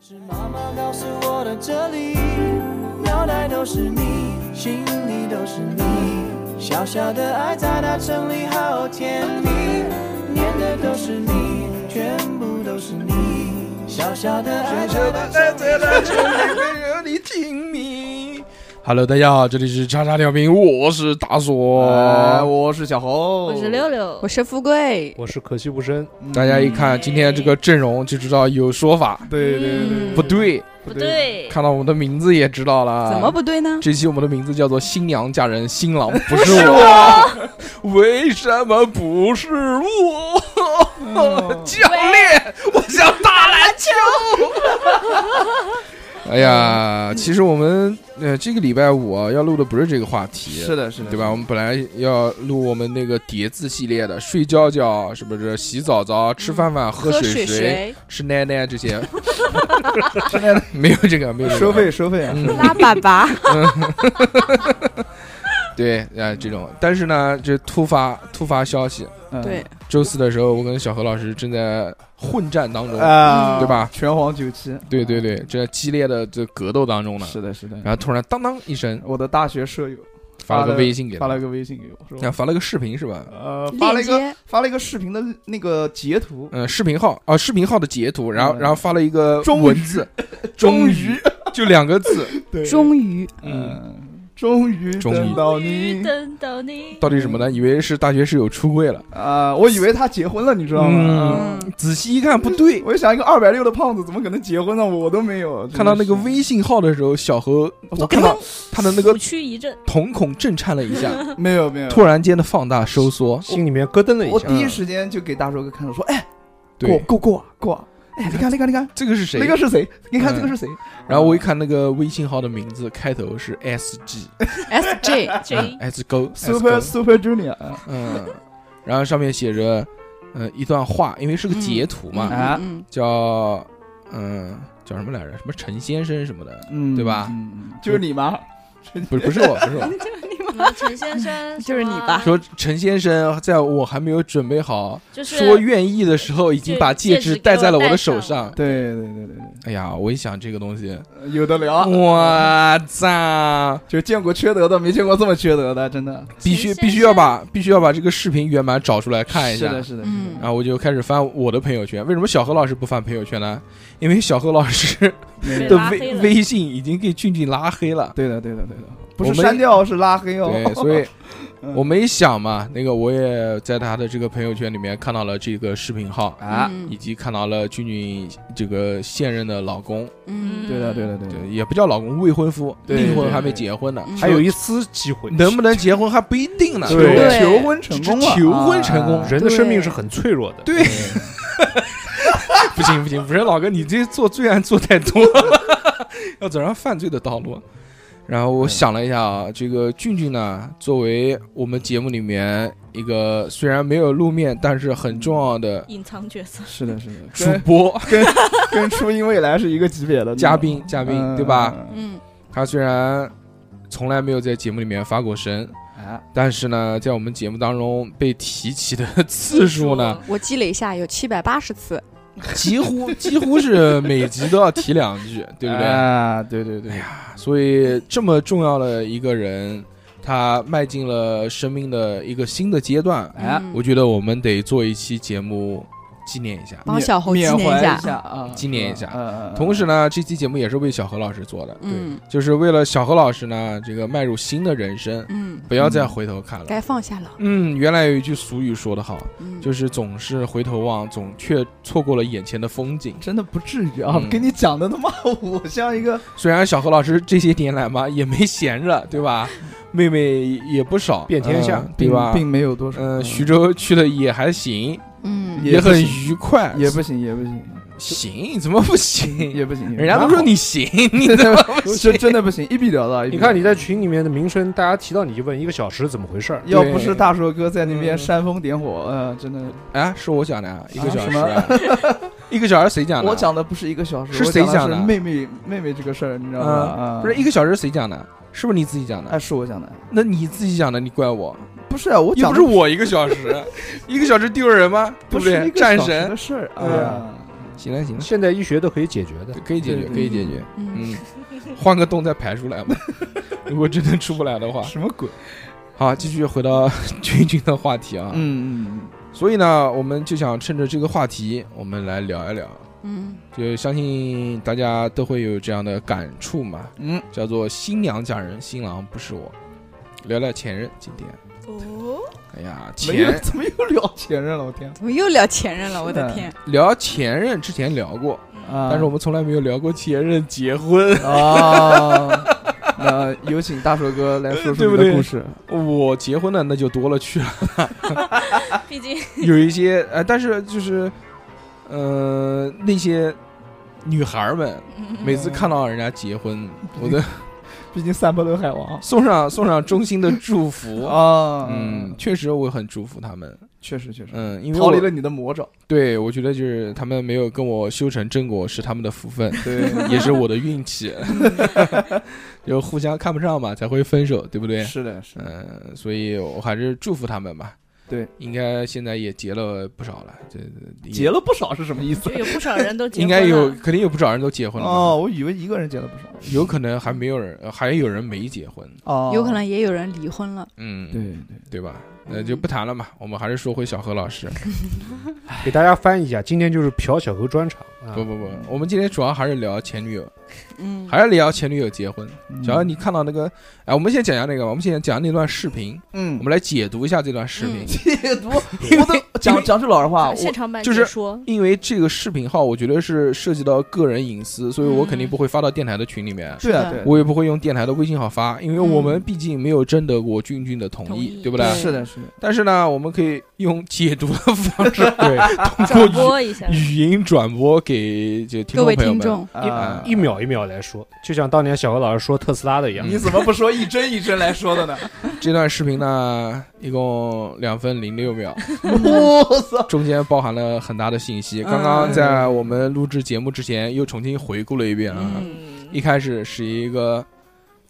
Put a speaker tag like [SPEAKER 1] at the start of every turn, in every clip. [SPEAKER 1] 是妈妈告诉我的，这里脑袋都是你，心里都是你，小小的爱在大城里好甜蜜，念的都是你，全部都是你，小小的爱在大城里。
[SPEAKER 2] 你听你。Hello，大家好，这里是叉叉调频，我是大锁、
[SPEAKER 3] 哎我是小猴，
[SPEAKER 4] 我是
[SPEAKER 5] 哦
[SPEAKER 4] 六六，
[SPEAKER 5] 我是富贵，
[SPEAKER 6] 我是可惜无声，
[SPEAKER 2] 大家一看今天这个阵容就知道有说法
[SPEAKER 3] 对对对，
[SPEAKER 4] 嗯
[SPEAKER 2] 不对，
[SPEAKER 4] 不，对，
[SPEAKER 2] 看到我们的名字也知道了。
[SPEAKER 5] 怎么？不对 呢？
[SPEAKER 2] 这期我们的名字叫做“新娘嫁人，新郎不是我”，为什么不是我？
[SPEAKER 3] 嗯
[SPEAKER 2] 教练，我想打篮 球。哎呀，其实我们呃这个礼拜五啊要录的不是这个话题，
[SPEAKER 3] 是的，是的，
[SPEAKER 2] 对吧？我？们本来要录我们那个叠字系列的，睡觉觉是不是？洗澡澡，吃饭饭，喝水
[SPEAKER 5] 水水，
[SPEAKER 2] 吃奶奶这些， 吃奶奶没有这个，没有这个
[SPEAKER 3] 收费收费啊！
[SPEAKER 2] 嗯，
[SPEAKER 5] 拉粑粑，
[SPEAKER 2] 对，啊，这种。但是呢，这突发突发消息，
[SPEAKER 3] 嗯
[SPEAKER 5] 对，
[SPEAKER 2] 周四的时候，我跟小何老师正在混战当中，
[SPEAKER 3] 啊，
[SPEAKER 2] 对吧？
[SPEAKER 3] 拳皇九七，
[SPEAKER 2] 对对对，这激烈的这格斗当中呢，
[SPEAKER 3] 是的，是的。
[SPEAKER 2] 然后突然当当一声
[SPEAKER 3] 我的大学舍友
[SPEAKER 2] 发了个
[SPEAKER 3] 发了
[SPEAKER 2] 微信给
[SPEAKER 3] 发
[SPEAKER 2] 他
[SPEAKER 3] 了，个微信给我，说
[SPEAKER 2] 啊，发了个视频是吧？
[SPEAKER 3] 呃发了
[SPEAKER 5] 链
[SPEAKER 3] 一个
[SPEAKER 5] 接
[SPEAKER 3] 发了一个视频的那个截图，
[SPEAKER 2] 嗯，视频号啊，视频号的截图，然后
[SPEAKER 3] 嗯
[SPEAKER 2] 然后发了一个
[SPEAKER 3] 终于
[SPEAKER 2] 文 字，终于就两个字，
[SPEAKER 3] 对，
[SPEAKER 5] 终于
[SPEAKER 2] 嗯，
[SPEAKER 3] 嗯，终于
[SPEAKER 2] 终于
[SPEAKER 3] 等到
[SPEAKER 4] 于
[SPEAKER 3] 你
[SPEAKER 4] 等到你，
[SPEAKER 2] 到底什么呢？以为是大学室友出柜了，
[SPEAKER 3] 啊！我以为他结婚了，你知道吗？
[SPEAKER 2] 嗯，仔细一看不对，
[SPEAKER 3] 我就想一个二百六的胖子怎么可能结婚呢？我都没有。
[SPEAKER 2] 看到那个
[SPEAKER 3] 真的是
[SPEAKER 2] 微信号的时候，小何，我看到他的那
[SPEAKER 4] 虎
[SPEAKER 2] 个
[SPEAKER 4] 躯一震，
[SPEAKER 2] 瞳孔震颤了一 下，
[SPEAKER 3] 没有没有，
[SPEAKER 2] 突然间的放大收缩，嗯
[SPEAKER 6] 心里面咯噔了一
[SPEAKER 3] 我
[SPEAKER 6] 下。
[SPEAKER 3] 第一时间就给大周哥看，我说哎，过
[SPEAKER 2] 对，
[SPEAKER 3] 过过过啊， 哎，你看你看你看，
[SPEAKER 2] 这个是谁
[SPEAKER 3] 那？个是谁？你看
[SPEAKER 2] 嗯
[SPEAKER 3] 这个是谁？
[SPEAKER 2] 然后我一看那个微信号的名字，开头是 S G
[SPEAKER 5] S J，嗯
[SPEAKER 4] 谁
[SPEAKER 2] S Go
[SPEAKER 3] Super Super Junior 啊
[SPEAKER 2] 嗯，然后上面写着，呃，一段话，因为是个截图嘛，
[SPEAKER 3] 啊
[SPEAKER 5] 嗯，
[SPEAKER 2] 叫嗯叫什么来着？什么陈先生什么的？
[SPEAKER 3] 嗯
[SPEAKER 2] 对吧？
[SPEAKER 3] 嗯嗯就是你吗？
[SPEAKER 2] 不是不是我，不是 我，
[SPEAKER 4] 陈先生啊
[SPEAKER 5] 就是你吧
[SPEAKER 2] 说陈先生在我还没有准备好
[SPEAKER 4] 就是
[SPEAKER 2] 说愿意的时候，已经把戒指戴在了我的手上。
[SPEAKER 3] 对对对对对
[SPEAKER 2] 哎呀，我一想这个东西，
[SPEAKER 3] 对，有的
[SPEAKER 2] 啊
[SPEAKER 3] 聊，
[SPEAKER 2] 我 操，
[SPEAKER 3] 就见过缺德的，没见过这么缺德的，真的。
[SPEAKER 2] 必须
[SPEAKER 4] 陈先生
[SPEAKER 2] 必须要把必须要把这个视频原版找出来看一
[SPEAKER 3] 是
[SPEAKER 2] 下。
[SPEAKER 3] 的，是的，是
[SPEAKER 5] 嗯
[SPEAKER 2] 然后我就开始翻我的朋友圈。为什么小何老师不翻朋友圈呢？因为小何老师
[SPEAKER 3] 的
[SPEAKER 4] 被
[SPEAKER 2] 的
[SPEAKER 4] 拉黑
[SPEAKER 2] 微
[SPEAKER 4] 了
[SPEAKER 2] 微信已经给俊俊拉黑了。
[SPEAKER 3] 对的，对的，对的，不
[SPEAKER 2] 我
[SPEAKER 3] 是
[SPEAKER 2] 们
[SPEAKER 3] 删掉，是拉黑哦。
[SPEAKER 2] 对，所以
[SPEAKER 3] 嗯
[SPEAKER 2] 我没想嘛，那个我也在他的这个朋友圈里面看到了这个视频号，
[SPEAKER 3] 啊，
[SPEAKER 5] 嗯
[SPEAKER 2] 以及看到了俊俊这个现任的老公，
[SPEAKER 5] 嗯，
[SPEAKER 3] 对的，对的，对
[SPEAKER 2] 对，
[SPEAKER 3] 的，
[SPEAKER 2] 也不叫老公，未婚夫，
[SPEAKER 3] 对
[SPEAKER 2] 订婚
[SPEAKER 3] 对
[SPEAKER 2] 还没
[SPEAKER 3] 对
[SPEAKER 2] 结婚呢，
[SPEAKER 5] 嗯
[SPEAKER 6] 还有一丝机会，
[SPEAKER 2] 能不能结婚还不一定呢。
[SPEAKER 3] 求
[SPEAKER 6] 对
[SPEAKER 5] 对
[SPEAKER 3] 求婚成功了，
[SPEAKER 2] 只求婚成功
[SPEAKER 3] 啊
[SPEAKER 6] 人的生命是很脆弱的。
[SPEAKER 2] 对，不行不行，不是老哥，你这做罪案做太多 了，要走上犯罪的道路。然后我想了一下啊，这个俊俊呢，作为我们节目里面一个虽然没有露面，但是很重要
[SPEAKER 6] 嗯
[SPEAKER 2] 的
[SPEAKER 4] 隐藏角色，
[SPEAKER 3] 是的，是的，
[SPEAKER 2] 主
[SPEAKER 3] 跟
[SPEAKER 2] 播、
[SPEAKER 3] 跟初音未来是一个级别 的
[SPEAKER 2] 嘉宾、嘉宾，对吧？？
[SPEAKER 5] 嗯，
[SPEAKER 2] 他虽然从来没有在节目里面发过声，
[SPEAKER 3] 啊，
[SPEAKER 2] 但是呢，在我们节目当中被提起的次数呢，
[SPEAKER 5] 我积累一下有七百八十次，
[SPEAKER 2] 几乎几乎是每集都要提两句，对不对？
[SPEAKER 3] 啊，对对对
[SPEAKER 2] 哎，呀，所以这么重要的一个人，他迈进了生命的一个新的阶段，
[SPEAKER 3] 啊，
[SPEAKER 5] 嗯
[SPEAKER 2] 我觉得我们得做一期节目纪念一下。
[SPEAKER 5] 帮小猴纪
[SPEAKER 3] 缅
[SPEAKER 5] 念
[SPEAKER 3] 缅
[SPEAKER 5] 一
[SPEAKER 3] 怀
[SPEAKER 5] 下
[SPEAKER 3] 一下啊，
[SPEAKER 2] 纪念一下
[SPEAKER 3] 嗯嗯嗯
[SPEAKER 2] 同时呢，这期节目也是为小何老师做的，
[SPEAKER 5] 嗯
[SPEAKER 2] 就是为了小何老师呢，这个迈入新的人生，
[SPEAKER 5] 嗯，
[SPEAKER 2] 不要再回头看了。
[SPEAKER 5] 该放下了，
[SPEAKER 2] 嗯，原来有一句俗语说得好，
[SPEAKER 5] 嗯，
[SPEAKER 2] 就是总是回头望，总却错过了眼前的风景。
[SPEAKER 3] 真的不至于啊
[SPEAKER 2] 嗯！
[SPEAKER 3] 跟你讲的他妈，我像一 个
[SPEAKER 2] 虽然小何老师这些年来嘛 也没闲着，对吧？妹妹也不少，
[SPEAKER 6] 遍天下
[SPEAKER 2] 嗯对吧？
[SPEAKER 3] 并没有多少。
[SPEAKER 2] 嗯，徐州去的也还行，
[SPEAKER 5] 嗯，
[SPEAKER 3] 也
[SPEAKER 2] 也
[SPEAKER 3] 不
[SPEAKER 2] 很
[SPEAKER 3] 行
[SPEAKER 2] 愉快，
[SPEAKER 3] 也不行，也不行，
[SPEAKER 2] 行，怎么不行？
[SPEAKER 3] 也不行。
[SPEAKER 2] 哎人家都说你行，你
[SPEAKER 3] 真 的真的不行，一笔了到。一
[SPEAKER 6] 你
[SPEAKER 3] 笔
[SPEAKER 6] 看你
[SPEAKER 3] 了
[SPEAKER 6] 在群里面的名声，大家提到你就问一个小时怎么回事儿，
[SPEAKER 3] 要不
[SPEAKER 2] 对
[SPEAKER 3] 是大硕哥在那边
[SPEAKER 2] 嗯
[SPEAKER 3] 煽风点火，呃，真的，
[SPEAKER 2] 哎，是我讲的 啊，一个小
[SPEAKER 3] 啊
[SPEAKER 2] 时
[SPEAKER 3] 什
[SPEAKER 2] 啊， 一个小时谁讲的？
[SPEAKER 3] 我，讲的不是一个小时，
[SPEAKER 2] 是
[SPEAKER 3] 我
[SPEAKER 2] 谁
[SPEAKER 3] 的
[SPEAKER 2] 讲
[SPEAKER 3] 是
[SPEAKER 2] 的
[SPEAKER 3] 妹妹妹妹这个事儿，你知道吗？啊
[SPEAKER 2] 嗯，不是一个小时谁讲的？是不是你自己讲
[SPEAKER 3] 哎，
[SPEAKER 2] 的？
[SPEAKER 3] 是我讲的，
[SPEAKER 2] 那你自己讲的，你怪我？
[SPEAKER 3] 不是啊，我
[SPEAKER 2] 又
[SPEAKER 3] 讲
[SPEAKER 2] 不
[SPEAKER 3] 的
[SPEAKER 2] 是我一个小时，一个小时丢人吗？对
[SPEAKER 3] 不
[SPEAKER 2] 不
[SPEAKER 3] 是
[SPEAKER 2] 对
[SPEAKER 3] 一？个
[SPEAKER 2] 战
[SPEAKER 3] 小时
[SPEAKER 2] 神
[SPEAKER 3] 的事儿
[SPEAKER 2] 嗯
[SPEAKER 3] 啊。
[SPEAKER 2] 行了行了，
[SPEAKER 6] 现代医学都可以解决的。
[SPEAKER 2] 可以解决，
[SPEAKER 3] 对对
[SPEAKER 2] 可以解决。
[SPEAKER 5] 嗯，
[SPEAKER 2] 嗯，换个洞再排出来嘛。 如果真的出不来的话，
[SPEAKER 3] 什么鬼？
[SPEAKER 2] 好，继续回到 君君的话题啊。
[SPEAKER 3] 嗯嗯
[SPEAKER 2] 所以呢，我们就想趁着这个话题，我们来聊一聊。
[SPEAKER 5] 嗯，
[SPEAKER 2] 就相信大家都会有这样的感触嘛，
[SPEAKER 3] 嗯，
[SPEAKER 2] 叫做新娘嫁人，新郎不是我。聊聊前任，今天，
[SPEAKER 4] 哦，
[SPEAKER 2] 哎呀，
[SPEAKER 3] 没有
[SPEAKER 2] 前
[SPEAKER 3] 怎么又聊前任了？我天
[SPEAKER 5] 怎么又聊前任了？我的
[SPEAKER 3] 是
[SPEAKER 5] 天，
[SPEAKER 2] 聊前任之前聊过，
[SPEAKER 3] 啊！
[SPEAKER 2] 但是我们从来没有聊过前任结婚。
[SPEAKER 3] 啊，那有请大手哥来说
[SPEAKER 2] 对
[SPEAKER 3] 说
[SPEAKER 2] 不
[SPEAKER 3] 你
[SPEAKER 2] 对
[SPEAKER 3] 的故事。
[SPEAKER 2] 我结婚的那就多了去了，
[SPEAKER 4] 毕竟
[SPEAKER 2] 有一些呃，但是就是，呃，那些女孩儿们
[SPEAKER 4] 嗯
[SPEAKER 2] 每次看到人家结婚，我
[SPEAKER 3] 嗯
[SPEAKER 2] 都
[SPEAKER 3] 毕竟三坡头海王
[SPEAKER 2] 送上送上衷心的祝 福。
[SPEAKER 3] 啊，
[SPEAKER 2] 嗯，，确实我很祝福他们。
[SPEAKER 3] 确实确实，
[SPEAKER 2] 嗯，因为
[SPEAKER 3] 逃
[SPEAKER 2] 我
[SPEAKER 3] 离了你的魔爪。
[SPEAKER 2] 对我觉得就是他们没有跟我修成正果是他们的福 分，
[SPEAKER 3] 对，
[SPEAKER 2] 也是我的运 气，就互相看不上嘛才会分手，对不对？
[SPEAKER 3] 是的，是的，
[SPEAKER 2] 嗯，所以我还是祝福他们吧。
[SPEAKER 3] 对，
[SPEAKER 2] 应该现在也结了不少了，这这
[SPEAKER 3] 结了不少是什么意思
[SPEAKER 4] 就？有不少人都结
[SPEAKER 2] 应
[SPEAKER 4] 婚
[SPEAKER 2] 该有
[SPEAKER 4] 了，
[SPEAKER 2] 肯定有不少人都结婚了嘛，
[SPEAKER 3] 哦，我以为一个人结了不少。
[SPEAKER 2] 有可能还没有人，呃还有人没结婚，
[SPEAKER 3] 哦，
[SPEAKER 5] 有可能也有人离婚了。
[SPEAKER 2] 嗯，
[SPEAKER 3] 对对，
[SPEAKER 2] 对吧？那就不谈了嘛，我们还是说回小何老师。
[SPEAKER 6] 给大家翻译一下，今天就是嫖小何专场啊
[SPEAKER 2] 不。不不，我们今天主要还是聊前女友，
[SPEAKER 5] 嗯，
[SPEAKER 2] 还是聊前女友结婚。
[SPEAKER 3] 嗯
[SPEAKER 2] 只要你看到那个，哎，我们先讲一下那个吧，我们先讲那段视频，
[SPEAKER 3] 嗯
[SPEAKER 2] 我，们来解读一下这段视频，
[SPEAKER 3] 解读，我都 讲讲句老实 话，
[SPEAKER 4] 现
[SPEAKER 3] 我
[SPEAKER 4] 场版
[SPEAKER 2] 就
[SPEAKER 4] 解
[SPEAKER 2] 是
[SPEAKER 4] 说，
[SPEAKER 2] 因为这个视频号我觉得是涉及到个人隐私，所以我
[SPEAKER 4] 嗯
[SPEAKER 2] 肯定不会发到电台的群里面。
[SPEAKER 3] 对啊
[SPEAKER 5] 是
[SPEAKER 3] 对
[SPEAKER 5] 的
[SPEAKER 3] 啊，
[SPEAKER 2] 我也不会用电台的微信号发，因为我们
[SPEAKER 5] 嗯
[SPEAKER 2] 毕竟没有征得过君君的同意，
[SPEAKER 4] 同意
[SPEAKER 2] 对不
[SPEAKER 5] 对
[SPEAKER 3] 是的是的，
[SPEAKER 2] 但是呢，我们可以用解读的方式
[SPEAKER 6] 对，
[SPEAKER 2] 过
[SPEAKER 4] 转播一下，
[SPEAKER 2] 语音转播给这听
[SPEAKER 5] 各
[SPEAKER 2] 众
[SPEAKER 5] 位
[SPEAKER 2] 朋友
[SPEAKER 5] 听
[SPEAKER 2] 们。
[SPEAKER 5] 众，
[SPEAKER 3] 啊
[SPEAKER 6] 一秒一秒来说，就像当年小何老师说特斯拉的一样
[SPEAKER 2] 嗯。
[SPEAKER 3] 你怎么不说一帧一帧来说的呢？
[SPEAKER 2] 这段视频呢，一共两分零六秒，
[SPEAKER 3] 我操！
[SPEAKER 2] 中间包含了很大的信息。
[SPEAKER 5] 嗯
[SPEAKER 2] 刚刚在我们录制节目之前，又重新回顾了一遍啊。
[SPEAKER 4] 嗯，
[SPEAKER 2] 一开始是一个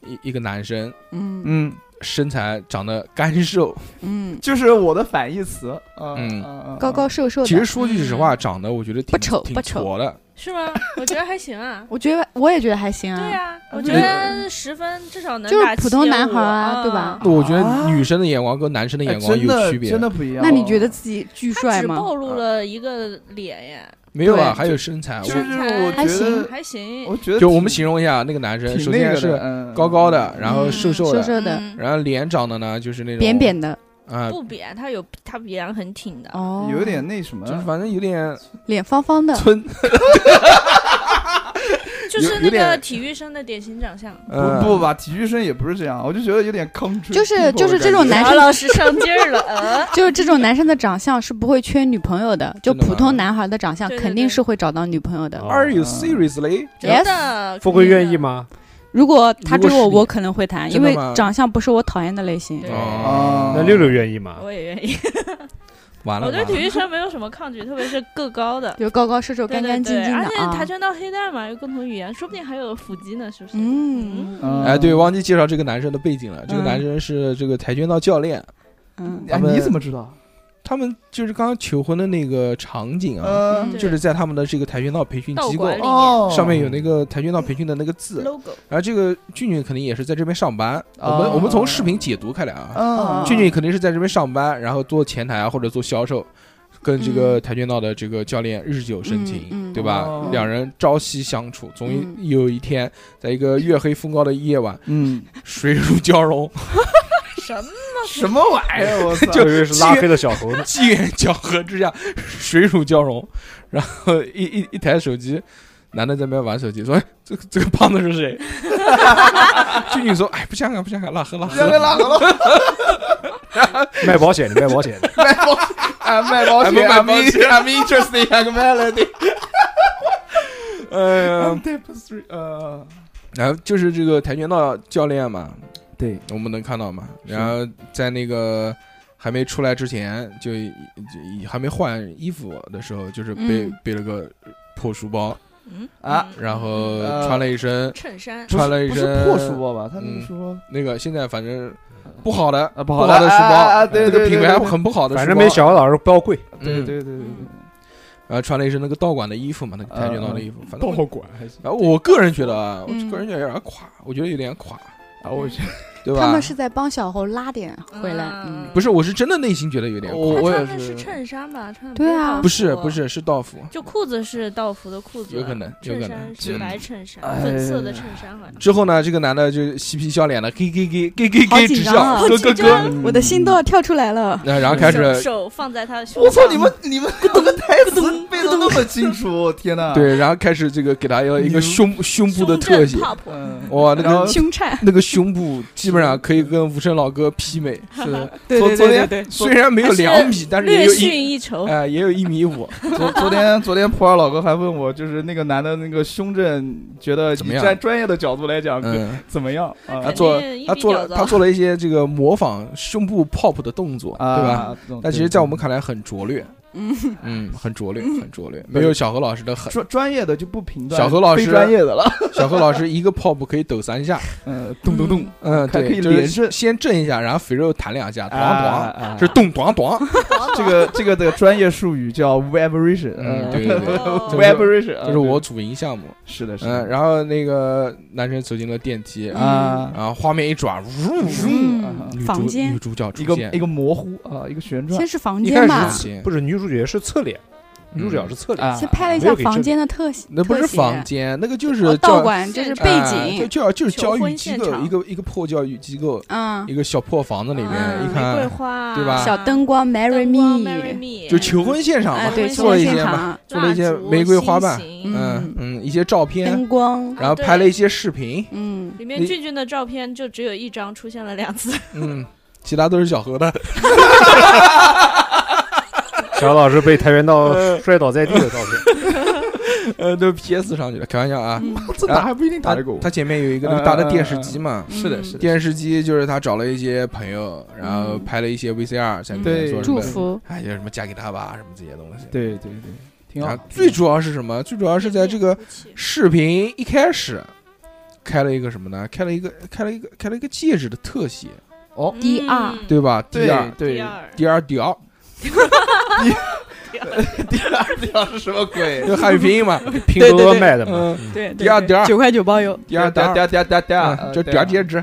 [SPEAKER 2] 一一个男生，
[SPEAKER 5] 嗯
[SPEAKER 3] 嗯，
[SPEAKER 2] 身材长得干瘦，
[SPEAKER 5] 嗯，
[SPEAKER 3] 就是我的反义词啊，
[SPEAKER 2] 嗯
[SPEAKER 3] 啊
[SPEAKER 5] 高高，瘦瘦
[SPEAKER 2] 其实
[SPEAKER 5] 的，
[SPEAKER 2] 说句实话，长得我觉得挺
[SPEAKER 5] 不丑
[SPEAKER 2] 挺
[SPEAKER 5] 不丑
[SPEAKER 2] 矬的。
[SPEAKER 4] 是吗？我觉得还行
[SPEAKER 5] 。
[SPEAKER 4] 啊
[SPEAKER 5] 我觉得我也觉得还行
[SPEAKER 4] 对
[SPEAKER 5] 啊。
[SPEAKER 4] 呀，我觉得十分至少能
[SPEAKER 5] 就是
[SPEAKER 4] 打
[SPEAKER 5] 普通男
[SPEAKER 4] 75
[SPEAKER 5] 孩啊对吧
[SPEAKER 4] 嗯
[SPEAKER 2] 我觉得
[SPEAKER 3] 啊
[SPEAKER 2] 女生的眼光跟男生的
[SPEAKER 3] 哎
[SPEAKER 2] 眼光
[SPEAKER 3] 真
[SPEAKER 2] 有
[SPEAKER 3] 的
[SPEAKER 2] 区别
[SPEAKER 3] 真，的不一样。哦
[SPEAKER 5] 那你觉得？自己巨
[SPEAKER 4] 他
[SPEAKER 5] 帅
[SPEAKER 4] 只
[SPEAKER 5] 吗？
[SPEAKER 4] 暴露了一个脸耶，
[SPEAKER 2] 没有啊，
[SPEAKER 5] 对
[SPEAKER 2] 还有身材。
[SPEAKER 3] 就
[SPEAKER 2] 我
[SPEAKER 3] 是我
[SPEAKER 5] 还
[SPEAKER 3] 觉
[SPEAKER 5] 行
[SPEAKER 3] 得，
[SPEAKER 4] 还行，
[SPEAKER 3] 我觉得
[SPEAKER 2] 就我们形
[SPEAKER 3] 挺
[SPEAKER 2] 容一下那个男生，
[SPEAKER 3] 挺
[SPEAKER 2] 首
[SPEAKER 3] 那
[SPEAKER 2] 先
[SPEAKER 3] 个
[SPEAKER 2] 是
[SPEAKER 3] 的，嗯
[SPEAKER 2] 高高的，然后
[SPEAKER 4] 嗯
[SPEAKER 2] 瘦瘦
[SPEAKER 5] 瘦
[SPEAKER 2] 的，
[SPEAKER 5] 瘦的，
[SPEAKER 4] 嗯
[SPEAKER 2] 然后脸长得呢就是那种
[SPEAKER 5] 扁扁的
[SPEAKER 2] 啊，
[SPEAKER 4] 不扁，他有他脸很挺的，
[SPEAKER 5] 哦，
[SPEAKER 3] 嗯有点那什么
[SPEAKER 2] 就，是反正有点
[SPEAKER 5] 脸方方 的，
[SPEAKER 2] 村，
[SPEAKER 4] 就是
[SPEAKER 2] 有
[SPEAKER 4] 那
[SPEAKER 2] 有
[SPEAKER 4] 个
[SPEAKER 2] 点
[SPEAKER 4] 体育生的典型长相。
[SPEAKER 2] 呃
[SPEAKER 3] 不不，吧，体育生也不是这样，我就觉得有点坑。
[SPEAKER 5] 就是就是这种男
[SPEAKER 4] 姚
[SPEAKER 5] 生，
[SPEAKER 4] 老师上劲儿了， 呃，
[SPEAKER 5] 就是这种男生的长相是不会缺女朋友的，就
[SPEAKER 2] 真的吗
[SPEAKER 5] 普通男孩的长相
[SPEAKER 4] 对对
[SPEAKER 5] 肯定是会找到女朋友的。
[SPEAKER 6] 哦
[SPEAKER 2] Are you seriously？
[SPEAKER 4] 真的，
[SPEAKER 6] 富贵愿意？吗？
[SPEAKER 5] 如果他追我，
[SPEAKER 2] 如果是你
[SPEAKER 5] 我可能会谈，
[SPEAKER 2] 真
[SPEAKER 5] 因
[SPEAKER 2] 的
[SPEAKER 5] 为
[SPEAKER 2] 吗
[SPEAKER 5] 长相不是我讨厌的类型
[SPEAKER 4] 对。
[SPEAKER 2] 哦
[SPEAKER 3] 哦
[SPEAKER 6] 那六六愿意吗？
[SPEAKER 4] 我也愿意。
[SPEAKER 2] 完了，
[SPEAKER 4] 我对体
[SPEAKER 2] 完了
[SPEAKER 4] 育生没有什么抗拒，特别是个高 的，
[SPEAKER 5] 就高高瘦瘦、
[SPEAKER 4] 对
[SPEAKER 5] 干干净净
[SPEAKER 4] 对对而
[SPEAKER 5] 的
[SPEAKER 4] 且
[SPEAKER 5] 啊
[SPEAKER 4] 跆。拳道黑带嘛，有共同语言，说不定还有腹肌呢，是不是？
[SPEAKER 5] 嗯
[SPEAKER 3] 嗯
[SPEAKER 2] 哎，对，忘记介绍这个男生的背景了。这个
[SPEAKER 5] 嗯
[SPEAKER 2] 男生是这个跆拳道教练，
[SPEAKER 5] 嗯
[SPEAKER 3] 哎，你怎么知道？
[SPEAKER 2] 他们就是刚刚求婚的那个场景啊，
[SPEAKER 3] 嗯，
[SPEAKER 4] 对
[SPEAKER 2] 就是在他们的这个跆拳道培训
[SPEAKER 4] 道
[SPEAKER 2] 机构
[SPEAKER 4] 馆里
[SPEAKER 3] 哦，
[SPEAKER 2] 上面有那个跆拳道培训的那个字，
[SPEAKER 4] logo，
[SPEAKER 2] 然后这个俊俊肯定也是在这边上班。我
[SPEAKER 3] 哦
[SPEAKER 2] 们我们从视频解读开来啊，
[SPEAKER 3] 嗯，
[SPEAKER 2] 俊俊肯定是在这边上班，然后做前台啊或者做销售，跟这个跆拳道的这个教练日久生情，
[SPEAKER 5] 嗯嗯嗯
[SPEAKER 2] 对吧
[SPEAKER 3] 哦？
[SPEAKER 2] 两人朝夕相处，总
[SPEAKER 5] 嗯
[SPEAKER 2] 有有一天，在一个月黑风高的夜晚，
[SPEAKER 3] 嗯，
[SPEAKER 2] 水乳交融，
[SPEAKER 4] 什么？
[SPEAKER 3] 什么玩意儿？我操！
[SPEAKER 6] 我以为是拉黑的小猴呢。
[SPEAKER 2] 机缘巧合之下，水乳交融，然后一一一台手机。男的在那边玩手机，说：“哎，这个这个胖子是谁？” 俊俊说：“哎，不想看，不想看，拉黑，拉黑。”
[SPEAKER 3] 让人拉倒了，
[SPEAKER 6] 卖保险的，卖保险的，
[SPEAKER 3] 卖保啊卖保险
[SPEAKER 2] I'm- I'm
[SPEAKER 3] ，I'm in- I'm interested in melody。哎
[SPEAKER 2] 呃，
[SPEAKER 3] three，呃，
[SPEAKER 2] 然后就是这个跆拳道教练嘛，
[SPEAKER 3] 对，
[SPEAKER 2] 我们能看到嘛。
[SPEAKER 3] 是
[SPEAKER 2] 然后在那个还没出来之前，就就还没换衣服的时候，就是背、
[SPEAKER 5] 嗯
[SPEAKER 2] 背了个破书包，
[SPEAKER 4] 嗯
[SPEAKER 3] 啊
[SPEAKER 4] 嗯
[SPEAKER 2] 然后
[SPEAKER 3] 呃
[SPEAKER 2] 穿了一身、
[SPEAKER 4] 衬衫
[SPEAKER 3] 不是
[SPEAKER 2] 穿了一
[SPEAKER 3] 不是
[SPEAKER 2] 身
[SPEAKER 3] 破书包吧？他那
[SPEAKER 2] 嗯
[SPEAKER 3] 个书包
[SPEAKER 2] 那个现在反正不好的。
[SPEAKER 3] 啊，
[SPEAKER 2] 不
[SPEAKER 3] 不
[SPEAKER 2] 好
[SPEAKER 3] 的
[SPEAKER 2] 的书包，
[SPEAKER 3] 啊啊啊对
[SPEAKER 2] 这个
[SPEAKER 3] 对
[SPEAKER 2] 品
[SPEAKER 3] 对
[SPEAKER 2] 牌
[SPEAKER 3] 对
[SPEAKER 2] 很不好的书包，
[SPEAKER 6] 反正没小何老师包贵。
[SPEAKER 3] 对
[SPEAKER 2] 嗯
[SPEAKER 3] 对对对对，
[SPEAKER 2] 然后穿了一身那个道馆的衣服嘛，那个跆拳道的衣服，反正我。
[SPEAKER 3] 馆还是
[SPEAKER 2] 然后我个人觉得啊，我
[SPEAKER 5] 嗯
[SPEAKER 2] 个人觉得有点垮，我觉得有点垮，
[SPEAKER 3] 啊？我觉得
[SPEAKER 2] 对吧？
[SPEAKER 5] 他们是在帮小猴拉点回来，嗯，
[SPEAKER 2] 不是，我是真的内心觉得有点垮。
[SPEAKER 3] 我
[SPEAKER 4] 他
[SPEAKER 3] 我也
[SPEAKER 4] 穿的
[SPEAKER 3] 是
[SPEAKER 4] 是衬衫吧？穿的
[SPEAKER 5] 对啊
[SPEAKER 2] 不是不，是是道服，
[SPEAKER 4] 就裤子是道服的裤子，
[SPEAKER 2] 有可能有
[SPEAKER 4] 衬
[SPEAKER 2] 可
[SPEAKER 4] 衫
[SPEAKER 2] 能。
[SPEAKER 4] 是
[SPEAKER 2] 嗯
[SPEAKER 4] 白衬衫，
[SPEAKER 3] 哎
[SPEAKER 4] 粉色的衬衫好像。
[SPEAKER 2] 之后呢，这个男的就嬉皮笑脸的，给给给给给
[SPEAKER 5] 好
[SPEAKER 2] 给
[SPEAKER 5] 紧
[SPEAKER 2] 直
[SPEAKER 5] 张
[SPEAKER 2] 笑，
[SPEAKER 5] 啊
[SPEAKER 2] 咯咯咯。
[SPEAKER 3] 嗯
[SPEAKER 5] 我的心都要跳出来了。
[SPEAKER 2] 那然后开始，
[SPEAKER 4] 手手放在他的胸
[SPEAKER 3] 我
[SPEAKER 4] 上。
[SPEAKER 3] 操，你们你们你们台词背的那么清楚，我天呐！，
[SPEAKER 2] 对，然后开始这个给他要一个
[SPEAKER 3] 牛
[SPEAKER 2] 胸胸部
[SPEAKER 4] 胸
[SPEAKER 2] 的
[SPEAKER 4] 针
[SPEAKER 2] 特写，
[SPEAKER 4] pop
[SPEAKER 3] 嗯，
[SPEAKER 2] 哇，那
[SPEAKER 3] 然后
[SPEAKER 2] 个
[SPEAKER 5] 胸颤，
[SPEAKER 2] 那个胸部基本上可以跟无声老哥媲美，
[SPEAKER 3] 是的，
[SPEAKER 5] 对
[SPEAKER 3] 昨
[SPEAKER 5] 对
[SPEAKER 3] 昨
[SPEAKER 5] 对对
[SPEAKER 3] 天
[SPEAKER 5] 对，
[SPEAKER 2] 虽然没有
[SPEAKER 4] 还是
[SPEAKER 2] 两米，但是也
[SPEAKER 4] 略
[SPEAKER 2] 有一
[SPEAKER 4] 逊一筹。
[SPEAKER 2] 哎、也有一米五，
[SPEAKER 3] 昨昨天昨天普洱老哥还问我，就是那个男的那个胸针，觉得
[SPEAKER 2] 怎么
[SPEAKER 3] 以
[SPEAKER 2] 样
[SPEAKER 3] 站专业的角度来讲，
[SPEAKER 2] 嗯，
[SPEAKER 3] 怎么样啊
[SPEAKER 2] 他
[SPEAKER 4] 肯
[SPEAKER 2] 做
[SPEAKER 4] 定一
[SPEAKER 2] 他
[SPEAKER 4] 米
[SPEAKER 2] 做
[SPEAKER 4] 屌
[SPEAKER 2] 了
[SPEAKER 4] 子
[SPEAKER 2] 他做了一些这个模仿胸部 pop 的动作，
[SPEAKER 3] 啊？
[SPEAKER 2] 对吧？
[SPEAKER 3] 这种？
[SPEAKER 2] 但其实，在我们看来很拙劣，
[SPEAKER 5] 嗯
[SPEAKER 2] 嗯，很拙劣，很拙劣，没有小何老师的狠。
[SPEAKER 3] 专专业的就不评断，
[SPEAKER 2] 小何老师
[SPEAKER 3] 非专业的 了，
[SPEAKER 2] 小何老师一个 pop 可以抖三下，
[SPEAKER 3] 嗯，咚咚咚，
[SPEAKER 2] 嗯，
[SPEAKER 3] 还可
[SPEAKER 2] 对，
[SPEAKER 3] 以
[SPEAKER 2] 就
[SPEAKER 3] 连
[SPEAKER 2] 是
[SPEAKER 3] 震
[SPEAKER 2] 先震一下，然后肥肉弹两下，咚
[SPEAKER 3] 啊
[SPEAKER 2] 咚，
[SPEAKER 3] 啊
[SPEAKER 2] 是咚咚咚，
[SPEAKER 3] 这个这个的专业术语 叫呃 vibration，
[SPEAKER 2] 嗯对 对对
[SPEAKER 4] 哦
[SPEAKER 3] vibration，
[SPEAKER 2] 这是我主营项目。
[SPEAKER 3] 呃是的，是
[SPEAKER 2] 嗯，
[SPEAKER 3] 的，
[SPEAKER 2] 然后那个男生走进了电梯，
[SPEAKER 5] 嗯
[SPEAKER 3] 啊，
[SPEAKER 2] 然后画面一转，呜呜，
[SPEAKER 5] 嗯
[SPEAKER 2] 啊女，
[SPEAKER 5] 房
[SPEAKER 2] 主女
[SPEAKER 5] 间，
[SPEAKER 2] 主角出
[SPEAKER 3] 一个
[SPEAKER 2] 现
[SPEAKER 3] 一，个模糊啊，一个旋转
[SPEAKER 5] 先是房
[SPEAKER 2] 一
[SPEAKER 5] 间
[SPEAKER 2] 开
[SPEAKER 5] 吧
[SPEAKER 2] 始，嗯起
[SPEAKER 6] 不是女主角是侧脸，女主角
[SPEAKER 2] 嗯
[SPEAKER 6] 是侧脸，
[SPEAKER 3] 啊，
[SPEAKER 5] 先拍了一
[SPEAKER 6] 没
[SPEAKER 5] 下
[SPEAKER 6] 有给这
[SPEAKER 5] 房
[SPEAKER 6] 个
[SPEAKER 5] 间的特写，
[SPEAKER 2] 那不是
[SPEAKER 5] 特写
[SPEAKER 2] 房，间，那个就
[SPEAKER 5] 哦
[SPEAKER 2] 是
[SPEAKER 5] 道
[SPEAKER 2] 教
[SPEAKER 5] 馆，这是背
[SPEAKER 2] 哎就
[SPEAKER 5] 景，
[SPEAKER 2] 教就是教
[SPEAKER 4] 求婚
[SPEAKER 2] 育机
[SPEAKER 4] 现
[SPEAKER 2] 构，
[SPEAKER 4] 场
[SPEAKER 2] 一个一个破教育机构，
[SPEAKER 5] 嗯
[SPEAKER 2] 一，个小破房子里面，
[SPEAKER 5] 嗯
[SPEAKER 2] 一
[SPEAKER 4] 玫瑰
[SPEAKER 2] 看
[SPEAKER 4] 花啊，
[SPEAKER 2] 对吧
[SPEAKER 5] 小灯光，marry
[SPEAKER 4] marry
[SPEAKER 5] me，
[SPEAKER 4] me，
[SPEAKER 2] 就求婚现场
[SPEAKER 5] 啊
[SPEAKER 2] 嘛，，
[SPEAKER 5] 对，
[SPEAKER 2] 做了一
[SPEAKER 5] 现
[SPEAKER 2] 些嘛，
[SPEAKER 5] 场，
[SPEAKER 2] 做了一些玫瑰花瓣
[SPEAKER 4] 蜡烛心形
[SPEAKER 2] 嗯嗯，一些照片，
[SPEAKER 5] 灯光，
[SPEAKER 2] 然后
[SPEAKER 4] 对
[SPEAKER 2] 拍了一些视频，
[SPEAKER 5] 嗯，
[SPEAKER 4] 里面
[SPEAKER 2] 你
[SPEAKER 4] 俊俊的照片就只有一张出现了两次，
[SPEAKER 2] 嗯，其他都是小何的，
[SPEAKER 6] 小老师被跆拳道摔倒在地的照片，
[SPEAKER 2] 呃，都 PS 上去了，开玩笑啊。
[SPEAKER 5] 嗯
[SPEAKER 3] 这打还不一定打
[SPEAKER 2] 他
[SPEAKER 3] 得嗯过我。
[SPEAKER 2] 他前面有一个那个大嗯的电视机嘛，
[SPEAKER 3] 啊是
[SPEAKER 4] 嗯
[SPEAKER 3] 的，是的，
[SPEAKER 2] 电视机就是他找了一些朋友，然后拍了一些 VCR 在里面
[SPEAKER 3] 对
[SPEAKER 2] 做什
[SPEAKER 5] 嗯祝
[SPEAKER 2] 么，
[SPEAKER 5] 福，
[SPEAKER 2] 哎，有什么嫁给他吧，什么这些东西。
[SPEAKER 3] 对对对，挺好
[SPEAKER 2] 啊。，
[SPEAKER 5] 嗯
[SPEAKER 2] 最主要是什么？最主要是在这个
[SPEAKER 4] 嗯
[SPEAKER 2] 视频一开始开了一个什么呢？开了一个开了一个开了一个戒指的特写，
[SPEAKER 5] 嗯
[SPEAKER 3] 哦，
[SPEAKER 5] 第啊
[SPEAKER 4] 嗯
[SPEAKER 5] 二
[SPEAKER 2] 对吧？第二
[SPEAKER 3] 对
[SPEAKER 4] 第
[SPEAKER 3] 对，
[SPEAKER 4] 二，
[SPEAKER 2] 第二屌，
[SPEAKER 3] 第二第二是什么鬼
[SPEAKER 2] 因？为汉语拼音嘛，
[SPEAKER 6] 拼多多卖的嘛，
[SPEAKER 2] 嗯，
[SPEAKER 5] 对，
[SPEAKER 2] 第二第二
[SPEAKER 5] 九块九包邮，
[SPEAKER 2] 第二屌
[SPEAKER 3] 嗲，嗲嗲嗲
[SPEAKER 2] 嗯
[SPEAKER 3] 嗲，
[SPEAKER 2] 就屌戒指，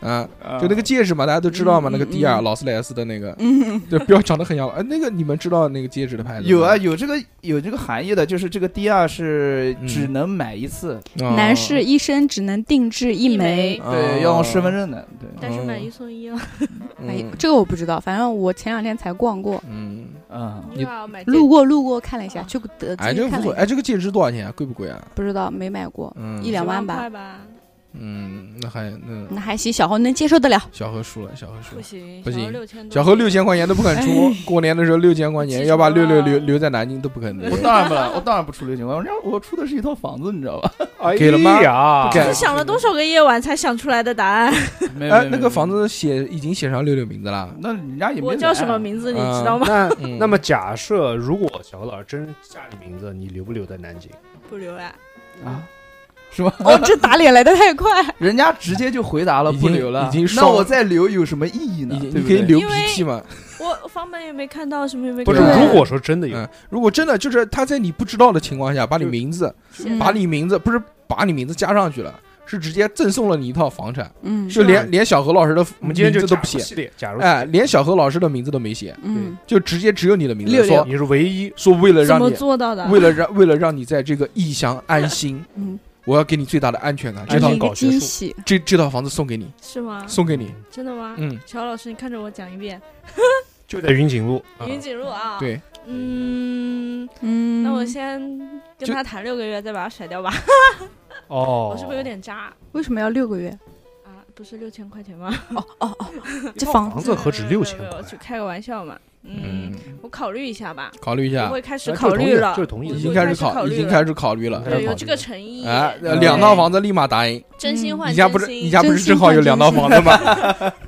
[SPEAKER 2] 啊，就那个戒指嘛，大家都知道嘛，
[SPEAKER 5] 嗯
[SPEAKER 2] 那个迪尔
[SPEAKER 5] 嗯
[SPEAKER 2] 劳斯莱斯的那个，
[SPEAKER 5] 嗯，
[SPEAKER 2] 对，标长得很像。哎，那个你们知道那个戒指的牌子吗
[SPEAKER 3] 有啊，，有这个有这个含义的，就是这个第二是
[SPEAKER 2] 嗯
[SPEAKER 3] 只能买一次，
[SPEAKER 2] 哦
[SPEAKER 5] 男士一生只能定制一
[SPEAKER 4] 一
[SPEAKER 5] 枚
[SPEAKER 4] 枚。
[SPEAKER 3] 对，要用身份。证的，对。
[SPEAKER 4] 但是买一送一啊，
[SPEAKER 5] 哎呀
[SPEAKER 2] 嗯，
[SPEAKER 5] 这个我不知道，反正我前两天才逛过，
[SPEAKER 2] 嗯，
[SPEAKER 3] 嗯，
[SPEAKER 2] 你
[SPEAKER 4] 又要买
[SPEAKER 5] 路过路过看了一下，去德
[SPEAKER 2] 哎，
[SPEAKER 5] 基
[SPEAKER 2] 这个
[SPEAKER 5] 看
[SPEAKER 2] 不错。
[SPEAKER 5] 了一下，
[SPEAKER 2] 哎，这个戒指多少钱啊？贵不贵啊？
[SPEAKER 5] 不知道没买过，
[SPEAKER 2] 嗯，
[SPEAKER 5] 一两万吧
[SPEAKER 4] 吧，10吧，
[SPEAKER 2] 嗯，那还那
[SPEAKER 5] 那还行，小猴能接受得了。
[SPEAKER 2] 小何输了，小何输
[SPEAKER 4] 不
[SPEAKER 2] 了。
[SPEAKER 4] 行，
[SPEAKER 2] 不行
[SPEAKER 4] 六千多，
[SPEAKER 2] 小何六千块钱都不肯出，
[SPEAKER 5] 哎
[SPEAKER 2] 过年的时候六千块钱，
[SPEAKER 4] 气
[SPEAKER 2] 要把
[SPEAKER 4] 死
[SPEAKER 2] 六
[SPEAKER 4] 我
[SPEAKER 2] 六
[SPEAKER 5] 啊
[SPEAKER 4] 了
[SPEAKER 2] 留留在南京都不肯留
[SPEAKER 3] 我。当然不了，我当然不出六千块，我让我出的是一套房子，你知道吧？
[SPEAKER 6] 哎
[SPEAKER 2] 给了吗
[SPEAKER 6] 呀
[SPEAKER 2] 不给
[SPEAKER 4] 你想了多少个夜晚才想出来的答 案？
[SPEAKER 3] 没
[SPEAKER 2] 哎，那个房，子写已经写上六六名字了。
[SPEAKER 3] 那人家也没
[SPEAKER 4] 我叫什么名字你知道吗？
[SPEAKER 6] 那
[SPEAKER 2] 嗯
[SPEAKER 6] 那么假设如果小何老师真嫁你名字，你留不留在南京？
[SPEAKER 2] 嗯
[SPEAKER 4] 不留啊，
[SPEAKER 3] 啊？是吧？
[SPEAKER 5] 哦，这打脸来的太快，
[SPEAKER 3] 人家直接就回答了，
[SPEAKER 2] 已
[SPEAKER 3] 不
[SPEAKER 2] 经
[SPEAKER 3] 留了。
[SPEAKER 2] 已经
[SPEAKER 3] 那
[SPEAKER 2] 烧
[SPEAKER 3] 我再留有什么意义呢
[SPEAKER 2] 你？你
[SPEAKER 3] 对不
[SPEAKER 2] 可以
[SPEAKER 3] 对
[SPEAKER 2] 流
[SPEAKER 4] 因
[SPEAKER 2] 鼻
[SPEAKER 4] 为
[SPEAKER 2] 涕嘛？
[SPEAKER 4] 我房门也没看到，什么也没
[SPEAKER 6] 不
[SPEAKER 4] 看
[SPEAKER 6] 是，
[SPEAKER 4] 到。
[SPEAKER 5] 对
[SPEAKER 6] 如果说真的有，
[SPEAKER 2] 嗯，如果真的就是他在你不知道的情况下，把你
[SPEAKER 3] 就
[SPEAKER 2] 名字
[SPEAKER 5] 嗯
[SPEAKER 2] 把你名字不是把你名字加上去了，是直接赠送了你一套房产，
[SPEAKER 5] 嗯
[SPEAKER 2] 就连连小何老师的
[SPEAKER 6] 我
[SPEAKER 2] 名
[SPEAKER 6] 们今天就
[SPEAKER 2] 字嗯都
[SPEAKER 6] 假
[SPEAKER 2] 不
[SPEAKER 6] 如
[SPEAKER 2] 写，
[SPEAKER 6] 系列，假如
[SPEAKER 2] 哎，连小何老师的名字都没写，
[SPEAKER 5] 嗯，
[SPEAKER 2] 就直接只有你的名字，
[SPEAKER 5] 六
[SPEAKER 2] 说
[SPEAKER 6] 你是唯一，
[SPEAKER 2] 说为了
[SPEAKER 4] 怎
[SPEAKER 2] 让
[SPEAKER 4] 么
[SPEAKER 2] 你
[SPEAKER 4] 做到的？
[SPEAKER 2] 为了让为了让你在这个异乡安心，
[SPEAKER 5] 嗯，
[SPEAKER 2] 我要给你最大的安全感，
[SPEAKER 5] 这
[SPEAKER 2] 这
[SPEAKER 6] 安
[SPEAKER 2] 套
[SPEAKER 5] 是
[SPEAKER 6] 全
[SPEAKER 5] 一
[SPEAKER 6] 搞
[SPEAKER 5] 个
[SPEAKER 6] 学
[SPEAKER 5] 惊
[SPEAKER 6] 术
[SPEAKER 5] 喜，
[SPEAKER 2] 这这套房子送给你，
[SPEAKER 4] 是吗？
[SPEAKER 2] 送给你，
[SPEAKER 4] 真的吗？
[SPEAKER 2] 嗯，
[SPEAKER 4] 乔老师，你看着我讲一遍。
[SPEAKER 6] 就在云锦路，啊
[SPEAKER 4] 云锦路啊，，
[SPEAKER 2] 对，
[SPEAKER 4] 嗯，
[SPEAKER 5] 嗯，
[SPEAKER 4] 那我先跟
[SPEAKER 2] 就
[SPEAKER 4] 他谈六个月，再把他甩掉吧。
[SPEAKER 6] 哦，
[SPEAKER 4] 我是不是有点渣
[SPEAKER 5] 为什么要六个月？
[SPEAKER 4] 啊？不是六千块钱吗？
[SPEAKER 5] 这
[SPEAKER 6] 一套
[SPEAKER 5] 房
[SPEAKER 6] 房子何止
[SPEAKER 4] 没有
[SPEAKER 6] 六
[SPEAKER 4] 没有
[SPEAKER 6] 千
[SPEAKER 4] 没有
[SPEAKER 6] 块
[SPEAKER 4] 我？只开个玩笑嘛。嗯，
[SPEAKER 2] 嗯，啊
[SPEAKER 4] 我考虑一下吧，
[SPEAKER 2] 考虑一
[SPEAKER 4] 我
[SPEAKER 2] 下，
[SPEAKER 4] 会开始
[SPEAKER 6] 哎
[SPEAKER 4] 考
[SPEAKER 6] 这是同意
[SPEAKER 4] 虑
[SPEAKER 6] 的
[SPEAKER 4] 了
[SPEAKER 6] 这，是同意的
[SPEAKER 4] 我
[SPEAKER 2] 已经
[SPEAKER 4] 会
[SPEAKER 2] 开始
[SPEAKER 4] 考
[SPEAKER 2] 考，
[SPEAKER 4] 虑
[SPEAKER 2] 已经
[SPEAKER 4] 了
[SPEAKER 2] 开始考虑了，
[SPEAKER 4] 对，有这个诚意。
[SPEAKER 2] 哎，
[SPEAKER 4] 对
[SPEAKER 2] 呃两套房子立马答应，
[SPEAKER 4] 真心换
[SPEAKER 2] 你家
[SPEAKER 4] 真
[SPEAKER 2] 不是
[SPEAKER 4] 心
[SPEAKER 2] 你家不是
[SPEAKER 5] 真心
[SPEAKER 2] 正好有
[SPEAKER 5] 换
[SPEAKER 2] 两
[SPEAKER 5] 真
[SPEAKER 2] 套
[SPEAKER 5] 心
[SPEAKER 2] 房子吗？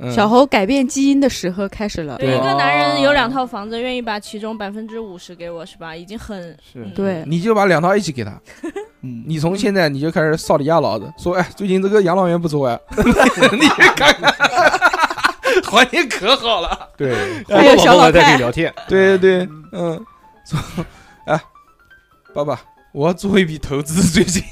[SPEAKER 2] 嗯
[SPEAKER 5] 小猴改变基因的时刻开始了，
[SPEAKER 4] 对
[SPEAKER 2] 对
[SPEAKER 4] 一个男人
[SPEAKER 3] 哦
[SPEAKER 4] 有两套房子，愿意把其中百分之五十给我，是吧？已经很
[SPEAKER 3] 是
[SPEAKER 4] 嗯
[SPEAKER 5] 对，
[SPEAKER 2] 你就把两套一起给他，
[SPEAKER 3] 嗯，
[SPEAKER 2] 你从现在你就开始扫你家老子，说哎，最近这个养老院不错哎， 你去看看， 环境可好了。
[SPEAKER 6] 对，
[SPEAKER 5] 还有小老
[SPEAKER 6] 在这
[SPEAKER 5] 太
[SPEAKER 6] 里聊天，
[SPEAKER 2] 对对，对，嗯，说：“哎，爸爸，我要做一笔投资，最近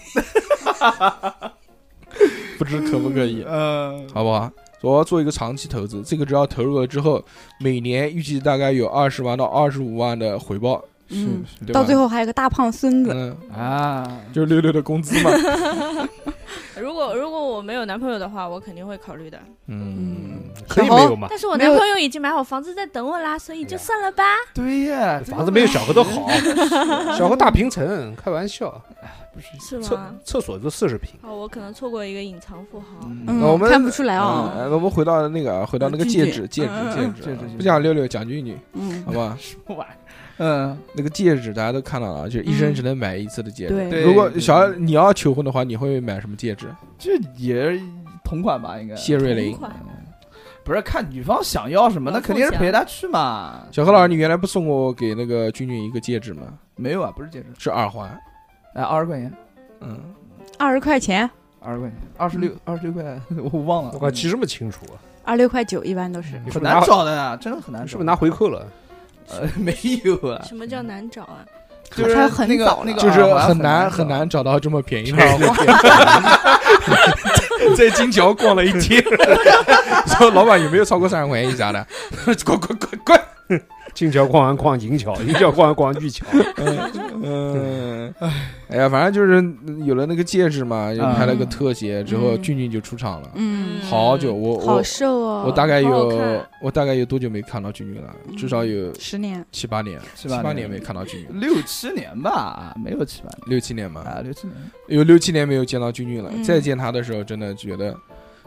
[SPEAKER 2] 不知可不可以，啊
[SPEAKER 3] 嗯，
[SPEAKER 2] 好不好？我要做一个长期投资，这个只要投入了之后，每年预计大概有二十万到二十五万的回报，
[SPEAKER 5] 嗯，
[SPEAKER 2] 对吧？
[SPEAKER 5] 到最后还有个大胖孙子，
[SPEAKER 2] 嗯，
[SPEAKER 3] 啊，
[SPEAKER 2] 就是六六的工 资嘛。
[SPEAKER 4] 如果如果我没有男朋友的话，我肯定会考虑的。
[SPEAKER 2] 嗯，
[SPEAKER 6] 可以没有嘛？
[SPEAKER 4] 但是我
[SPEAKER 5] 没
[SPEAKER 4] 男
[SPEAKER 5] 有
[SPEAKER 4] 朋友已经买好房子在等我啦，所以就算了吧。
[SPEAKER 3] 对呀，
[SPEAKER 6] 房子没有小何的好，小何大平层，开玩笑，
[SPEAKER 4] 是
[SPEAKER 6] 厕
[SPEAKER 4] 吗？
[SPEAKER 6] 厕所都四十平，
[SPEAKER 4] 哦，我可能错过一个隐藏富豪。
[SPEAKER 5] 嗯
[SPEAKER 2] 哦那我们
[SPEAKER 5] 看不出
[SPEAKER 3] 哎
[SPEAKER 5] 来啊、
[SPEAKER 2] 嗯我们回到那个，回到那个戒指，戒指，戒指，
[SPEAKER 3] 戒指
[SPEAKER 2] 不讲六六，讲句女，
[SPEAKER 5] 嗯
[SPEAKER 2] 好， 吧？
[SPEAKER 3] 什么玩意儿？嗯，
[SPEAKER 2] 那个戒指大家都看到了啊，就是一生只能买一次的戒指。
[SPEAKER 5] 对
[SPEAKER 3] 对
[SPEAKER 2] 如果小爱你要求婚的话，你会买什么戒指？
[SPEAKER 3] 这也是同款吧？应该
[SPEAKER 2] 谢瑞
[SPEAKER 4] 同
[SPEAKER 2] 麟。
[SPEAKER 4] 款
[SPEAKER 3] 不是看女方想要什么，那
[SPEAKER 4] 老
[SPEAKER 3] 肯定是
[SPEAKER 4] 凤
[SPEAKER 3] 陪她去嘛。嗯
[SPEAKER 2] 小何老师，你原来不送过我给那个君君一个戒指吗？
[SPEAKER 3] 没有啊，不是戒指，
[SPEAKER 2] 是耳环。
[SPEAKER 3] 哎，二十块钱，
[SPEAKER 2] 嗯，
[SPEAKER 5] 二十块钱，
[SPEAKER 3] 二十块钱，二十六，二十六块， 我忘了。
[SPEAKER 6] 我靠，记这么清楚啊，
[SPEAKER 5] 二六块九一般都是。
[SPEAKER 6] 你是
[SPEAKER 3] 嗯很
[SPEAKER 6] 不是拿
[SPEAKER 3] 难找的啊，真的很难找。
[SPEAKER 6] 是不是拿回扣了？
[SPEAKER 3] 呃，没有啊，
[SPEAKER 4] 什么叫难找啊？
[SPEAKER 3] 就是
[SPEAKER 5] 好像很
[SPEAKER 3] 那个
[SPEAKER 5] 早了
[SPEAKER 3] 那个
[SPEAKER 2] 就是
[SPEAKER 3] 耳环
[SPEAKER 2] 很
[SPEAKER 3] 很
[SPEAKER 2] 难
[SPEAKER 3] 很
[SPEAKER 2] 很难找到这么便宜的耳环。 在金桥逛了一天， 说老板有没有超过三十块钱一家的？ 滚滚滚滚！
[SPEAKER 6] 金桥逛完逛银桥，银桥逛完逛玉桥，
[SPEAKER 2] 嗯，哎呀，反正就是有了那个戒指嘛，又拍了个特写之后，
[SPEAKER 5] 嗯
[SPEAKER 2] 俊俊就出场了。
[SPEAKER 5] 嗯，
[SPEAKER 2] 好久，我
[SPEAKER 5] 好
[SPEAKER 2] 我
[SPEAKER 5] 瘦哦，
[SPEAKER 2] 我大概
[SPEAKER 4] 好好
[SPEAKER 2] 有
[SPEAKER 4] 看
[SPEAKER 2] 我大概有多久没看到俊俊了？至少有
[SPEAKER 5] 十年，
[SPEAKER 2] 七八年，
[SPEAKER 3] 七
[SPEAKER 2] 八
[SPEAKER 3] 八
[SPEAKER 2] 年
[SPEAKER 3] 年
[SPEAKER 2] 没看到俊俊，
[SPEAKER 3] 六七年吧，没有七八年
[SPEAKER 2] 六七年吧，
[SPEAKER 3] 啊，六七年。
[SPEAKER 2] 有六七年没有见到俊俊了。
[SPEAKER 5] 嗯
[SPEAKER 2] 再见他的时候，真的觉得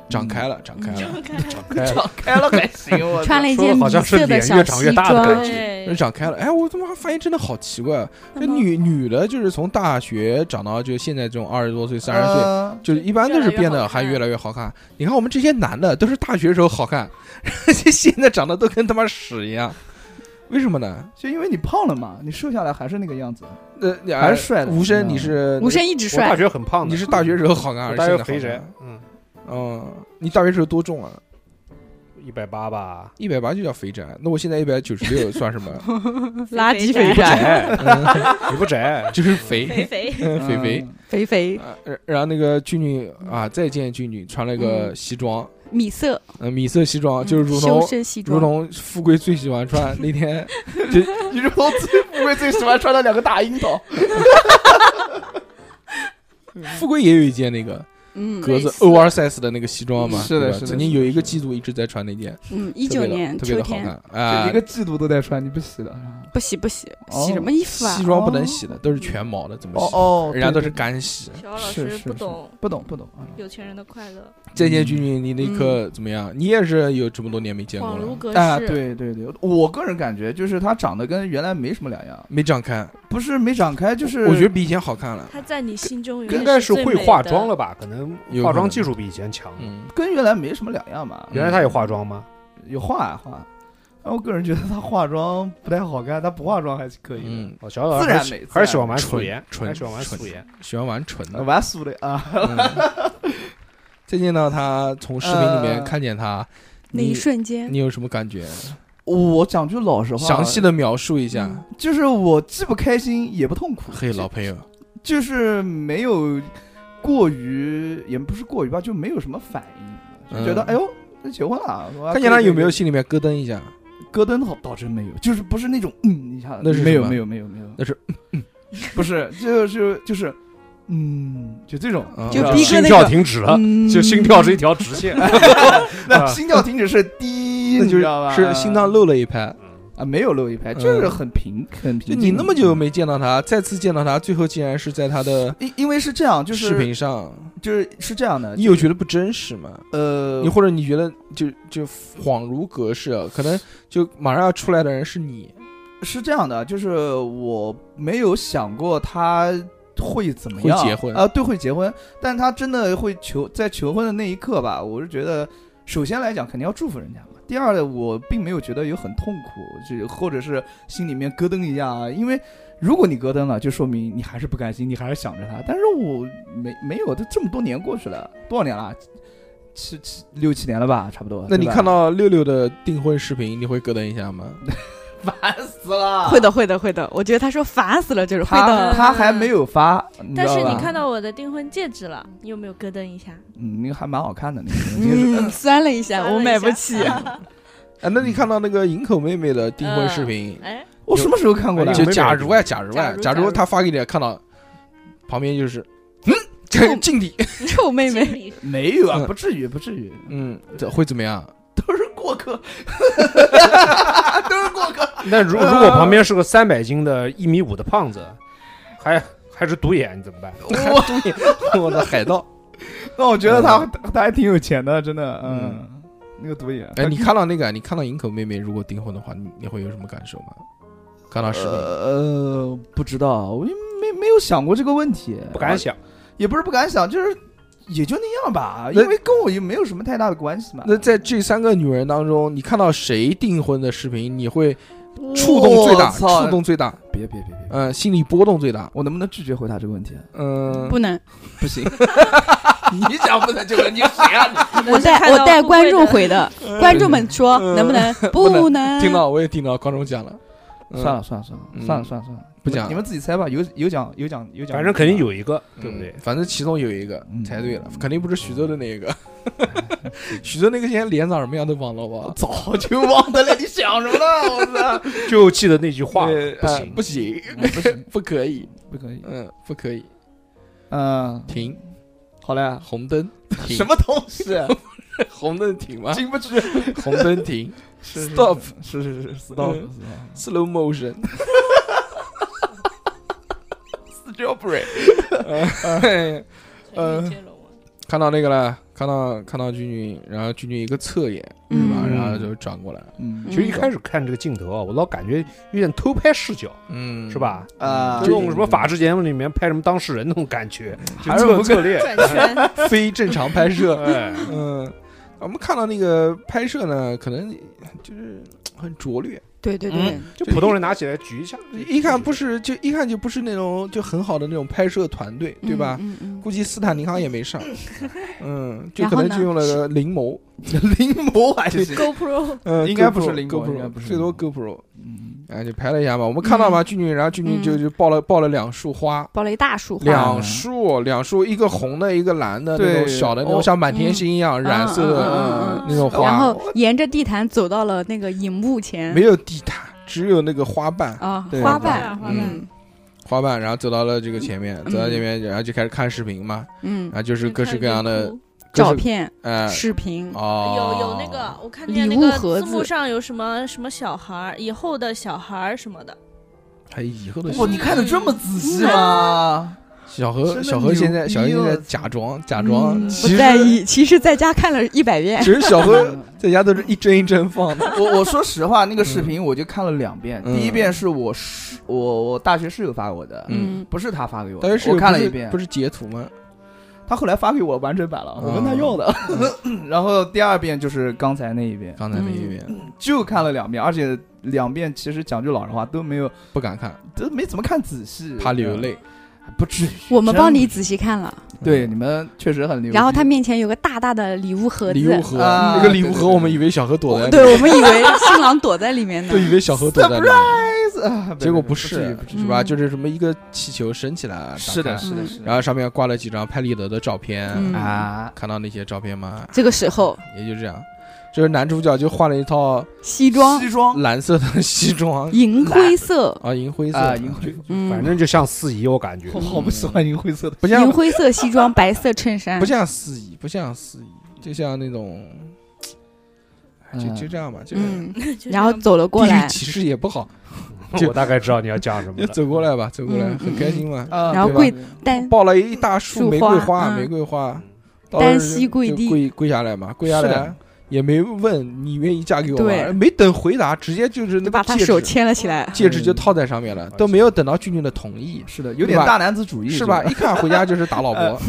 [SPEAKER 2] 长开了，长开 了，
[SPEAKER 6] 哎
[SPEAKER 3] 敞开 了还行，我
[SPEAKER 5] 穿了一件
[SPEAKER 6] 说得好
[SPEAKER 5] 米
[SPEAKER 6] 像是
[SPEAKER 5] 色的
[SPEAKER 6] 脸
[SPEAKER 5] 小
[SPEAKER 6] 越长
[SPEAKER 5] 西
[SPEAKER 6] 越大的感
[SPEAKER 5] 装，
[SPEAKER 6] 觉
[SPEAKER 4] 对
[SPEAKER 2] 真，长开了。哎，我他妈发现真的好奇怪，啊这
[SPEAKER 5] 怎么
[SPEAKER 2] 女女的就是从大学长到就现在这种二十多岁、三十岁，
[SPEAKER 3] 岁，
[SPEAKER 2] 就是一般都是变得还呃越来越好看。你看我们这些男的都是大学时候好看， 现在长得都跟他妈屎一样，为什么呢？
[SPEAKER 3] 就因为你胖了嘛，你瘦下来还是那个样子，
[SPEAKER 2] 呃，你
[SPEAKER 3] 还是帅的。
[SPEAKER 2] 无声，
[SPEAKER 3] 嗯
[SPEAKER 2] 你是
[SPEAKER 5] 无声一直
[SPEAKER 6] 我大
[SPEAKER 5] 帅，
[SPEAKER 6] 学很胖的，
[SPEAKER 2] 你是大学时候好看还
[SPEAKER 6] 我
[SPEAKER 2] 是
[SPEAKER 6] 大
[SPEAKER 2] 现
[SPEAKER 6] 学
[SPEAKER 2] 在
[SPEAKER 6] 肥
[SPEAKER 2] 好
[SPEAKER 6] 宅
[SPEAKER 2] 看？，
[SPEAKER 6] 嗯，
[SPEAKER 2] 嗯，你大学时候多重啊？
[SPEAKER 6] 一百八吧，
[SPEAKER 2] 一百八就叫肥宅，那我现在一百九十 六算什么？
[SPEAKER 5] 垃
[SPEAKER 4] 肥
[SPEAKER 5] 圾肥
[SPEAKER 4] 宅
[SPEAKER 5] 宅，
[SPEAKER 6] 宅，
[SPEAKER 2] 嗯
[SPEAKER 6] 你不宅，
[SPEAKER 2] 就是肥
[SPEAKER 4] 肥肥，
[SPEAKER 2] 嗯 肥肥。
[SPEAKER 3] 嗯，
[SPEAKER 5] 肥肥
[SPEAKER 2] 啊然然后那个俊俊啊，再见俊俊穿了个西装，
[SPEAKER 5] 米色，
[SPEAKER 2] 嗯，米色西装，就是如
[SPEAKER 5] 修
[SPEAKER 2] 同
[SPEAKER 5] 身西
[SPEAKER 2] 如
[SPEAKER 5] 装，
[SPEAKER 2] 同富贵最喜欢穿。那 天
[SPEAKER 3] 你是我最不会最喜欢穿的两个大樱桃，
[SPEAKER 2] 富贵也有一件那个，
[SPEAKER 5] 嗯
[SPEAKER 2] 格子
[SPEAKER 4] 类似
[SPEAKER 2] oversize 的那个西装嘛，
[SPEAKER 3] 是的
[SPEAKER 2] 对吧
[SPEAKER 3] 是的
[SPEAKER 2] 曾经有一个季度一直在穿那件，
[SPEAKER 5] 嗯，一
[SPEAKER 2] 特
[SPEAKER 5] 九
[SPEAKER 2] 别的
[SPEAKER 5] 年
[SPEAKER 2] 特别
[SPEAKER 5] 秋
[SPEAKER 2] 的好
[SPEAKER 5] 天，
[SPEAKER 2] 看 啊
[SPEAKER 3] 一个，季度都在穿，你不洗了？
[SPEAKER 5] 不洗不洗，
[SPEAKER 3] 哦
[SPEAKER 5] 洗什么衣服啊
[SPEAKER 2] 西？装不能洗的，都是全毛的，怎么洗？
[SPEAKER 3] 哦
[SPEAKER 2] 人家都是干洗。
[SPEAKER 4] 小老
[SPEAKER 3] 是
[SPEAKER 4] 师
[SPEAKER 3] 是
[SPEAKER 4] 不
[SPEAKER 3] 是
[SPEAKER 4] 懂
[SPEAKER 3] 不懂不懂啊。
[SPEAKER 4] 有钱人的快乐，
[SPEAKER 2] 再见，
[SPEAKER 3] 嗯
[SPEAKER 2] 君君，你那
[SPEAKER 5] 嗯
[SPEAKER 2] 一刻怎么样？你也是有这么多年没见过
[SPEAKER 4] 恍如
[SPEAKER 2] 了，
[SPEAKER 4] 隔
[SPEAKER 3] 啊，
[SPEAKER 4] 世。
[SPEAKER 3] 对对对，我个人感觉就是他长得跟原来没什么两样，
[SPEAKER 2] 没长开，
[SPEAKER 3] 不是没长开，就是
[SPEAKER 2] 我觉得比以前好看了。
[SPEAKER 4] 他在你心中永远
[SPEAKER 6] 应该是
[SPEAKER 4] 是最
[SPEAKER 6] 会
[SPEAKER 4] 美
[SPEAKER 6] 化
[SPEAKER 4] 的
[SPEAKER 6] 妆了。吧？可能
[SPEAKER 2] 有
[SPEAKER 6] 化
[SPEAKER 2] 可能
[SPEAKER 6] 妆技术比以前强。
[SPEAKER 2] 嗯，
[SPEAKER 3] 跟原来没什么两样嘛。
[SPEAKER 6] 原来他也化妆吗？
[SPEAKER 3] 有化啊化，但我个人觉得他化妆不太好看，他不化妆还是可以的。
[SPEAKER 2] 嗯，
[SPEAKER 6] 哦，小老
[SPEAKER 3] 自
[SPEAKER 6] 师
[SPEAKER 3] 然
[SPEAKER 6] 还是
[SPEAKER 3] 美
[SPEAKER 6] 还是
[SPEAKER 3] 自然
[SPEAKER 6] 喜欢玩
[SPEAKER 2] 美
[SPEAKER 6] 素颜，
[SPEAKER 2] 纯
[SPEAKER 6] 还是喜欢玩
[SPEAKER 2] 纯
[SPEAKER 6] 素颜。
[SPEAKER 2] 喜欢玩纯的。
[SPEAKER 3] 玩素的啊，
[SPEAKER 2] 嗯 再见到他，从视频里面
[SPEAKER 3] 呃
[SPEAKER 2] 看见他，
[SPEAKER 5] 那一
[SPEAKER 2] 你
[SPEAKER 5] 瞬间，
[SPEAKER 2] 你有什么感觉？
[SPEAKER 3] 我讲句老实话，嗯
[SPEAKER 2] 详细的描述一下。
[SPEAKER 3] 就是我既不开心也不痛苦，
[SPEAKER 2] 嘿，老朋友，
[SPEAKER 3] 就是没有过于，也不是过于吧，就没有什么反应，就觉得、
[SPEAKER 2] 嗯
[SPEAKER 3] 哎呦，那结婚了。我还
[SPEAKER 2] 看见他
[SPEAKER 3] 可以
[SPEAKER 2] 有没有心里面咯噔一下？
[SPEAKER 3] 咯噔倒倒真没有，就是不是那种嗯一下子，
[SPEAKER 2] 那是
[SPEAKER 3] 没
[SPEAKER 2] 什
[SPEAKER 3] 有
[SPEAKER 2] 么
[SPEAKER 3] 没有没有没有，
[SPEAKER 2] 那是嗯
[SPEAKER 3] 不是就是就是嗯，就这种
[SPEAKER 2] 啊
[SPEAKER 5] 就
[SPEAKER 3] 你知道
[SPEAKER 5] 逼
[SPEAKER 3] 吧
[SPEAKER 6] 心跳停止了，
[SPEAKER 5] 嗯，
[SPEAKER 6] 就心跳是一条直线。
[SPEAKER 3] 那心跳停止是
[SPEAKER 2] 啊
[SPEAKER 3] 低，
[SPEAKER 2] 那
[SPEAKER 3] 你
[SPEAKER 2] 就
[SPEAKER 3] 知道吧？
[SPEAKER 2] 是是心脏漏了一拍。
[SPEAKER 3] 啊，没有漏一拍，就是很平很
[SPEAKER 2] 就
[SPEAKER 3] 平
[SPEAKER 2] 你
[SPEAKER 3] 静。
[SPEAKER 2] 那么久没见到他，再次见到他，最后竟然是在他的
[SPEAKER 3] 因因为是这样，就是
[SPEAKER 2] 视频上，
[SPEAKER 3] 就是是这样的，
[SPEAKER 2] 你有觉得不真实吗？
[SPEAKER 3] 呃，
[SPEAKER 2] 你或者你觉得就就恍如隔世，啊可能就马上要出来的人是你，
[SPEAKER 3] 是这样的，就是我没有想过他会怎么样，
[SPEAKER 2] 会结婚
[SPEAKER 3] 啊、对，会结婚。但他真的会求在求婚的那一刻吧，我是觉得，首先来讲肯定要祝福人家嘛。第二呢，我并没有觉得有很痛苦，就或者是心里面咯噔一下啊，因为如果你咯噔了，就说明你还是不甘心，你还是想着他。但是我没没有，都这么多年过去了，多少年了？七七六七年了吧，差不多。
[SPEAKER 2] 那你
[SPEAKER 3] 对吧
[SPEAKER 2] 看到六六的订婚视频，你会咯噔一下吗？
[SPEAKER 3] 烦死
[SPEAKER 4] 啊
[SPEAKER 3] 了。
[SPEAKER 5] 会的，会的，会的。我觉得他说烦死了，就是会
[SPEAKER 3] 他
[SPEAKER 5] 的。
[SPEAKER 3] 他还没有发，你知
[SPEAKER 4] 但
[SPEAKER 3] 道
[SPEAKER 4] 是
[SPEAKER 3] 吧
[SPEAKER 4] 你看到我的订婚戒指了，你有没有咯噔一下？
[SPEAKER 3] 嗯，那个还蛮好看的， 那个东西。
[SPEAKER 5] 嗯，酸了一下，
[SPEAKER 4] 酸了
[SPEAKER 5] 我
[SPEAKER 4] 一
[SPEAKER 5] 买
[SPEAKER 4] 下
[SPEAKER 5] 不起。
[SPEAKER 2] 哎，那你看到那个营口妹妹的订婚视频，
[SPEAKER 4] 哎，
[SPEAKER 3] 我什么时候看过
[SPEAKER 6] 有
[SPEAKER 3] 来？
[SPEAKER 2] 就假如啊，假如
[SPEAKER 5] 假
[SPEAKER 2] 啊，
[SPEAKER 5] 如
[SPEAKER 2] 假
[SPEAKER 5] 假
[SPEAKER 2] 如
[SPEAKER 5] 如
[SPEAKER 2] 她发给你看到，旁边就是， 嗯，这敬礼，
[SPEAKER 5] 臭妹妹，
[SPEAKER 4] 妹，
[SPEAKER 3] 没有啊，
[SPEAKER 2] 嗯
[SPEAKER 3] 不至于，不至于，
[SPEAKER 2] 嗯，这会怎么样？
[SPEAKER 3] 都是 过客，都是过客。
[SPEAKER 6] 那如如果旁边是个三百斤的、一米五的胖子，还还是独眼，你怎么办？
[SPEAKER 3] 我
[SPEAKER 2] 我的海盗！
[SPEAKER 3] 那我觉得他他还挺有钱的，真的，嗯，那个独眼，
[SPEAKER 2] 哎，你看到那个，你看到营口妹妹如果订婚的话，你你会有什么感受吗？看到视频，
[SPEAKER 3] 呃，不知道，我也没没有想过这个问题，
[SPEAKER 6] 不敢，想。
[SPEAKER 3] 也不是不敢想，就是也就那样吧，
[SPEAKER 2] 那
[SPEAKER 3] 因为跟我也没有什么太大的关系嘛。
[SPEAKER 2] 那在这三个女人当中，你看到谁订婚的视频，你会触动最大，
[SPEAKER 3] 我操
[SPEAKER 2] 触动最大，
[SPEAKER 3] 别别别别，
[SPEAKER 2] 嗯、心理波动最大，
[SPEAKER 3] 我能不能拒绝回答这个问题？
[SPEAKER 2] 嗯、
[SPEAKER 5] 不能。
[SPEAKER 3] 不行，你想不能就问你谁啊？
[SPEAKER 5] 我带
[SPEAKER 4] 看
[SPEAKER 5] 我
[SPEAKER 4] 到
[SPEAKER 5] 带
[SPEAKER 4] 不
[SPEAKER 5] 观
[SPEAKER 4] 会
[SPEAKER 5] 众
[SPEAKER 4] 的嗯
[SPEAKER 5] 回的，观众们说
[SPEAKER 2] 嗯
[SPEAKER 5] 能不能？不能。
[SPEAKER 2] 听到我也听到观众讲了，嗯
[SPEAKER 3] 算了，算了算了
[SPEAKER 2] 嗯
[SPEAKER 3] 算了算了算了，
[SPEAKER 2] 不讲了
[SPEAKER 3] 你们自己猜吧，有有奖有奖有奖，
[SPEAKER 6] 反正肯定，有一个，
[SPEAKER 2] 嗯
[SPEAKER 6] 对不对？
[SPEAKER 2] 反正其中有一个
[SPEAKER 3] 嗯
[SPEAKER 2] 猜对了，肯定不是徐州的那一个， 徐州那个现在脸长什么样都忘了吧？
[SPEAKER 3] 早就忘得了，你想什么呢？我操，
[SPEAKER 6] 就记得那句话，
[SPEAKER 2] 呃
[SPEAKER 6] 不
[SPEAKER 2] 呃
[SPEAKER 6] 行
[SPEAKER 2] 不行，
[SPEAKER 3] 不行，
[SPEAKER 2] 不可以，
[SPEAKER 3] 不可以，
[SPEAKER 2] 嗯，不可以，
[SPEAKER 3] 嗯，
[SPEAKER 2] 停，
[SPEAKER 3] 好嘞，
[SPEAKER 2] 红灯，停
[SPEAKER 3] 什么东西？
[SPEAKER 2] 红灯停吗？
[SPEAKER 3] 进不去
[SPEAKER 2] 红灯停
[SPEAKER 3] 是是
[SPEAKER 2] ，stop
[SPEAKER 3] 是是是，stop，
[SPEAKER 2] 嗯 slow motion，
[SPEAKER 3] s t o p b r e
[SPEAKER 2] 哎
[SPEAKER 4] 呃
[SPEAKER 2] 呃， 看到那个了，看到看到君君，然后君君一个侧眼，对吧？
[SPEAKER 5] 嗯，
[SPEAKER 2] 然后就转过来了，
[SPEAKER 3] 嗯
[SPEAKER 6] 其实一
[SPEAKER 5] 嗯
[SPEAKER 6] 开始看这个镜头啊，我老感觉有点偷拍视角，
[SPEAKER 2] 嗯，
[SPEAKER 6] 是吧？
[SPEAKER 3] 啊
[SPEAKER 6] 就
[SPEAKER 2] 这
[SPEAKER 6] 那种什么法制节目里面拍什么当事人那种感觉，就
[SPEAKER 3] 还是
[SPEAKER 6] 策
[SPEAKER 3] 不
[SPEAKER 6] 策略。
[SPEAKER 4] 转圈，
[SPEAKER 2] 非正常拍摄，
[SPEAKER 6] 哎，
[SPEAKER 2] 嗯，我们看到那个拍摄呢，可能就是很拙劣，
[SPEAKER 5] 对对对
[SPEAKER 2] 嗯，
[SPEAKER 6] 就普通人拿起来举一下，
[SPEAKER 2] 一看不是就一看就不是那种就很好的那种拍摄团队，对吧？
[SPEAKER 5] 嗯嗯
[SPEAKER 2] 估计斯坦尼康也没上，嗯，就
[SPEAKER 5] 然
[SPEAKER 2] 可
[SPEAKER 5] 后
[SPEAKER 2] 能
[SPEAKER 5] 呢
[SPEAKER 2] 就用了个灵眸，
[SPEAKER 3] 临摹还 是
[SPEAKER 4] GoPro
[SPEAKER 2] 嗯，
[SPEAKER 3] 应该不是灵眸应该
[SPEAKER 2] GoPro，
[SPEAKER 3] 不是
[SPEAKER 2] 最多
[SPEAKER 3] 灵
[SPEAKER 2] GoPro，
[SPEAKER 3] 嗯
[SPEAKER 2] 哎，就拍了一下嘛。我们看到嘛，俊俊，然后俊俊就
[SPEAKER 5] 嗯
[SPEAKER 2] 就抱了抱了两束花，
[SPEAKER 5] 包了一大束花，
[SPEAKER 2] 两束两束，一个红的，一个蓝的，那
[SPEAKER 3] 对
[SPEAKER 2] 种小的那种
[SPEAKER 3] 哦
[SPEAKER 2] 像满天星一样染色
[SPEAKER 5] 嗯
[SPEAKER 2] 的
[SPEAKER 5] 嗯嗯嗯
[SPEAKER 2] 那种
[SPEAKER 5] 然
[SPEAKER 2] 花，
[SPEAKER 5] 后沿着地毯走到了那个荧幕前，
[SPEAKER 2] 没有地毯，只有那个花瓣，
[SPEAKER 5] 嗯啊
[SPEAKER 3] 对，
[SPEAKER 5] 花
[SPEAKER 4] 花
[SPEAKER 5] 瓣，
[SPEAKER 4] 瓣
[SPEAKER 5] 嗯
[SPEAKER 2] 花瓣，然后走到了这个前面，走到前面，然后就开始看视频嘛，
[SPEAKER 5] 嗯
[SPEAKER 2] 然，后就是各式各样的，各式
[SPEAKER 5] 照片、嗯
[SPEAKER 2] 哎
[SPEAKER 5] 视频，
[SPEAKER 2] 哦，
[SPEAKER 4] 有有那个，我看
[SPEAKER 5] 礼
[SPEAKER 4] 见那
[SPEAKER 5] 物
[SPEAKER 4] 个
[SPEAKER 5] 盒
[SPEAKER 4] 字幕
[SPEAKER 5] 子
[SPEAKER 4] 上有什么什么小孩儿，以后的小孩儿什么的，
[SPEAKER 2] 还哎以后的
[SPEAKER 3] 哇，你看的这么仔细吗？
[SPEAKER 2] 小
[SPEAKER 3] 真
[SPEAKER 2] 何，
[SPEAKER 3] 的
[SPEAKER 2] 小何现在
[SPEAKER 3] 牛逼哦
[SPEAKER 2] 小何现在
[SPEAKER 3] 我操
[SPEAKER 2] 假装假装，
[SPEAKER 5] 嗯
[SPEAKER 2] 其
[SPEAKER 5] 不
[SPEAKER 2] 实
[SPEAKER 5] 在意，其实在家看了一百遍
[SPEAKER 2] 其，实小何
[SPEAKER 3] 嗯
[SPEAKER 2] 在家都是一帧一帧 放的。
[SPEAKER 3] 我我说实话，那个视频我就看了两遍，
[SPEAKER 2] 嗯
[SPEAKER 3] 第一遍是我室我我大学室友发给我的，
[SPEAKER 2] 嗯
[SPEAKER 5] 嗯，
[SPEAKER 3] 不是他发给我的，
[SPEAKER 2] 但是
[SPEAKER 3] 我看
[SPEAKER 2] 不
[SPEAKER 3] 了
[SPEAKER 2] 是
[SPEAKER 3] 一遍
[SPEAKER 2] 不，是截图吗？
[SPEAKER 3] 他后来发给我完整版了，我问他要的。 然后第二遍就是刚才那一遍，
[SPEAKER 2] 刚才那一
[SPEAKER 5] 嗯
[SPEAKER 2] 遍
[SPEAKER 3] 就看了两遍，而且两遍其实讲句老实话都没有
[SPEAKER 2] 不敢看，
[SPEAKER 3] 都没怎么看仔细，
[SPEAKER 2] 怕流，泪。
[SPEAKER 3] 不至于。
[SPEAKER 5] 我们帮你
[SPEAKER 3] 真
[SPEAKER 5] 仔细看了，
[SPEAKER 3] 不，对你们确实很牛逼。
[SPEAKER 5] 然后 他面前有个大大的礼物盒
[SPEAKER 2] 礼物
[SPEAKER 5] 子，
[SPEAKER 2] 盒，
[SPEAKER 3] 啊
[SPEAKER 2] 嗯那个礼物
[SPEAKER 3] 对
[SPEAKER 2] 盒
[SPEAKER 3] 对对
[SPEAKER 2] 我们以为小何躲在，
[SPEAKER 5] 对我们以为新郎躲在里面呢
[SPEAKER 2] 都，以为小何躲在里面，
[SPEAKER 3] 啊
[SPEAKER 2] 结果
[SPEAKER 3] 不
[SPEAKER 2] 是，
[SPEAKER 3] 不至于嗯
[SPEAKER 2] 是吧？
[SPEAKER 5] 嗯
[SPEAKER 2] 就是什么一个气球升起来，打开
[SPEAKER 3] 是的，是的，是
[SPEAKER 2] 然
[SPEAKER 3] 的。
[SPEAKER 2] 后上面挂了几张拍立得的照片，
[SPEAKER 5] 嗯
[SPEAKER 3] 啊，
[SPEAKER 2] 看到那些照片吗？
[SPEAKER 5] 这个时候
[SPEAKER 2] 也就这样，就是男主角就换了一套
[SPEAKER 5] 西装
[SPEAKER 3] 西装
[SPEAKER 2] 蓝色的 西装
[SPEAKER 5] 银灰色，
[SPEAKER 2] 啊，银灰色
[SPEAKER 3] 啊，银灰，
[SPEAKER 5] 嗯，
[SPEAKER 6] 反正就像四姨，我感觉
[SPEAKER 3] 我好不喜欢银灰色的。
[SPEAKER 2] 不像
[SPEAKER 5] 银灰色西装，白色衬衫
[SPEAKER 2] 不，像四姨，不像四姨，就像那种，哎就
[SPEAKER 3] 嗯
[SPEAKER 2] 就这样吧，就
[SPEAKER 5] 嗯，
[SPEAKER 4] 就
[SPEAKER 5] 然后
[SPEAKER 4] 这样
[SPEAKER 5] 走了过
[SPEAKER 2] 地域
[SPEAKER 5] 来，
[SPEAKER 2] 歧视也不好，
[SPEAKER 6] 我大概知道你要讲
[SPEAKER 3] 嗯
[SPEAKER 6] 什么
[SPEAKER 2] 就
[SPEAKER 6] 了。
[SPEAKER 2] 走过来吧，走过来
[SPEAKER 5] 嗯
[SPEAKER 2] 很开心嘛，
[SPEAKER 3] 啊
[SPEAKER 5] 然后
[SPEAKER 3] 对吧
[SPEAKER 5] 跪单
[SPEAKER 2] 抱了一大束
[SPEAKER 5] 束
[SPEAKER 2] 玫瑰
[SPEAKER 5] 花
[SPEAKER 2] 花，
[SPEAKER 5] 嗯
[SPEAKER 2] 玫瑰花，到
[SPEAKER 5] 单
[SPEAKER 2] 时候
[SPEAKER 5] 膝
[SPEAKER 2] 就
[SPEAKER 5] 跪地
[SPEAKER 2] 跪跪下来嘛，跪下
[SPEAKER 3] 是的
[SPEAKER 2] 来也没问你愿意嫁给我吗？
[SPEAKER 5] 对
[SPEAKER 2] 没等回答，直接就是那
[SPEAKER 5] 就把
[SPEAKER 2] 个
[SPEAKER 5] 他
[SPEAKER 2] 戒
[SPEAKER 5] 手
[SPEAKER 2] 指，
[SPEAKER 5] 牵了起来，
[SPEAKER 2] 戒指就套在上面了，
[SPEAKER 6] 嗯
[SPEAKER 2] 都没有等到俊俊的同意，
[SPEAKER 3] 是的，有
[SPEAKER 2] 对
[SPEAKER 3] 点
[SPEAKER 2] 吧
[SPEAKER 3] 大男子主义，
[SPEAKER 2] 是 吧？
[SPEAKER 3] 这个？
[SPEAKER 2] 一看回家就是打老婆。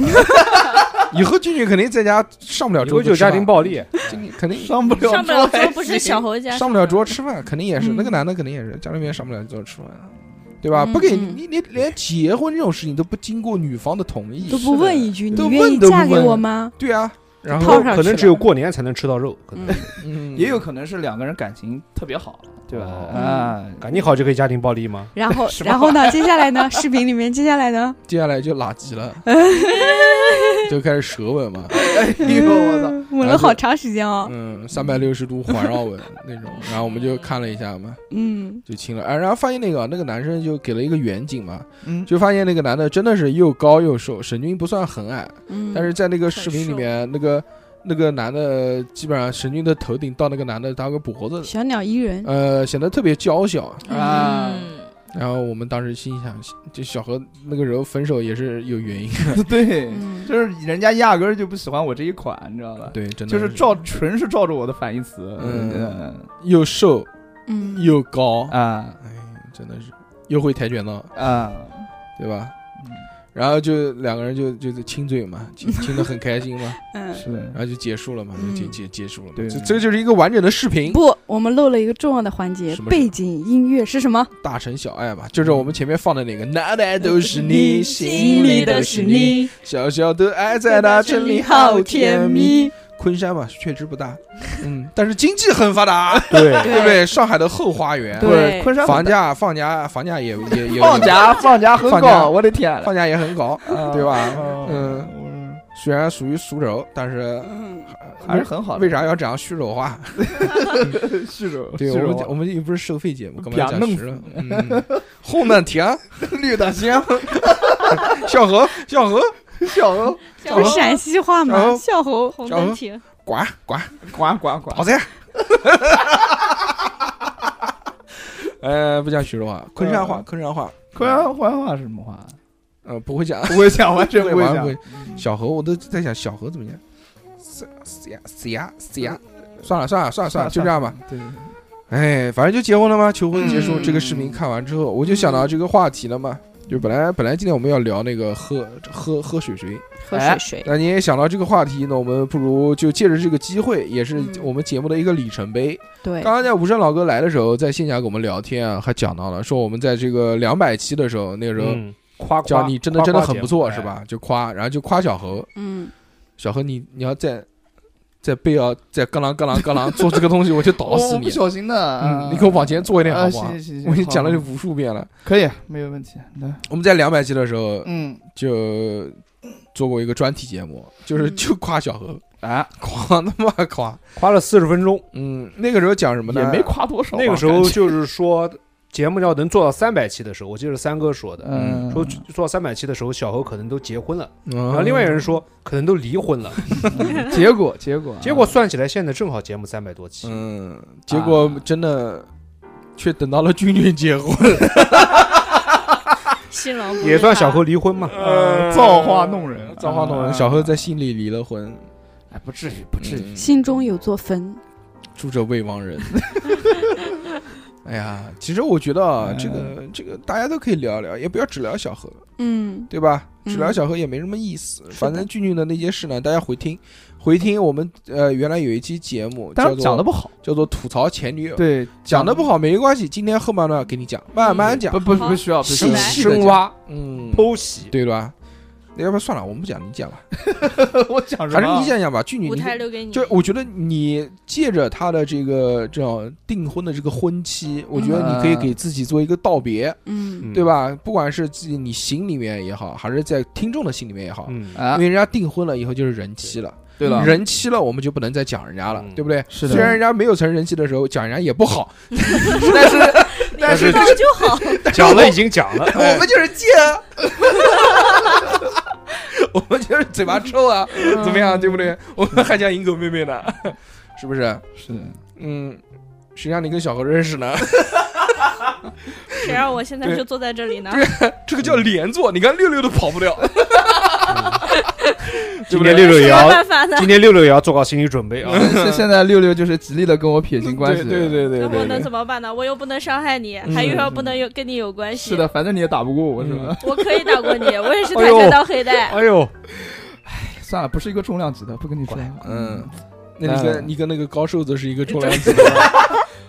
[SPEAKER 2] 以后俊俊肯定在家上不了
[SPEAKER 6] 呃以
[SPEAKER 2] 桌
[SPEAKER 6] 后
[SPEAKER 2] 子
[SPEAKER 6] 就
[SPEAKER 2] 吃饭，
[SPEAKER 6] 家庭暴 力，
[SPEAKER 2] 俊俊肯定
[SPEAKER 3] 上不了
[SPEAKER 4] 上不了
[SPEAKER 3] 还
[SPEAKER 4] 桌，不是
[SPEAKER 3] 行
[SPEAKER 4] 小猴家，
[SPEAKER 2] 上不了桌吃饭，肯定也是
[SPEAKER 5] 嗯
[SPEAKER 2] 那个男的，肯定也是家里面上不了桌吃饭，对吧？
[SPEAKER 5] 嗯
[SPEAKER 2] 不给
[SPEAKER 5] 嗯
[SPEAKER 2] 你，你连结婚这种事情都不经过女方的同意
[SPEAKER 5] 都，不问一句，你
[SPEAKER 2] 都
[SPEAKER 5] 愿
[SPEAKER 2] 问
[SPEAKER 5] 意
[SPEAKER 2] 都不
[SPEAKER 5] 嫁给
[SPEAKER 2] 问
[SPEAKER 5] 我吗？
[SPEAKER 2] 对啊。然
[SPEAKER 5] 套
[SPEAKER 2] 后
[SPEAKER 5] 上
[SPEAKER 6] 可能
[SPEAKER 5] 去
[SPEAKER 6] 只有
[SPEAKER 5] 了
[SPEAKER 6] 啊过年才能吃到肉，可能
[SPEAKER 5] 嗯
[SPEAKER 2] 嗯
[SPEAKER 3] 也有可能是两个人感情特别好，对吧？
[SPEAKER 6] 哦
[SPEAKER 3] 啊，
[SPEAKER 6] 感情好就可以家庭暴力吗？
[SPEAKER 5] 然后，
[SPEAKER 3] 是吧
[SPEAKER 5] 然后呢？接下来呢？视频里面，接下来 呢？
[SPEAKER 2] 接下来就垃圾 了，就开始舌吻嘛，
[SPEAKER 3] 哎呦 我操！
[SPEAKER 5] 吻了好长时间哦。
[SPEAKER 2] 嗯，三百六十度环绕吻那种。然后我们就看了一下嘛，
[SPEAKER 5] 嗯，
[SPEAKER 2] 就亲了。哎，然后发现那个那个男生就给了一个远景嘛，
[SPEAKER 3] 嗯，
[SPEAKER 2] 就发现那个男的真的是又高又瘦，沈军不算很矮，
[SPEAKER 5] 嗯
[SPEAKER 2] 但是在那个视频里面，那个那个男的基本上沈军的头顶到那个男的大概脖子，
[SPEAKER 5] 嗯小鸟依人，
[SPEAKER 2] 呃，显得特别娇小。
[SPEAKER 3] 啊，
[SPEAKER 5] 嗯
[SPEAKER 4] 嗯
[SPEAKER 2] 然后我们当时心想，这小何那个时候分手也是有原因的，
[SPEAKER 3] 对，
[SPEAKER 5] 嗯
[SPEAKER 3] 就是人家压根儿就不喜欢我这一款，你知道吧？
[SPEAKER 2] 对，真的
[SPEAKER 3] 就是照纯是照着我的反义词，
[SPEAKER 2] 嗯
[SPEAKER 3] 嗯
[SPEAKER 2] 又瘦
[SPEAKER 5] 嗯，
[SPEAKER 2] 又高，
[SPEAKER 3] 啊
[SPEAKER 2] 哎，真的是又会跆拳道，
[SPEAKER 3] 啊，
[SPEAKER 2] 对吧
[SPEAKER 3] 嗯？
[SPEAKER 2] 然后就两个人就就是亲嘴嘛，亲亲的很开心嘛，
[SPEAKER 5] 嗯，
[SPEAKER 3] 是的
[SPEAKER 2] 然，后就结束了嘛，就
[SPEAKER 5] 嗯
[SPEAKER 2] 结结结束了嘛。
[SPEAKER 3] 对
[SPEAKER 2] 这这就是一个完整的视频，
[SPEAKER 5] 不，我们漏了一个重要的环节
[SPEAKER 2] 什，么
[SPEAKER 5] 背景音乐是什么？
[SPEAKER 2] 大城小爱嘛，就是我们前面放的那个，哪哪都是
[SPEAKER 4] 嗯
[SPEAKER 2] 你，心
[SPEAKER 5] 心
[SPEAKER 2] 里
[SPEAKER 5] 里
[SPEAKER 2] 都
[SPEAKER 5] 都
[SPEAKER 2] 是
[SPEAKER 5] 是
[SPEAKER 2] 你，
[SPEAKER 5] 你，
[SPEAKER 2] 小小的爱在大城里好甜蜜。。昆山嘛，确实不大，嗯，但是经济很发达，
[SPEAKER 6] 对，
[SPEAKER 2] 对不对？上海的后花园，
[SPEAKER 5] 对
[SPEAKER 3] 不是昆山很
[SPEAKER 2] 房价放价房价也也也
[SPEAKER 3] 放假放假很
[SPEAKER 2] 放假
[SPEAKER 3] 高，我的天，
[SPEAKER 2] 放价也很高，对吧？
[SPEAKER 3] 嗯，
[SPEAKER 2] 啊嗯，虽然属于苏州，但是
[SPEAKER 5] 嗯，
[SPEAKER 3] 还是很好的。
[SPEAKER 2] 为 啥要讲徐州话？
[SPEAKER 3] 是的，
[SPEAKER 2] 对
[SPEAKER 3] 是
[SPEAKER 2] 我
[SPEAKER 3] 的
[SPEAKER 2] 们讲我们又不是收费节目，干嘛要
[SPEAKER 3] 不
[SPEAKER 2] 讲
[SPEAKER 3] 要
[SPEAKER 2] 徐
[SPEAKER 3] 弄
[SPEAKER 2] 州？嗯，红南甜，
[SPEAKER 3] 绿 的香，
[SPEAKER 2] 小何，小何，
[SPEAKER 3] 小鹅
[SPEAKER 5] 这不是陕西话
[SPEAKER 2] 然后
[SPEAKER 5] 吗？笑猴，
[SPEAKER 4] 红
[SPEAKER 2] 然后
[SPEAKER 4] 灯停，
[SPEAKER 2] 管管
[SPEAKER 3] 呱呱呱
[SPEAKER 2] 好，噻。 呃，不讲徐州话，昆山话，
[SPEAKER 3] 嗯
[SPEAKER 2] 昆山话，
[SPEAKER 3] 昆山话话是什么话？
[SPEAKER 2] 呃，不会 讲，
[SPEAKER 3] 不会讲，完全
[SPEAKER 2] 不
[SPEAKER 3] 不会
[SPEAKER 2] 玩
[SPEAKER 3] 讲嗯
[SPEAKER 2] 不。会。小何，我都在想小何怎么讲，死死呀死呀死呀！算了算了算了算了，就这样吧。。
[SPEAKER 3] 对，
[SPEAKER 2] 哎，反正就结婚了吗？求婚结束，
[SPEAKER 3] 嗯
[SPEAKER 2] 这个视频看完之后，我就想到这个话题了嘛。就本来本来今天我们要聊那个喝喝喝水水，
[SPEAKER 4] 喝水水，
[SPEAKER 2] 那你也想到这个话题，那我们不如就借着这个机会，也是
[SPEAKER 5] 嗯
[SPEAKER 2] 我们节目的一个里程碑。
[SPEAKER 5] 对，
[SPEAKER 2] 刚刚在无声老哥来的时候，在线下跟我们聊天啊，还讲到了说我们在这个两百期的时候，那个时候
[SPEAKER 6] 嗯，夸夸
[SPEAKER 2] 叫你真的
[SPEAKER 6] 夸
[SPEAKER 2] 真的
[SPEAKER 6] 夸
[SPEAKER 2] 很
[SPEAKER 6] 姐
[SPEAKER 2] 不错
[SPEAKER 6] 妹
[SPEAKER 2] 是吧？就夸，然后就夸小何，
[SPEAKER 5] 嗯，
[SPEAKER 2] 小何你你要再再背啊，再咯啷咯啷咯啷做这个东西，我就
[SPEAKER 3] 我
[SPEAKER 2] 搞死
[SPEAKER 3] 我
[SPEAKER 2] 你
[SPEAKER 3] 不。小心的。
[SPEAKER 2] 嗯，
[SPEAKER 3] 啊
[SPEAKER 2] 你给我往前坐一点好
[SPEAKER 3] 啊，
[SPEAKER 2] 不好？
[SPEAKER 3] 行行行，
[SPEAKER 2] 我已经讲了
[SPEAKER 3] 好
[SPEAKER 2] 这
[SPEAKER 3] 好
[SPEAKER 2] 无数遍了。
[SPEAKER 3] 可以，啊没有问题。来，
[SPEAKER 2] 我们在两百期的时候
[SPEAKER 3] 嗯
[SPEAKER 2] 就做过一个专题节目，就是
[SPEAKER 5] 嗯
[SPEAKER 2] 就夸小何，
[SPEAKER 3] 啊，
[SPEAKER 2] 夸他妈夸。
[SPEAKER 6] 夸了四十分钟，
[SPEAKER 2] 嗯，那个时候讲什么呢？
[SPEAKER 3] 也没夸多少吧。
[SPEAKER 6] 那个时
[SPEAKER 3] 感
[SPEAKER 6] 候
[SPEAKER 3] 觉
[SPEAKER 6] 就是说节目要能做到三百期的时候，我记得是三哥说的，
[SPEAKER 3] 嗯，
[SPEAKER 6] 说做到三百期的时候，小侯可能都结婚了，
[SPEAKER 2] 嗯。
[SPEAKER 6] 然后另外有人说可能都离婚了，
[SPEAKER 3] 嗯结果结果啊
[SPEAKER 6] 结果算起来现在正好节目三百多期，
[SPEAKER 2] 嗯，结果真的却等到了君君结 婚，
[SPEAKER 4] 新郎
[SPEAKER 6] 也算小侯离婚嘛。哎
[SPEAKER 3] 呃造化弄人，
[SPEAKER 2] 造化弄人。
[SPEAKER 3] 啊
[SPEAKER 2] 小何在心里离了婚，
[SPEAKER 3] 哎，不至于，不至于。
[SPEAKER 2] 嗯
[SPEAKER 5] 心中有座坟，
[SPEAKER 2] 住着未亡人。 哎呀，其实我觉得啊，这个这个大家都可以聊一聊，也不要只聊小何，
[SPEAKER 5] 嗯，
[SPEAKER 2] 对吧？只聊
[SPEAKER 5] 嗯
[SPEAKER 2] 小何也没什么意思。
[SPEAKER 5] 的
[SPEAKER 2] 反正俊俊的那些事呢，大家回听，回听我们呃原来有一期节目
[SPEAKER 3] 但
[SPEAKER 2] 叫
[SPEAKER 3] 是讲的
[SPEAKER 2] 做
[SPEAKER 3] 不好，
[SPEAKER 2] 叫做吐槽前女友，
[SPEAKER 3] 对，
[SPEAKER 2] 讲的不好没关系，今天后半段给你讲，慢慢讲
[SPEAKER 3] 不，不不需要，不需
[SPEAKER 2] 细
[SPEAKER 3] 要。
[SPEAKER 2] 细的
[SPEAKER 6] 深
[SPEAKER 2] 讲，
[SPEAKER 6] 挖
[SPEAKER 2] 嗯，
[SPEAKER 6] 剖析，
[SPEAKER 2] 对吧？那要不算了，我们不讲，你讲吧。
[SPEAKER 3] 我讲什
[SPEAKER 2] 还是
[SPEAKER 3] 么
[SPEAKER 2] 你？讲讲吧，俊女
[SPEAKER 4] 舞
[SPEAKER 2] 你
[SPEAKER 4] 台留给你，
[SPEAKER 2] 就我觉得你借着他的这个这种订婚的这个婚期，我觉得你可以给自己做一个道别，
[SPEAKER 5] 嗯，
[SPEAKER 6] 嗯
[SPEAKER 2] 对？吧？不管是自己你心里面也好，还是在听众的心里面也好，
[SPEAKER 6] 嗯，
[SPEAKER 2] 因
[SPEAKER 3] 啊，
[SPEAKER 2] 为人家订婚了以后就是人妻了，嗯
[SPEAKER 3] 对了，
[SPEAKER 2] 人妻了我们就不能再讲人家了，
[SPEAKER 6] 嗯
[SPEAKER 2] 对不对？
[SPEAKER 3] 是
[SPEAKER 2] 虽然人家没有成人妻的时候讲人家也不好，
[SPEAKER 3] 但是但是
[SPEAKER 4] 那就好，
[SPEAKER 6] 讲了已经讲了， 哎
[SPEAKER 2] 我们就是贱啊， 我们就是嘴巴臭啊，怎么样，对不对？我们还想迎狗妹妹呢， 是不是？
[SPEAKER 3] 是的，
[SPEAKER 2] 嗯，谁让你跟小何认识 呢？
[SPEAKER 4] 谁让我现在
[SPEAKER 2] 对
[SPEAKER 4] 就坐在这里呢？
[SPEAKER 2] 这个叫连坐，你看六六都跑不了。对
[SPEAKER 6] 嗯今
[SPEAKER 2] 不对
[SPEAKER 6] 天六 六也
[SPEAKER 4] 有什么
[SPEAKER 6] 要，
[SPEAKER 4] 办法呢？
[SPEAKER 6] 今天六六也要做好心理准备啊。
[SPEAKER 3] 现现在六六就是极力的跟我撇清关系，
[SPEAKER 2] 对对对
[SPEAKER 4] 那我
[SPEAKER 2] 对
[SPEAKER 4] 能
[SPEAKER 2] 对
[SPEAKER 4] 怎么办呢？我又不能伤害你，
[SPEAKER 2] 嗯
[SPEAKER 4] 还又要不能有跟你有关系。
[SPEAKER 3] 是的，，反正你也打不过我，是
[SPEAKER 2] 嗯
[SPEAKER 3] 吧？
[SPEAKER 4] 我可以打过你，我也是
[SPEAKER 6] 哎
[SPEAKER 4] 跆
[SPEAKER 6] 呦
[SPEAKER 4] 拳道黑带。
[SPEAKER 6] 哎呦，
[SPEAKER 3] 算了，不是一个重量级的，不跟你说。
[SPEAKER 2] 嗯，那你
[SPEAKER 3] 哎
[SPEAKER 2] 跟你跟那个高瘦子是一个重量级。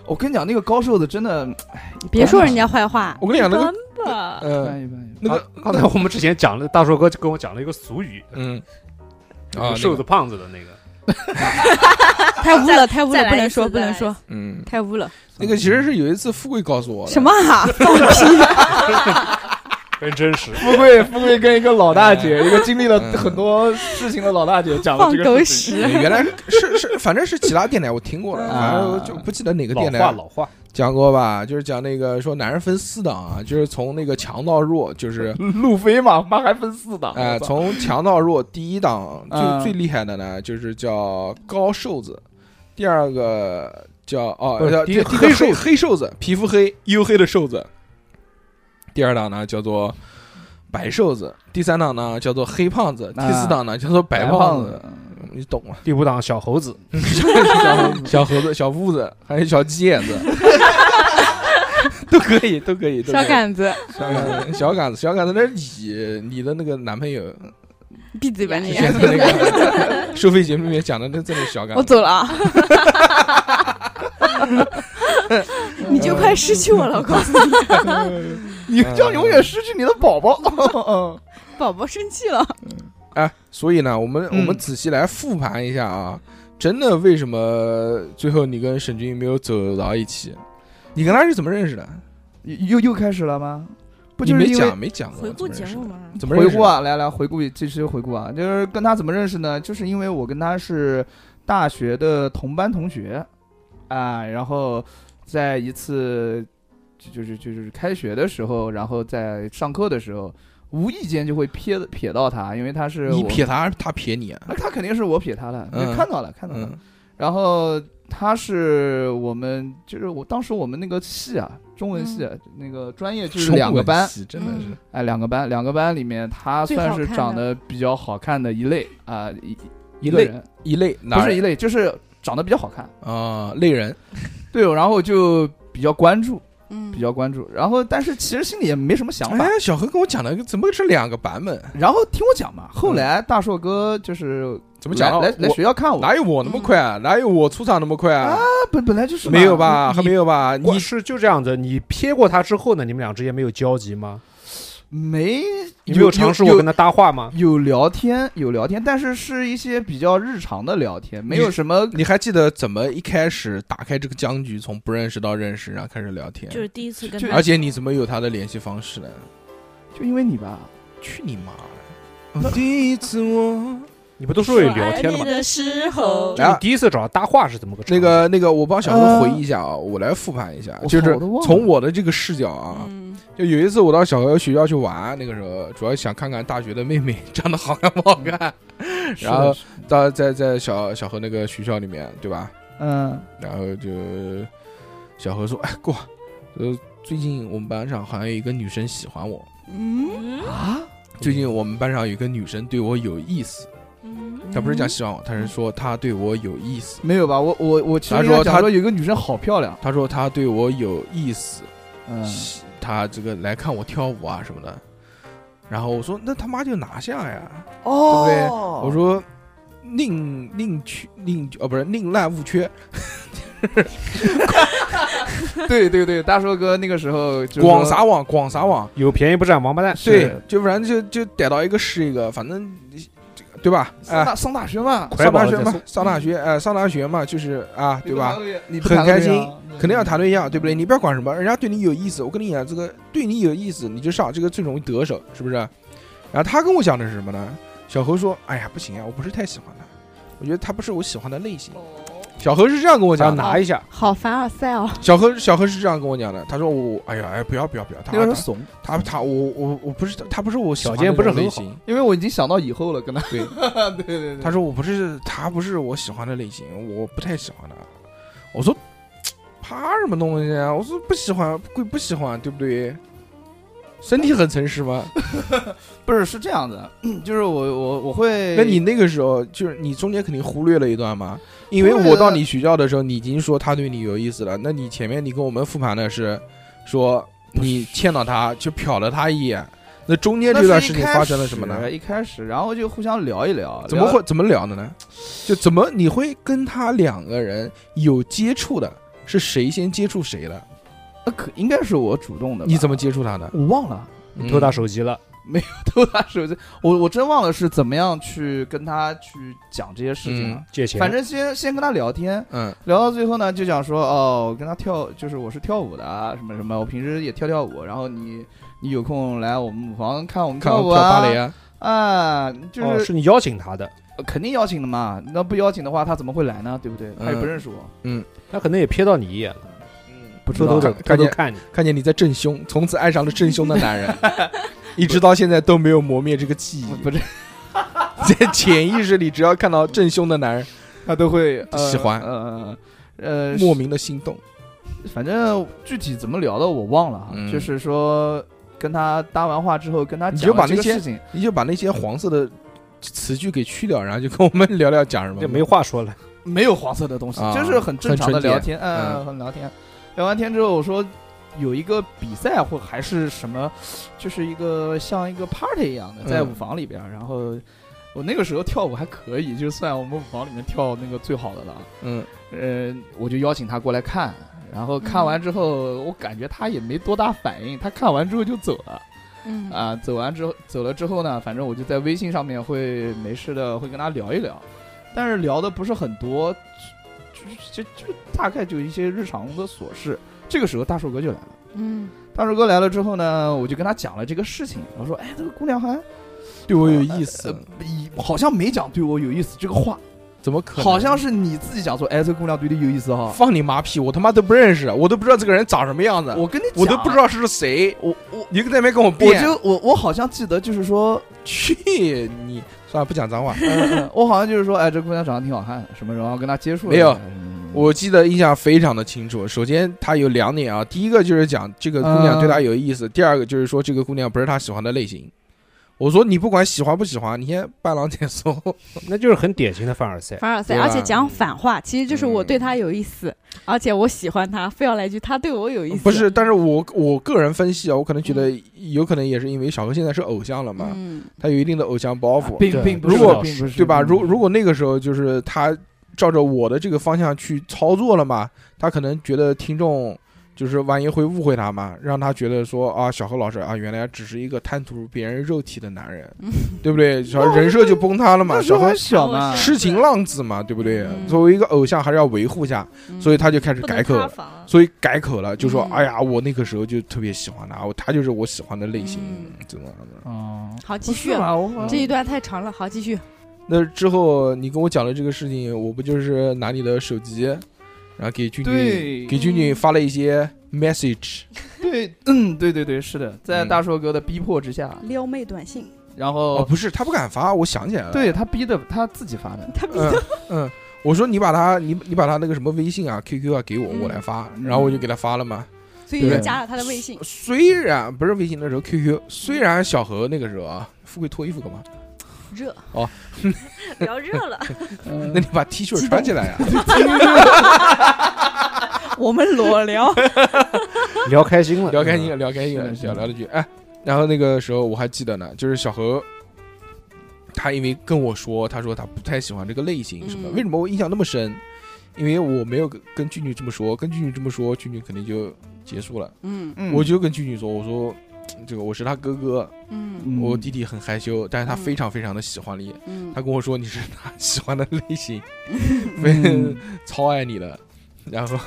[SPEAKER 3] 我跟你讲，那个高瘦子真的，哎，一般
[SPEAKER 5] 别说
[SPEAKER 3] 吧
[SPEAKER 5] 人家坏话，
[SPEAKER 2] 我跟你讲，那个
[SPEAKER 4] 干 吧，
[SPEAKER 3] 一
[SPEAKER 2] 嗯
[SPEAKER 3] 般一般一般。
[SPEAKER 2] 那个
[SPEAKER 6] 刚刚才我们之前讲了，大硕哥就跟我讲了一个俗语，
[SPEAKER 2] 嗯啊，那个
[SPEAKER 6] 瘦子胖子的那个，
[SPEAKER 5] 太污了，太污
[SPEAKER 4] 再
[SPEAKER 5] 了，
[SPEAKER 4] 来
[SPEAKER 5] 不能
[SPEAKER 4] 一次
[SPEAKER 5] 说，不
[SPEAKER 4] 再来一
[SPEAKER 5] 能说，
[SPEAKER 2] 嗯，
[SPEAKER 5] 太污了。
[SPEAKER 2] 那个其实是有一次富贵告诉我的
[SPEAKER 5] 什么啊？放
[SPEAKER 6] 真真实。
[SPEAKER 3] 富贵， 富贵跟一个老大
[SPEAKER 2] 哎
[SPEAKER 3] 姐，一个经历了
[SPEAKER 2] 嗯
[SPEAKER 3] 很多事情的老大姐讲了
[SPEAKER 5] 放
[SPEAKER 3] 这
[SPEAKER 5] 狗
[SPEAKER 3] 个事情。
[SPEAKER 5] 屎！
[SPEAKER 2] 原来是是 是，反正是其他电台我听过了，
[SPEAKER 3] 啊
[SPEAKER 2] 反正就不记得哪个
[SPEAKER 6] 老
[SPEAKER 2] 电
[SPEAKER 6] 话
[SPEAKER 2] 台
[SPEAKER 6] 老话，
[SPEAKER 2] 讲过吧，就是讲那个说男人分四档啊，就是从那个强到弱，就是
[SPEAKER 3] 路飞嘛，妈还分四
[SPEAKER 6] 啊
[SPEAKER 3] 档，
[SPEAKER 2] 哎、
[SPEAKER 3] 我操
[SPEAKER 2] 从强到弱，第一档最、
[SPEAKER 3] 嗯
[SPEAKER 2] 最厉害的呢，就是叫高瘦子，第二个叫哦
[SPEAKER 6] 不是
[SPEAKER 2] 叫
[SPEAKER 6] 第一
[SPEAKER 2] 第
[SPEAKER 6] 黑
[SPEAKER 2] 黑
[SPEAKER 6] 瘦子
[SPEAKER 2] 黑瘦子，皮肤黑黝黑的瘦子，第二档呢叫做白瘦子，第三档呢叫做黑胖子，第
[SPEAKER 3] 啊
[SPEAKER 2] 四档呢叫做白胖
[SPEAKER 3] 胖
[SPEAKER 2] 子，，你懂啊？
[SPEAKER 6] 第五档小猴子，
[SPEAKER 2] 小猴子、小痦子，还有小鸡眼子， 都可以，都可以，都可
[SPEAKER 5] 小
[SPEAKER 2] 以。
[SPEAKER 5] 杆子，
[SPEAKER 2] 小杆子，小杆子，小杆子，那是你你的那个男朋友，
[SPEAKER 5] 闭嘴
[SPEAKER 4] 哎
[SPEAKER 5] 吧
[SPEAKER 2] 之
[SPEAKER 5] 你！
[SPEAKER 2] 前在那个 收费节目里面讲的，那真的是小杆
[SPEAKER 5] 我
[SPEAKER 2] 子。
[SPEAKER 5] 走了啊！你就快失去我了，我告诉你，
[SPEAKER 3] 你将永远失去你的宝宝。
[SPEAKER 2] 嗯
[SPEAKER 5] 宝宝生气了。
[SPEAKER 2] 哎，所以呢，我们我们
[SPEAKER 3] 嗯
[SPEAKER 2] 仔细来复盘一下啊，真的为什么最后你跟沈军没有走到一起？你跟他是怎么认识的？
[SPEAKER 3] 又又开始了吗？不
[SPEAKER 2] 你
[SPEAKER 3] 就是
[SPEAKER 2] 没
[SPEAKER 3] 因为
[SPEAKER 2] 讲没讲过
[SPEAKER 4] 回顾
[SPEAKER 2] 怎么
[SPEAKER 4] 节
[SPEAKER 2] 认识
[SPEAKER 4] 目
[SPEAKER 2] 的
[SPEAKER 4] 嘛，
[SPEAKER 2] 怎么
[SPEAKER 3] 回
[SPEAKER 2] 认识
[SPEAKER 3] 顾
[SPEAKER 2] 的？
[SPEAKER 3] 啊？来来，回顾这期回顾啊，就是跟他怎么认识呢？就是因为我跟他是大学的同班同学啊，然后在一次就就是就是开学的时候，然后在上课的时候，无意间就会瞥瞥到他，因为他是
[SPEAKER 2] 你
[SPEAKER 3] 我
[SPEAKER 2] 撇他，他撇你啊，
[SPEAKER 3] 那他肯定是我瞥他了，
[SPEAKER 2] 嗯
[SPEAKER 3] 看到了，看到了。
[SPEAKER 2] 嗯
[SPEAKER 3] 然后他是我们，就是我当时我们那个系啊，中文系、啊那个专业就是两个班，
[SPEAKER 2] 中文系真的是
[SPEAKER 4] 嗯
[SPEAKER 3] 哎，两个班，两个班里面他算
[SPEAKER 4] 最
[SPEAKER 3] 是
[SPEAKER 4] 好看的
[SPEAKER 3] 长得比较好看的一类啊、一
[SPEAKER 2] 一
[SPEAKER 3] 个
[SPEAKER 2] 类
[SPEAKER 3] 人
[SPEAKER 2] 一类，哪
[SPEAKER 3] 不是
[SPEAKER 2] 儿
[SPEAKER 3] 一类，就是长得比较好看。
[SPEAKER 2] 啊类人，
[SPEAKER 3] 对，哦然后我就比较关注，
[SPEAKER 5] 嗯
[SPEAKER 3] 比较关注。然后但是其实心里也没什么想法。
[SPEAKER 2] 哎，小何跟我讲的怎么是两个版本？
[SPEAKER 3] 然后听我讲嘛，后来大硕哥就是
[SPEAKER 2] 嗯怎么讲啊？
[SPEAKER 3] 来来来
[SPEAKER 2] 我
[SPEAKER 3] 学校看我，
[SPEAKER 2] 哪有我那么快
[SPEAKER 4] 嗯
[SPEAKER 2] 啊？哪有我出场那么快啊？
[SPEAKER 3] 那本本来就是嘛
[SPEAKER 2] 没有吧？
[SPEAKER 6] 你
[SPEAKER 2] 还没有吧？你
[SPEAKER 6] 你是就这样子，你瞥过他之后呢，你们俩之间没有交集吗？
[SPEAKER 3] 没
[SPEAKER 6] 你没有尝试过跟他搭话吗？
[SPEAKER 3] 有聊天，有聊天，但是是一些比较日常的聊天，没有什么
[SPEAKER 2] 你还记得怎么一开始打开这个僵局，从不认识到认识，然后开始聊天
[SPEAKER 4] 就？是第一次跟
[SPEAKER 3] 就
[SPEAKER 4] 他，
[SPEAKER 2] 而且你怎么有他的联系方式呢？
[SPEAKER 3] 就因为你吧，
[SPEAKER 2] 去你妈的！第一次我
[SPEAKER 6] 你不都说有聊天的
[SPEAKER 4] 啊爱你
[SPEAKER 6] 吗？
[SPEAKER 4] 的时候
[SPEAKER 2] 然，后
[SPEAKER 6] 你第一次找他搭话是怎么个场
[SPEAKER 2] 那
[SPEAKER 6] 景？
[SPEAKER 2] 个那个，我帮小何回忆一下啊，我来复盘一下，
[SPEAKER 3] 我操
[SPEAKER 2] 就是
[SPEAKER 3] 我都忘了
[SPEAKER 2] 从我的这个视角啊，
[SPEAKER 5] 嗯，
[SPEAKER 2] 就有一次我到小何学校去玩，那个时候主要想看看大学的妹妹长得好看不好看，
[SPEAKER 3] 是
[SPEAKER 2] 然后
[SPEAKER 3] 的是的
[SPEAKER 2] 到在在小小何那个学校里面，对吧？
[SPEAKER 3] 嗯，
[SPEAKER 2] 然后就小何说：“哎，过，呃，最近我们班上好像有一个女生喜欢我，
[SPEAKER 4] 嗯
[SPEAKER 5] 嗯，
[SPEAKER 2] 最
[SPEAKER 3] 嗯
[SPEAKER 2] 近我们班上有一个女生对我有意思，
[SPEAKER 4] 嗯，
[SPEAKER 2] 她不是讲喜欢我，她是说她对我有意思。
[SPEAKER 3] 没有吧？我我我其
[SPEAKER 2] 他
[SPEAKER 3] 实应
[SPEAKER 2] 说
[SPEAKER 3] 该讲
[SPEAKER 2] 他
[SPEAKER 3] 说有一个女生好漂亮，
[SPEAKER 2] 她说她对我有意思，
[SPEAKER 3] 嗯，
[SPEAKER 2] 喜她这个来看我跳舞啊什么的。”然后我说：“那他妈就拿下呀！”
[SPEAKER 3] 哦
[SPEAKER 2] 对我说：“宁宁缺宁哦，不是宁滥勿缺，
[SPEAKER 3] 对对对，大硕哥那个时候就是
[SPEAKER 2] 广
[SPEAKER 3] 说
[SPEAKER 2] 撒网，广撒网。”
[SPEAKER 6] 有便宜不占王八蛋，
[SPEAKER 2] 对
[SPEAKER 3] 是，
[SPEAKER 2] 就不然就就逮到一个是一个，反正这个对吧？
[SPEAKER 3] 上
[SPEAKER 2] 哎，
[SPEAKER 3] 大上大学嘛，
[SPEAKER 6] 快
[SPEAKER 2] 上
[SPEAKER 6] 保
[SPEAKER 2] 大
[SPEAKER 6] 了
[SPEAKER 2] 学
[SPEAKER 6] 再
[SPEAKER 2] 嘛
[SPEAKER 6] 送，
[SPEAKER 2] 上大学，哎，上大学嘛，就是啊，对吧？？
[SPEAKER 3] 你不
[SPEAKER 2] 很
[SPEAKER 3] 谈个
[SPEAKER 2] 开
[SPEAKER 3] 对
[SPEAKER 2] 心
[SPEAKER 3] 象，
[SPEAKER 2] 肯定要谈
[SPEAKER 3] 对
[SPEAKER 2] 对象，对不对？你不要管什么，人家对你有意思，我跟你讲，这个对你有意思，你就上，这个最容易得手，是不是？然后他跟我讲的是什么呢？小何说：“哎呀，不行啊，我不是太喜欢他，我觉得他不是我喜欢的类型。”小何是这样跟我
[SPEAKER 6] 我想
[SPEAKER 2] 讲的，
[SPEAKER 6] 拿一下，
[SPEAKER 5] 好凡尔赛哦。
[SPEAKER 2] 小何小何是这样跟我讲的，他说：“我，哎呀，哎，不要不要不要，他
[SPEAKER 3] 那个时候
[SPEAKER 2] 他
[SPEAKER 3] 怂，
[SPEAKER 2] 他他我我我不是他不是我喜欢
[SPEAKER 6] 条件
[SPEAKER 2] 的
[SPEAKER 6] 不是
[SPEAKER 2] 那种
[SPEAKER 6] 很
[SPEAKER 2] 类
[SPEAKER 6] 好
[SPEAKER 2] 型。”
[SPEAKER 3] 因为我已经想到以后了，跟他
[SPEAKER 2] 对
[SPEAKER 3] 对对对，
[SPEAKER 2] 他说我不是他不是我喜欢的类型，我不太喜欢他。我说怕什么东西啊？我说不喜欢归不喜欢，对不对？身体很诚实吗？
[SPEAKER 3] 不是是这样子， 就是我我我会
[SPEAKER 2] 那你那个时候就是你中间肯定忽略了一段嘛，因为
[SPEAKER 3] 忽略
[SPEAKER 2] 我到
[SPEAKER 3] 了
[SPEAKER 2] 你学校的时候，你已经说他对你有意思了。那你前面你跟我们复盘的是说你见到他就瞟了他一眼，那中间这段事情发生了什么
[SPEAKER 3] 那
[SPEAKER 2] 呢
[SPEAKER 3] 是？一开始，然后就互相聊一聊，
[SPEAKER 2] 怎么
[SPEAKER 3] 啊聊
[SPEAKER 2] 会怎么聊的呢？就怎么你会跟他两个人有接触的？是谁先接触谁的？
[SPEAKER 3] 呃那可应该是我主动的吧？
[SPEAKER 2] 你怎么接触他的？
[SPEAKER 3] 我忘了？
[SPEAKER 2] 嗯
[SPEAKER 6] 你偷他手机了，
[SPEAKER 3] 没有偷他手机，我我真忘了是怎么样去跟他去讲这些事情了。
[SPEAKER 6] 借钱，
[SPEAKER 3] 反正先先跟他聊天，
[SPEAKER 2] 嗯
[SPEAKER 3] 聊到最后呢，就讲说哦，我跟他跳，就是我是跳舞的啊，什么什么，我平时也跳跳舞，然后你你有空来我们舞房看我们
[SPEAKER 2] 看
[SPEAKER 3] 舞
[SPEAKER 2] 我跳
[SPEAKER 3] 啊，
[SPEAKER 2] 芭蕾啊，
[SPEAKER 3] 啊，就
[SPEAKER 6] 哦，
[SPEAKER 3] 是
[SPEAKER 6] 是你邀请他的，
[SPEAKER 3] 肯定邀请的嘛，那不邀请的话，他怎么会来呢？对不对？他也
[SPEAKER 2] 嗯
[SPEAKER 3] 不认识我，
[SPEAKER 6] 他可能也瞥到你一眼了，
[SPEAKER 3] 不
[SPEAKER 6] 偷偷的偷
[SPEAKER 2] 嗯看
[SPEAKER 6] 偷
[SPEAKER 2] 见
[SPEAKER 6] 看你，
[SPEAKER 2] 看见你在正凶，从此爱上了正凶的男人， 一直到现在都没有磨灭这个记忆。
[SPEAKER 3] 不是，
[SPEAKER 2] 在潜意识里，只要看到正凶的男人，
[SPEAKER 3] 他都会、呃
[SPEAKER 2] 喜欢
[SPEAKER 3] 呃呃，
[SPEAKER 2] 莫名的心动。
[SPEAKER 3] 反正具体怎么聊的我忘了啊，
[SPEAKER 2] 嗯
[SPEAKER 3] 就是说跟他搭完话之后，跟他
[SPEAKER 2] 你
[SPEAKER 3] 讲
[SPEAKER 2] 就把
[SPEAKER 3] 了这
[SPEAKER 2] 那
[SPEAKER 3] 个
[SPEAKER 2] 些
[SPEAKER 3] 事情，
[SPEAKER 2] 你就把那些黄色的词句给去掉，然后就跟我们聊聊讲什么
[SPEAKER 6] 这。没话说了。
[SPEAKER 3] 没有黄色的东西，
[SPEAKER 2] 啊
[SPEAKER 3] 就是很正常的
[SPEAKER 2] 很纯洁
[SPEAKER 3] 聊天，嗯，很聊天。聊完天之后，我说有一个比赛或还是什么，就是一个像一个 party 一样的，
[SPEAKER 2] 嗯
[SPEAKER 3] 在舞房里边儿，然后。我那个时候跳舞还可以，就算我们舞房里面跳那个最好的了。
[SPEAKER 2] 嗯，
[SPEAKER 3] 呃，我就邀请他过来看，然后看完之后，我感觉他也没多大反应，他看完之后就走了。
[SPEAKER 5] 嗯
[SPEAKER 3] 啊，走完之后走了之后呢，反正我就在微信上面会没事的会跟他聊一聊，但是聊的不是很多，就就就就大概就一些日常的琐事。这个时候大树哥就来了，
[SPEAKER 5] 嗯，
[SPEAKER 3] 大树哥来了之后呢，我就跟他讲了这个事情，我说，哎，这个姑娘还
[SPEAKER 2] 对我有意思
[SPEAKER 3] 呃，好像没讲对我有意思这个话，
[SPEAKER 2] 怎么可能？
[SPEAKER 3] 好像是你自己讲说，哎，这个姑娘对你有意思哈、
[SPEAKER 2] 放你妈屁！我他妈都不认识，我都不知道这个人长什么样子，我
[SPEAKER 3] 我跟你讲，
[SPEAKER 2] 都不知，道是谁。
[SPEAKER 3] 我我
[SPEAKER 2] 你在那边跟我
[SPEAKER 3] 我
[SPEAKER 2] 辩，
[SPEAKER 3] 就我我好像记得就是说，
[SPEAKER 2] 去你！算了，不讲 脏话。
[SPEAKER 3] 嗯，嗯 我好像就是说，哎，这姑娘长得挺好看的，什么，然后跟她接触了
[SPEAKER 2] 没有
[SPEAKER 3] 嗯
[SPEAKER 2] 我记得印象非常的清楚。首先，他有两点啊，第一个就是讲这个姑娘对他有意思，第二个就是说这个姑娘不是他喜欢的类型。我说你不管喜欢不喜欢，你先伴郎再 说。
[SPEAKER 6] 那就是很典型的凡 尔赛。
[SPEAKER 5] 凡尔赛，
[SPEAKER 2] 对吧
[SPEAKER 5] 而且讲反话，其实就是我
[SPEAKER 2] 嗯
[SPEAKER 5] 对他有意思，而且我喜欢他，非要来一句他对我有意思，
[SPEAKER 2] 不是，但是我我个人分析啊，我可能觉得有可能也是因为小何现在是偶像了嘛，
[SPEAKER 5] 嗯，
[SPEAKER 2] 他有一定的偶像包袱，
[SPEAKER 3] 并
[SPEAKER 6] 对
[SPEAKER 3] 并不
[SPEAKER 2] 如
[SPEAKER 3] 是
[SPEAKER 2] 果
[SPEAKER 3] 的并不是
[SPEAKER 2] 对吧？
[SPEAKER 3] 并
[SPEAKER 2] 如
[SPEAKER 3] 不是
[SPEAKER 2] 如果那个时候就是他照着我的这个方向去操作了嘛，他可能觉得听众就是万一会误会他嘛，让他觉得说啊，小何老师啊，原来只是一个贪图别人肉体的男人，
[SPEAKER 5] 嗯
[SPEAKER 2] 对不对？小何人设就崩塌了 嘛，
[SPEAKER 3] 那时
[SPEAKER 2] 小
[SPEAKER 3] 候
[SPEAKER 2] 何
[SPEAKER 3] 还小嘛，
[SPEAKER 2] 痴情浪子嘛，对不对？
[SPEAKER 5] 嗯
[SPEAKER 2] 作为一个偶像还是要维护一下，
[SPEAKER 5] 嗯
[SPEAKER 2] 所以他就开始
[SPEAKER 4] 不
[SPEAKER 2] 改
[SPEAKER 4] 能
[SPEAKER 2] 口
[SPEAKER 4] 塌
[SPEAKER 2] 了。
[SPEAKER 4] 房 啊。
[SPEAKER 2] 所以改口了，就说：“
[SPEAKER 5] 嗯
[SPEAKER 2] 哎呀，我那个时候就特别喜欢他，我他就是我喜欢的类型，
[SPEAKER 5] 嗯
[SPEAKER 2] 怎么样的
[SPEAKER 3] 嗯，
[SPEAKER 5] 好继
[SPEAKER 3] 不
[SPEAKER 5] 续
[SPEAKER 3] 是
[SPEAKER 5] 啊，
[SPEAKER 3] 吧？我
[SPEAKER 5] 这一段太长了，好继续，？”
[SPEAKER 2] 那之后你跟我讲了这个事情，我不就是拿你的手机，然后给君君
[SPEAKER 3] 对
[SPEAKER 2] 给君君发了一些 message，
[SPEAKER 3] 对，嗯，对对对，是的，在
[SPEAKER 2] 嗯
[SPEAKER 3] 大硕哥的逼迫之下，
[SPEAKER 5] 撩妹短信，
[SPEAKER 3] 然
[SPEAKER 2] 哦，
[SPEAKER 3] 后
[SPEAKER 2] 不是他不敢发，我想起来了，
[SPEAKER 3] 对他逼的他自己发的，
[SPEAKER 5] 他比
[SPEAKER 2] 嗯 嗯，我说你把他你你把他那个什么微信啊 QQ 啊给我，
[SPEAKER 5] 嗯
[SPEAKER 2] 我来发，
[SPEAKER 3] 嗯
[SPEAKER 2] 然后我就给他发了嘛。
[SPEAKER 5] 所以就
[SPEAKER 2] 对
[SPEAKER 5] 加了他的微 信，
[SPEAKER 2] 虽然不是微信那时候 QQ，虽然小何那个时候啊，富贵脱衣服干嘛？
[SPEAKER 5] 热，
[SPEAKER 4] 聊热了，
[SPEAKER 2] 那
[SPEAKER 3] 嗯
[SPEAKER 2] 你把 T 恤穿起来呀、
[SPEAKER 5] 我们 裸聊，
[SPEAKER 6] 聊开心了，
[SPEAKER 2] 聊开心
[SPEAKER 5] 嗯
[SPEAKER 2] 了，聊开心了，
[SPEAKER 3] 是的
[SPEAKER 2] 聊聊了句哎，然后那个时候我还记得呢，就是小何，他因为跟我说，他说他不太喜欢这个类型什么，
[SPEAKER 5] 嗯
[SPEAKER 2] 为什么我印象那么深？因为我没有跟跟俊俊这么说，跟俊俊这么说，俊俊肯定就结束了。
[SPEAKER 5] 嗯
[SPEAKER 3] 嗯
[SPEAKER 2] 我就跟俊俊说，我说这个我是他哥哥，
[SPEAKER 5] 嗯
[SPEAKER 2] 我弟弟很害羞，但是他非常非常的喜欢你。
[SPEAKER 5] 嗯
[SPEAKER 2] 他，跟我说你是他喜欢的类 型，
[SPEAKER 3] 嗯
[SPEAKER 2] 超爱你的，然后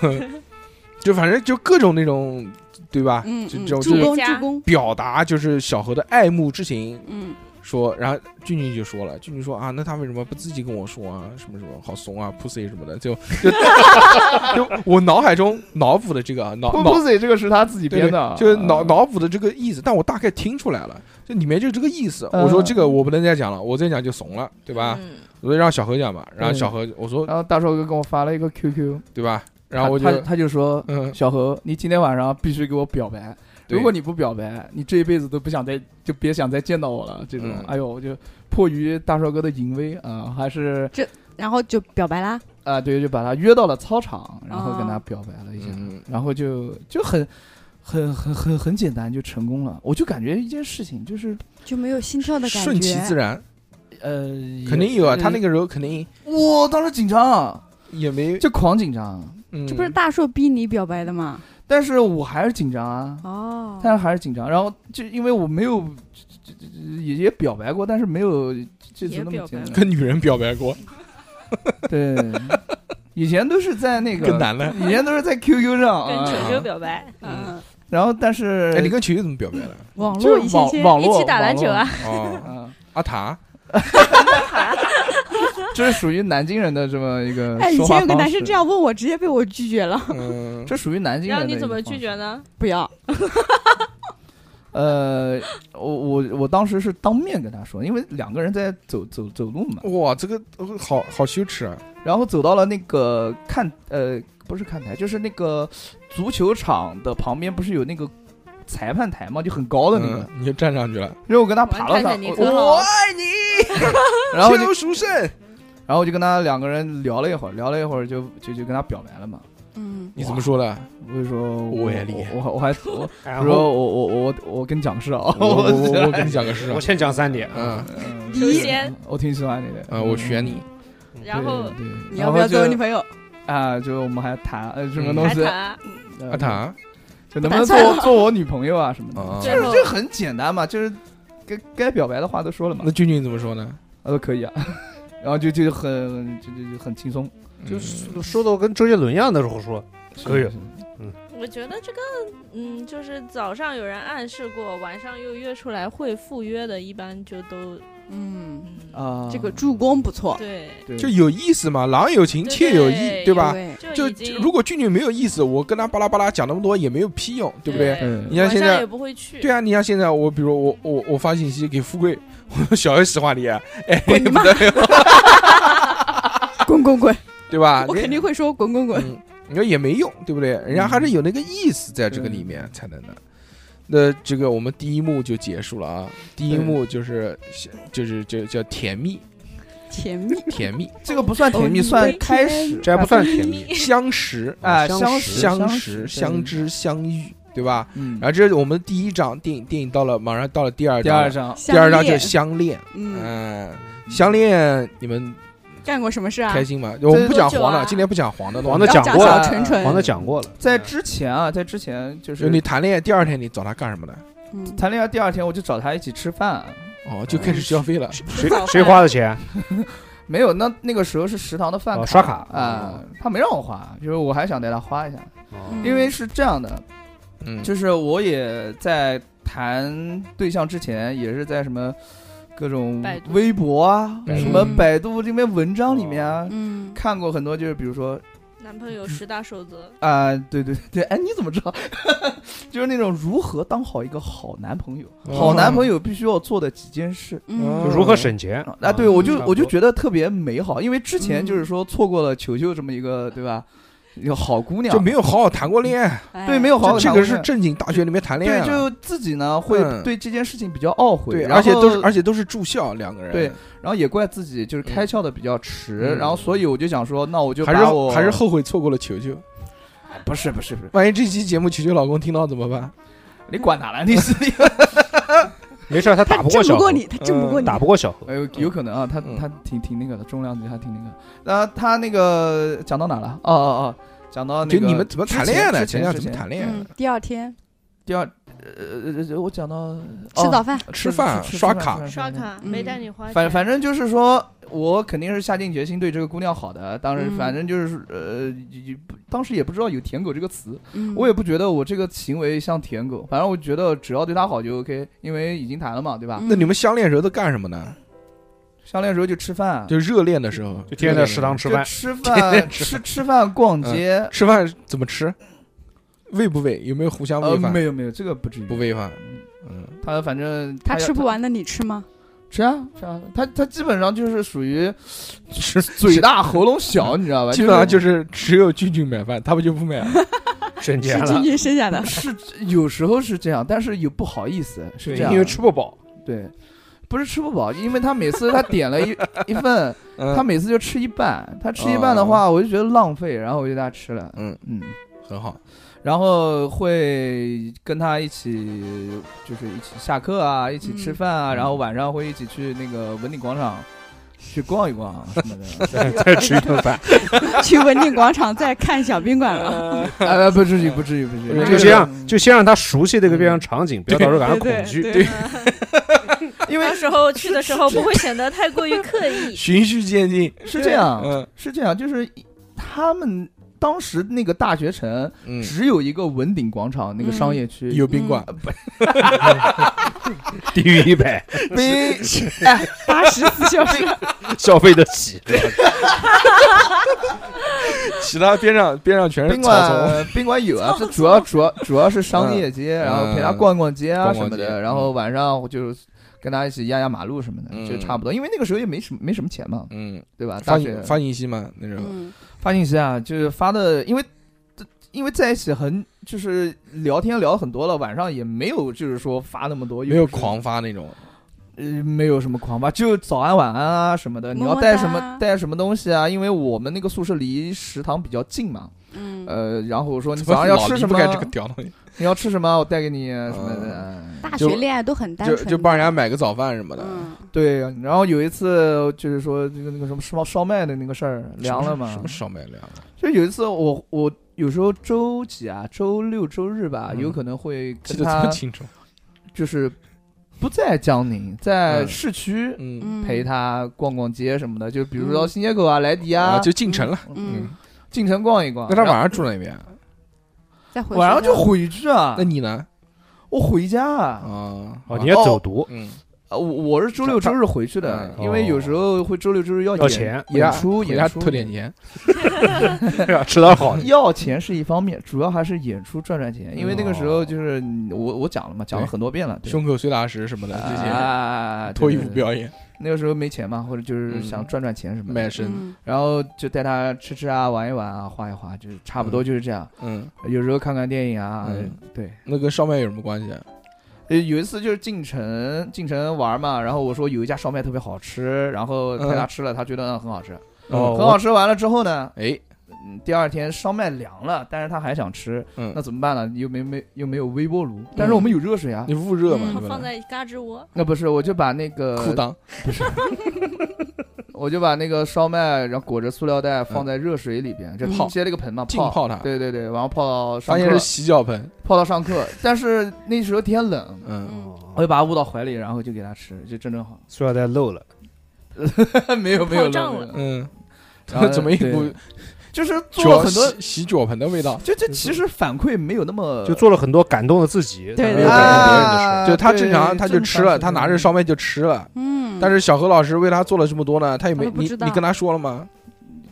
[SPEAKER 2] 就反正就各种那种，对吧？
[SPEAKER 5] 嗯，
[SPEAKER 2] 就
[SPEAKER 5] 嗯
[SPEAKER 2] 这种
[SPEAKER 5] 助
[SPEAKER 2] 就是
[SPEAKER 5] 攻
[SPEAKER 4] 加
[SPEAKER 5] 助攻，
[SPEAKER 2] 表达就是小何的爱慕之情，
[SPEAKER 5] 嗯
[SPEAKER 2] 说，然后俊俊就说了，俊俊说啊，那他为什么不自己跟我说啊？什么什么好怂啊，pussy 什么的，就就 就我脑海中脑补的这个啊，脑
[SPEAKER 3] 不
[SPEAKER 2] 脑
[SPEAKER 3] pussy 这个是他自己
[SPEAKER 2] 对
[SPEAKER 3] 编的，嗯
[SPEAKER 2] 就是脑脑补的这个意思，但我大概听出来了，就里面就这个意思。我说
[SPEAKER 3] 嗯
[SPEAKER 2] 这个我不能再讲了，我再讲就怂了，对吧？
[SPEAKER 4] 嗯，
[SPEAKER 2] 我说让小何讲吧，然后
[SPEAKER 3] 对
[SPEAKER 2] 小何我说
[SPEAKER 3] 然后大硕哥给我发了一个 QQ，
[SPEAKER 2] 对吧？然后我就
[SPEAKER 3] 他他他就说，
[SPEAKER 2] 嗯，
[SPEAKER 3] 小何，你今天晚上必须给我表白。
[SPEAKER 2] 对
[SPEAKER 3] 如果你不表白，你这一辈子都不想再就别想再见到我了。这种，
[SPEAKER 2] 嗯
[SPEAKER 3] 哎呦，我就迫于大帅哥的淫威啊、还是
[SPEAKER 5] 然后就表白啦，
[SPEAKER 3] 啊、对，就把他约到了操场，然后跟他
[SPEAKER 5] 哦
[SPEAKER 3] 表白了一下，
[SPEAKER 2] 嗯
[SPEAKER 3] 然后就就很很很很很简单就成功了。我就感觉一件事情就是，
[SPEAKER 5] 就没有心跳的感觉，
[SPEAKER 2] 顺其自然，
[SPEAKER 3] 呃，
[SPEAKER 2] 肯定有啊。
[SPEAKER 3] 也
[SPEAKER 2] 他那个时候肯定
[SPEAKER 3] 我当时紧张，
[SPEAKER 2] 也没
[SPEAKER 3] 就狂紧张，
[SPEAKER 2] 嗯
[SPEAKER 5] 这不是大硕逼你表白的吗？
[SPEAKER 3] 但是我还是紧张
[SPEAKER 2] 嗯
[SPEAKER 3] 啊，
[SPEAKER 5] 哦，
[SPEAKER 3] 但是还是紧张。然后就因为我没有这这这也也表白过，但是没有这次那么简
[SPEAKER 4] 也
[SPEAKER 3] 单。
[SPEAKER 2] 跟女人表白过，
[SPEAKER 3] 对，以前都是在那
[SPEAKER 2] 跟
[SPEAKER 3] 个，
[SPEAKER 2] 男的。
[SPEAKER 3] 以前都是在 QQ 上
[SPEAKER 4] 跟
[SPEAKER 3] 啊。
[SPEAKER 4] 球球表白，
[SPEAKER 5] 嗯，
[SPEAKER 3] 然后但是
[SPEAKER 2] 哎，你跟球球怎么表白的？
[SPEAKER 5] 网
[SPEAKER 3] 就
[SPEAKER 5] 络一
[SPEAKER 3] 是
[SPEAKER 5] 些
[SPEAKER 3] 网
[SPEAKER 5] 些，
[SPEAKER 3] 网
[SPEAKER 4] 一
[SPEAKER 3] 络
[SPEAKER 4] 起打篮球 啊，
[SPEAKER 2] 哦，
[SPEAKER 3] 网络啊，
[SPEAKER 2] 阿塔，
[SPEAKER 3] 这是属于南京人的这么一个
[SPEAKER 5] 哎，以
[SPEAKER 3] 说
[SPEAKER 5] 前
[SPEAKER 3] 话
[SPEAKER 5] 有个
[SPEAKER 3] 方
[SPEAKER 5] 男生
[SPEAKER 3] 式
[SPEAKER 5] 这，样问我，直接被我拒绝了。
[SPEAKER 2] 嗯，
[SPEAKER 3] 这属于南京人
[SPEAKER 4] 然
[SPEAKER 3] 的
[SPEAKER 4] 后
[SPEAKER 3] 一个方式。
[SPEAKER 4] 你怎么拒绝呢？
[SPEAKER 5] 不要，
[SPEAKER 3] 呃，我我我当时是当面跟他说，因为两个人在走走走路嘛，
[SPEAKER 2] 哇，这个呃好好羞耻啊！
[SPEAKER 3] 然后走到了那个看呃不是看台，就是那个足球场的旁边，不是有那个裁判台嘛，就很高的那个，
[SPEAKER 2] 嗯，你就站上去了，
[SPEAKER 3] 然后我跟他爬了
[SPEAKER 4] 玩泰
[SPEAKER 3] 上
[SPEAKER 4] 坦尼，克
[SPEAKER 3] 我
[SPEAKER 4] 号
[SPEAKER 2] 爱你，
[SPEAKER 3] 然后就
[SPEAKER 2] 求赎胜。
[SPEAKER 3] 然后我就跟他两个人聊了一会儿，聊了一会儿就就就跟他表白了嘛，
[SPEAKER 5] 嗯，
[SPEAKER 2] 你怎么说的？
[SPEAKER 3] 我就说
[SPEAKER 2] 我
[SPEAKER 3] 我
[SPEAKER 2] 也厉害
[SPEAKER 3] 我我我还我
[SPEAKER 6] 嗯然
[SPEAKER 3] 我
[SPEAKER 6] 后
[SPEAKER 3] 说我我我我跟你讲个事啊，
[SPEAKER 2] 我我我我跟你讲个事啊
[SPEAKER 6] 我，先讲三点，
[SPEAKER 2] 嗯
[SPEAKER 3] 嗯
[SPEAKER 4] 首先，
[SPEAKER 3] 我挺喜欢你的，
[SPEAKER 2] 呃，我选你，
[SPEAKER 4] 然
[SPEAKER 3] 对
[SPEAKER 4] 后
[SPEAKER 3] 对
[SPEAKER 5] 你
[SPEAKER 3] 然
[SPEAKER 5] 要
[SPEAKER 3] 后
[SPEAKER 5] 不要
[SPEAKER 3] 就
[SPEAKER 5] 做我女朋友？
[SPEAKER 3] 啊，就是我们还谈呃什么
[SPEAKER 2] 嗯
[SPEAKER 3] 东
[SPEAKER 4] 还
[SPEAKER 3] 西，
[SPEAKER 4] 谈，
[SPEAKER 3] 呃
[SPEAKER 2] 阿，塔，
[SPEAKER 3] 就能不能做我做我女朋友啊什么的，
[SPEAKER 2] 啊
[SPEAKER 3] 就
[SPEAKER 4] 最
[SPEAKER 3] 是
[SPEAKER 4] 后
[SPEAKER 3] 这很简单嘛，就是该该表白的话都说了嘛
[SPEAKER 6] 嗯
[SPEAKER 2] 那，俊俊怎么说呢？
[SPEAKER 3] 他说可以啊， 然后就就很就就就很
[SPEAKER 2] 嗯
[SPEAKER 3] 轻松，
[SPEAKER 6] 就是说到跟周杰伦一样的时候说，可以啊
[SPEAKER 3] 是是
[SPEAKER 4] 我觉得这个，嗯，就是早上有人暗示过，晚上又约出来会赴约的，一般就都，嗯，
[SPEAKER 5] 嗯，
[SPEAKER 3] 啊，
[SPEAKER 5] 这个助攻不错，
[SPEAKER 4] 对，
[SPEAKER 3] 对
[SPEAKER 2] 嗯就有意思嘛，郎有情
[SPEAKER 4] 对
[SPEAKER 2] 妾有意，
[SPEAKER 4] 对
[SPEAKER 2] 对吧？
[SPEAKER 5] 对，
[SPEAKER 2] 就
[SPEAKER 4] 已经
[SPEAKER 2] 如果俊俊没有意思，我跟他巴拉巴拉讲那么多也没有屁用，对不对？你
[SPEAKER 3] 对
[SPEAKER 2] 像
[SPEAKER 4] 晚
[SPEAKER 2] 现
[SPEAKER 4] 上也
[SPEAKER 2] 在，
[SPEAKER 4] 不会去，
[SPEAKER 2] 对啊，你像现在我，比如我我我发信息给富贵，我说小 S 喜欢你，哎，
[SPEAKER 5] 滚你妈
[SPEAKER 2] 不得了
[SPEAKER 5] 滚滚滚！
[SPEAKER 2] 对吧？
[SPEAKER 5] 我肯定会说滚滚 滚。
[SPEAKER 2] 啊嗯，你说也没用，对不对？人家还是有那个意思在这个里面才能的。那这个我们第一幕就结束了啊，第一幕就是就是就叫甜蜜
[SPEAKER 5] 甜蜜，
[SPEAKER 2] 甜蜜
[SPEAKER 3] 这个不算甜蜜，
[SPEAKER 5] 哦
[SPEAKER 3] 算开始，
[SPEAKER 6] 这还不算甜蜜，
[SPEAKER 2] 相识
[SPEAKER 3] 啊，相
[SPEAKER 6] 相识
[SPEAKER 2] 相
[SPEAKER 3] 识
[SPEAKER 2] 识相，知相遇，对吧？
[SPEAKER 3] 对嗯
[SPEAKER 2] 然，后这是我们第一章电影电影到了，马上到了第二
[SPEAKER 3] 第
[SPEAKER 2] 章
[SPEAKER 3] 二
[SPEAKER 2] 了，
[SPEAKER 3] 章
[SPEAKER 2] 第二章就
[SPEAKER 5] 相
[SPEAKER 2] 是
[SPEAKER 5] 恋
[SPEAKER 2] 相恋，
[SPEAKER 5] 嗯，
[SPEAKER 2] 嗯，相恋你们
[SPEAKER 5] 干过什么事啊
[SPEAKER 2] 开？心吗？我们不讲
[SPEAKER 4] 多久
[SPEAKER 2] 黄的，
[SPEAKER 4] 啊
[SPEAKER 2] 今天不讲黄的东西，
[SPEAKER 6] 黄的
[SPEAKER 5] 要
[SPEAKER 6] 讲
[SPEAKER 5] 讲
[SPEAKER 6] 过
[SPEAKER 5] 小
[SPEAKER 6] 了
[SPEAKER 5] 纯纯，
[SPEAKER 6] 黄的讲过了，
[SPEAKER 3] 在之前啊，在之前就
[SPEAKER 2] 就是你谈恋爱第二天你找他干什么呢？
[SPEAKER 5] 嗯
[SPEAKER 3] 谈恋爱第二天，我就找他一起吃饭，啊
[SPEAKER 2] 哦，就开始消费了，
[SPEAKER 6] 谁谁花的钱？
[SPEAKER 3] 没有，那那个时候是食堂的饭
[SPEAKER 6] 哦刷卡
[SPEAKER 3] 啊，他没让我花，就是我还想带他花一下，
[SPEAKER 6] 哦
[SPEAKER 3] 因为是这样的，
[SPEAKER 2] 嗯，
[SPEAKER 3] 就是我也在谈对象之前，也是在什么各种
[SPEAKER 4] 百度
[SPEAKER 3] 微博啊、
[SPEAKER 2] 百度
[SPEAKER 3] 什么百度这边文章里面啊，
[SPEAKER 4] 哦
[SPEAKER 5] 嗯，
[SPEAKER 3] 看过很多，就是比如说
[SPEAKER 4] 男朋
[SPEAKER 2] 嗯
[SPEAKER 4] 友十大守则，
[SPEAKER 3] 啊、对对对，哎，你怎么知道？ 就是那种如何当好一个好男朋友，
[SPEAKER 2] 哦
[SPEAKER 3] 好男朋友必须要做的几件事。
[SPEAKER 2] 嗯
[SPEAKER 6] 就如何省钱
[SPEAKER 3] 啊，对，我就
[SPEAKER 6] 差不多
[SPEAKER 3] 我就觉得特别美好，因为之前
[SPEAKER 5] 嗯
[SPEAKER 3] 就是说错过了球球这么一个，对吧？一个好姑娘，
[SPEAKER 2] 嗯就没有好好谈过恋爱。
[SPEAKER 5] 哎
[SPEAKER 3] 对没有嗯好好
[SPEAKER 2] 这这
[SPEAKER 3] 谈
[SPEAKER 2] 个
[SPEAKER 3] 过
[SPEAKER 2] 是
[SPEAKER 3] 恋爱
[SPEAKER 2] 正经大学里面谈恋爱
[SPEAKER 3] 对，
[SPEAKER 2] 了，
[SPEAKER 3] 就自己呢会
[SPEAKER 2] 嗯
[SPEAKER 3] 对这件事情比较懊悔，
[SPEAKER 2] 对，
[SPEAKER 3] 然后
[SPEAKER 2] 而且都是而且都是住校两个人，
[SPEAKER 3] 对，然后也怪自己就是开窍的比较迟，
[SPEAKER 2] 嗯
[SPEAKER 3] 然后所以我就想说，那我就
[SPEAKER 2] 还是
[SPEAKER 3] 把我
[SPEAKER 2] 还是后悔错过了球 球。
[SPEAKER 3] 不是不是不是，
[SPEAKER 2] 万一这期节目球球老公听到怎么办？
[SPEAKER 3] 你 管他了，你是
[SPEAKER 6] 没事儿，他
[SPEAKER 5] 他
[SPEAKER 6] 打不
[SPEAKER 5] 挣
[SPEAKER 6] 过小
[SPEAKER 5] 不过
[SPEAKER 6] 何，
[SPEAKER 5] 你，他挣不过你，嗯
[SPEAKER 6] 打不过小何，
[SPEAKER 3] 哎呦有可能啊，他
[SPEAKER 2] 嗯
[SPEAKER 3] 他挺挺那个的，重量级还挺那个，然后他那个讲到哪了？哦哦哦，讲到那
[SPEAKER 2] 就
[SPEAKER 3] 个
[SPEAKER 2] 你们怎么谈恋爱的？
[SPEAKER 3] 之
[SPEAKER 2] 前
[SPEAKER 3] 前
[SPEAKER 2] 两
[SPEAKER 3] 之
[SPEAKER 2] 怎么
[SPEAKER 3] 前
[SPEAKER 2] 谈恋爱
[SPEAKER 5] 嗯
[SPEAKER 2] 的？，
[SPEAKER 5] 第二天
[SPEAKER 3] 第二呃呃呃我讲到
[SPEAKER 5] 吃
[SPEAKER 3] 哦
[SPEAKER 5] 早饭，
[SPEAKER 2] 吃饭
[SPEAKER 3] 吃吃
[SPEAKER 2] 刷
[SPEAKER 3] 吃
[SPEAKER 2] 卡
[SPEAKER 3] 吃
[SPEAKER 4] 刷卡
[SPEAKER 5] 嗯
[SPEAKER 4] 没带你花钱，
[SPEAKER 3] 反反正就是说，我肯定是下定决心对这个姑娘好的。当时
[SPEAKER 5] 嗯
[SPEAKER 3] 反正就是、呃也不，当时也不知道有舔狗这个词，
[SPEAKER 5] 嗯
[SPEAKER 3] 我也不觉得我这个行为像舔狗。反正我觉得只要对她好就 OK，因为已经谈了嘛，对吧？
[SPEAKER 5] 嗯
[SPEAKER 2] 那你们相恋时候都干什么呢？
[SPEAKER 3] 相恋时候就吃饭，
[SPEAKER 2] 就热恋的时候，
[SPEAKER 6] 就天天在食堂吃
[SPEAKER 3] 就
[SPEAKER 6] 饭，
[SPEAKER 3] 吃饭，吃 吃饭，逛街。
[SPEAKER 2] 吃饭怎么吃？喂不喂？有没有互相
[SPEAKER 3] 呃，
[SPEAKER 2] 嗯喂饭？
[SPEAKER 3] 没有没有，这个不至于。
[SPEAKER 2] 不喂饭
[SPEAKER 3] 嗯，
[SPEAKER 2] 嗯，
[SPEAKER 3] 他反正
[SPEAKER 5] 他
[SPEAKER 3] 要
[SPEAKER 5] 吃不，完的你吃吗？
[SPEAKER 3] 吃啊吃啊，他他基本上就是属于
[SPEAKER 2] 吃
[SPEAKER 3] 嘴大喉咙小，你知道吧？
[SPEAKER 2] 基本上
[SPEAKER 3] 是。
[SPEAKER 2] 就是只有俊俊买饭，他们就不买了。
[SPEAKER 6] 省
[SPEAKER 5] 是
[SPEAKER 6] 钱
[SPEAKER 5] 君
[SPEAKER 6] 了，
[SPEAKER 5] 君生下的，
[SPEAKER 3] 是有时候是这样，但是有不好意思，是这样，
[SPEAKER 6] 因为吃不饱，
[SPEAKER 3] 对，不是吃不饱，因为他每次他点了一 一份，
[SPEAKER 2] 嗯
[SPEAKER 3] 他每次就吃一半，他吃一半的话，我就觉得浪费，然后我就给他吃了，
[SPEAKER 2] 嗯，
[SPEAKER 3] 嗯，
[SPEAKER 2] 很好，
[SPEAKER 3] 然后会跟他一起就是一起下课啊，一起吃饭啊，
[SPEAKER 2] 嗯
[SPEAKER 3] 然后晚上会一起去那个文鼎广场。去逛一逛啊什么的。
[SPEAKER 6] 再再吃一顿 饭，
[SPEAKER 5] 去文定广场再看小宾馆了。
[SPEAKER 3] 哎，不至于，不至于，不至于。嗯
[SPEAKER 6] 就先让就先让他熟悉这个变成场景，不要到时候感到
[SPEAKER 5] 对
[SPEAKER 6] 恐惧。
[SPEAKER 5] 对，
[SPEAKER 3] 因为
[SPEAKER 4] 到时候去的时候不会显得太过于 刻意。
[SPEAKER 2] 循序渐进，
[SPEAKER 3] 是这样，
[SPEAKER 2] 嗯
[SPEAKER 3] 是这样，就是他们当时那个大学城
[SPEAKER 2] 嗯，
[SPEAKER 3] 只有一个文鼎广场那个商业区，
[SPEAKER 2] 有宾馆，
[SPEAKER 6] 低于一百，
[SPEAKER 3] 宾 哎
[SPEAKER 5] 八十四小时，
[SPEAKER 6] 消费得起。
[SPEAKER 2] 其他边 上边上全是
[SPEAKER 3] 宾
[SPEAKER 2] 草丛，
[SPEAKER 3] 馆宾馆有啊，这主要主要主要是商业街，然后陪他逛逛街啊
[SPEAKER 2] 逛
[SPEAKER 3] 什
[SPEAKER 2] 逛
[SPEAKER 3] 么
[SPEAKER 2] 街
[SPEAKER 3] 的，然后晚上我就跟他一起压压马路什么的，
[SPEAKER 2] 嗯
[SPEAKER 3] 就差不多。因为那个时候也没什么没什么钱嘛，
[SPEAKER 2] 嗯，
[SPEAKER 3] 对吧？大
[SPEAKER 2] 发
[SPEAKER 3] 学
[SPEAKER 2] 信发信息嘛那时候，
[SPEAKER 5] 嗯，
[SPEAKER 3] 发信息啊，就是发的，因为因为在一起很就是聊天聊很多了，晚上也没有就是说发那么多，
[SPEAKER 2] 没有狂发那种，
[SPEAKER 3] 呃，没有什么狂吧，就早安晚安啊什么的。你
[SPEAKER 5] 么
[SPEAKER 3] 要
[SPEAKER 5] 么
[SPEAKER 3] 带什
[SPEAKER 5] 哒
[SPEAKER 3] 么带什么东西啊？因为我们那个宿舍离食堂比较近嘛，
[SPEAKER 5] 嗯，
[SPEAKER 3] 呃，然后我说你
[SPEAKER 2] 怎么啊
[SPEAKER 3] 早上要
[SPEAKER 2] 老
[SPEAKER 3] 吃
[SPEAKER 2] 离
[SPEAKER 3] 什
[SPEAKER 2] 不
[SPEAKER 3] 么
[SPEAKER 2] 开？这个啊屌东西，
[SPEAKER 3] 你要吃什么？我带给你什么的。
[SPEAKER 5] 大
[SPEAKER 2] 就
[SPEAKER 5] 学恋爱都很单
[SPEAKER 2] 就
[SPEAKER 5] 纯的，
[SPEAKER 2] 就帮人家买个早饭什么的，
[SPEAKER 5] 嗯，
[SPEAKER 3] 对，然后有一次就是说这个那个什么烧烧麦的那个事儿凉了嘛
[SPEAKER 2] 什，么烧麦凉了？
[SPEAKER 3] 就有一次我我有时候周几啊，周六周日吧，
[SPEAKER 2] 嗯
[SPEAKER 3] 有可能会
[SPEAKER 2] 记
[SPEAKER 3] 跟
[SPEAKER 2] 得这
[SPEAKER 3] 他
[SPEAKER 2] 么清楚，
[SPEAKER 3] 就是不在江宁，在
[SPEAKER 2] 嗯
[SPEAKER 3] 市区
[SPEAKER 2] 嗯，
[SPEAKER 5] 嗯
[SPEAKER 3] 陪，他逛逛街什么的，就比
[SPEAKER 5] 嗯
[SPEAKER 3] 如说到新街口啊、莱迪啊，
[SPEAKER 2] 啊，就进城了。嗯啊
[SPEAKER 5] 嗯，
[SPEAKER 3] 进城逛一逛。
[SPEAKER 2] 那他
[SPEAKER 3] 然后
[SPEAKER 2] 晚上住哪边？
[SPEAKER 5] 再回
[SPEAKER 3] 晚上
[SPEAKER 5] 学校
[SPEAKER 3] 就回去啊
[SPEAKER 2] 那，你呢？
[SPEAKER 3] 我回家啊，
[SPEAKER 2] 啊，
[SPEAKER 6] 哦，你要走读，
[SPEAKER 2] 嗯，
[SPEAKER 3] 啊我我是周六周日回去的，
[SPEAKER 6] 嗯
[SPEAKER 3] 因为有时候会周六周日要
[SPEAKER 6] 要
[SPEAKER 3] 演
[SPEAKER 6] 钱
[SPEAKER 2] 回家
[SPEAKER 3] 演出，
[SPEAKER 2] 回
[SPEAKER 3] 演
[SPEAKER 2] 家
[SPEAKER 3] 出
[SPEAKER 2] 偷点。钱，
[SPEAKER 6] 吃点好的。
[SPEAKER 3] 要钱是一方面，主要还是演出赚赚钱，因为那个时候
[SPEAKER 6] 哦
[SPEAKER 3] 就是你我我讲了嘛，讲了
[SPEAKER 2] 对
[SPEAKER 3] 很多遍了，嗯对
[SPEAKER 2] 胸口碎大石什么的这些，
[SPEAKER 3] 啊，
[SPEAKER 2] 脱衣服
[SPEAKER 3] 对对对
[SPEAKER 2] 表演，
[SPEAKER 3] 那个时候没钱嘛，或者就是
[SPEAKER 2] 嗯
[SPEAKER 3] 想赚赚钱什么
[SPEAKER 2] 卖
[SPEAKER 3] 的，
[SPEAKER 2] 身，
[SPEAKER 5] 嗯
[SPEAKER 3] 然后就带他吃吃啊，玩一玩啊，画一画，就是差不多就是这样。
[SPEAKER 2] 嗯，
[SPEAKER 3] 有时候看看电影啊
[SPEAKER 2] 嗯，
[SPEAKER 3] 对，
[SPEAKER 2] 那跟烧麦有什么关系？啊
[SPEAKER 3] 呃，有一次就是进城进城玩嘛，然后我说有一家烧麦特别好吃，然后
[SPEAKER 2] 嗯
[SPEAKER 3] 带他吃了，他觉得很好吃，
[SPEAKER 6] 哦
[SPEAKER 3] 很好吃。完了之后呢，
[SPEAKER 2] 哎，
[SPEAKER 3] 嗯第二天烧麦凉了，但是他还想吃，
[SPEAKER 2] 嗯
[SPEAKER 3] 那怎么办呢？又没没又没有微波炉，但是我们有热水啊
[SPEAKER 2] 你。捂热嘛，
[SPEAKER 5] 嗯
[SPEAKER 2] 你
[SPEAKER 4] 然后
[SPEAKER 2] 们
[SPEAKER 4] 放在嘎吱窝，
[SPEAKER 3] 那不是，我就把那个
[SPEAKER 2] 裤，裆，
[SPEAKER 3] 我就把那个烧麦，然后裹着塑料袋放在热水里边，就
[SPEAKER 2] 嗯
[SPEAKER 3] 嗯
[SPEAKER 2] 泡
[SPEAKER 3] 接了个盆嘛，
[SPEAKER 2] 浸
[SPEAKER 3] 泡。
[SPEAKER 2] 泡它，
[SPEAKER 3] 对对对，然后泡到上
[SPEAKER 2] 发现是
[SPEAKER 3] 课，
[SPEAKER 2] 洗脚盆，
[SPEAKER 3] 泡到上课。但是那时候天冷，
[SPEAKER 2] 嗯，
[SPEAKER 5] 嗯
[SPEAKER 6] 哦
[SPEAKER 3] 我就把它捂到怀里，然后就给他吃，就正 正好。
[SPEAKER 6] 塑料袋漏了，
[SPEAKER 3] 没有没有
[SPEAKER 4] 泡胀
[SPEAKER 3] 没有
[SPEAKER 4] 了
[SPEAKER 2] 嗯，呃
[SPEAKER 3] 然后
[SPEAKER 2] 怎么一
[SPEAKER 3] 对
[SPEAKER 2] 股
[SPEAKER 3] 就是做
[SPEAKER 2] 脚
[SPEAKER 3] 了很多，
[SPEAKER 2] 洗洗脚盆的味道？
[SPEAKER 3] 就这其实反馈没有那么
[SPEAKER 6] 就做了很多感动了自己，
[SPEAKER 5] 对
[SPEAKER 6] 但没
[SPEAKER 5] 对
[SPEAKER 6] 有感动别人的事儿。
[SPEAKER 3] 啊
[SPEAKER 2] 就他
[SPEAKER 3] 对
[SPEAKER 2] 呃正常，他就吃了，他拿着烧，麦就吃了。
[SPEAKER 5] 嗯，
[SPEAKER 2] 但是小何老师为他做了这么多呢，他也没
[SPEAKER 5] 他都不
[SPEAKER 2] 你
[SPEAKER 5] 知道
[SPEAKER 2] 你跟他说了吗？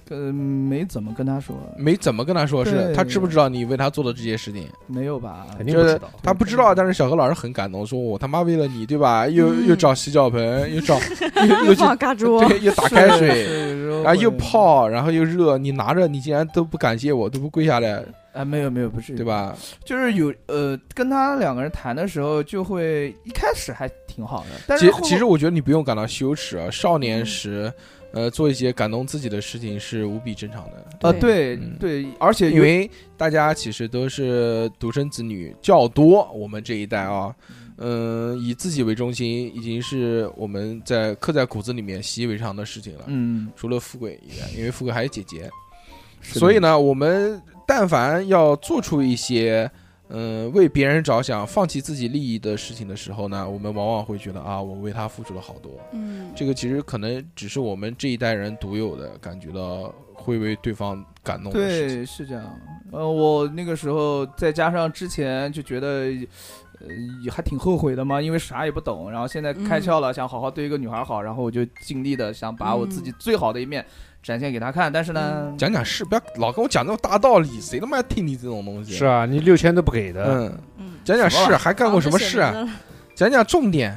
[SPEAKER 3] 呃，没怎么跟他说，
[SPEAKER 2] 没怎么跟他说，是
[SPEAKER 3] 对
[SPEAKER 2] 他知不知道你为他做的这些事情？
[SPEAKER 3] 没有吧？
[SPEAKER 6] 肯定
[SPEAKER 2] 就
[SPEAKER 6] 不
[SPEAKER 2] 是
[SPEAKER 6] 知道，
[SPEAKER 2] 他不知道，但是小何老师很感动，说我他妈为了你，对吧？又又找洗脚盆，又找又又去
[SPEAKER 5] 放嘎吱窝，
[SPEAKER 2] 对，又打开水，
[SPEAKER 3] 水
[SPEAKER 2] 然后又，泡，然后又热，你拿着你竟然都不感谢我，都不跪下来，
[SPEAKER 3] 啊，没有没有，不至于，
[SPEAKER 2] 对？吧？
[SPEAKER 3] 就是有呃，跟他两个人谈的时候，就会一开始还挺好的，但
[SPEAKER 2] 其
[SPEAKER 3] 是后嗯
[SPEAKER 2] 其实我觉得你不用感到羞耻啊，少年时，呃，做一些感动自己的事情是无比正常的。
[SPEAKER 3] 啊，对
[SPEAKER 2] 嗯
[SPEAKER 3] 对，而且
[SPEAKER 2] 因
[SPEAKER 3] 有
[SPEAKER 2] 为大家其实都是独生子女较多，我们这一代啊，嗯，以自己为中心，已经是我们在刻在骨子里面习以为常的事情了。
[SPEAKER 3] 嗯，
[SPEAKER 2] 除了富贵以外，因为富贵还有姐姐，
[SPEAKER 3] 是的
[SPEAKER 2] 所以，呢，我们但凡要做出一些嗯、呃为别人着想、放弃自己利益的事情的时候呢，我们往往会觉得啊，我为他付出了好多。
[SPEAKER 5] 嗯，
[SPEAKER 2] 这个其实可能只是我们这一代人独有的，感觉到会为对方感动的事情。
[SPEAKER 3] 对，是这样。呃，我那个时候再加上之前就觉得。呃，也还挺后悔的嘛，因为啥也不懂。然后现在开窍了，想好好对一个女孩好，然后我就尽力的想把我自己最好的一面展现给她看。但是呢，
[SPEAKER 2] 讲讲是，不要老跟我讲那种大道理，谁他妈听你这种东西？
[SPEAKER 6] 是，啊，你六千都不给的，
[SPEAKER 2] 嗯，
[SPEAKER 4] 嗯，
[SPEAKER 2] 讲讲
[SPEAKER 3] 什么
[SPEAKER 2] 是，还干过什么事
[SPEAKER 4] 房
[SPEAKER 2] 啊？
[SPEAKER 4] 子写名字了？
[SPEAKER 2] 讲讲重点，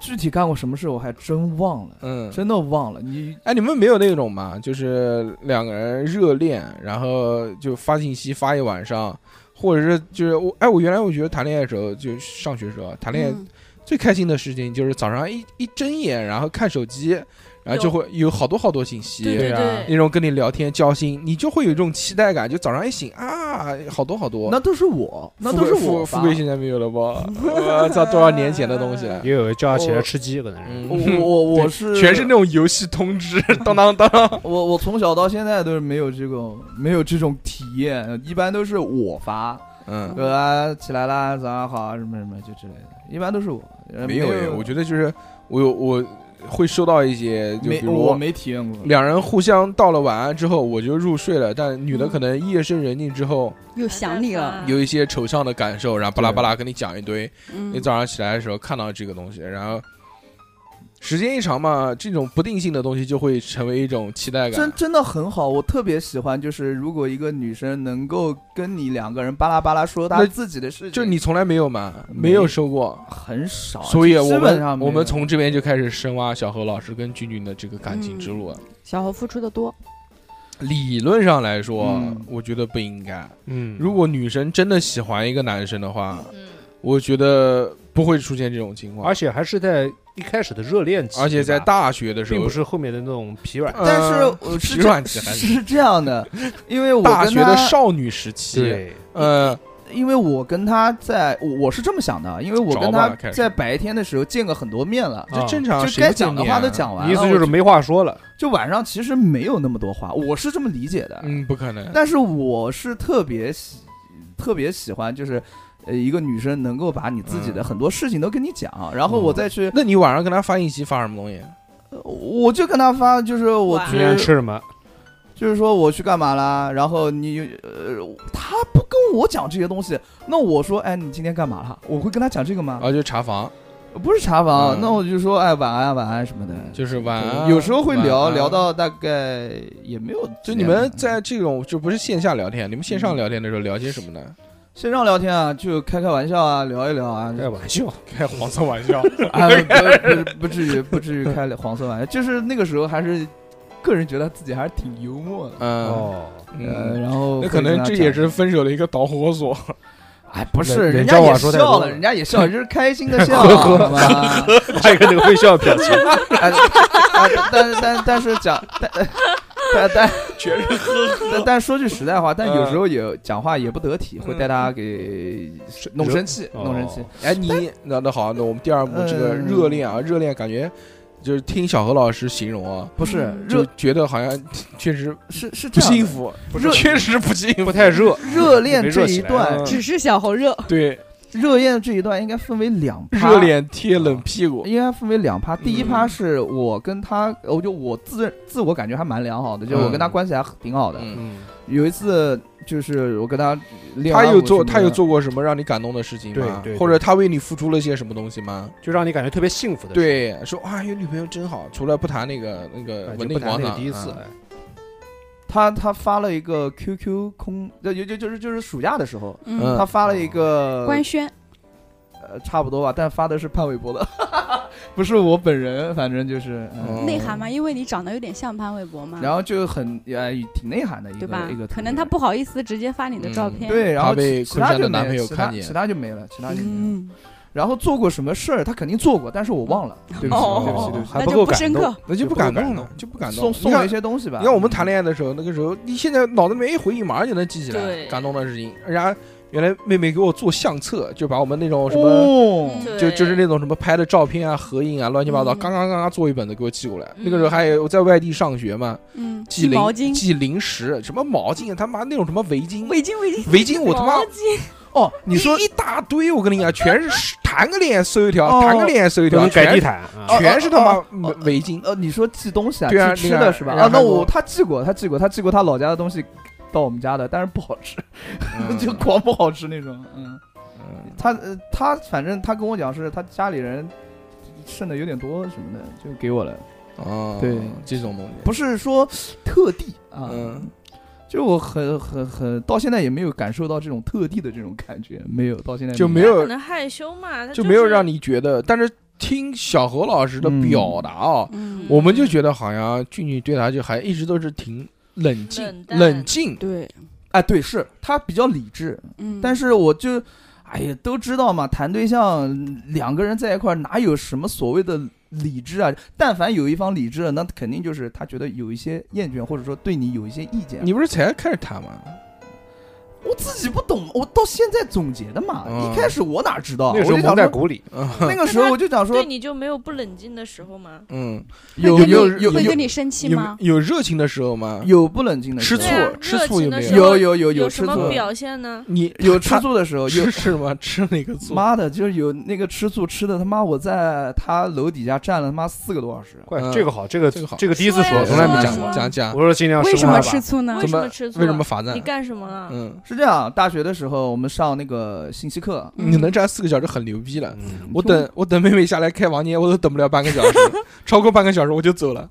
[SPEAKER 3] 具体干过什么事我还真忘了，
[SPEAKER 2] 嗯，
[SPEAKER 3] 真的忘了。你
[SPEAKER 2] 哎，你们没有那种嘛？就是两个人热恋，然后就发信息发一晚上，或者是就是我哎，我原来我觉得谈恋爱的时候，就上学时候啊谈恋爱
[SPEAKER 5] 嗯
[SPEAKER 2] 最开心的事情就是早上一一睁眼，然后看手机，然后就会有好多好多信息，
[SPEAKER 4] 对对
[SPEAKER 6] 啊
[SPEAKER 4] 对，
[SPEAKER 2] 那种跟你聊天交心，你就会有一种期待感，就早上一醒啊，好多好多。
[SPEAKER 3] 那都是我，那
[SPEAKER 2] 富
[SPEAKER 3] 都是
[SPEAKER 2] 贵富
[SPEAKER 3] 我
[SPEAKER 2] 富
[SPEAKER 3] 吧
[SPEAKER 2] 贵现在没有了 吧？我操，多少年前的东西了。
[SPEAKER 6] 也有人叫他起
[SPEAKER 2] 哦
[SPEAKER 6] 来吃鸡，可能是。
[SPEAKER 3] 我
[SPEAKER 2] 嗯，
[SPEAKER 3] 我我
[SPEAKER 2] 对
[SPEAKER 3] 是
[SPEAKER 2] 全是那种游戏通 知，当当当。
[SPEAKER 3] 我我从小到现在都是没有这种没有这种体验，一般都是我发，
[SPEAKER 2] 嗯，
[SPEAKER 3] 对吧？啊起来啦，早上好啊，什么什么就之类的，一般都是我。呃
[SPEAKER 2] 没
[SPEAKER 3] 有
[SPEAKER 2] 有耶，我觉得就是我有我会收到一些，就比
[SPEAKER 3] 没
[SPEAKER 2] 如
[SPEAKER 3] 我没体验过。
[SPEAKER 2] 两人互相道了晚安之后，我就入睡了。但
[SPEAKER 3] 嗯
[SPEAKER 2] 女的可能夜深人静之后，
[SPEAKER 5] 又想你了，
[SPEAKER 2] 有一些惆怅的感受，然后巴拉巴拉跟你讲一堆。
[SPEAKER 5] 嗯
[SPEAKER 2] 你，早上起来的时候看到这个东西，然后时间一长嘛，这种不定性的东西就会成为一种期待
[SPEAKER 3] 真
[SPEAKER 2] 感。
[SPEAKER 3] 真的很好，我特别喜欢，就是如果一个女生能够跟你两个人巴拉巴拉说她
[SPEAKER 2] 那
[SPEAKER 3] 自己的事情，
[SPEAKER 2] 就你从来没有嘛，没
[SPEAKER 3] 没
[SPEAKER 2] 有收过，
[SPEAKER 3] 很少，啊
[SPEAKER 2] 所以啊
[SPEAKER 3] 基
[SPEAKER 2] 我
[SPEAKER 3] 本上
[SPEAKER 2] 们
[SPEAKER 3] 没有
[SPEAKER 2] 我们从这边就开始深挖小何老师跟俊俊的这个感情之路。啊
[SPEAKER 5] 小侯付出的多，
[SPEAKER 2] 理论上来说
[SPEAKER 3] 嗯，
[SPEAKER 2] 我觉得不应该。
[SPEAKER 6] 嗯
[SPEAKER 2] 如果女生真的喜欢一个男生的话，
[SPEAKER 4] 嗯，
[SPEAKER 2] 我觉得不会出现这种情况。
[SPEAKER 6] 而且还是在一开始的热恋期，
[SPEAKER 2] 而且在
[SPEAKER 6] 对吧，
[SPEAKER 2] 大学的时候，
[SPEAKER 6] 并不是后面的那种疲软。
[SPEAKER 2] 呃，
[SPEAKER 3] 但是 我是
[SPEAKER 2] 疲
[SPEAKER 3] 这
[SPEAKER 2] 软期还是
[SPEAKER 3] 是这样的，因为我
[SPEAKER 2] 大
[SPEAKER 3] 跟
[SPEAKER 2] 学的
[SPEAKER 3] 她
[SPEAKER 2] 少女时期，
[SPEAKER 6] 对，
[SPEAKER 2] 呃，
[SPEAKER 3] 因为我跟他在，我我是这么想的，啊因为我跟
[SPEAKER 2] 着吧
[SPEAKER 3] 他
[SPEAKER 2] 开始
[SPEAKER 3] 在白天的时候见过很多面了，
[SPEAKER 2] 这正常，
[SPEAKER 3] 就
[SPEAKER 2] 谁
[SPEAKER 3] 该
[SPEAKER 2] 不见
[SPEAKER 3] 讲的
[SPEAKER 2] 面
[SPEAKER 3] 话
[SPEAKER 2] 啊
[SPEAKER 3] 都，讲完了，
[SPEAKER 6] 意思就是
[SPEAKER 3] 我
[SPEAKER 6] 没话说了。
[SPEAKER 3] 就晚上其实没有那么多话，我是这么理解的。
[SPEAKER 2] 嗯，不可能，
[SPEAKER 3] 但是我是特别喜特别喜欢，就是呃一个女生能够把你自己的
[SPEAKER 2] 嗯
[SPEAKER 3] 很多事情都跟你讲，然后我再去，
[SPEAKER 2] 那你晚上跟他发信息发什么东西？
[SPEAKER 3] 我就跟她发，就是我
[SPEAKER 4] 哇
[SPEAKER 2] 嗯
[SPEAKER 6] 今天
[SPEAKER 3] 去，
[SPEAKER 6] 吃什么？
[SPEAKER 3] 就是说我去干嘛啦，然后你呃她不跟我讲这些东西，那我说哎你今天干嘛了？我会跟她讲这个吗？
[SPEAKER 2] 啊，就查房，
[SPEAKER 3] 不是查房，
[SPEAKER 2] 嗯
[SPEAKER 3] 那我就说哎晚安晚安什么的，
[SPEAKER 2] 就是晚安，
[SPEAKER 3] 对有时候会聊
[SPEAKER 2] 晚安
[SPEAKER 3] 聊。到大概也没有
[SPEAKER 2] 就
[SPEAKER 3] 几点吧，
[SPEAKER 2] 你们在这种就不是线下聊天，你们线上聊天的时候聊些什么呢？
[SPEAKER 3] 线上聊天啊，就开开玩笑啊，聊一聊啊，
[SPEAKER 2] 嗯
[SPEAKER 6] 开玩笑，
[SPEAKER 2] 开黄色玩笑，
[SPEAKER 3] 啊不不不至于不至于开黄色玩笑，就是那个时候还是个人觉得自己还是挺幽默的，
[SPEAKER 2] 嗯，
[SPEAKER 6] 哦，
[SPEAKER 3] 呃，
[SPEAKER 2] 嗯
[SPEAKER 3] 然后
[SPEAKER 2] 那可能这也是分手的一个导火索。
[SPEAKER 3] 哎不
[SPEAKER 6] 人
[SPEAKER 3] 是人
[SPEAKER 6] 人
[SPEAKER 3] 家
[SPEAKER 6] 家
[SPEAKER 3] 也
[SPEAKER 6] 话说太
[SPEAKER 3] 笑
[SPEAKER 6] 多
[SPEAKER 3] 了，
[SPEAKER 6] 了
[SPEAKER 3] 人家也笑，就是开 心的笑，
[SPEAKER 6] 呵呵
[SPEAKER 3] 好吗？
[SPEAKER 6] 还有那个微笑表情，
[SPEAKER 3] 哎啊但但但是讲但但但
[SPEAKER 2] 全是
[SPEAKER 3] 但但说句实在话，但有
[SPEAKER 2] 嗯
[SPEAKER 3] 时候也讲话也不得体，会
[SPEAKER 2] 嗯
[SPEAKER 3] 带大家给弄生气，
[SPEAKER 6] 哦
[SPEAKER 3] 弄生气。
[SPEAKER 2] 哎，你那那好，那我们第二步这个
[SPEAKER 3] 嗯
[SPEAKER 2] 热恋啊，热恋感觉就是听小何老师形容啊，
[SPEAKER 3] 不是
[SPEAKER 5] 嗯
[SPEAKER 2] 就
[SPEAKER 3] 热
[SPEAKER 2] 觉得好像确实
[SPEAKER 3] 是是
[SPEAKER 2] 不
[SPEAKER 3] 这样的
[SPEAKER 2] 幸，福，
[SPEAKER 3] 热
[SPEAKER 2] 确实不幸福，
[SPEAKER 6] 不太热。
[SPEAKER 3] 热恋
[SPEAKER 6] 没
[SPEAKER 3] 这
[SPEAKER 6] 热
[SPEAKER 3] 一
[SPEAKER 6] 起来
[SPEAKER 3] 段，
[SPEAKER 2] 嗯
[SPEAKER 5] 只是小侯热，
[SPEAKER 2] 对，
[SPEAKER 3] 热恋这一段应该分为两趴，
[SPEAKER 2] 热脸贴冷屁股，
[SPEAKER 3] 应该分为两趴。第一趴
[SPEAKER 2] 嗯
[SPEAKER 3] 是我跟他，我就我自自我感觉还蛮良好的，就我跟他
[SPEAKER 2] 嗯
[SPEAKER 3] 关系还挺好的。
[SPEAKER 2] 嗯，
[SPEAKER 6] 嗯，
[SPEAKER 3] 有一次就是我跟他练
[SPEAKER 2] 他
[SPEAKER 3] 完
[SPEAKER 2] 有
[SPEAKER 3] 舞
[SPEAKER 2] 做
[SPEAKER 3] 什么
[SPEAKER 2] 他有
[SPEAKER 3] 的，
[SPEAKER 2] 做过什么让你感动的事情吗？
[SPEAKER 6] 对对对
[SPEAKER 2] 或者他为你付出了些什么东西吗？
[SPEAKER 6] 就让你感觉特别幸福的。，
[SPEAKER 2] 对，说啊有女朋友真好，除了不谈那个那个
[SPEAKER 6] 啊哎
[SPEAKER 2] 文
[SPEAKER 6] 就不
[SPEAKER 2] 定
[SPEAKER 6] 谈
[SPEAKER 2] 广
[SPEAKER 6] 那
[SPEAKER 2] 场
[SPEAKER 6] 个第一次，
[SPEAKER 2] 啊
[SPEAKER 6] 哎
[SPEAKER 3] 他他发了一个 QQ 空，就就就就是就是暑假的时候，
[SPEAKER 5] 嗯，
[SPEAKER 3] 他发了一个
[SPEAKER 5] 官宣，
[SPEAKER 3] 呃，差不多吧，但发的是潘玮柏的， 不是我本人，反正就是，嗯，
[SPEAKER 2] 嗯
[SPEAKER 5] 内涵嘛，因为你长得有点像潘玮柏嘛，
[SPEAKER 3] 然后就很呃挺内涵的一
[SPEAKER 5] 对
[SPEAKER 3] 个
[SPEAKER 5] 吧
[SPEAKER 3] 一个图片，？
[SPEAKER 5] 可能他不好意思直接发你的照片，嗯
[SPEAKER 3] 对，然后
[SPEAKER 2] 怕被
[SPEAKER 3] 其其
[SPEAKER 2] 昆
[SPEAKER 3] 他
[SPEAKER 2] 山
[SPEAKER 3] 就
[SPEAKER 2] 的
[SPEAKER 3] 没
[SPEAKER 2] 男朋友
[SPEAKER 3] 其他
[SPEAKER 2] 看见
[SPEAKER 3] 其他就没了，其他就没了。
[SPEAKER 5] 嗯，
[SPEAKER 3] 然后做过什么事儿，他肯定做过，但是我忘了，对不起，
[SPEAKER 5] 哦
[SPEAKER 3] 对不起，对不起。
[SPEAKER 6] 还
[SPEAKER 5] 那
[SPEAKER 6] 不
[SPEAKER 5] 就
[SPEAKER 6] 够
[SPEAKER 5] 不
[SPEAKER 6] 感
[SPEAKER 5] 深
[SPEAKER 6] 动
[SPEAKER 5] 刻，
[SPEAKER 2] 那就不
[SPEAKER 6] 就不
[SPEAKER 2] 感
[SPEAKER 6] 感
[SPEAKER 2] 动
[SPEAKER 6] 动
[SPEAKER 2] 了，就不感动。
[SPEAKER 3] 送送
[SPEAKER 2] 你
[SPEAKER 3] 了
[SPEAKER 2] 看
[SPEAKER 3] 一些东西吧。
[SPEAKER 2] 你看
[SPEAKER 6] 嗯
[SPEAKER 2] 我们谈恋爱的时候，那个时候你现在脑子里面一回忆，马上就能记起来
[SPEAKER 4] 对
[SPEAKER 2] 感动的事情。人家原来妹妹给我做相册，就把我们那种什么。
[SPEAKER 3] 哦，
[SPEAKER 5] 嗯
[SPEAKER 2] 就
[SPEAKER 4] 对
[SPEAKER 2] 就是那种什么拍的照片啊、合影啊，乱七八糟，
[SPEAKER 5] 嗯
[SPEAKER 2] 刚刚刚刚做一本的给我寄过来。
[SPEAKER 4] 嗯
[SPEAKER 2] 那个时候还有我在外地上学嘛，
[SPEAKER 5] 嗯，
[SPEAKER 2] 寄零
[SPEAKER 5] 毛巾、
[SPEAKER 2] 寄零食，什么毛巾啊，他妈那种什么围巾，
[SPEAKER 5] 围巾、围巾，
[SPEAKER 2] 围巾我他妈
[SPEAKER 4] 毛巾
[SPEAKER 3] 哦，你说
[SPEAKER 2] 一一大堆，我跟你讲，全是谈个恋爱收一条，
[SPEAKER 3] 哦
[SPEAKER 2] 谈个恋爱收一
[SPEAKER 6] 不
[SPEAKER 2] 条，
[SPEAKER 6] 能改
[SPEAKER 2] 全
[SPEAKER 6] 地
[SPEAKER 2] 是
[SPEAKER 6] 毯啊
[SPEAKER 3] 哦。
[SPEAKER 2] 全是他
[SPEAKER 3] 哦
[SPEAKER 2] 妈
[SPEAKER 3] 哦
[SPEAKER 2] 围巾。
[SPEAKER 3] 呃，你说寄东西啊，
[SPEAKER 2] 对啊
[SPEAKER 3] 寄吃
[SPEAKER 2] 那个
[SPEAKER 3] 的是吧？
[SPEAKER 2] 然后
[SPEAKER 3] 啊，那
[SPEAKER 2] 还给我
[SPEAKER 3] 我他寄过，他寄过，他寄过他老家的东西到我们家的，但是不好 吃，
[SPEAKER 2] 嗯
[SPEAKER 3] 就狂不好吃那种。嗯，
[SPEAKER 2] 嗯
[SPEAKER 3] 他呃他反正他跟我讲是他家里人剩的有点多什么的，就给我了，
[SPEAKER 2] 哦，
[SPEAKER 3] 对
[SPEAKER 2] 这种东西，
[SPEAKER 3] 不是说特地啊，
[SPEAKER 2] 嗯，
[SPEAKER 3] 就我很很很到现在也没有感受到这种特地的这种感觉，没有到现在
[SPEAKER 2] 就没
[SPEAKER 3] 有。
[SPEAKER 4] 可
[SPEAKER 2] 有
[SPEAKER 4] 能害羞嘛，他
[SPEAKER 2] 就没有让
[SPEAKER 4] 你
[SPEAKER 2] 你觉得，但是听小何老师的
[SPEAKER 3] 嗯
[SPEAKER 2] 表达啊，
[SPEAKER 5] 嗯，
[SPEAKER 2] 我们就觉得好像俊俊对他就还一直都是挺冷静
[SPEAKER 4] 冷、淡
[SPEAKER 2] 冷静，
[SPEAKER 5] 对，
[SPEAKER 3] 哎，对，是他比较理智，
[SPEAKER 5] 嗯，
[SPEAKER 3] 但
[SPEAKER 5] 是
[SPEAKER 3] 是我就，哎呀，都知道嘛，谈对象两个人在一块儿哪有什么所谓的理智啊，但凡有一方理智了，那肯定就是他觉得有一些厌倦，或者说对你有一些意见。
[SPEAKER 4] 嗯
[SPEAKER 2] 你不是才开始谈吗？
[SPEAKER 3] 我自己不懂，我到现在总结的嘛。
[SPEAKER 2] 嗯
[SPEAKER 3] 一开始我哪知道？
[SPEAKER 6] 那个时
[SPEAKER 3] 我
[SPEAKER 6] 候
[SPEAKER 3] 就
[SPEAKER 6] 蒙
[SPEAKER 3] 想
[SPEAKER 6] 在
[SPEAKER 3] 说，
[SPEAKER 6] 鼓嗯里，
[SPEAKER 3] 那个时候我就想
[SPEAKER 4] 对
[SPEAKER 3] 说，
[SPEAKER 4] 你就没有不冷静的时候吗？
[SPEAKER 2] 嗯，
[SPEAKER 3] 有
[SPEAKER 5] 会跟
[SPEAKER 3] 有
[SPEAKER 5] 你
[SPEAKER 3] 有
[SPEAKER 5] 会
[SPEAKER 3] 有
[SPEAKER 5] 跟你生气
[SPEAKER 2] 有
[SPEAKER 5] 吗？
[SPEAKER 2] 有热情的时候吗？
[SPEAKER 3] 有不冷静的时
[SPEAKER 2] 吃醋
[SPEAKER 3] 候，
[SPEAKER 4] 对啊，
[SPEAKER 2] 吃醋
[SPEAKER 4] 热情
[SPEAKER 2] 有
[SPEAKER 4] 的
[SPEAKER 2] 没
[SPEAKER 4] 时
[SPEAKER 2] 有？
[SPEAKER 4] 候
[SPEAKER 3] 有有有有吃
[SPEAKER 4] 什
[SPEAKER 3] 醋
[SPEAKER 4] 么
[SPEAKER 3] 的，
[SPEAKER 4] 表现呢？
[SPEAKER 2] 你
[SPEAKER 3] 有
[SPEAKER 2] 他
[SPEAKER 3] 吃醋的 时候，有
[SPEAKER 2] 吃什么？ 吃那个醋？
[SPEAKER 3] 妈的，就是有那个吃醋吃的他妈，我在他楼底下站了他妈四个多小时。
[SPEAKER 6] 怪
[SPEAKER 2] 嗯
[SPEAKER 6] 这个好，这个
[SPEAKER 2] 这个好
[SPEAKER 6] 这个第一次
[SPEAKER 4] 说呀
[SPEAKER 2] 啊
[SPEAKER 6] 说，从来没
[SPEAKER 4] 说
[SPEAKER 6] 讲
[SPEAKER 4] 呀
[SPEAKER 6] 过。
[SPEAKER 2] 讲讲
[SPEAKER 6] 我，说尽量
[SPEAKER 5] 为什
[SPEAKER 6] 生活
[SPEAKER 5] 么
[SPEAKER 6] 吧
[SPEAKER 5] 吃醋呢
[SPEAKER 4] 为？
[SPEAKER 2] 怎
[SPEAKER 4] 什
[SPEAKER 2] 么
[SPEAKER 4] 么吃醋啊？
[SPEAKER 2] 为什么罚站
[SPEAKER 4] 你？干什么啊了？
[SPEAKER 2] 嗯，
[SPEAKER 3] 是这样，大学的时候我们上那个信息课，
[SPEAKER 5] 嗯
[SPEAKER 2] 你能站四个小时很牛逼了。
[SPEAKER 6] 嗯
[SPEAKER 2] 我等我等妹妹下来开房间，我都等不了半个小 时，超过半个小时我就走了。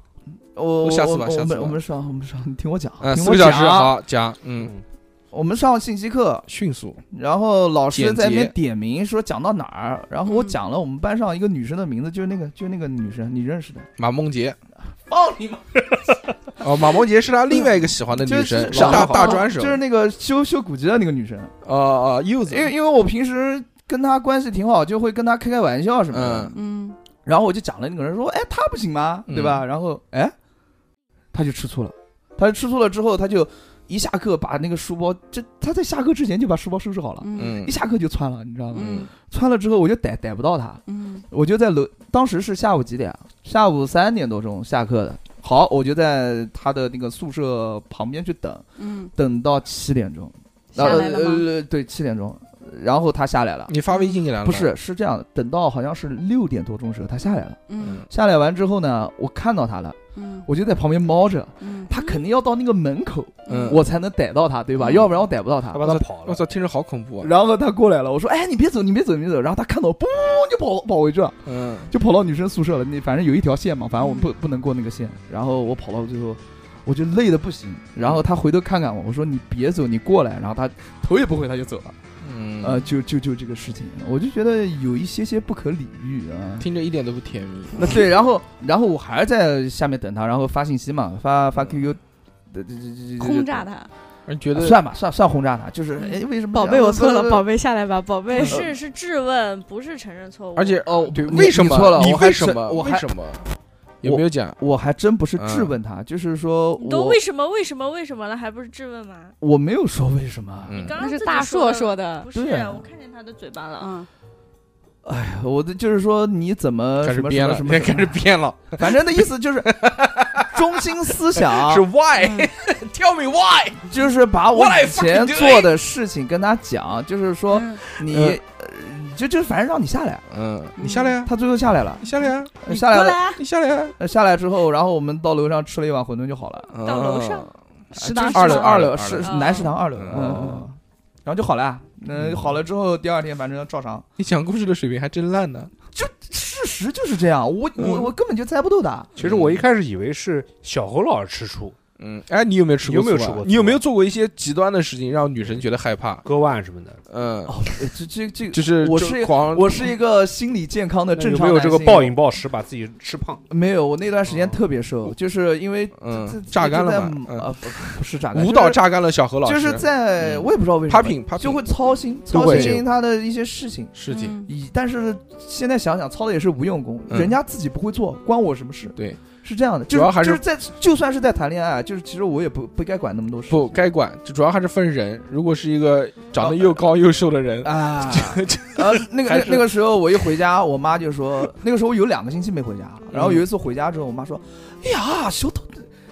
[SPEAKER 3] 我
[SPEAKER 2] 我下次吧
[SPEAKER 3] 我
[SPEAKER 2] 下
[SPEAKER 3] 我
[SPEAKER 2] 次
[SPEAKER 3] 们
[SPEAKER 2] 吧
[SPEAKER 3] 我们上我们上，你听我讲，啊
[SPEAKER 2] 嗯，
[SPEAKER 3] 听
[SPEAKER 2] 四
[SPEAKER 3] 我
[SPEAKER 2] 个
[SPEAKER 3] 讲
[SPEAKER 2] 小时，好讲，嗯，
[SPEAKER 3] 我们上信息课，
[SPEAKER 2] 迅速，
[SPEAKER 3] 然后老师
[SPEAKER 2] 简
[SPEAKER 3] 在那边
[SPEAKER 2] 洁
[SPEAKER 3] 点名说讲到哪儿，然后我
[SPEAKER 5] 嗯
[SPEAKER 3] 讲了我们班上一个女生的名字，就是那个就是那个女生，你认识的，
[SPEAKER 2] 马梦杰。
[SPEAKER 3] 放你妈！嗯
[SPEAKER 2] 哦，马梦杰是他另外一个喜欢的
[SPEAKER 3] 就
[SPEAKER 2] 女
[SPEAKER 3] 是
[SPEAKER 2] 生，
[SPEAKER 3] 长
[SPEAKER 2] 大
[SPEAKER 3] 得
[SPEAKER 2] 大
[SPEAKER 3] 好
[SPEAKER 2] 专手
[SPEAKER 3] 就，是那个修修古籍的那个女生，
[SPEAKER 2] 哦哦，柚子
[SPEAKER 3] 因，为因为我平时跟她关系挺好，就会跟她开开玩笑什么的，
[SPEAKER 2] 嗯，
[SPEAKER 5] 嗯，
[SPEAKER 3] 然后我就讲了那个人说，哎，她不行吗？对吧？然后哎，她就吃醋了，她就吃醋了之后，她就一下课把那个书包，这她在下课之前就把书包收拾好了，
[SPEAKER 5] 嗯
[SPEAKER 2] 嗯
[SPEAKER 3] 一下课就穿了，你知道吗？
[SPEAKER 5] 嗯
[SPEAKER 3] 穿了之后我就逮逮不到她。
[SPEAKER 5] 嗯
[SPEAKER 3] 我就在楼，当时是下午几点啊？下午三点多钟下课的。好，我就在他的那个宿舍旁边去等，
[SPEAKER 5] 嗯，
[SPEAKER 3] 等到七点钟，
[SPEAKER 5] 下
[SPEAKER 3] 然后
[SPEAKER 5] 来了吗？
[SPEAKER 3] 呃，对，七点钟，然后他下来
[SPEAKER 5] 嗯
[SPEAKER 3] 了。
[SPEAKER 2] 你发微信给他了吗
[SPEAKER 3] 不，是，是这样的，等到好像是六点多钟的时候，他下来了。
[SPEAKER 5] 嗯
[SPEAKER 2] 嗯
[SPEAKER 3] 下来完之后呢，我看到他了，
[SPEAKER 5] 嗯
[SPEAKER 3] 我就在旁边猫着，
[SPEAKER 5] 嗯，
[SPEAKER 3] 他肯定要到那个门口，
[SPEAKER 2] 嗯，
[SPEAKER 3] 我才能逮到他，对吧？
[SPEAKER 5] 嗯
[SPEAKER 3] 要不然我逮不到他
[SPEAKER 6] 他。把他跑
[SPEAKER 2] 我
[SPEAKER 6] 了，
[SPEAKER 2] 操，听着好恐怖啊，
[SPEAKER 3] 然后他过来了，我说：“哎，你别走，你别走，你别走。”然后他看到我，嘣就跑跑回去了。
[SPEAKER 2] 嗯，
[SPEAKER 3] 就跑到女生宿舍了。那反正有一条线嘛，反正我们不不能过那个线。然后我跑到最后，我就累得不行。然后他回头看看我，我说你别走，你过来。然后他头也不回，他就走了。
[SPEAKER 2] 嗯
[SPEAKER 3] 呃，，就就就这个事情，我就觉得有一些些不可理喻啊。
[SPEAKER 2] 听着一点都不甜蜜，
[SPEAKER 3] 那对，然后然后我还是在下面等他，然后发信息嘛，发
[SPEAKER 2] 嗯
[SPEAKER 3] 发 QQ，这这这这
[SPEAKER 5] 轰炸。他，
[SPEAKER 2] 而觉得
[SPEAKER 3] 算吧，算算轰炸他，就是哎，为什么
[SPEAKER 5] 宝
[SPEAKER 3] 呃
[SPEAKER 5] 贝，我错了，宝贝下来吧，宝贝
[SPEAKER 4] 不。是，是质问，不是承认错误。
[SPEAKER 2] 而且
[SPEAKER 3] 哦
[SPEAKER 2] 对，
[SPEAKER 3] 你
[SPEAKER 2] 为什么
[SPEAKER 3] 你错了
[SPEAKER 2] 你
[SPEAKER 3] 我还
[SPEAKER 2] 为什
[SPEAKER 3] 是
[SPEAKER 2] 么？
[SPEAKER 3] 我啊
[SPEAKER 2] 为
[SPEAKER 3] 还
[SPEAKER 2] 什么？有没有讲？
[SPEAKER 3] 我还真不是
[SPEAKER 2] 嗯
[SPEAKER 3] 质问他，就是说
[SPEAKER 4] 你都
[SPEAKER 3] 我
[SPEAKER 4] 为什么为什么为什么了，还不是质问吗？
[SPEAKER 3] 我没有说为什么，
[SPEAKER 2] 嗯
[SPEAKER 4] 刚
[SPEAKER 5] 那
[SPEAKER 4] 刚
[SPEAKER 5] 是
[SPEAKER 4] 自己
[SPEAKER 5] 大硕
[SPEAKER 4] 说
[SPEAKER 5] 说的
[SPEAKER 4] 的，不，是
[SPEAKER 3] 对啊
[SPEAKER 4] 我看见他的嘴巴了。
[SPEAKER 5] 嗯，
[SPEAKER 3] 哎我的就是说你怎么
[SPEAKER 2] 开
[SPEAKER 3] 什
[SPEAKER 2] 始
[SPEAKER 3] 么
[SPEAKER 2] 编
[SPEAKER 3] 什么
[SPEAKER 2] 了，现在
[SPEAKER 3] 什么
[SPEAKER 2] 开始编了，
[SPEAKER 3] 反正的意思就是 中心思想
[SPEAKER 2] 是 why？
[SPEAKER 5] 嗯
[SPEAKER 2] Tell me why？
[SPEAKER 3] 就是把我
[SPEAKER 2] What I
[SPEAKER 3] 以前
[SPEAKER 2] fucking doing？
[SPEAKER 3] 做的事情跟他讲，就是说
[SPEAKER 5] 嗯
[SPEAKER 3] 你
[SPEAKER 2] 嗯
[SPEAKER 3] 呃就就是反正让你下来，
[SPEAKER 2] 嗯，你下来呀，
[SPEAKER 3] 他最后下来了，
[SPEAKER 2] 你嗯下来呀，
[SPEAKER 3] 呃下来了，
[SPEAKER 4] 啊
[SPEAKER 5] 来，
[SPEAKER 2] 你下来呀，
[SPEAKER 3] 呃下来之后，然后我们到楼上吃了一碗馄饨就好了，
[SPEAKER 2] 到
[SPEAKER 4] 到楼上
[SPEAKER 5] 食
[SPEAKER 2] 就
[SPEAKER 5] 堂
[SPEAKER 2] 是
[SPEAKER 3] 二楼
[SPEAKER 2] 是
[SPEAKER 3] 二楼
[SPEAKER 2] 嗯啊二楼
[SPEAKER 3] 是
[SPEAKER 2] 二
[SPEAKER 4] 楼
[SPEAKER 3] 是男食堂二楼，
[SPEAKER 2] 嗯
[SPEAKER 3] 嗯嗯，嗯然后就好了啊，嗯
[SPEAKER 2] 嗯
[SPEAKER 3] 好了之后第二天反正照常，
[SPEAKER 2] 你讲故事的水平还真烂呢。
[SPEAKER 3] 事实就是这样，我我
[SPEAKER 2] 嗯
[SPEAKER 3] 我根本就猜不透的，
[SPEAKER 6] 其实我一开始以为是小何老师吃醋，
[SPEAKER 2] 嗯，哎，你有没有吃过醋啊？
[SPEAKER 6] 有没有吃过醋啊哦
[SPEAKER 2] 你有没有做过一些极端的事情让女神觉得害怕？
[SPEAKER 6] 割腕什么的，
[SPEAKER 2] 嗯，
[SPEAKER 3] 呃这这这
[SPEAKER 2] 就是
[SPEAKER 3] 我
[SPEAKER 2] 就是狂，
[SPEAKER 3] 我是一个心理健康的
[SPEAKER 6] 那
[SPEAKER 3] 呃正
[SPEAKER 6] 有
[SPEAKER 3] 常
[SPEAKER 6] 没有这个
[SPEAKER 3] 男性
[SPEAKER 6] 暴饮暴食把自己吃胖？
[SPEAKER 3] 没有，我那段时间特别瘦，就是因为
[SPEAKER 2] 嗯
[SPEAKER 3] 这这
[SPEAKER 2] 榨干了
[SPEAKER 3] 这在
[SPEAKER 2] 嘛嗯
[SPEAKER 3] 啊，不不是榨干，
[SPEAKER 2] 舞蹈
[SPEAKER 3] 就是
[SPEAKER 2] 榨干了小何老师，
[SPEAKER 3] 就是在
[SPEAKER 2] 嗯
[SPEAKER 3] 我也不知道为什么
[SPEAKER 2] popping，popping
[SPEAKER 3] 就会操心，
[SPEAKER 2] 都
[SPEAKER 3] 操
[SPEAKER 2] 会
[SPEAKER 3] 心他的一些事情。
[SPEAKER 2] 事情。
[SPEAKER 5] 嗯
[SPEAKER 3] 以但是现在想想，操的也是无用功，
[SPEAKER 2] 嗯
[SPEAKER 3] 人家自己不会做，关我什么事？
[SPEAKER 2] 对，
[SPEAKER 3] 是这样的，就
[SPEAKER 2] 主要还是
[SPEAKER 3] 就是在就算是在谈恋爱，啊就是其实我也不不该管那么多事
[SPEAKER 2] 不该管，就主要还是分人。如果是一个长得又高又瘦的人，
[SPEAKER 3] 啊。
[SPEAKER 2] 就
[SPEAKER 3] 呃，那个
[SPEAKER 2] 还
[SPEAKER 3] 那
[SPEAKER 2] 是
[SPEAKER 3] 那个时候我一回家，我妈就说，那个时候我有两个星期没回家，
[SPEAKER 2] 嗯
[SPEAKER 3] 然后有一次回家之后，我妈说，哎呀，小偷，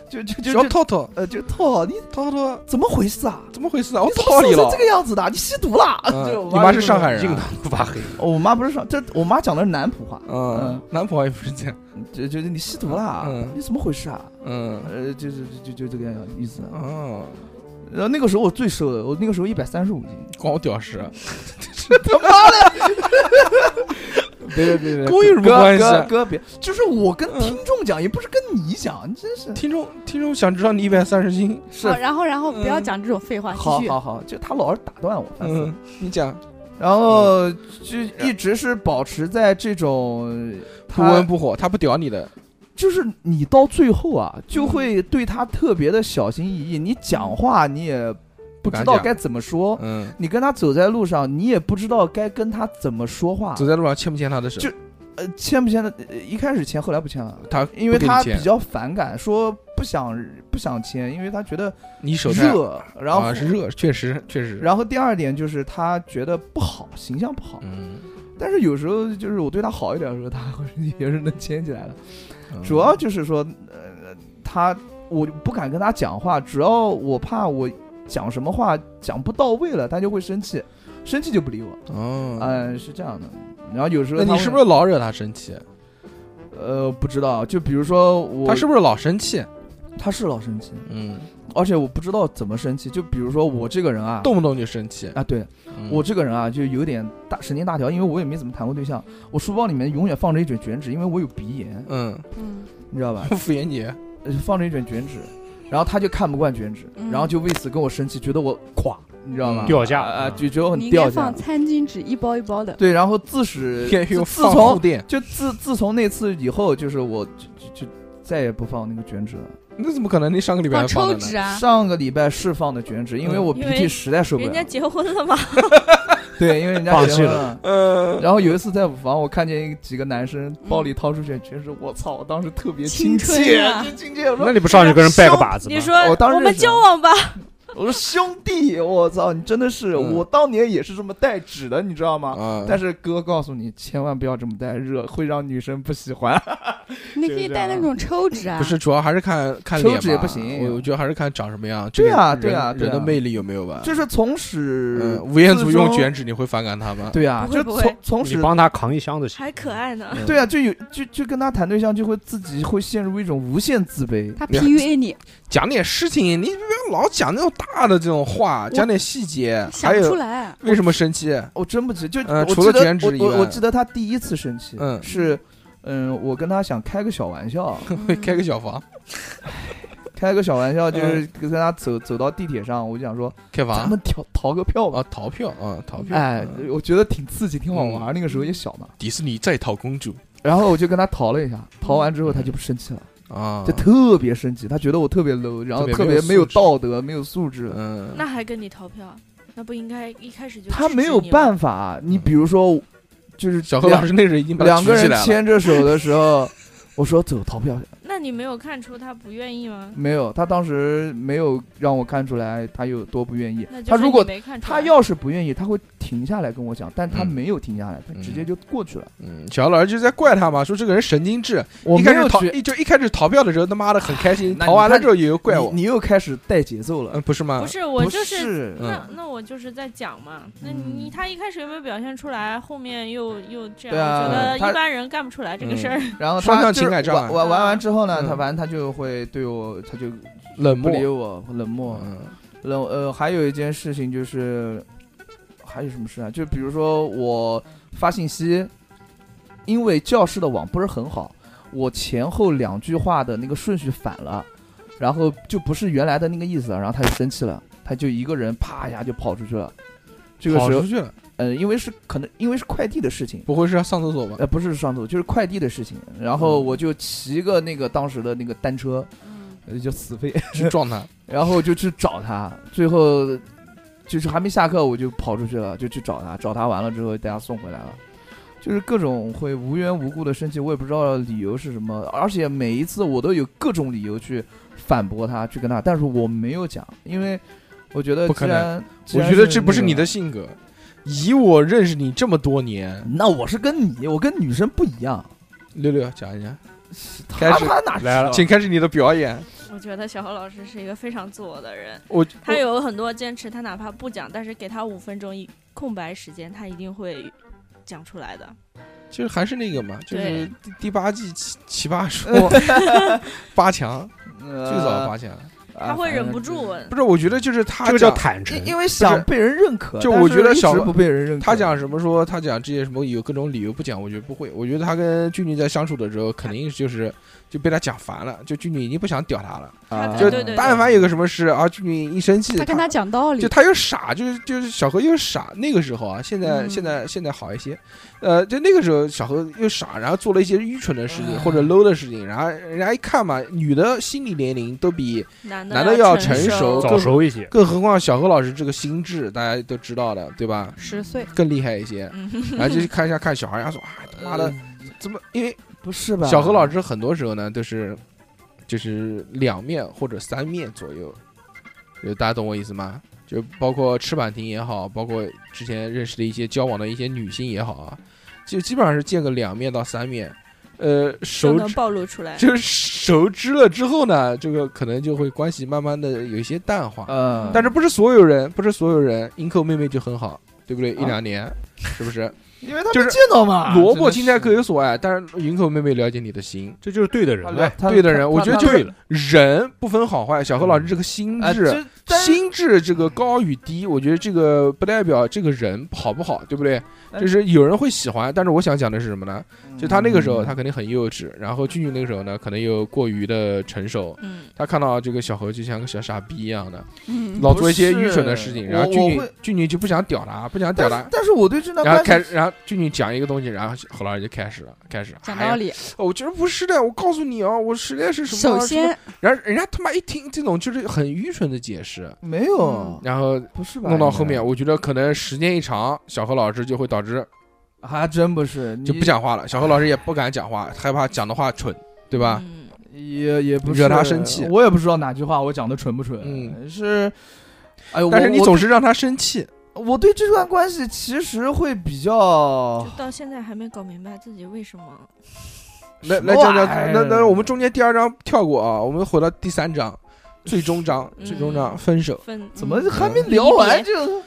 [SPEAKER 3] 就就就
[SPEAKER 2] 小
[SPEAKER 3] 就
[SPEAKER 2] 套套，
[SPEAKER 3] 呃，就套你
[SPEAKER 2] 套套
[SPEAKER 3] 怎么回事啊？
[SPEAKER 2] 怎么回事啊？我
[SPEAKER 3] 你怎
[SPEAKER 2] 操
[SPEAKER 3] 么
[SPEAKER 2] 你
[SPEAKER 3] 瘦
[SPEAKER 2] 了
[SPEAKER 3] 成！这个样子的？啊你吸毒啦？
[SPEAKER 2] 嗯
[SPEAKER 3] 就
[SPEAKER 2] 你妈是上海人
[SPEAKER 6] 硬
[SPEAKER 2] 啊，
[SPEAKER 6] 糖不怕黑，
[SPEAKER 3] 哦我妈不是上，这我妈讲的是南普话，
[SPEAKER 2] 嗯
[SPEAKER 3] 嗯，
[SPEAKER 2] 男朋友也不是这样，
[SPEAKER 3] 就就是你吸毒啦？
[SPEAKER 2] 嗯
[SPEAKER 3] 你怎么回事啊？
[SPEAKER 2] 嗯，
[SPEAKER 3] 呃，就是就就就这个样意思。啊
[SPEAKER 2] 哦，
[SPEAKER 3] 然后那个时候我最瘦的，我那个时候一百三十五斤，
[SPEAKER 2] 关我屌事，啊
[SPEAKER 3] 别别别
[SPEAKER 2] 跟我有什么关系
[SPEAKER 3] 哥
[SPEAKER 2] 啊？
[SPEAKER 3] 哥别，就是我跟
[SPEAKER 2] 嗯
[SPEAKER 3] 听众讲，也不是跟你讲，你真是
[SPEAKER 2] 听众听众想知道你一百三十斤，
[SPEAKER 3] 是
[SPEAKER 5] 好，然后然后不要讲这种废话，
[SPEAKER 3] 好
[SPEAKER 5] 啊继续。
[SPEAKER 3] 好好，就他老是打断我，烦死了
[SPEAKER 2] 嗯，你讲
[SPEAKER 3] 然后就一直是保持在这种
[SPEAKER 2] 不
[SPEAKER 3] 他
[SPEAKER 2] 温不火，他不屌你的，
[SPEAKER 3] 就是你到最后啊，就会对他特别的小心翼翼，你讲话你也不知道
[SPEAKER 2] 敢讲
[SPEAKER 3] 该怎么说，
[SPEAKER 2] 嗯，
[SPEAKER 3] 你跟他走在路上，你也不知道该跟他怎么说话，
[SPEAKER 2] 走在路上牵不牵他的手
[SPEAKER 3] 就，呃，签不签的，呃一开始签，后来不签了，
[SPEAKER 2] 他
[SPEAKER 3] 因
[SPEAKER 2] 不
[SPEAKER 3] 为
[SPEAKER 2] 给你
[SPEAKER 3] 他
[SPEAKER 2] 签
[SPEAKER 3] 比较反感，说不想不想签，因为他觉得
[SPEAKER 2] 你手太
[SPEAKER 3] 热，然后、
[SPEAKER 2] 啊是热，确实确实，
[SPEAKER 3] 然后第二点就是他觉得不好，形象不好。
[SPEAKER 2] 嗯，
[SPEAKER 3] 但是有时候就是我对他好一点的时候，他会也是能牵起来的。
[SPEAKER 2] 嗯
[SPEAKER 3] 主要就是说，呃，他我不敢跟他讲话，主要我怕我讲什么话讲不到位了，他就会生气，生气就不理我。
[SPEAKER 2] 哦，
[SPEAKER 3] 嗯，是这样的。然后有时候
[SPEAKER 2] 那
[SPEAKER 3] 他
[SPEAKER 2] 你
[SPEAKER 3] 会
[SPEAKER 2] 是不是老惹他生气？
[SPEAKER 3] 呃不知道？就比如说我，
[SPEAKER 2] 他是不是老生气？
[SPEAKER 3] 他是老生气，
[SPEAKER 2] 嗯，
[SPEAKER 3] 而且我不知道怎么生气。就比如说我这个人啊，
[SPEAKER 2] 动不动就生气。
[SPEAKER 3] 啊，对
[SPEAKER 2] 嗯
[SPEAKER 3] 我这个人啊，就有点大神经大条，因为我也没怎么谈过对象。我书包里面永远放着一卷卷纸，因为我有鼻炎，
[SPEAKER 2] 嗯，
[SPEAKER 5] 嗯，
[SPEAKER 3] 你知 道吧？
[SPEAKER 2] 敷衍你。
[SPEAKER 3] 呃放着一卷卷纸，然后他就看不惯卷纸，
[SPEAKER 5] 嗯
[SPEAKER 3] 然后就为此跟我生气，觉得我垮，你知道
[SPEAKER 2] 嗯
[SPEAKER 3] 吗？
[SPEAKER 6] 掉价
[SPEAKER 3] 啊，
[SPEAKER 6] 啊
[SPEAKER 3] 就觉得我
[SPEAKER 5] 你应
[SPEAKER 3] 很
[SPEAKER 5] 该
[SPEAKER 3] 掉价
[SPEAKER 5] 放。餐巾纸一包一包的，
[SPEAKER 3] 对，然后自始
[SPEAKER 2] 天
[SPEAKER 3] 自
[SPEAKER 2] 用
[SPEAKER 3] 自
[SPEAKER 2] 放后
[SPEAKER 3] 从
[SPEAKER 2] 垫，
[SPEAKER 3] 就自自从那次以后，就是我就就就再也不放那个卷纸了。
[SPEAKER 2] 那怎么可能？你上个礼拜还
[SPEAKER 5] 放
[SPEAKER 2] 放的
[SPEAKER 5] 抽
[SPEAKER 2] 呢
[SPEAKER 5] 纸。啊，
[SPEAKER 3] 上个礼拜是放的卷纸，因为
[SPEAKER 2] 嗯
[SPEAKER 3] 我鼻
[SPEAKER 4] 因为
[SPEAKER 3] 涕实在受不
[SPEAKER 4] 人
[SPEAKER 3] 了
[SPEAKER 4] 家。结婚了嘛，
[SPEAKER 3] 对，因为人家
[SPEAKER 6] 放
[SPEAKER 3] 结
[SPEAKER 6] 弃
[SPEAKER 3] 婚
[SPEAKER 6] 了
[SPEAKER 3] 了。
[SPEAKER 2] 呃，
[SPEAKER 3] 然后有一次在舞房，我看见几个男生包里掏出卷卷纸，我操！我当时特别亲
[SPEAKER 5] 青
[SPEAKER 3] 切，
[SPEAKER 5] 春啊
[SPEAKER 3] 就亲切。我
[SPEAKER 6] 那
[SPEAKER 3] 说，
[SPEAKER 6] 你不上去跟人拜个把子吗
[SPEAKER 4] 你？说
[SPEAKER 3] 我当时
[SPEAKER 4] 们
[SPEAKER 3] 是
[SPEAKER 4] 交往吧，
[SPEAKER 3] 我说兄弟，我操，你真的是，
[SPEAKER 2] 嗯
[SPEAKER 3] 我当年也是这么带纸的，你知道吗？
[SPEAKER 2] 啊，
[SPEAKER 3] 但是哥告诉你，千万不要这么带，热会让女生不喜欢。
[SPEAKER 2] 嗯
[SPEAKER 5] 你可以带那种抽纸啊，
[SPEAKER 2] 不是，主要还是看看
[SPEAKER 3] 抽
[SPEAKER 2] 脸
[SPEAKER 3] 脂也
[SPEAKER 2] 吧
[SPEAKER 3] 不行
[SPEAKER 2] 我我觉得还是看长什么样。
[SPEAKER 3] 对啊
[SPEAKER 2] 这个
[SPEAKER 3] 对啊
[SPEAKER 2] 人
[SPEAKER 3] 对
[SPEAKER 2] 人
[SPEAKER 3] 啊
[SPEAKER 2] 的魅力有没有吧？
[SPEAKER 3] 就是从始
[SPEAKER 2] 嗯，吴彦祖
[SPEAKER 3] 自
[SPEAKER 2] 用
[SPEAKER 3] 终，
[SPEAKER 2] 卷纸，你会反感他吗？
[SPEAKER 3] 对啊，
[SPEAKER 4] 不会
[SPEAKER 3] 就
[SPEAKER 4] 不
[SPEAKER 3] 从
[SPEAKER 4] 会
[SPEAKER 3] 从
[SPEAKER 6] 你
[SPEAKER 3] 始。
[SPEAKER 6] 帮他扛一箱子行。
[SPEAKER 4] 还可爱呢。
[SPEAKER 3] 对啊，就有就就跟他谈对象，就会自己会陷入一种无限自卑。
[SPEAKER 5] 他 PUA 你，
[SPEAKER 2] 讲点事情，你不要老讲那种大的这种话，讲点细节。
[SPEAKER 5] 想
[SPEAKER 2] 还
[SPEAKER 5] 不
[SPEAKER 2] 有
[SPEAKER 5] 出来，
[SPEAKER 2] 为什么生气？
[SPEAKER 3] 我真不记，就
[SPEAKER 2] 呃
[SPEAKER 3] 我
[SPEAKER 2] 除
[SPEAKER 3] 记
[SPEAKER 2] 了
[SPEAKER 3] 得
[SPEAKER 2] 卷纸以
[SPEAKER 3] 我
[SPEAKER 2] 外
[SPEAKER 3] 我我记得他第一次生气，
[SPEAKER 2] 嗯
[SPEAKER 3] 是，嗯，我跟他想开个小 玩笑，
[SPEAKER 2] 会开个小房，
[SPEAKER 3] 开个小玩笑，就是
[SPEAKER 2] 嗯
[SPEAKER 3] 跟他走走到地铁上，我就想说，
[SPEAKER 2] 开
[SPEAKER 3] 咱
[SPEAKER 2] 房
[SPEAKER 3] 们逃逃个票吧
[SPEAKER 2] 啊，。逃票啊，逃票。
[SPEAKER 3] 哎
[SPEAKER 2] 嗯，
[SPEAKER 3] 我觉得挺刺激，挺好玩，那个时候也小嘛。
[SPEAKER 2] 迪士尼再逃公主
[SPEAKER 3] 然后我就跟他逃了一下，逃完
[SPEAKER 2] 嗯
[SPEAKER 3] 之后他就不生气了，
[SPEAKER 2] 啊，
[SPEAKER 3] 就特别生气，他觉得我特别 low，然后
[SPEAKER 2] 特
[SPEAKER 3] 特
[SPEAKER 2] 别没有
[SPEAKER 3] 别没有
[SPEAKER 2] 素质
[SPEAKER 3] 道德，没有素质。
[SPEAKER 2] 嗯，
[SPEAKER 4] 那还跟你逃票，那不应该一开始就
[SPEAKER 3] 他
[SPEAKER 4] 制
[SPEAKER 3] 没
[SPEAKER 4] 止
[SPEAKER 3] 有
[SPEAKER 4] 你吗
[SPEAKER 3] 办法，你比如说，就是
[SPEAKER 2] 嗯小何
[SPEAKER 3] 两
[SPEAKER 2] 老师那时候已经把他
[SPEAKER 3] 两个
[SPEAKER 2] 举起
[SPEAKER 3] 人
[SPEAKER 2] 来了
[SPEAKER 3] 牵着手的时候，我说走，逃票。
[SPEAKER 4] 那你没有看出他不愿意吗？
[SPEAKER 3] 没有，他当时没有让我看出来他有多不愿意
[SPEAKER 4] 那。就
[SPEAKER 3] 他
[SPEAKER 4] 是
[SPEAKER 3] 如
[SPEAKER 4] 你
[SPEAKER 3] 果
[SPEAKER 4] 没看出
[SPEAKER 3] 他
[SPEAKER 4] 来
[SPEAKER 3] 要是不愿意，他会停下来跟我讲，但他
[SPEAKER 2] 嗯
[SPEAKER 3] 没有停下来，他直接就过去了。
[SPEAKER 2] 嗯，小何老师就在怪他嘛，说这个人神经质。
[SPEAKER 3] 我
[SPEAKER 2] 一
[SPEAKER 3] 没
[SPEAKER 2] 开始
[SPEAKER 3] 有
[SPEAKER 2] 逃，
[SPEAKER 3] 去，
[SPEAKER 2] 一就一开始逃票的时候，他妈的很开心，
[SPEAKER 3] 那
[SPEAKER 2] 逃完
[SPEAKER 3] 你
[SPEAKER 2] 了
[SPEAKER 3] 看
[SPEAKER 2] 之后也有怪我
[SPEAKER 3] 你，，你又开始带节奏了
[SPEAKER 2] 嗯，。不是吗
[SPEAKER 4] 不？是我
[SPEAKER 3] 不
[SPEAKER 4] 就是。
[SPEAKER 3] 是
[SPEAKER 2] 嗯
[SPEAKER 4] 那那我就是在讲嘛，那你
[SPEAKER 3] 嗯
[SPEAKER 4] 他一开始有没有表现出来，后面又又这样，
[SPEAKER 3] 对啊
[SPEAKER 4] 我觉得
[SPEAKER 3] 他嗯
[SPEAKER 4] 一般人干不出来这个事儿。
[SPEAKER 3] 然后
[SPEAKER 2] 双
[SPEAKER 3] 他
[SPEAKER 2] 向
[SPEAKER 3] 就是
[SPEAKER 2] 情感障碍
[SPEAKER 3] 玩玩玩完之后呢，
[SPEAKER 2] 嗯
[SPEAKER 3] 他反正他就会对我，他就
[SPEAKER 2] 冷
[SPEAKER 3] 不
[SPEAKER 2] 漠，
[SPEAKER 3] 理我，冷漠，
[SPEAKER 2] 嗯
[SPEAKER 3] 冷呃，还有一件事情就是，还有什么事啊？就比如说我发信息，因为教室的网不是很好，我前后两句话的那个顺序反了，然后就不是原来的那个意思了，然后他就生气了，他就一个人啪一下就跑出去了。这个
[SPEAKER 2] 跑
[SPEAKER 3] 时候
[SPEAKER 2] 出，去了，
[SPEAKER 3] 呃，因为是可能因为是快递的事情，
[SPEAKER 2] 不会是要上厕所吧？
[SPEAKER 3] 呃，不是上头，就是快递的事情。然后我就骑个那个当时的那个单车，呃就死飞，
[SPEAKER 2] 去撞他，
[SPEAKER 3] 然后就去找他，最后就是还没下课，我就跑出去了，就去找他，找他完了之后，大家送回来了。就是各种会无缘无故的生气，我也不知道理由是什么，而且每一次我都有各种理由去反驳他，去跟他，但是我没有讲，因为我觉得
[SPEAKER 2] 不可
[SPEAKER 3] 既然，既
[SPEAKER 2] 我
[SPEAKER 3] 然
[SPEAKER 2] 觉得这不是
[SPEAKER 3] 那个
[SPEAKER 2] 你的性格。以我认识你这么多年，
[SPEAKER 3] 那我是跟你，我跟女生不一样，
[SPEAKER 2] 六六讲一讲，开
[SPEAKER 3] 他
[SPEAKER 2] 始
[SPEAKER 3] 他 哪知
[SPEAKER 6] 来了啊
[SPEAKER 3] 道
[SPEAKER 2] 请开始你的表演。
[SPEAKER 4] 我觉得小何老师是一个非常自我的人，
[SPEAKER 2] 我
[SPEAKER 4] 他有很多坚持，他哪怕不讲，但是给他五分钟一空白时间，他一定会讲出来的。
[SPEAKER 2] 就是还是那个嘛，就是
[SPEAKER 4] 对
[SPEAKER 2] 第第八季奇奇葩说 八强，
[SPEAKER 3] 呃
[SPEAKER 2] 最早八强。
[SPEAKER 3] 啊
[SPEAKER 4] 他会忍不，住，
[SPEAKER 2] 不是，我觉得就是他
[SPEAKER 6] 这个叫
[SPEAKER 2] 讲
[SPEAKER 6] 坦
[SPEAKER 3] 呃
[SPEAKER 6] 诚
[SPEAKER 3] 反正因，因为想被人认可，
[SPEAKER 2] 就
[SPEAKER 3] 但
[SPEAKER 2] 我
[SPEAKER 3] 是
[SPEAKER 2] 觉得
[SPEAKER 3] 一直
[SPEAKER 2] 小
[SPEAKER 3] 不被人认可，
[SPEAKER 2] 他讲什么说他讲这些什么有各种理由不讲，我觉得不会。我觉得他跟俊俊在相处的时候，肯定就是就被他讲烦了，就俊俊已经不想屌他了。
[SPEAKER 3] 啊
[SPEAKER 2] 就
[SPEAKER 4] 对对
[SPEAKER 2] 但凡有个什么事啊，俊俊一生气，
[SPEAKER 5] 他跟他讲道理
[SPEAKER 2] 就，他又傻，就是就是小何又傻。那个时候啊，现在、
[SPEAKER 5] 嗯
[SPEAKER 2] 现在现在好一些，呃，就那个时候小何又傻，然后做了一些愚蠢的事情、或者 low 的事情，然后人家一看嘛，女的心理年龄都比，
[SPEAKER 4] 男
[SPEAKER 2] 男的要成
[SPEAKER 4] 熟
[SPEAKER 2] 熟，
[SPEAKER 6] 早熟一些。
[SPEAKER 2] 更何况小何老师这个心智大家都知道的，对吧？
[SPEAKER 5] 十岁，
[SPEAKER 2] 更厉害一些，
[SPEAKER 4] 嗯，
[SPEAKER 2] 哎 然后就去看一下看小孩，然后说啊他妈的，怎么？因为
[SPEAKER 3] 不是吧？
[SPEAKER 2] 小何老师很多时候呢都是就是两面或者三面左右，就大家懂我意思吗？就包括赤坂亭也好，包括之前认识的一些交往的一些女性也好啊，就基本上是见个两面到三面，呃，
[SPEAKER 4] 就
[SPEAKER 2] 熟
[SPEAKER 4] 能暴露出来。
[SPEAKER 2] 就是熟知了之后呢，这个可能就会关系慢慢的有一些淡化。
[SPEAKER 3] 嗯，
[SPEAKER 2] 但是不是所有人，不是所有人，银扣妹妹就很好，对不对？一
[SPEAKER 3] 啊
[SPEAKER 2] 两年，是不是？
[SPEAKER 3] 因为他
[SPEAKER 2] 就
[SPEAKER 3] 没
[SPEAKER 2] 是
[SPEAKER 3] 见到嘛，
[SPEAKER 2] 萝卜青
[SPEAKER 3] 真
[SPEAKER 2] 菜
[SPEAKER 3] 的
[SPEAKER 2] 各有所爱，但是银扣妹妹了解你的心，哎
[SPEAKER 6] 这就是对的人
[SPEAKER 3] 是
[SPEAKER 6] 呗。
[SPEAKER 3] 他
[SPEAKER 2] 对的人，
[SPEAKER 3] 他
[SPEAKER 2] 我觉得
[SPEAKER 3] 他
[SPEAKER 2] 就
[SPEAKER 3] 对
[SPEAKER 2] 是人不分好坏。小何老师这个心
[SPEAKER 3] 哎
[SPEAKER 2] 智，
[SPEAKER 3] 这但是
[SPEAKER 2] 心智这个高与低，我觉得这个不代表这个人好不好，对不对？
[SPEAKER 3] 哎
[SPEAKER 2] 就是有人会喜欢，但是我想讲的是什么呢？就他那个时
[SPEAKER 3] 嗯
[SPEAKER 2] 候，他肯定很幼稚，然后俊俊那个时候呢，可能又过于的成熟。
[SPEAKER 4] 嗯，
[SPEAKER 2] 他看到这个小何就像个小傻逼一样的，
[SPEAKER 5] 嗯，
[SPEAKER 2] 老做一些
[SPEAKER 3] 不
[SPEAKER 2] 愚
[SPEAKER 3] 是
[SPEAKER 2] 蠢的事情，然
[SPEAKER 3] 我
[SPEAKER 2] 后俊
[SPEAKER 3] 我
[SPEAKER 2] 俊
[SPEAKER 3] 会
[SPEAKER 2] 俊俊就不想屌他，不想屌
[SPEAKER 3] 但
[SPEAKER 2] 他
[SPEAKER 3] 是，但是我对这段
[SPEAKER 2] 然后
[SPEAKER 3] 关
[SPEAKER 2] 开
[SPEAKER 3] 系，
[SPEAKER 2] 始，然后俊俊讲一个东西，然后何老师就开始了，开始
[SPEAKER 5] 讲
[SPEAKER 2] 哎呀
[SPEAKER 5] 道理，
[SPEAKER 2] 哦我觉得不是的，我告诉你哦，我实在是什么。
[SPEAKER 5] 首先，
[SPEAKER 2] 然后人家他妈一听这种就是很愚蠢的解释，
[SPEAKER 3] 没有
[SPEAKER 5] 嗯，
[SPEAKER 2] 然后
[SPEAKER 3] 不是吧？
[SPEAKER 2] 弄到后面，
[SPEAKER 3] 应
[SPEAKER 2] 我觉得可能时间一长，小何老师就会导致
[SPEAKER 3] 该还真不是，你
[SPEAKER 2] 就不讲话了。小何老师也不敢讲话，害怕讲的话蠢，对吧？
[SPEAKER 4] 嗯
[SPEAKER 3] 也也不
[SPEAKER 2] 惹
[SPEAKER 3] 是
[SPEAKER 2] 他生气
[SPEAKER 3] 我也不知道哪句话我讲的蠢不蠢，
[SPEAKER 2] 嗯
[SPEAKER 3] 是，哎呦，
[SPEAKER 2] 但是
[SPEAKER 3] 我
[SPEAKER 2] 你
[SPEAKER 3] 我
[SPEAKER 2] 总是让他生气，
[SPEAKER 3] 我对这段关系其实会比较哦
[SPEAKER 4] 就，到现在还没搞明白自己为什么。
[SPEAKER 2] 来
[SPEAKER 3] 什么
[SPEAKER 2] 来讲讲，
[SPEAKER 3] 玩意儿
[SPEAKER 2] 那那我们中间第二章跳过啊，我们回到第三章，最终章，
[SPEAKER 4] 嗯
[SPEAKER 2] 最终章分手。
[SPEAKER 4] 分
[SPEAKER 3] 怎么
[SPEAKER 4] 嗯
[SPEAKER 3] 还没聊完
[SPEAKER 4] 离
[SPEAKER 2] 嗯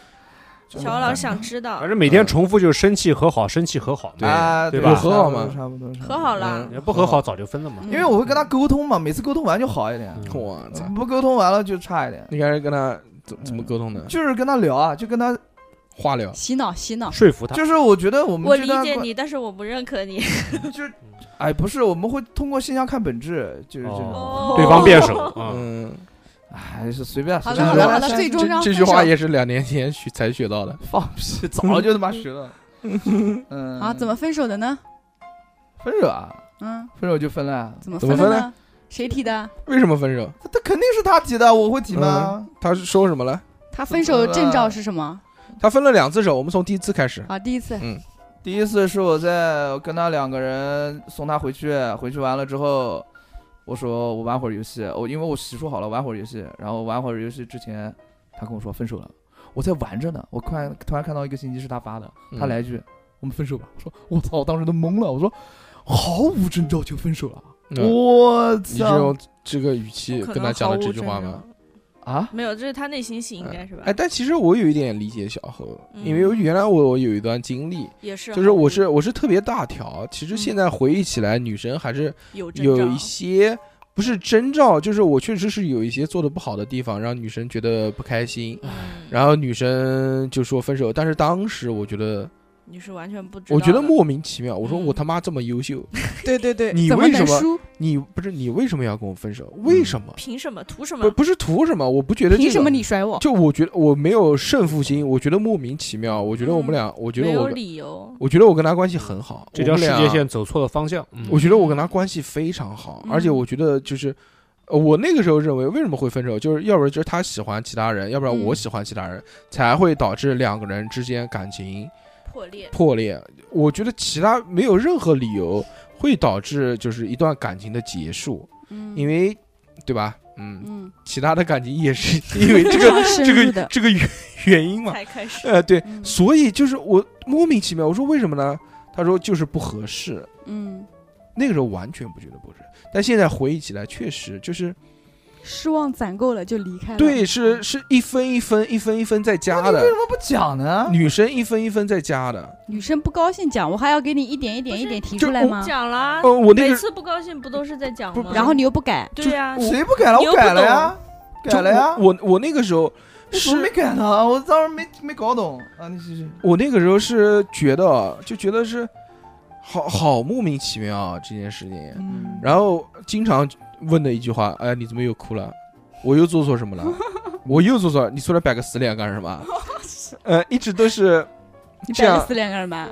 [SPEAKER 3] 就
[SPEAKER 4] 小欧老师想知道
[SPEAKER 6] 反正每天重复就是生气和好，生气和好。
[SPEAKER 2] 哎对
[SPEAKER 3] 啊，
[SPEAKER 6] 对
[SPEAKER 3] 对
[SPEAKER 6] 吧
[SPEAKER 2] 有和好吗
[SPEAKER 3] 差不多，差不多
[SPEAKER 4] 和好了
[SPEAKER 2] 嗯
[SPEAKER 6] 你，要不和好早就分了嘛。
[SPEAKER 5] 嗯
[SPEAKER 3] 因为我会跟他沟通嘛，每次沟通完就好一点，
[SPEAKER 6] 嗯
[SPEAKER 2] 我操！
[SPEAKER 3] 不沟通完了就差一点，
[SPEAKER 2] 你开始跟他怎怎么沟通的？
[SPEAKER 3] 就是跟他聊啊，就跟他，
[SPEAKER 2] 话聊，
[SPEAKER 5] 洗脑洗脑，
[SPEAKER 6] 说服他，
[SPEAKER 3] 就是我觉得我们
[SPEAKER 4] 我
[SPEAKER 3] 这
[SPEAKER 4] 理
[SPEAKER 3] 段
[SPEAKER 4] 解
[SPEAKER 3] 关
[SPEAKER 4] 你，但是我不认可你。
[SPEAKER 3] 就是，哎，不是，我们会通过现象看本质，就是这种，
[SPEAKER 4] 哦
[SPEAKER 6] 对方辩手啊。
[SPEAKER 2] 嗯，
[SPEAKER 3] 哎，是随便。
[SPEAKER 5] 好
[SPEAKER 3] 随
[SPEAKER 5] 了
[SPEAKER 3] 便
[SPEAKER 5] 好了好
[SPEAKER 3] 删
[SPEAKER 5] 了，最终
[SPEAKER 2] 这
[SPEAKER 5] 章
[SPEAKER 2] 这
[SPEAKER 5] 分
[SPEAKER 2] 句
[SPEAKER 5] 手
[SPEAKER 2] 话也是两年前学才学到的。
[SPEAKER 3] 放屁，早就他妈 学了。嗯，
[SPEAKER 5] 啊？怎么分手的呢？
[SPEAKER 3] 分手啊？
[SPEAKER 5] 嗯，
[SPEAKER 3] 分手就分了啊，
[SPEAKER 5] 怎么
[SPEAKER 2] 怎么
[SPEAKER 5] 的
[SPEAKER 2] 分
[SPEAKER 5] 呢？谁提的？
[SPEAKER 2] 为什么分手？
[SPEAKER 3] 他肯定是他提的，我会提
[SPEAKER 6] 嗯
[SPEAKER 3] 吗？
[SPEAKER 2] 他是说什么了？
[SPEAKER 5] 他分手征兆是什么？
[SPEAKER 2] 他分了两次手，我们从第一次开始。
[SPEAKER 5] 啊，第一次
[SPEAKER 3] 第一次是我在跟他两个人送他回去，回去完了之后，我说我玩会儿游戏，我因为我洗漱好了玩会儿游戏，然后玩会儿游戏之前，他跟我说分手了，我在玩着呢，我看突然看到一个信息是他发的，他
[SPEAKER 2] 嗯
[SPEAKER 3] 来一句、我们分手吧，我说我操，我当时都懵了，我说毫无征兆就分手了，
[SPEAKER 2] 嗯
[SPEAKER 3] 我
[SPEAKER 2] 你是
[SPEAKER 3] 操
[SPEAKER 2] 用这个语气
[SPEAKER 4] 可
[SPEAKER 2] 跟他
[SPEAKER 4] 能
[SPEAKER 2] 讲
[SPEAKER 4] 毫
[SPEAKER 2] 了这
[SPEAKER 4] 无
[SPEAKER 2] 句
[SPEAKER 4] 征
[SPEAKER 2] 话
[SPEAKER 4] 兆
[SPEAKER 2] 吗？？
[SPEAKER 3] 啊，
[SPEAKER 4] 没有，这是他内心戏，应该是吧
[SPEAKER 2] 哎，？但其实我有一点理解小侯，
[SPEAKER 4] 嗯
[SPEAKER 2] 因为我原来我我有一段经历，
[SPEAKER 4] 也是毫无，
[SPEAKER 2] 就是我是我是特别大条，其实
[SPEAKER 4] 嗯
[SPEAKER 2] 现在回忆起来，女生还是
[SPEAKER 4] 有征兆
[SPEAKER 2] 有一些不是征兆，就是我确实是有一些做的不好的地方，让女生觉得不开心，
[SPEAKER 4] 嗯
[SPEAKER 2] 然后女生就说分手。但是当时我觉得，
[SPEAKER 4] 你是完全不知道
[SPEAKER 2] 我
[SPEAKER 4] 的。
[SPEAKER 2] 觉得莫名其妙，我说
[SPEAKER 4] 嗯
[SPEAKER 2] 我他妈这么优秀，
[SPEAKER 5] 对对对
[SPEAKER 2] 你
[SPEAKER 5] 怎么
[SPEAKER 2] 为什
[SPEAKER 5] 能
[SPEAKER 2] 么
[SPEAKER 5] 输？
[SPEAKER 2] 你不是你为什么要跟我分手？为什么？
[SPEAKER 4] 凭什么？图什么
[SPEAKER 2] 不？不是图什么，我不觉得这
[SPEAKER 5] 凭什
[SPEAKER 2] 个
[SPEAKER 5] 么你甩我？
[SPEAKER 2] 就我觉得我没有胜负心，我觉得莫名其妙。我觉得我们俩，我觉
[SPEAKER 4] 没
[SPEAKER 2] 得
[SPEAKER 4] 有
[SPEAKER 2] 我跟，
[SPEAKER 4] 理由。
[SPEAKER 2] 我觉得我跟他关系很好，
[SPEAKER 6] 这条
[SPEAKER 2] 我们
[SPEAKER 6] 世
[SPEAKER 2] 俩
[SPEAKER 6] 界线走错了方向。嗯
[SPEAKER 2] 我觉得我跟他关系非常好，
[SPEAKER 4] 嗯
[SPEAKER 2] 而且我觉得就是。呃我那个时候认为，为什么会分手，就是要不然就是他喜欢其他人，要不然我
[SPEAKER 4] 嗯
[SPEAKER 2] 喜欢其他人，才会导致两个人之间感情
[SPEAKER 4] 破 裂。
[SPEAKER 2] 破裂。我觉得其他没有任何理由会导致就是一段感情的结束，
[SPEAKER 5] 嗯
[SPEAKER 2] 因为，对吧？嗯，
[SPEAKER 5] 嗯，
[SPEAKER 2] 其他的感情也是因为这个
[SPEAKER 5] 深
[SPEAKER 2] 这
[SPEAKER 5] 入
[SPEAKER 2] 个
[SPEAKER 5] 的，
[SPEAKER 2] 这个原原因嘛。
[SPEAKER 4] 才开始，
[SPEAKER 2] 呃，对，
[SPEAKER 5] 嗯
[SPEAKER 2] 所以就是我莫名其妙，我说为什么呢？他说就是不合适，
[SPEAKER 5] 嗯，
[SPEAKER 2] 那个时候完全不觉得不合适，但现在回忆起来，确实就是
[SPEAKER 5] 失望攒够了就离开了。
[SPEAKER 2] 对，是是一分一分一分一分在加的
[SPEAKER 3] 为，什么不讲呢？
[SPEAKER 2] 女生一分一分在加的。
[SPEAKER 5] 女生不高兴讲，我还要给你一点一点一点提
[SPEAKER 2] 就
[SPEAKER 5] 出来吗？
[SPEAKER 4] 讲了。
[SPEAKER 2] 呃，我那
[SPEAKER 4] 每
[SPEAKER 2] 个
[SPEAKER 4] 次不高兴不都是在讲
[SPEAKER 2] 不
[SPEAKER 4] 吗？
[SPEAKER 5] 然后你又不改，
[SPEAKER 4] 对呀，
[SPEAKER 2] 我
[SPEAKER 3] 谁不改了？
[SPEAKER 4] 你
[SPEAKER 3] 我
[SPEAKER 4] 又不
[SPEAKER 3] 改了呀，
[SPEAKER 2] 就
[SPEAKER 3] 改了呀，
[SPEAKER 2] 我我我那个时候
[SPEAKER 3] 我怎么没
[SPEAKER 2] 是，
[SPEAKER 3] 改呢？我当时没没搞懂啊！你继续。
[SPEAKER 2] 我那个时候是觉得就觉得是好好莫名其妙啊这件事情，
[SPEAKER 3] 嗯
[SPEAKER 2] 然后经常问的一句话，哎，你怎么又哭了？我又做错什么了？我又做错了？你出来摆个死脸干什么？呃，一直都是
[SPEAKER 5] 你
[SPEAKER 2] 这
[SPEAKER 5] 摆
[SPEAKER 2] 样
[SPEAKER 5] 了四脸干什么？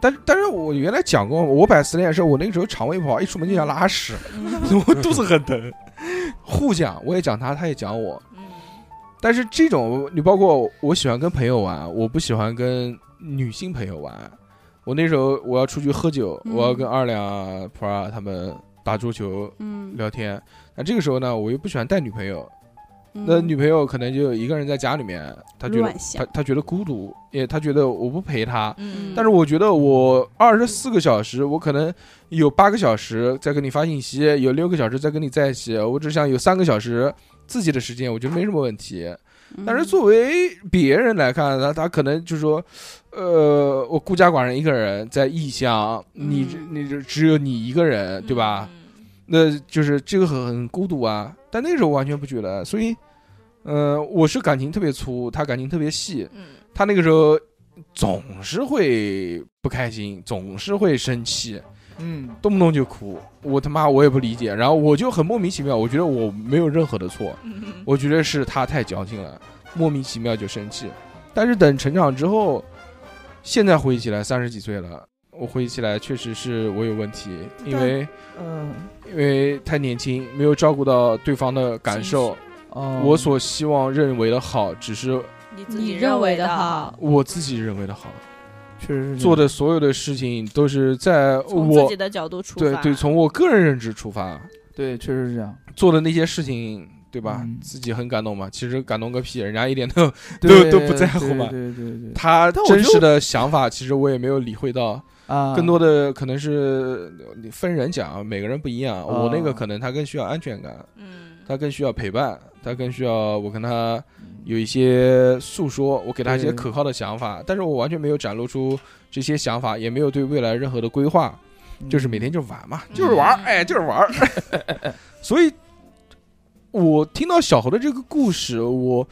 [SPEAKER 2] 但但是我原来讲过，我摆死脸的时候，我那个时候肠胃不好，一出门就想拉屎，
[SPEAKER 4] 嗯
[SPEAKER 2] 我肚子很疼。互讲，我也讲他，他也讲我。
[SPEAKER 4] 嗯，
[SPEAKER 2] 但是这种，你包括我喜欢跟朋友玩，我不喜欢跟女性朋友玩。我那时候我要出去喝酒，
[SPEAKER 5] 嗯
[SPEAKER 2] 我要跟二两、普洱他们打桌球、
[SPEAKER 5] 嗯，
[SPEAKER 2] 聊天。那这个时候呢，我又不喜欢带女朋友，
[SPEAKER 5] 嗯
[SPEAKER 2] 那女朋友可能就一个人在家里面，她觉得
[SPEAKER 5] 乱想
[SPEAKER 2] 她她觉得孤独，也她觉得我不陪她。
[SPEAKER 4] 嗯，
[SPEAKER 2] 但是我觉得我二十四个小时，我可能有八个小时在跟你发信息，有六个小时在跟你在一起，我只想有三个小时自己的时间，我觉得没什么问题。
[SPEAKER 5] 嗯
[SPEAKER 2] 但是作为别人来看，他他可能就说，呃，我孤家寡人一个人在异乡，你
[SPEAKER 5] 嗯
[SPEAKER 2] 你就只有你一个
[SPEAKER 4] 嗯
[SPEAKER 2] 人，对吧？？那就是这个很很孤独啊。但那时候我完全不觉得，所以，呃，我是感情特别粗，他感情特别细，
[SPEAKER 4] 嗯
[SPEAKER 2] 他那个时候总是会不开心，总是会生气，
[SPEAKER 3] 嗯，
[SPEAKER 2] 动不动就哭，我他妈我也不理解，然后我就很莫名其妙，我觉得我没有任何的错，
[SPEAKER 4] 嗯，
[SPEAKER 2] 我觉得是他太矫情了，莫名其妙就生气。但是等成长之后，现在回忆起来，三十几岁了，我回忆起来确实是我有问题，因为
[SPEAKER 3] 嗯，
[SPEAKER 2] 因为太年轻，没有照顾到对方的感受。
[SPEAKER 3] 哦，
[SPEAKER 2] 我所希望认为的好，只是
[SPEAKER 4] 嗯你自
[SPEAKER 5] 你
[SPEAKER 4] 己
[SPEAKER 5] 认为
[SPEAKER 4] 为
[SPEAKER 5] 的
[SPEAKER 4] 好，
[SPEAKER 5] 哈，
[SPEAKER 2] 我自己认为的好，
[SPEAKER 3] 确实是这样
[SPEAKER 2] 做的所有的事情都是在
[SPEAKER 4] 嗯从自
[SPEAKER 2] 我
[SPEAKER 4] 己的角度出
[SPEAKER 2] 对
[SPEAKER 4] 发，
[SPEAKER 2] 对，从我个人认知出发
[SPEAKER 3] 对，确实是这样，
[SPEAKER 2] 做的那些事情。对吧？
[SPEAKER 3] 嗯
[SPEAKER 2] 自己很感动嘛，其实感动个屁，人家一点都
[SPEAKER 3] 对
[SPEAKER 2] 都不在乎嘛
[SPEAKER 3] 对对对对
[SPEAKER 2] 他
[SPEAKER 3] 但我
[SPEAKER 2] 真
[SPEAKER 3] 觉
[SPEAKER 2] 实
[SPEAKER 3] 得
[SPEAKER 2] 的想法，其实我也没有理会到。
[SPEAKER 3] 啊，
[SPEAKER 2] 更多的可能是呃分人讲，每个人不一
[SPEAKER 3] 啊
[SPEAKER 2] 样。我那个可能他更需要安全感，
[SPEAKER 4] 嗯，
[SPEAKER 2] 他更需要陪伴，他更需要我跟他有一些诉说，我给他一些
[SPEAKER 3] 嗯对
[SPEAKER 2] 可靠的想法。但是我完全没有展露出这些想法，也没有对未来任何的规划，就是每天
[SPEAKER 3] 嗯
[SPEAKER 2] 就玩嘛，就是玩，
[SPEAKER 4] 嗯
[SPEAKER 2] 哎，就是玩。 所以，我听到小侯的这个故事，我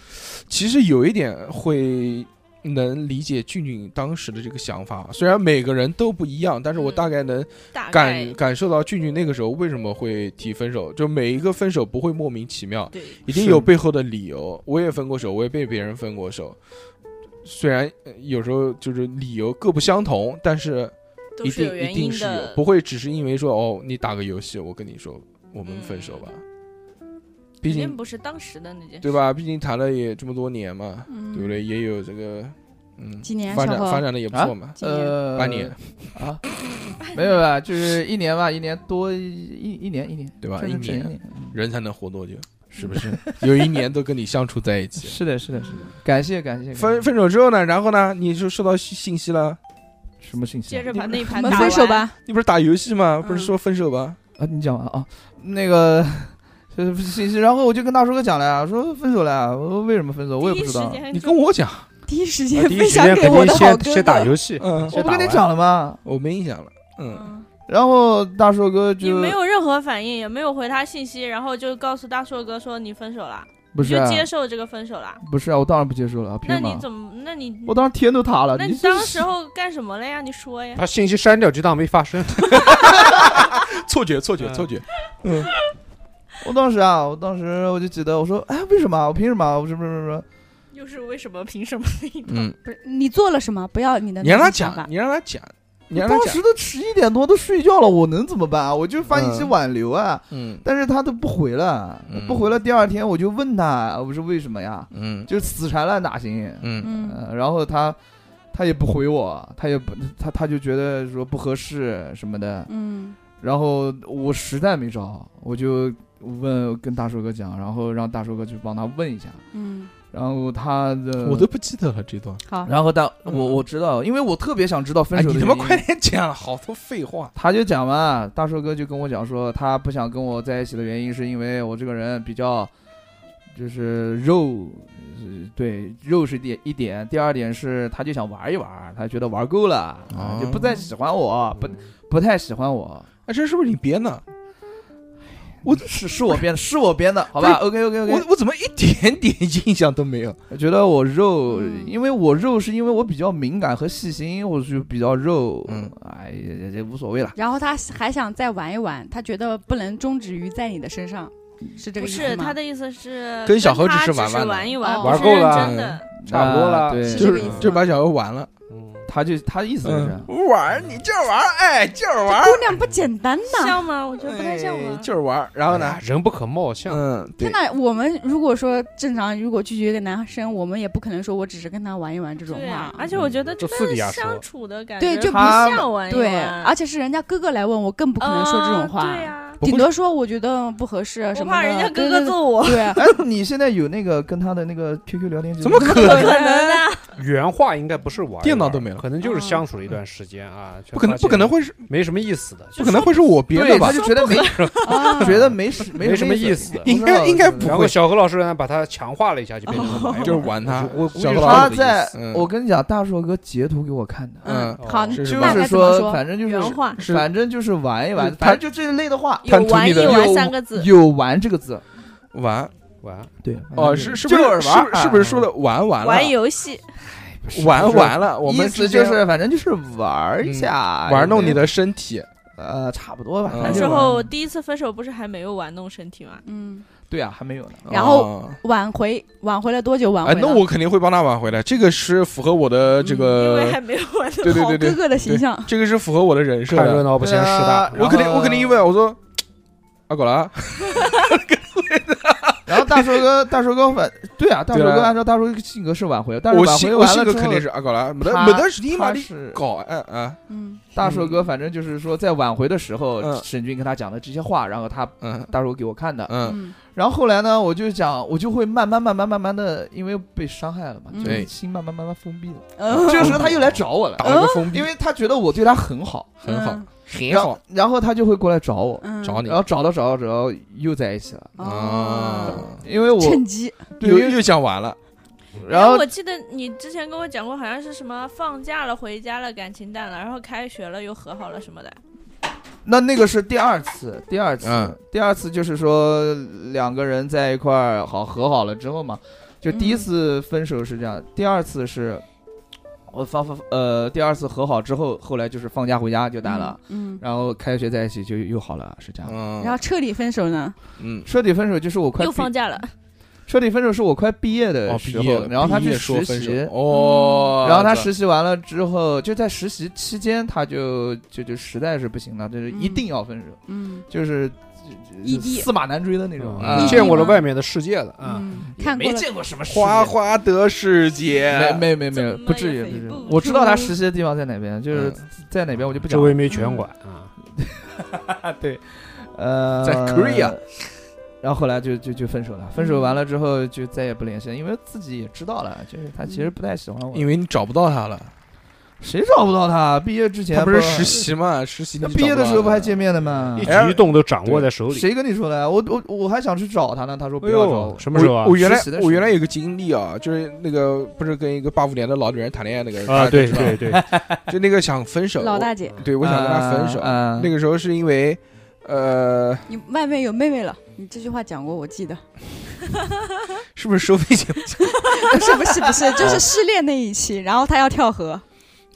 [SPEAKER 2] 其实有一点会能理解俊俊当时的这个想法。虽然每个人都不一样，但是我
[SPEAKER 4] 嗯
[SPEAKER 2] 大概能
[SPEAKER 4] 大概
[SPEAKER 2] 感感受到俊俊那个时候为什么会提分手，就每一个分手不会莫名其妙，
[SPEAKER 4] 对，
[SPEAKER 2] 一定
[SPEAKER 3] 是
[SPEAKER 2] 有背后的理由。我也分过手，我也被别人分过手。虽然呃有时候就是理由各不相同，但是
[SPEAKER 4] 都
[SPEAKER 2] 一
[SPEAKER 4] 是有
[SPEAKER 2] 定一
[SPEAKER 4] 原
[SPEAKER 2] 定
[SPEAKER 4] 因
[SPEAKER 2] 是有，
[SPEAKER 4] 的，
[SPEAKER 2] 不会只是因为说哦，你打个游戏，我跟你说我们分手吧。毕
[SPEAKER 4] 嗯肯
[SPEAKER 2] 竟
[SPEAKER 4] 定不是当时的那件事，
[SPEAKER 2] 对吧？毕竟谈了也这么多年嘛，
[SPEAKER 5] 嗯
[SPEAKER 2] 对不对？也有这个嗯，
[SPEAKER 5] 几年啊
[SPEAKER 2] 发
[SPEAKER 5] 小
[SPEAKER 2] 展
[SPEAKER 5] 侯
[SPEAKER 2] 发展的也不错嘛，
[SPEAKER 5] 几年
[SPEAKER 3] 呃
[SPEAKER 2] 八年
[SPEAKER 3] 啊，没有吧，就是一年吧，一年多一一一年一年，
[SPEAKER 2] 对吧？
[SPEAKER 3] 真
[SPEAKER 2] 啊一
[SPEAKER 3] 的只有一
[SPEAKER 2] 年
[SPEAKER 3] 年，嗯
[SPEAKER 2] 人才能活多久？是不
[SPEAKER 5] 嗯
[SPEAKER 2] 是？有一年都跟你相处在一起。
[SPEAKER 3] 是的，是的，是的，感谢感谢，
[SPEAKER 2] 分
[SPEAKER 3] 感谢
[SPEAKER 2] 分手之后呢？然后呢？你就收到信信息了？
[SPEAKER 3] 什么信息啊？
[SPEAKER 4] 接着把那
[SPEAKER 5] 我
[SPEAKER 4] 盘
[SPEAKER 5] 们
[SPEAKER 4] 打
[SPEAKER 5] 分手
[SPEAKER 4] 完，
[SPEAKER 5] 吧，
[SPEAKER 2] 你不是打游戏吗？不是
[SPEAKER 5] 嗯
[SPEAKER 2] 说分手吧？
[SPEAKER 3] 啊，你讲完啊，那个。就是信息，然后我就跟大叔哥讲了呀，说分手了呀，我说为什么分手，我也不知道
[SPEAKER 4] 第一时。间
[SPEAKER 2] 你跟我讲，
[SPEAKER 5] 第一时
[SPEAKER 6] 啊
[SPEAKER 5] 间
[SPEAKER 6] 第一
[SPEAKER 5] 分
[SPEAKER 6] 时
[SPEAKER 5] 享
[SPEAKER 6] 间
[SPEAKER 5] 给
[SPEAKER 6] 肯
[SPEAKER 5] 我
[SPEAKER 6] 定
[SPEAKER 5] 的好
[SPEAKER 6] 先
[SPEAKER 5] 哥
[SPEAKER 6] 先打
[SPEAKER 5] 哥。
[SPEAKER 6] 游戏，
[SPEAKER 2] 嗯，
[SPEAKER 3] 我
[SPEAKER 6] 先
[SPEAKER 3] 不
[SPEAKER 6] 打
[SPEAKER 3] 跟
[SPEAKER 6] 完
[SPEAKER 3] 你。讲了吗？
[SPEAKER 2] 我没印象了，嗯，
[SPEAKER 3] 然后大硕哥
[SPEAKER 4] 你
[SPEAKER 3] 就
[SPEAKER 4] 没有任何反应，也没有回他信息，然后就告诉大硕哥说你分手了，
[SPEAKER 3] 不是
[SPEAKER 4] 你
[SPEAKER 3] 啊
[SPEAKER 4] 就接受这个分手了。
[SPEAKER 3] 不是啊，我当然不接受了，凭
[SPEAKER 4] 那
[SPEAKER 3] 什
[SPEAKER 4] 你
[SPEAKER 3] 么？
[SPEAKER 4] 怎么？那你
[SPEAKER 3] 我当时天都塌了。
[SPEAKER 4] 那
[SPEAKER 3] 你
[SPEAKER 4] 你
[SPEAKER 3] 这
[SPEAKER 4] 当时候干什么了呀？你说呀。
[SPEAKER 6] 把信息删掉就当没发生。
[SPEAKER 2] 错觉，错觉，
[SPEAKER 6] 嗯
[SPEAKER 2] 错觉，
[SPEAKER 3] 我当时啊，我当时我就记得，我说，哎，为什么？我凭什么？我什么什么什么？
[SPEAKER 4] 又是为什么？凭什么？
[SPEAKER 2] 嗯，
[SPEAKER 5] 不是你做了什么？不要你的
[SPEAKER 2] 你让他
[SPEAKER 5] 呃那种想
[SPEAKER 2] 讲
[SPEAKER 5] 法，
[SPEAKER 2] 你让他讲，你
[SPEAKER 3] 我
[SPEAKER 2] 让他
[SPEAKER 3] 当时
[SPEAKER 2] 讲，
[SPEAKER 3] 都十一点多都睡觉了，我能怎么办啊？我就发信息
[SPEAKER 2] 嗯
[SPEAKER 3] 挽留啊，
[SPEAKER 2] 嗯
[SPEAKER 3] 但是他都不回了，
[SPEAKER 2] 嗯
[SPEAKER 3] 不回了。第二天我就问他，我说为什么呀？
[SPEAKER 2] 嗯
[SPEAKER 3] 就死缠烂打型。
[SPEAKER 2] 嗯
[SPEAKER 5] 嗯，
[SPEAKER 3] 呃，然后他他也不回我，他也不他他就觉得说不合适什么的。
[SPEAKER 5] 嗯，
[SPEAKER 3] 然后我实在没招，我就问跟大叔哥讲，然后让大叔哥去帮他问一下。
[SPEAKER 5] 嗯，
[SPEAKER 3] 然后他的
[SPEAKER 2] 我都，不记得了这段，
[SPEAKER 5] 好，
[SPEAKER 3] 然后他我
[SPEAKER 2] 嗯
[SPEAKER 3] 我知道，因为我特别想知道分
[SPEAKER 2] 哎，
[SPEAKER 3] 手的
[SPEAKER 2] 你
[SPEAKER 3] 原
[SPEAKER 2] 他
[SPEAKER 3] 因。
[SPEAKER 2] 妈快点讲，好多废话，
[SPEAKER 3] 他就讲嘛，大硕哥就跟我讲说，他不想跟我在一起的原因是因为我这个人比较，就是肉，呃对，肉是一点一点。第二点是，他就想玩一玩，他觉得玩够了，啊
[SPEAKER 2] 哦
[SPEAKER 3] 就不再喜欢我，不不太喜欢我。
[SPEAKER 2] 哎，这是不是你编的？
[SPEAKER 3] 我是是我编的，是我编的，好吧？OK OK
[SPEAKER 2] 我
[SPEAKER 3] OK。嗯
[SPEAKER 2] 我怎么一点点印象都没有？
[SPEAKER 3] 我觉得我肉，
[SPEAKER 5] 嗯
[SPEAKER 3] 因为我肉是因为我比较敏感和细心，我就比较肉。
[SPEAKER 2] 嗯
[SPEAKER 3] 哎也也也无所谓了。
[SPEAKER 5] 然后他还想再玩一玩，他觉得不能终止于在你的身上，是这
[SPEAKER 4] 不
[SPEAKER 5] 个意
[SPEAKER 4] 是
[SPEAKER 5] 思吗？
[SPEAKER 4] 他的意思是
[SPEAKER 2] 跟小何只
[SPEAKER 4] 他
[SPEAKER 2] 是
[SPEAKER 4] 只
[SPEAKER 2] 玩玩的
[SPEAKER 4] 玩一玩，
[SPEAKER 5] 哦
[SPEAKER 4] 不
[SPEAKER 6] 玩
[SPEAKER 4] 是
[SPEAKER 6] 够了
[SPEAKER 4] 认真的。
[SPEAKER 6] 差不多
[SPEAKER 3] 啊
[SPEAKER 6] 了
[SPEAKER 3] 对，
[SPEAKER 5] 是这
[SPEAKER 2] 就
[SPEAKER 5] 个
[SPEAKER 2] 是
[SPEAKER 5] 意思吗
[SPEAKER 2] 就把小猴玩了，
[SPEAKER 6] 嗯
[SPEAKER 3] 他就他的意思就是这样
[SPEAKER 2] 嗯，，玩儿你就是玩儿，哎，就是玩儿，
[SPEAKER 5] 姑娘不简单呐！
[SPEAKER 4] 像吗？我觉得不太
[SPEAKER 2] 哎
[SPEAKER 4] 像吧。
[SPEAKER 2] 就是玩儿。然后呢
[SPEAKER 6] 哎，人不可貌相，
[SPEAKER 2] 嗯，对
[SPEAKER 5] 天，呐，我们如果说正常，如果拒绝一个男生，我们也不可能说我只是跟他玩一玩这种
[SPEAKER 4] 对
[SPEAKER 5] 话
[SPEAKER 4] 啊，，而且我觉得这
[SPEAKER 6] 就私
[SPEAKER 4] 跟
[SPEAKER 6] 底下说
[SPEAKER 4] 相处的感觉
[SPEAKER 5] 嗯对就
[SPEAKER 3] 不
[SPEAKER 4] 像玩一
[SPEAKER 5] 对，
[SPEAKER 4] 玩
[SPEAKER 5] 而且是人家哥哥来问我，啊更不可能说这种话，
[SPEAKER 4] 啊对呀，
[SPEAKER 5] 顶多说我觉得不合适啊
[SPEAKER 4] 我
[SPEAKER 5] 什么的。
[SPEAKER 4] 怕人家哥哥
[SPEAKER 5] 对
[SPEAKER 4] 揍 我，
[SPEAKER 5] 对啊 对对，
[SPEAKER 3] 哎，你现在有那个跟他的那个 QQ 聊天记录？
[SPEAKER 2] 怎么可
[SPEAKER 4] 不
[SPEAKER 2] 能？
[SPEAKER 4] 可能 的。
[SPEAKER 6] 原话应该不是玩一玩，
[SPEAKER 2] 电脑都没了
[SPEAKER 6] 可能就是
[SPEAKER 5] 嗯
[SPEAKER 6] 相处了一段时间啊，
[SPEAKER 2] 不可能，不可能会是，
[SPEAKER 6] 没什么意思的，
[SPEAKER 2] 不可能会是我编的
[SPEAKER 3] 对，
[SPEAKER 2] 吧
[SPEAKER 3] 他？就觉得没
[SPEAKER 5] 啊
[SPEAKER 3] 觉得没事，
[SPEAKER 6] 没什
[SPEAKER 3] 什
[SPEAKER 6] 么
[SPEAKER 3] 么啊
[SPEAKER 6] 意思
[SPEAKER 3] 不知
[SPEAKER 2] 应
[SPEAKER 3] 道
[SPEAKER 2] 该应该不
[SPEAKER 6] 然后
[SPEAKER 2] 会，哦
[SPEAKER 6] 小何老师呢，把它强化了一下，就变成了玩一 玩
[SPEAKER 2] 就是玩他
[SPEAKER 6] 我估计
[SPEAKER 2] 小
[SPEAKER 6] 是
[SPEAKER 2] 何
[SPEAKER 6] 他
[SPEAKER 3] 他
[SPEAKER 2] 老师
[SPEAKER 3] 在
[SPEAKER 2] 的意思嗯，
[SPEAKER 3] 我跟你讲，大硕哥截图给我看的，
[SPEAKER 2] 嗯，
[SPEAKER 5] 好，
[SPEAKER 6] 哦
[SPEAKER 2] 是
[SPEAKER 3] 就
[SPEAKER 5] 那
[SPEAKER 3] 是
[SPEAKER 5] 该怎么
[SPEAKER 3] 反正就是
[SPEAKER 4] 原 话
[SPEAKER 2] 是
[SPEAKER 3] 反正就是玩一玩
[SPEAKER 2] 嗯，
[SPEAKER 3] 反正就这一类的话，
[SPEAKER 4] 有
[SPEAKER 2] 贪图
[SPEAKER 4] 玩
[SPEAKER 2] 你
[SPEAKER 4] 一
[SPEAKER 2] 的
[SPEAKER 4] 玩
[SPEAKER 3] 有
[SPEAKER 4] 三个字，
[SPEAKER 3] 有“玩”这个字，
[SPEAKER 2] 玩
[SPEAKER 6] 玩
[SPEAKER 3] 对，
[SPEAKER 2] 哦，是是不
[SPEAKER 3] 嗯就是是玩嗯
[SPEAKER 2] 是是不是说的玩完
[SPEAKER 4] 玩
[SPEAKER 2] 了？
[SPEAKER 4] 游 戏，
[SPEAKER 2] 玩
[SPEAKER 3] 不是
[SPEAKER 2] 完了，我们
[SPEAKER 3] 意
[SPEAKER 2] 之
[SPEAKER 3] 思
[SPEAKER 2] 间
[SPEAKER 3] 就是反哎正就是嗯玩一下，
[SPEAKER 2] 玩弄你的身体，
[SPEAKER 3] 呃，差不多吧，
[SPEAKER 2] 嗯
[SPEAKER 3] 反正
[SPEAKER 4] 之
[SPEAKER 3] 就玩
[SPEAKER 4] 后第一次分手不是还没有玩弄身体吗？
[SPEAKER 5] 嗯，
[SPEAKER 3] 对啊，还没有呢，
[SPEAKER 5] 然后
[SPEAKER 2] 哦
[SPEAKER 5] 挽回挽回了多久？挽回
[SPEAKER 2] 哎，
[SPEAKER 5] 了？嗯
[SPEAKER 2] 那我肯定会帮他挽回的，这个是符合我的这
[SPEAKER 4] 因为
[SPEAKER 2] 个，
[SPEAKER 4] 还没有玩
[SPEAKER 2] 呃
[SPEAKER 4] 弄。
[SPEAKER 2] 对对
[SPEAKER 5] 好
[SPEAKER 2] 对
[SPEAKER 5] 哥
[SPEAKER 2] 对，
[SPEAKER 5] 哥的形象，
[SPEAKER 2] 这个是符合我的人设
[SPEAKER 6] 看热
[SPEAKER 2] 的。
[SPEAKER 6] 闹不嫌事大，
[SPEAKER 2] 啊
[SPEAKER 3] 对啊
[SPEAKER 2] 我肯定
[SPEAKER 3] 然后
[SPEAKER 2] 我肯定一问，我说啊，狗了，
[SPEAKER 3] 然后大 硕哥，大硕哥反对啊，大硕
[SPEAKER 2] 对
[SPEAKER 3] 哥
[SPEAKER 2] 啊
[SPEAKER 3] 按照大硕哥性格是挽回，但是
[SPEAKER 2] 我
[SPEAKER 3] 挽
[SPEAKER 2] 性
[SPEAKER 3] 回
[SPEAKER 2] 我
[SPEAKER 3] 完了
[SPEAKER 2] 性格
[SPEAKER 3] 之后
[SPEAKER 2] 肯定是啊，狗了，没得
[SPEAKER 3] 他
[SPEAKER 2] 没得是你妈
[SPEAKER 3] 他
[SPEAKER 2] 的
[SPEAKER 3] 是
[SPEAKER 2] 搞哎啊
[SPEAKER 5] 嗯，
[SPEAKER 3] 大硕哥，反正就是说在挽回的时候，
[SPEAKER 2] 嗯
[SPEAKER 3] 沈军跟他讲的这些话，然后他
[SPEAKER 2] 嗯
[SPEAKER 3] 大硕给我看的，
[SPEAKER 2] 嗯
[SPEAKER 5] 嗯
[SPEAKER 3] 然后后来呢，我就讲，我就会慢慢慢慢慢慢的，因为被伤害了嘛，
[SPEAKER 5] 嗯
[SPEAKER 3] 就是心慢慢慢慢封闭了。
[SPEAKER 5] 嗯
[SPEAKER 3] 这个时候他又来找我了
[SPEAKER 2] 打，了个封闭
[SPEAKER 3] 因，为他觉得我对他很好，
[SPEAKER 2] 很好，很
[SPEAKER 3] 然后
[SPEAKER 2] 好，
[SPEAKER 3] 然后他就会过来找我，
[SPEAKER 5] 嗯，
[SPEAKER 2] 找你
[SPEAKER 3] 然后找到找到找到又在一起了，
[SPEAKER 5] 哦，
[SPEAKER 2] 啊，
[SPEAKER 3] 因为我
[SPEAKER 5] 趁机
[SPEAKER 3] 对
[SPEAKER 2] 又
[SPEAKER 3] 因为
[SPEAKER 2] 又想玩了，
[SPEAKER 3] 然后
[SPEAKER 4] 哎我记得你之前跟我讲过，好像是什么放假了、回家了、感情淡了，然后开学了又和好了什么的。
[SPEAKER 3] 那那个是第二次，第二次，
[SPEAKER 2] 嗯
[SPEAKER 3] 第二次就是说两个人在一块儿好和好了之后嘛，就第一次分手是这
[SPEAKER 2] 嗯
[SPEAKER 3] 样，第二次是我放放呃，第二次和好之后，后来就是放假回家就淡了，，
[SPEAKER 5] 嗯，
[SPEAKER 3] 然后开学在一起就又好了，是这样。
[SPEAKER 5] 嗯
[SPEAKER 2] 嗯，
[SPEAKER 5] 然后彻底分手呢，
[SPEAKER 2] 嗯，
[SPEAKER 3] 彻底分手就是我快
[SPEAKER 4] 又
[SPEAKER 3] 毕
[SPEAKER 4] 放假了，
[SPEAKER 3] 彻底分手是我快毕业的
[SPEAKER 2] 哦，
[SPEAKER 3] 时
[SPEAKER 2] 毕
[SPEAKER 3] 候，
[SPEAKER 2] 业了，
[SPEAKER 3] 然后他
[SPEAKER 2] 毕业
[SPEAKER 3] 去
[SPEAKER 2] 说
[SPEAKER 3] 实
[SPEAKER 2] 分手
[SPEAKER 3] 习，嗯
[SPEAKER 2] 哦，
[SPEAKER 3] 然后他
[SPEAKER 2] 这
[SPEAKER 3] 实习完了之后，就在实习期间他就就就实在是不行了，就是一
[SPEAKER 5] 嗯
[SPEAKER 3] 定要分手，
[SPEAKER 5] 嗯，E
[SPEAKER 3] 就是
[SPEAKER 2] 嗯
[SPEAKER 5] 异地
[SPEAKER 3] 驷马难追的那种。啊
[SPEAKER 6] 嗯你见过了外面的世界了啊，
[SPEAKER 5] 嗯，
[SPEAKER 3] 也
[SPEAKER 5] 看过
[SPEAKER 3] 没
[SPEAKER 5] 了
[SPEAKER 3] 见过什么世
[SPEAKER 2] 花
[SPEAKER 3] 界
[SPEAKER 2] 花的世界，
[SPEAKER 3] 没没没没有，
[SPEAKER 4] 怎么
[SPEAKER 3] 不至于
[SPEAKER 4] 也
[SPEAKER 3] 不至于
[SPEAKER 4] 不出。
[SPEAKER 3] 我知道他实习的地方在哪边，就是
[SPEAKER 2] 嗯
[SPEAKER 3] 在哪边我就不讲
[SPEAKER 6] 周
[SPEAKER 3] 了。
[SPEAKER 6] 围没拳馆啊，
[SPEAKER 3] 对，呃，
[SPEAKER 2] 在 Korea。嗯
[SPEAKER 3] 然后后来就就就分手了，分手完了之后就再也不联系了，因为自己也知道了，就是他其实不太喜欢我。
[SPEAKER 2] 因为你找不到他了，
[SPEAKER 3] 谁找不到他？毕业之前
[SPEAKER 2] 他不是实，习嘛，实习你
[SPEAKER 3] 他
[SPEAKER 2] 就
[SPEAKER 3] 毕业
[SPEAKER 2] 找不
[SPEAKER 3] 的
[SPEAKER 2] 到
[SPEAKER 3] 时候不
[SPEAKER 2] 他
[SPEAKER 3] 还
[SPEAKER 2] 了
[SPEAKER 3] 见面的吗
[SPEAKER 6] 一？举一动都掌握在手里。
[SPEAKER 3] 谁跟你说的？我我我还想去找他呢，他说不
[SPEAKER 6] 哎
[SPEAKER 3] 要找我
[SPEAKER 6] 呦，。什么时候啊
[SPEAKER 2] 我？我原来
[SPEAKER 3] 实习的时候
[SPEAKER 2] 我原来有个经历啊，就是那个不是跟一个八五年的老女人谈恋爱那个人
[SPEAKER 6] 啊，对，
[SPEAKER 2] 大家
[SPEAKER 6] 对
[SPEAKER 2] 知
[SPEAKER 6] 对，
[SPEAKER 2] 道吧就那个想分手，
[SPEAKER 5] 老大
[SPEAKER 3] 哦
[SPEAKER 5] 嗯姐，
[SPEAKER 2] 我，对我想跟他分手。
[SPEAKER 3] 啊啊
[SPEAKER 2] 那个时候是因为，呃，
[SPEAKER 5] 你外面有妹妹了，你这句话讲过，我记得，
[SPEAKER 2] 是不是收费节目？
[SPEAKER 5] 不是不是不是，就是失恋那一期，然后他要跳河，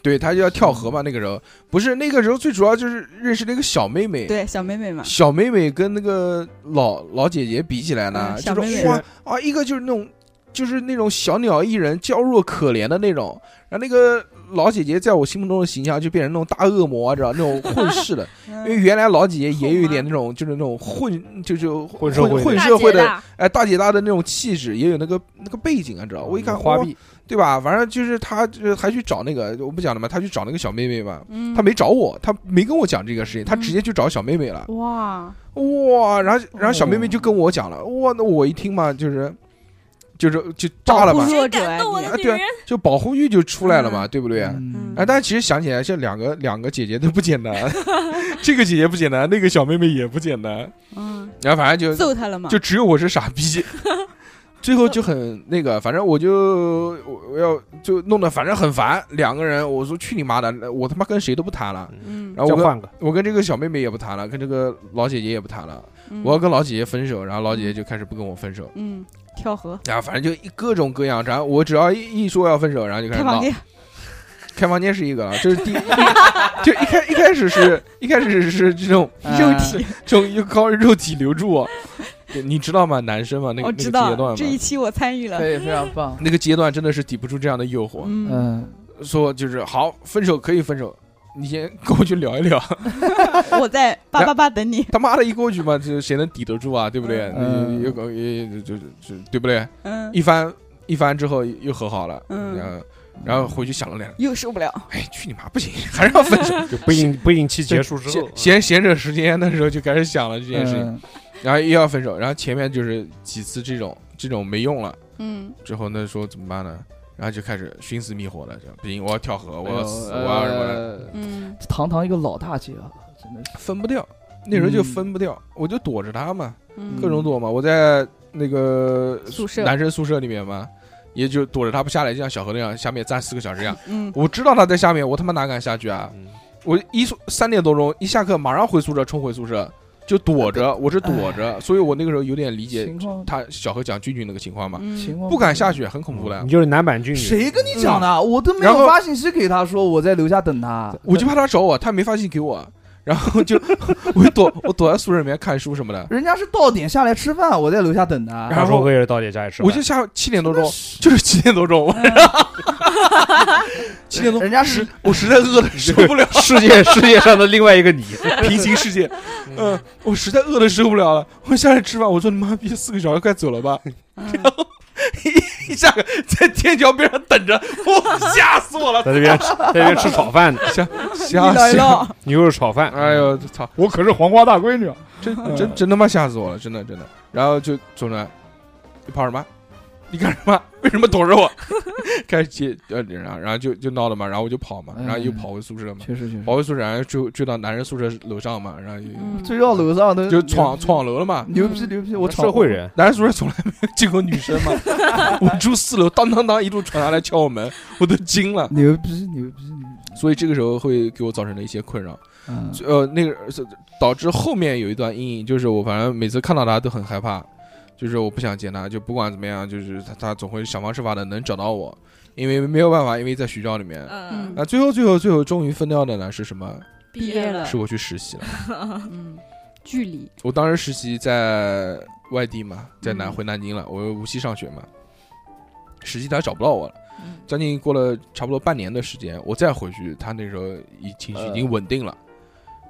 [SPEAKER 2] 对他就要跳河嘛。那个时候不是那个时候最主要就是认识那个小妹妹，
[SPEAKER 5] 对，小妹妹嘛，
[SPEAKER 2] 小妹妹跟那个老老姐姐比起来呢，
[SPEAKER 5] 嗯
[SPEAKER 2] 就
[SPEAKER 5] 小妹妹
[SPEAKER 2] 是哇啊，一个就是那种就是那种小鸟依人、娇弱可怜的那种，然后那个老姐姐在我心目中的形象就变成那种大恶魔，知道那种混世 的。
[SPEAKER 5] 嗯
[SPEAKER 2] 因为原来老姐姐也有一点那种就是那种混就就
[SPEAKER 6] 混社会
[SPEAKER 2] 混
[SPEAKER 6] 的
[SPEAKER 2] 混
[SPEAKER 4] 大
[SPEAKER 2] 社会
[SPEAKER 4] 姐
[SPEAKER 2] 的
[SPEAKER 4] 大
[SPEAKER 2] 哎大姐大的那种气质，也有那个那个背景啊，
[SPEAKER 5] 嗯
[SPEAKER 2] 知道？我一看
[SPEAKER 6] 花
[SPEAKER 2] 哇
[SPEAKER 6] 臂，
[SPEAKER 2] 对吧？反正就是她就是还去找那个我不讲了嘛，她去找那个小妹妹嘛。
[SPEAKER 5] 嗯，
[SPEAKER 2] 她没找我，她没跟我讲这个事情，她
[SPEAKER 5] 嗯
[SPEAKER 2] 直接去找小妹妹了。
[SPEAKER 5] 哇，
[SPEAKER 2] 哇，然后然后小妹妹就跟我讲了，哇，那我一听嘛，就是就是就炸了
[SPEAKER 5] 保
[SPEAKER 2] 嘛
[SPEAKER 5] 护，
[SPEAKER 4] 谁
[SPEAKER 5] 弱者
[SPEAKER 4] 敢动我
[SPEAKER 5] 啊
[SPEAKER 4] 的
[SPEAKER 2] 你啊
[SPEAKER 4] 女
[SPEAKER 2] 对啊
[SPEAKER 4] 人？
[SPEAKER 2] 就保护欲就出来了嘛，对不对？
[SPEAKER 3] 嗯
[SPEAKER 2] 哎，但其实想起来，这两个两个姐姐都不简单， 这个姐姐不简单，那个小妹妹也不简单，
[SPEAKER 5] 嗯，
[SPEAKER 2] 然后反正就
[SPEAKER 5] 揍他了嘛，
[SPEAKER 2] 就只有我是 傻逼，最后就很那个，反正我就我我要就弄得反正很烦，两个人，我说去你妈的，我他妈跟谁都不谈了，
[SPEAKER 5] 嗯，
[SPEAKER 2] 然后
[SPEAKER 6] 再
[SPEAKER 2] 我跟
[SPEAKER 6] 换个，
[SPEAKER 2] 我跟这个小妹妹也不谈了，跟这个老姐姐也不谈了。
[SPEAKER 5] 嗯
[SPEAKER 2] 我要跟老姐姐分手，然后老姐姐就开始不跟我分手，
[SPEAKER 5] 嗯跳河
[SPEAKER 2] 然后反正就一各种各样，然后我只要一一说要分手，然后就开
[SPEAKER 5] 开
[SPEAKER 2] 始
[SPEAKER 5] 房
[SPEAKER 2] 闹。
[SPEAKER 5] 间，
[SPEAKER 2] 开房间是一个啊，这是第一， 就一开一开始是一开始是这种
[SPEAKER 5] 肉体，
[SPEAKER 2] 这种又靠肉体留住我，对你知道吗？男生嘛，那个那个
[SPEAKER 5] 我哦知
[SPEAKER 2] 阶段
[SPEAKER 5] 道
[SPEAKER 2] 嘛哎
[SPEAKER 5] 这，一期我参与了
[SPEAKER 3] 可，以非常棒。
[SPEAKER 2] 那个阶段真的是抵不住这样的诱惑。
[SPEAKER 5] 嗯
[SPEAKER 3] 嗯，
[SPEAKER 2] 说就是好，分手可以分手，你先跟我去聊一聊。 嗯
[SPEAKER 5] 我在八八八等你。
[SPEAKER 2] 他妈的一过去嘛，这谁能抵得住啊？对不对？
[SPEAKER 3] 嗯
[SPEAKER 2] 有个也就就就对不对？
[SPEAKER 5] 嗯，
[SPEAKER 2] 一番一番之后又和好了，
[SPEAKER 5] 嗯
[SPEAKER 2] 然后然后回去想了两，
[SPEAKER 5] 又受不了。
[SPEAKER 2] 哎，去你妈，不行，还是要分手。
[SPEAKER 6] 就不应不应期结束之后啊
[SPEAKER 2] 闲，闲闲着时间的时候就开始想了这件事情，
[SPEAKER 3] 嗯
[SPEAKER 2] 然后又要分手，然后前面就是几次这种这种没用了，
[SPEAKER 5] 嗯，
[SPEAKER 2] 之后那说怎么办呢？然后就开始寻死觅活了，这样不行，我要跳河，我
[SPEAKER 3] 哎呦
[SPEAKER 2] 要死，我要什么的，
[SPEAKER 3] 呃，
[SPEAKER 5] 嗯，
[SPEAKER 3] 堂堂一个老大姐啊，真的是
[SPEAKER 2] 分不掉。那时候就
[SPEAKER 3] 嗯
[SPEAKER 2] 分不掉，我就躲着他嘛，
[SPEAKER 5] 嗯
[SPEAKER 2] 各种躲嘛。我在那个
[SPEAKER 5] 宿舍
[SPEAKER 2] 男生宿舍里面嘛，也就躲着他不下来，就像小何那样，下面站四个小时一样。
[SPEAKER 5] 嗯
[SPEAKER 2] 我知道他在下面，我他妈哪敢下去啊？
[SPEAKER 6] 嗯
[SPEAKER 2] 我一宿三点多钟一下课，马上回宿舍，冲回宿舍就躲着，我是躲着，所以我那个时候有点理解
[SPEAKER 3] 情况
[SPEAKER 2] 他小何讲俊俊那个情况嘛，
[SPEAKER 3] 情
[SPEAKER 5] 嗯，
[SPEAKER 3] 况
[SPEAKER 2] 不敢下去，很恐怖的
[SPEAKER 6] 你。就是男版俊女，
[SPEAKER 3] 谁跟你讲的？我都没
[SPEAKER 2] 然
[SPEAKER 3] 有
[SPEAKER 2] 后
[SPEAKER 3] 发信息给他说我在楼下等他，
[SPEAKER 2] 我就怕他找我，他没发信息给我，然后就 我就躲我躲在宿舍里面看书什么的，
[SPEAKER 3] 人家是到点下来吃饭，我在楼下等他。
[SPEAKER 2] 然后
[SPEAKER 6] 然后我也是到姐家里吃饭，
[SPEAKER 2] 我就下七点多钟，就是七点多钟， 七点多钟
[SPEAKER 3] 人家
[SPEAKER 2] 实
[SPEAKER 3] 是
[SPEAKER 2] 我实在饿的受不了，
[SPEAKER 6] 世界世界上的另外一个你，
[SPEAKER 2] 平行世界，嗯，我实在饿的受不了了，我下来吃饭，我说你妈逼四个小时快走了吧，
[SPEAKER 5] 嗯
[SPEAKER 2] 一下在天桥边上等着，我吓死我 了！
[SPEAKER 6] 在这边吃在这边吃炒饭呢，
[SPEAKER 2] 吓
[SPEAKER 5] 你
[SPEAKER 2] 吓
[SPEAKER 5] 来
[SPEAKER 2] 死！
[SPEAKER 5] 了，
[SPEAKER 6] 牛肉炒饭，
[SPEAKER 2] 哎呦，操！
[SPEAKER 3] 我可是黄花大闺女，啊
[SPEAKER 2] 真真真他妈吓死我了，真的真的。然后就总之，你跑什么？你干什么？为什么躲着我？ 开始接呃，然后然后就就闹了嘛，然后我就跑嘛，然后又跑回宿舍嘛，
[SPEAKER 3] 确实确实，
[SPEAKER 2] 跑回宿舍，然后追追到男人宿舍楼上嘛，然后又
[SPEAKER 5] 嗯
[SPEAKER 3] 追到楼上都
[SPEAKER 2] 就闯闯楼了嘛。
[SPEAKER 3] 牛逼牛逼，我闯
[SPEAKER 6] 社会，人，
[SPEAKER 2] 男人宿舍从来没有见过女生嘛，我住四楼，当当当一路闯下来敲我门，我都惊了。
[SPEAKER 3] 牛逼牛逼，牛逼
[SPEAKER 2] 所以这个时候会给我造成了一些困扰，
[SPEAKER 3] 嗯
[SPEAKER 2] 呃，那个是导致后面有一段阴影，就是我反正每次看到他都很害怕，就是我不想见他，就不管怎么样，就是他他总会想方设法的能找到我，因为没有办法，因为在学校里面。
[SPEAKER 4] 嗯，
[SPEAKER 5] 嗯
[SPEAKER 2] 啊，最后最后最后终于分掉的呢是什么？
[SPEAKER 5] 毕
[SPEAKER 4] 毕
[SPEAKER 5] 业
[SPEAKER 4] 业
[SPEAKER 5] 了
[SPEAKER 4] 了，
[SPEAKER 2] 是我去实习了。
[SPEAKER 5] 嗯，距离，
[SPEAKER 2] 我当时实习在外地嘛，在南
[SPEAKER 5] 嗯
[SPEAKER 2] 回南京了，我无锡上学嘛，实习他找不到我了。
[SPEAKER 4] 嗯
[SPEAKER 2] 将近过了差不多半年的时间，我再回去，他那时候已情绪已经稳定了，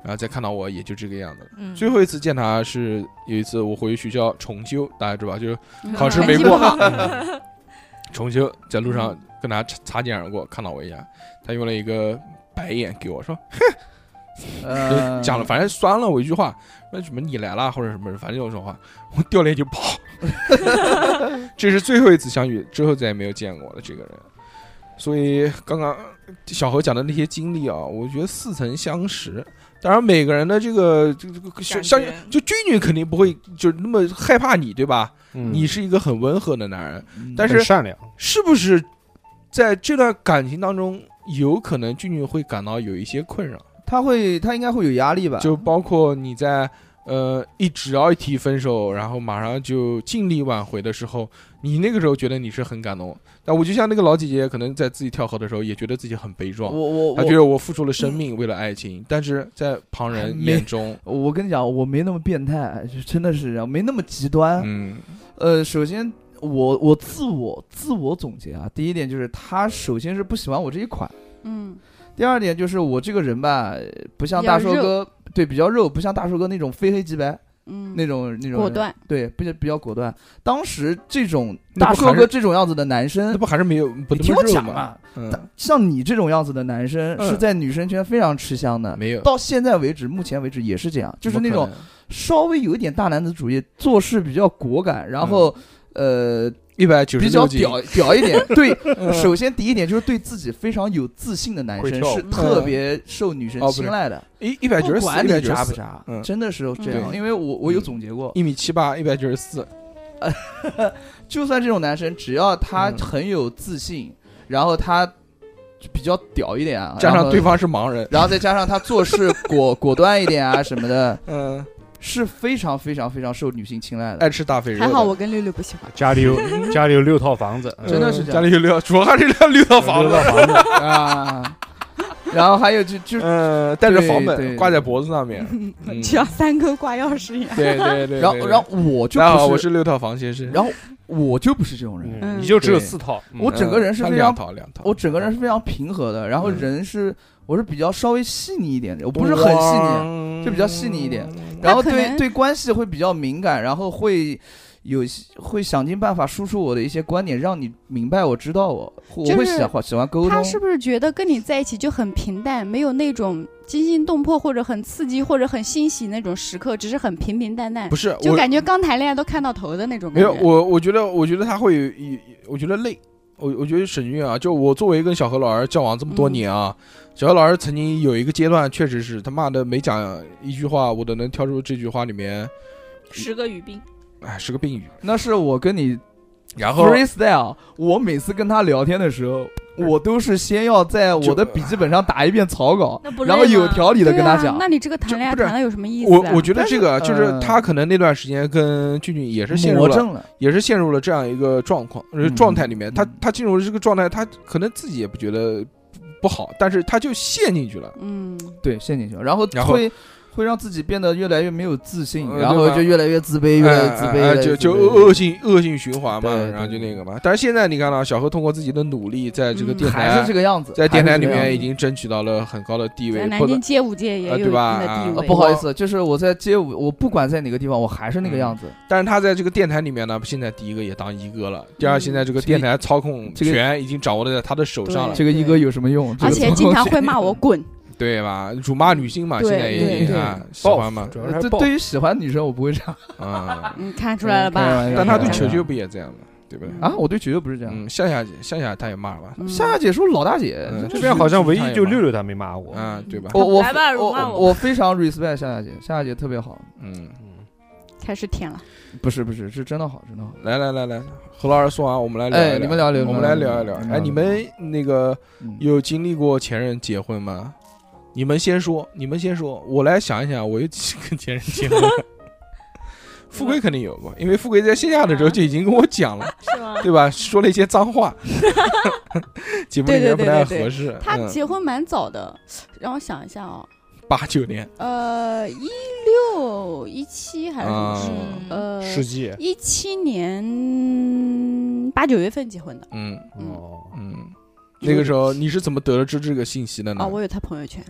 [SPEAKER 2] 然后再看到我也就这个样子了。
[SPEAKER 4] 嗯
[SPEAKER 2] 最后一次见他是有一次我回学校重修，大家知道吧？就是考试
[SPEAKER 5] 嗯
[SPEAKER 2] 没
[SPEAKER 5] 成绩
[SPEAKER 2] 过
[SPEAKER 5] 不好
[SPEAKER 2] 重修，在路
[SPEAKER 4] 嗯
[SPEAKER 2] 上跟他擦擦肩而过，看到我一眼，他用了一个白眼给我说，
[SPEAKER 4] 嗯
[SPEAKER 3] 呃，
[SPEAKER 2] 讲了，反正酸了我一句话，说啊什么你来了或者什么，反正这种话，我掉脸就跑。这是最后一次相遇，之后再也没有见过了这个人。所以刚刚小何讲的那些经历啊，我觉得似曾相识。当然，每个人的这个这个这个相
[SPEAKER 4] 感觉
[SPEAKER 2] 相就俊俊肯定不会就那么害怕你，对吧？
[SPEAKER 6] 嗯
[SPEAKER 2] 你是一个很温和的男人，
[SPEAKER 3] 嗯
[SPEAKER 2] 但
[SPEAKER 6] 很
[SPEAKER 2] 是
[SPEAKER 6] 善良，
[SPEAKER 2] 是不是在这段感情当中，有可能俊俊会感到有一些困扰？
[SPEAKER 3] 他会他应该会有压力吧？
[SPEAKER 2] 就包括你在呃一只要一提分手，然后马上就尽力挽回的时候，你那个时候觉得你是很感动，但我就像那个老姐姐，可能在自己跳河的时候也觉得自己很悲
[SPEAKER 3] 我
[SPEAKER 2] 壮，
[SPEAKER 3] 我我
[SPEAKER 2] 她觉得我付出了生命为了爱情，但是在旁人
[SPEAKER 3] 没
[SPEAKER 2] 眼中，
[SPEAKER 3] 我跟你讲，我没那么变态，就真的是这样，没那么极端。
[SPEAKER 2] 嗯
[SPEAKER 3] 呃，首先我我自我自我总结啊，第一点就是他首先是不喜欢我这一款，
[SPEAKER 5] 嗯
[SPEAKER 3] 第二点就是我这个人吧，不像
[SPEAKER 5] 比较
[SPEAKER 3] 大寿哥，对，比较肉，不像大寿哥那种非黑即白
[SPEAKER 5] 嗯，
[SPEAKER 3] 那种那种
[SPEAKER 5] 果
[SPEAKER 3] 人，
[SPEAKER 5] 断，
[SPEAKER 3] 对，比较比较果断。当时这种
[SPEAKER 2] 那
[SPEAKER 3] 大
[SPEAKER 2] 不
[SPEAKER 3] 寿
[SPEAKER 2] 还是
[SPEAKER 3] 哥这种样子的男
[SPEAKER 2] 那
[SPEAKER 3] 生，
[SPEAKER 2] 不还是没有不
[SPEAKER 3] 你
[SPEAKER 2] 那
[SPEAKER 3] 听
[SPEAKER 2] 么
[SPEAKER 3] 我
[SPEAKER 2] 热
[SPEAKER 3] 讲
[SPEAKER 2] 吗？
[SPEAKER 3] 嘛，
[SPEAKER 2] 嗯，
[SPEAKER 3] 像你这种样子的男生
[SPEAKER 2] 嗯
[SPEAKER 3] 是在女生圈非常吃香的。
[SPEAKER 2] 没有，
[SPEAKER 3] 到现在为止，目前为止也是这样，就是
[SPEAKER 2] 怎么
[SPEAKER 3] 那种
[SPEAKER 2] 可能
[SPEAKER 3] 稍微有一点大男子主义，做事比较果敢，然后、呃
[SPEAKER 2] 一百九十
[SPEAKER 3] 比较
[SPEAKER 2] 六斤，
[SPEAKER 3] 屌屌一点。对，
[SPEAKER 2] 嗯
[SPEAKER 3] 首先第一点就是对自己非常有自信的男
[SPEAKER 6] 会
[SPEAKER 3] 生
[SPEAKER 6] 跳
[SPEAKER 3] 是
[SPEAKER 6] 舞
[SPEAKER 3] 特别受女生
[SPEAKER 2] 哦不是
[SPEAKER 3] 青睐的，
[SPEAKER 2] 一一百九
[SPEAKER 3] 不
[SPEAKER 2] 十四，
[SPEAKER 3] 管
[SPEAKER 2] 一百
[SPEAKER 3] 你
[SPEAKER 2] 九十
[SPEAKER 3] 渣不
[SPEAKER 2] 四，
[SPEAKER 3] 渣
[SPEAKER 2] 嗯，
[SPEAKER 3] 真的是这样。
[SPEAKER 2] 对
[SPEAKER 3] 因为我我有
[SPEAKER 2] 嗯
[SPEAKER 3] 总结过，
[SPEAKER 2] 一米七八，一百九十四，
[SPEAKER 3] 啊就算这种男生，只要他
[SPEAKER 2] 嗯
[SPEAKER 3] 很有自信，然后他比较屌一点啊，
[SPEAKER 2] 加
[SPEAKER 3] 然
[SPEAKER 2] 上
[SPEAKER 3] 后
[SPEAKER 2] 对。方是盲人，
[SPEAKER 3] 然后再加上他做事果果断一点啊什么的，
[SPEAKER 2] 嗯，
[SPEAKER 3] 是非常非常非常受女性青睐的。
[SPEAKER 2] 爱吃大肥肉的，
[SPEAKER 5] 还好我跟六六不喜欢，
[SPEAKER 6] 家里 有家里有六套房子，嗯
[SPEAKER 2] 嗯
[SPEAKER 3] 真的是这
[SPEAKER 2] 家
[SPEAKER 3] 样
[SPEAKER 2] 里有六，主要还是六六套
[SPEAKER 6] 六
[SPEAKER 2] 房子。
[SPEAKER 6] 套房子，
[SPEAKER 3] 啊，然后还有 就就是，
[SPEAKER 2] 嗯，带着
[SPEAKER 3] 对
[SPEAKER 2] 房
[SPEAKER 3] 对
[SPEAKER 2] 本挂在脖子上 面，嗯
[SPEAKER 5] 就像三根挂钥匙一样。
[SPEAKER 2] 对对对。
[SPEAKER 3] 然后然后我就
[SPEAKER 2] 大家好，
[SPEAKER 3] 不
[SPEAKER 2] 我
[SPEAKER 3] 是，
[SPEAKER 2] 是六套房先生。
[SPEAKER 3] 然后我就不是这种人，
[SPEAKER 5] 嗯
[SPEAKER 6] 你就只有
[SPEAKER 3] 对
[SPEAKER 6] 四套，嗯
[SPEAKER 3] 我整个人是
[SPEAKER 2] 他
[SPEAKER 3] 非
[SPEAKER 2] 两
[SPEAKER 3] 常
[SPEAKER 2] 套两套，
[SPEAKER 3] 我整个人是非常平和的，然后
[SPEAKER 2] 嗯
[SPEAKER 3] 人是我是比较稍微细腻一点的，我不是很细腻，
[SPEAKER 2] 腻
[SPEAKER 3] 就比较细腻一点。
[SPEAKER 2] 嗯
[SPEAKER 5] 他
[SPEAKER 3] 然后
[SPEAKER 5] 可
[SPEAKER 3] 对
[SPEAKER 5] 能
[SPEAKER 3] 对关系会比较敏感，然后会有一些会想尽办法输出我的一些观点，让你明白我知道我，我
[SPEAKER 5] 就
[SPEAKER 3] 会
[SPEAKER 5] 是
[SPEAKER 3] 喜欢喜欢沟
[SPEAKER 5] 他
[SPEAKER 3] 通。
[SPEAKER 5] 是不是觉得跟你在一起就很平淡，没有那种惊心动魄或者很刺激或者很欣喜那种时刻，只是很平平淡淡
[SPEAKER 2] 不，是
[SPEAKER 5] 就
[SPEAKER 2] 我
[SPEAKER 5] 感觉刚谈恋爱都看到头的那种
[SPEAKER 2] 没
[SPEAKER 5] 感
[SPEAKER 2] 有
[SPEAKER 5] 觉。
[SPEAKER 2] 我，我觉得我觉得他会有一，我觉得累。我我觉得沈俊啊，就我作为跟小何老师交往这么
[SPEAKER 3] 嗯
[SPEAKER 2] 多年啊，小何老师曾经有一个阶段，确实是他妈的每讲一句话，我都能挑出这句话里面，
[SPEAKER 4] 十个语病，
[SPEAKER 2] 哎，是个病语。
[SPEAKER 3] 那是我跟你
[SPEAKER 2] 然后
[SPEAKER 3] freestyle，我每次跟他聊天的时候，
[SPEAKER 2] 嗯
[SPEAKER 3] 我都是先要在我的笔记本上打一遍草稿
[SPEAKER 4] 那不，累
[SPEAKER 3] 然后有
[SPEAKER 4] 吗
[SPEAKER 3] 条理的
[SPEAKER 5] 对
[SPEAKER 3] 跟他
[SPEAKER 5] 啊
[SPEAKER 3] 讲，。
[SPEAKER 5] 那你这个谈恋爱
[SPEAKER 2] 不是
[SPEAKER 5] 谈的有什么意思、啊？
[SPEAKER 2] 我我觉得
[SPEAKER 3] 但是
[SPEAKER 2] 这个就是
[SPEAKER 3] 呃
[SPEAKER 2] 他可能那段时间跟俊俊也是陷入
[SPEAKER 3] 魔
[SPEAKER 2] 了，
[SPEAKER 3] 怔了，
[SPEAKER 2] 也是陷入了这样一个状况呃
[SPEAKER 3] 嗯
[SPEAKER 2] 状态里面。他
[SPEAKER 3] 嗯
[SPEAKER 2] 他进入了这个状态，他可能自己也不觉得不好，但是他就陷进去了。
[SPEAKER 5] 嗯，
[SPEAKER 3] 对，陷进去了，然后
[SPEAKER 2] 然后
[SPEAKER 3] 会会让自己变得越来越没有自信，
[SPEAKER 2] 呃
[SPEAKER 3] 然
[SPEAKER 2] 对
[SPEAKER 3] 后
[SPEAKER 2] 吧
[SPEAKER 3] 就越来越自卑，越来越自卑，
[SPEAKER 2] 哎哎
[SPEAKER 3] 越
[SPEAKER 2] 哎
[SPEAKER 3] 来越
[SPEAKER 2] 就
[SPEAKER 3] 自
[SPEAKER 2] 就
[SPEAKER 3] 卑
[SPEAKER 2] 恶恶性恶性循环嘛，
[SPEAKER 3] 对
[SPEAKER 2] 然后就
[SPEAKER 3] 对
[SPEAKER 2] 那个嘛。但是现在你看到啊小何通过自己的努力，在这个
[SPEAKER 5] 嗯
[SPEAKER 2] 电
[SPEAKER 3] 还
[SPEAKER 2] 台
[SPEAKER 3] 是这，个样子，
[SPEAKER 2] 在电台里
[SPEAKER 3] 还是这个样
[SPEAKER 2] 面
[SPEAKER 3] 子
[SPEAKER 2] 已经争取到了很高的地
[SPEAKER 5] 在
[SPEAKER 2] 位，
[SPEAKER 5] 南
[SPEAKER 2] 或者
[SPEAKER 5] 京街舞界也
[SPEAKER 2] 呃
[SPEAKER 5] 有一
[SPEAKER 2] 对
[SPEAKER 5] 定
[SPEAKER 2] 吧
[SPEAKER 5] 的地
[SPEAKER 2] 啊
[SPEAKER 5] 位。
[SPEAKER 3] 啊不好意思，就是我在街舞，我不管在哪个地方，我还是那个样子。
[SPEAKER 2] 但是他在这个电台里面呢，现在第一个也当一哥了，第二
[SPEAKER 5] 嗯
[SPEAKER 2] 现在这个电台操控
[SPEAKER 3] 这个
[SPEAKER 2] 权已经掌握在他的手上了，
[SPEAKER 3] 这个一哥有什么用？
[SPEAKER 5] 而且经常会骂
[SPEAKER 3] 我。
[SPEAKER 5] 我滚，
[SPEAKER 2] 对吧？辱骂女性嘛，现
[SPEAKER 5] 对
[SPEAKER 2] 在
[SPEAKER 5] 对
[SPEAKER 2] 也已经
[SPEAKER 5] 对
[SPEAKER 2] 啊喜
[SPEAKER 6] 报
[SPEAKER 2] 欢嘛
[SPEAKER 6] 主要是
[SPEAKER 3] 对，
[SPEAKER 6] 报
[SPEAKER 3] 对于喜欢女生，我不会这样。
[SPEAKER 2] 啊，
[SPEAKER 5] 你嗯看出来了吧？
[SPEAKER 2] 但他对
[SPEAKER 5] 这
[SPEAKER 2] 球
[SPEAKER 5] 样
[SPEAKER 2] 球不也这样吗？对不对？
[SPEAKER 3] 啊，我对球球不是这样。
[SPEAKER 2] 嗯，夏夏姐，夏夏她也骂了吧？
[SPEAKER 5] 嗯
[SPEAKER 3] 夏夏姐是我老大姐，
[SPEAKER 2] 嗯
[SPEAKER 3] 真的
[SPEAKER 6] 这
[SPEAKER 3] 是
[SPEAKER 6] 边好像唯
[SPEAKER 2] 他
[SPEAKER 6] 一
[SPEAKER 2] 也
[SPEAKER 6] 就
[SPEAKER 2] 骂
[SPEAKER 6] 六六他没骂我，
[SPEAKER 2] 啊，对吧？
[SPEAKER 3] 我我
[SPEAKER 4] 来吧辱骂
[SPEAKER 3] 我
[SPEAKER 4] 我
[SPEAKER 3] 我非常 respect 夏夏姐，夏夏姐特别好，
[SPEAKER 2] 嗯，
[SPEAKER 6] 嗯
[SPEAKER 5] 开始舔了。
[SPEAKER 3] 不是不是，是真的好，真的好。
[SPEAKER 2] 来来来来，何老师说完，我们来聊一
[SPEAKER 3] 哎，你们聊聊，
[SPEAKER 2] 我们来聊一聊。哎，你们那个
[SPEAKER 3] 嗯
[SPEAKER 2] 有经历过前任结婚吗？你们先说，你们先说，我来想一想，我有几个前任结婚。
[SPEAKER 4] 嗯
[SPEAKER 2] 富贵肯定有过，因为富贵在线下的时候就已经跟我讲 了，
[SPEAKER 4] 是吗？
[SPEAKER 2] 对吧？说了一些脏话，节目里面不太
[SPEAKER 5] 对对对对对
[SPEAKER 2] 合适。
[SPEAKER 5] 他
[SPEAKER 2] 嗯
[SPEAKER 5] 结婚蛮早的，让我想一下哦，
[SPEAKER 2] 八九年，
[SPEAKER 5] 呃，一六一七还是什
[SPEAKER 2] 啊
[SPEAKER 5] 么时候？
[SPEAKER 4] 嗯
[SPEAKER 5] 呃，
[SPEAKER 6] 世纪
[SPEAKER 5] 一七年八九月份结婚的
[SPEAKER 2] 嗯
[SPEAKER 5] 嗯
[SPEAKER 6] 哦，
[SPEAKER 2] 嗯，那个时候你是怎么得知这个信息的呢
[SPEAKER 5] 啊，？我有他朋友圈，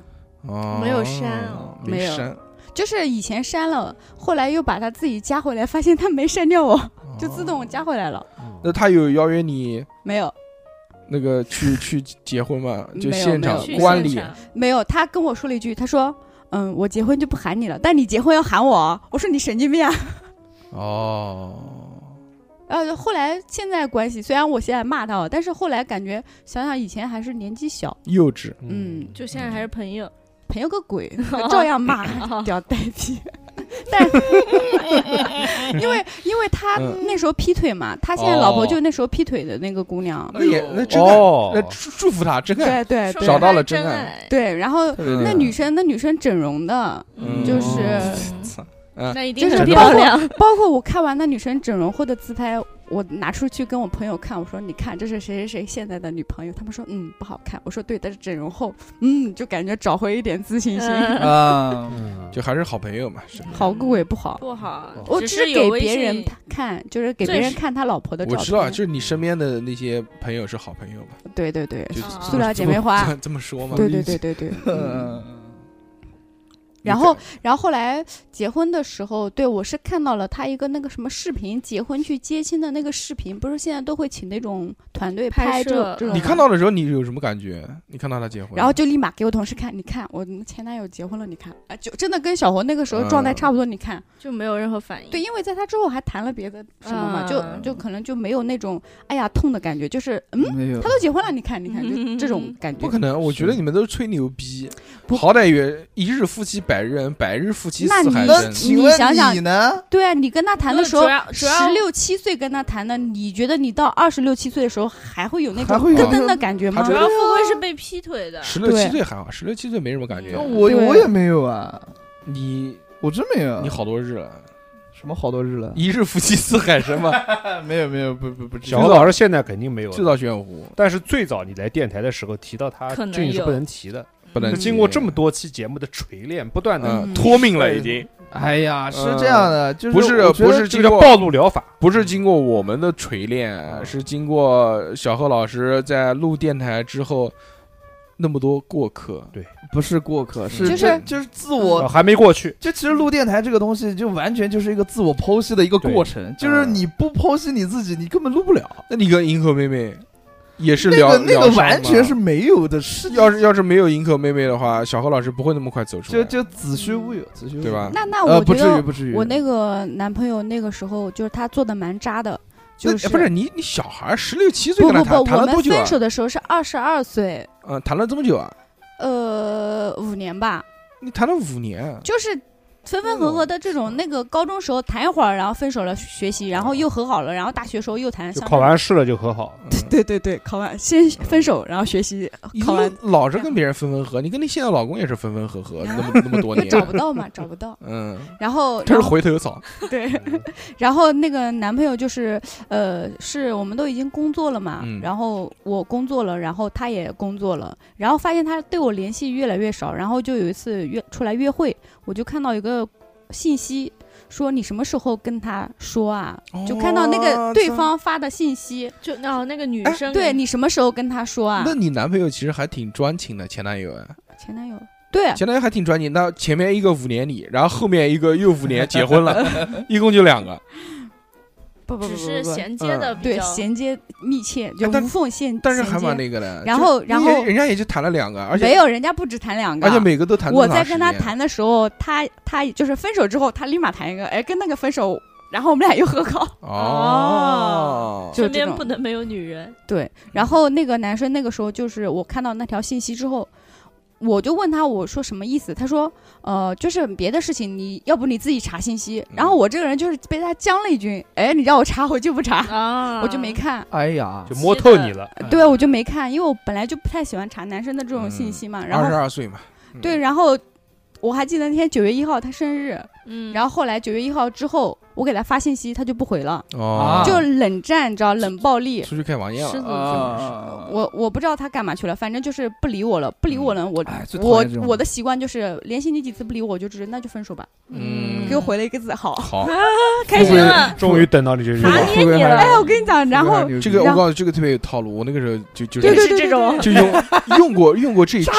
[SPEAKER 2] 哦
[SPEAKER 4] 没有删哦
[SPEAKER 2] 没
[SPEAKER 5] 没有
[SPEAKER 2] 删，
[SPEAKER 5] 就是以前删了，后来又把他自己加回来，发现他没删掉我，就自
[SPEAKER 2] 哦
[SPEAKER 5] 动加回来了。
[SPEAKER 2] 那他有邀约你
[SPEAKER 5] 没有，
[SPEAKER 2] 那个 去去结婚嘛？就
[SPEAKER 5] 没有
[SPEAKER 2] 现
[SPEAKER 5] 没有
[SPEAKER 2] 场
[SPEAKER 4] 去
[SPEAKER 2] 呃观
[SPEAKER 4] 现
[SPEAKER 2] 礼，
[SPEAKER 4] 场
[SPEAKER 5] 没有，他跟我说了一句，他说。嗯，我结婚就不喊你了，但你结婚要喊我哦。我说你神经病啊！
[SPEAKER 2] 哦，
[SPEAKER 5] 呃，后来现在关系，虽然我现在骂他哦，但是后来感觉想想以前还是年纪小，
[SPEAKER 2] 幼稚，
[SPEAKER 5] 嗯，
[SPEAKER 4] 就现在还是朋友，
[SPEAKER 5] 朋友个鬼，照样骂屌呆逼。但是 因为因为他
[SPEAKER 2] 嗯
[SPEAKER 5] 那时候劈腿嘛，他现在老婆就那时候劈腿的那个姑娘，
[SPEAKER 2] 那也那真的，
[SPEAKER 6] 哦
[SPEAKER 2] 那，祝祝福他，真的
[SPEAKER 5] 对哎对
[SPEAKER 4] 说
[SPEAKER 5] 对
[SPEAKER 2] 找到了
[SPEAKER 4] 还是
[SPEAKER 2] 真
[SPEAKER 4] 真
[SPEAKER 2] 爱
[SPEAKER 4] 爱，
[SPEAKER 5] 对，然后
[SPEAKER 3] 对对对
[SPEAKER 5] 那女生那女生整容的，
[SPEAKER 2] 嗯
[SPEAKER 5] 就是
[SPEAKER 2] 操嗯
[SPEAKER 4] 那一
[SPEAKER 5] 就
[SPEAKER 4] 定
[SPEAKER 5] 是
[SPEAKER 4] 很
[SPEAKER 5] 包
[SPEAKER 4] 漂
[SPEAKER 5] 括
[SPEAKER 4] 亮，
[SPEAKER 5] 包括我看完那女生整容后的自拍，我拿出去跟我朋友看，我说你看这是谁谁谁现在的女朋友，他们说嗯不好看，我说对，但是整容后嗯就感觉找回一点自信心，
[SPEAKER 4] 嗯
[SPEAKER 3] 啊，
[SPEAKER 6] 嗯
[SPEAKER 2] 就还是好朋友嘛，是吧？
[SPEAKER 5] 好哦过也不好。
[SPEAKER 4] 不好，
[SPEAKER 5] 我
[SPEAKER 4] 只
[SPEAKER 5] 只
[SPEAKER 4] 是
[SPEAKER 5] 是
[SPEAKER 4] 有
[SPEAKER 5] 给
[SPEAKER 4] 微
[SPEAKER 5] 别
[SPEAKER 4] 信
[SPEAKER 5] 人他看，就是给
[SPEAKER 4] 最
[SPEAKER 5] 别人
[SPEAKER 4] 是
[SPEAKER 5] 看他老婆的照
[SPEAKER 2] 我
[SPEAKER 5] 片。
[SPEAKER 2] 知道，就是你身边的那些朋友是好朋友嘛，
[SPEAKER 5] 对对对，
[SPEAKER 2] 就
[SPEAKER 4] 啊
[SPEAKER 5] 塑料姐妹花
[SPEAKER 2] 这 么这么说嘛，
[SPEAKER 5] 对对对对对。
[SPEAKER 3] 嗯
[SPEAKER 5] 然后，然后后来结婚的时候，对我是看到了他一个那个什么视频，结婚去接亲的那个视频，不是现在都会请那种团队
[SPEAKER 4] 拍
[SPEAKER 5] 拍这
[SPEAKER 4] 摄
[SPEAKER 5] 这种
[SPEAKER 2] 你
[SPEAKER 5] 吗
[SPEAKER 2] 看。到的时候你有什么感觉？你看到他结婚，
[SPEAKER 5] 然后就立马给我同事看，你看我前男友结婚了，你看，啊，就真的跟小红那个时候状态
[SPEAKER 2] 嗯
[SPEAKER 5] 差不多，你看，
[SPEAKER 4] 就没有任何反应。
[SPEAKER 5] 对，因为在他之后还谈了别的什么嘛，就
[SPEAKER 4] 嗯
[SPEAKER 5] 就可能就没有那种哎呀痛的感觉，就是嗯，
[SPEAKER 3] 没有
[SPEAKER 5] 他，都结婚了，你看，你看，
[SPEAKER 4] 嗯
[SPEAKER 5] 就这种感觉，
[SPEAKER 2] 不可能，我觉得你们都是吹牛逼，
[SPEAKER 5] 不
[SPEAKER 2] 好歹也一日夫妻百日恩，百日夫妻
[SPEAKER 5] 那
[SPEAKER 2] 似
[SPEAKER 5] 你
[SPEAKER 2] 海
[SPEAKER 3] 那
[SPEAKER 2] 深。
[SPEAKER 3] 请
[SPEAKER 5] 你想
[SPEAKER 3] 问
[SPEAKER 5] 想
[SPEAKER 3] 你呢？
[SPEAKER 5] 对啊，你跟他谈的时候
[SPEAKER 4] 主，要主
[SPEAKER 5] 十
[SPEAKER 4] 要
[SPEAKER 5] 六七岁跟他谈的，你觉咯噔咯噔的感觉到二十六七岁的时候还会有那
[SPEAKER 3] 还
[SPEAKER 5] 种
[SPEAKER 3] 会有
[SPEAKER 5] 咯
[SPEAKER 3] 那
[SPEAKER 5] 噔的
[SPEAKER 3] 种
[SPEAKER 5] 感觉
[SPEAKER 2] 他
[SPEAKER 5] 吗
[SPEAKER 2] 主
[SPEAKER 4] 主
[SPEAKER 2] 要？
[SPEAKER 4] 要富贵
[SPEAKER 5] 哦
[SPEAKER 4] 是被劈腿的，
[SPEAKER 2] 十六
[SPEAKER 5] 对
[SPEAKER 2] 七岁还好，十六七岁没什么感觉。
[SPEAKER 4] 嗯
[SPEAKER 3] 我
[SPEAKER 5] 对
[SPEAKER 3] 我也没有啊，
[SPEAKER 2] 你
[SPEAKER 3] 我真没有。
[SPEAKER 2] 你好多日了，
[SPEAKER 3] 什么好多日了？
[SPEAKER 2] 一日夫妻似海深嘛。
[SPEAKER 3] 哎没有没有，不不不，
[SPEAKER 6] 小何老师现在肯定没有了，
[SPEAKER 2] 制造玄武湖，
[SPEAKER 6] 但是最早你来电台的时候提到他
[SPEAKER 4] 可，能
[SPEAKER 6] 俊是
[SPEAKER 4] 有
[SPEAKER 6] 不能提的，
[SPEAKER 2] 不能
[SPEAKER 6] 经过这么多期节目的锤炼，不断的
[SPEAKER 2] 嗯脱命了已经，
[SPEAKER 3] 哎呀，是这样的，就
[SPEAKER 2] 嗯
[SPEAKER 3] 是
[SPEAKER 2] 不是
[SPEAKER 3] 我觉得
[SPEAKER 2] 不是
[SPEAKER 6] 这个叫暴露疗法，
[SPEAKER 2] 不是经过我们的锤炼，是经过小贺老师在录电台之后那么多过客，
[SPEAKER 3] 不是过客，是
[SPEAKER 5] 就是
[SPEAKER 3] 这就是自
[SPEAKER 6] 呃
[SPEAKER 2] 嗯
[SPEAKER 3] 我。
[SPEAKER 6] 还没过去。
[SPEAKER 3] 就其实录电台这个东西，就完全就是一个自我剖析的一个过程，就是
[SPEAKER 2] 嗯
[SPEAKER 3] 你不剖析你自己，你根本录不了。
[SPEAKER 2] 那你跟银河妹妹也是
[SPEAKER 3] 那
[SPEAKER 2] 聊
[SPEAKER 3] 个那
[SPEAKER 2] 聊
[SPEAKER 3] 个
[SPEAKER 2] 上
[SPEAKER 3] 完
[SPEAKER 2] 吗
[SPEAKER 3] 全是没有的事，
[SPEAKER 2] 要是要是没有银河妹妹的话，小何老师不会那么快走出
[SPEAKER 3] 就
[SPEAKER 2] 来。
[SPEAKER 3] 就子虚乌有，子虚乌有
[SPEAKER 2] 对吧
[SPEAKER 5] 那那
[SPEAKER 3] 呃，
[SPEAKER 5] 我
[SPEAKER 3] 不
[SPEAKER 5] 觉
[SPEAKER 3] 至于，
[SPEAKER 5] 得
[SPEAKER 3] 不至于。
[SPEAKER 5] 我那个男朋友那个时候就是他做的蛮渣的，
[SPEAKER 2] 那哎
[SPEAKER 5] 就是
[SPEAKER 2] 不是你你小孩十六七岁
[SPEAKER 5] 不
[SPEAKER 2] 跟他
[SPEAKER 5] 不不，
[SPEAKER 2] 谈谈
[SPEAKER 5] 我
[SPEAKER 2] 了
[SPEAKER 5] 们
[SPEAKER 2] 多久啊
[SPEAKER 5] 分？手的时候是二十二岁，
[SPEAKER 2] 嗯，谈了这么久啊？
[SPEAKER 5] 呃，五年吧，
[SPEAKER 2] 你谈了五年，
[SPEAKER 5] 就是分分合合的这种。那个高中时候谈一会儿，然后分手了学习，然后又和好了，然后大学时候又谈。
[SPEAKER 6] 就
[SPEAKER 5] 像
[SPEAKER 6] 考
[SPEAKER 5] 这种
[SPEAKER 6] 完试了就 和好，
[SPEAKER 5] 对对对，考完先分手，然后学习，
[SPEAKER 2] 你
[SPEAKER 5] 考完
[SPEAKER 2] 怎么老是跟别人分分合，你跟你现在老公也是分分合合，那 么那么多年，
[SPEAKER 5] 找不到嘛，找不到。
[SPEAKER 2] 嗯，
[SPEAKER 5] 然后
[SPEAKER 2] 这
[SPEAKER 5] 然
[SPEAKER 2] 是
[SPEAKER 5] 后
[SPEAKER 2] 回头草，
[SPEAKER 5] 对，然后那个男朋友就是，呃，是我们都已经工作了嘛，
[SPEAKER 2] 嗯
[SPEAKER 5] 然后我工作了，然后他也工作了，然后发现他对我联系越来越少，然后就有一次约出来约会，我就看到一个信息。说你什么时候跟他说啊？就看到那
[SPEAKER 2] 哦
[SPEAKER 5] 个对
[SPEAKER 2] 这
[SPEAKER 5] 方发的信息，
[SPEAKER 4] 就哦，那个女
[SPEAKER 2] 哎
[SPEAKER 4] 生
[SPEAKER 5] 对你什么时候跟他说啊
[SPEAKER 2] 那？你男朋友其实还挺专情的，前男友啊，
[SPEAKER 5] 前男友对，
[SPEAKER 2] 前男友还挺专情。那前面一个五年里，然后后面一个又五年，结婚 了，一共就两个。
[SPEAKER 5] 不不
[SPEAKER 4] 只
[SPEAKER 5] 不不
[SPEAKER 4] 是
[SPEAKER 5] 不，
[SPEAKER 4] 衔接的
[SPEAKER 2] 嗯
[SPEAKER 4] 比
[SPEAKER 5] 对
[SPEAKER 4] 较
[SPEAKER 5] 衔接密切，就
[SPEAKER 2] 哎但
[SPEAKER 5] 无缝衔，
[SPEAKER 2] 但是还蛮
[SPEAKER 5] 衔接。
[SPEAKER 2] 那个的。
[SPEAKER 5] 然
[SPEAKER 2] 就
[SPEAKER 5] 后
[SPEAKER 2] 人
[SPEAKER 5] 然
[SPEAKER 2] 家
[SPEAKER 5] 后
[SPEAKER 2] 人家也就谈了两个，而且
[SPEAKER 5] 没有人家不止谈两个，啊
[SPEAKER 2] 而且每个都谈这么
[SPEAKER 5] 我在
[SPEAKER 2] 长时
[SPEAKER 5] 跟他
[SPEAKER 2] 间
[SPEAKER 5] 谈的时候，他他就是分手之后，他立马谈一个，哎，跟那个分手，然后我们俩又和好，
[SPEAKER 2] 哦，
[SPEAKER 5] 就
[SPEAKER 4] 身
[SPEAKER 5] 这
[SPEAKER 4] 边
[SPEAKER 5] 种
[SPEAKER 4] 不。能没有女人，
[SPEAKER 5] 对，然后那个男生那个时候就是我看到那条信息之后，我就问他我说什么意思，他说呃就是别的事情你要不你自己查信息，
[SPEAKER 2] 嗯
[SPEAKER 5] 然后我这个人就是被他将了一军，哎，你让我查我就不查，
[SPEAKER 4] 啊，
[SPEAKER 5] 我就没看。
[SPEAKER 3] 哎呀
[SPEAKER 6] 就，摸透你了。
[SPEAKER 2] 哎
[SPEAKER 5] 对，我就没看，因为我本来就不太喜欢查男生的这种信息嘛。然
[SPEAKER 2] 嗯二十
[SPEAKER 5] 后
[SPEAKER 2] 二岁嘛，嗯
[SPEAKER 5] 对，然后我还记得那天九月一号他生日，
[SPEAKER 4] 嗯，
[SPEAKER 5] 然后后来九月一号之后，我给他发信息，他就不回了，
[SPEAKER 2] 哦，
[SPEAKER 5] 啊就冷战，你知道，冷暴力。
[SPEAKER 2] 出去开房间
[SPEAKER 4] 狮子
[SPEAKER 2] 了。
[SPEAKER 3] 啊，
[SPEAKER 5] 我我不知道他干嘛去了，反正就是不理我了，不理我了。我
[SPEAKER 3] 哎最讨
[SPEAKER 5] 我
[SPEAKER 3] 厌这种
[SPEAKER 5] 我的习惯就是联系你几次不理我，我就直那就分手吧，
[SPEAKER 2] 嗯
[SPEAKER 5] 给我回了一个字好。
[SPEAKER 2] 好，
[SPEAKER 4] 开心了，
[SPEAKER 6] 终于等到你这日子
[SPEAKER 4] 拿
[SPEAKER 6] 了，
[SPEAKER 4] 捏你了，
[SPEAKER 5] 哎，我跟你讲，然后
[SPEAKER 2] 这个我
[SPEAKER 5] 然后
[SPEAKER 2] 告诉你，这个特别有套路。我那个时候就就
[SPEAKER 5] 对
[SPEAKER 2] 是
[SPEAKER 5] 对
[SPEAKER 4] 是
[SPEAKER 5] 对
[SPEAKER 4] 这种
[SPEAKER 2] 就用用过用过这一招，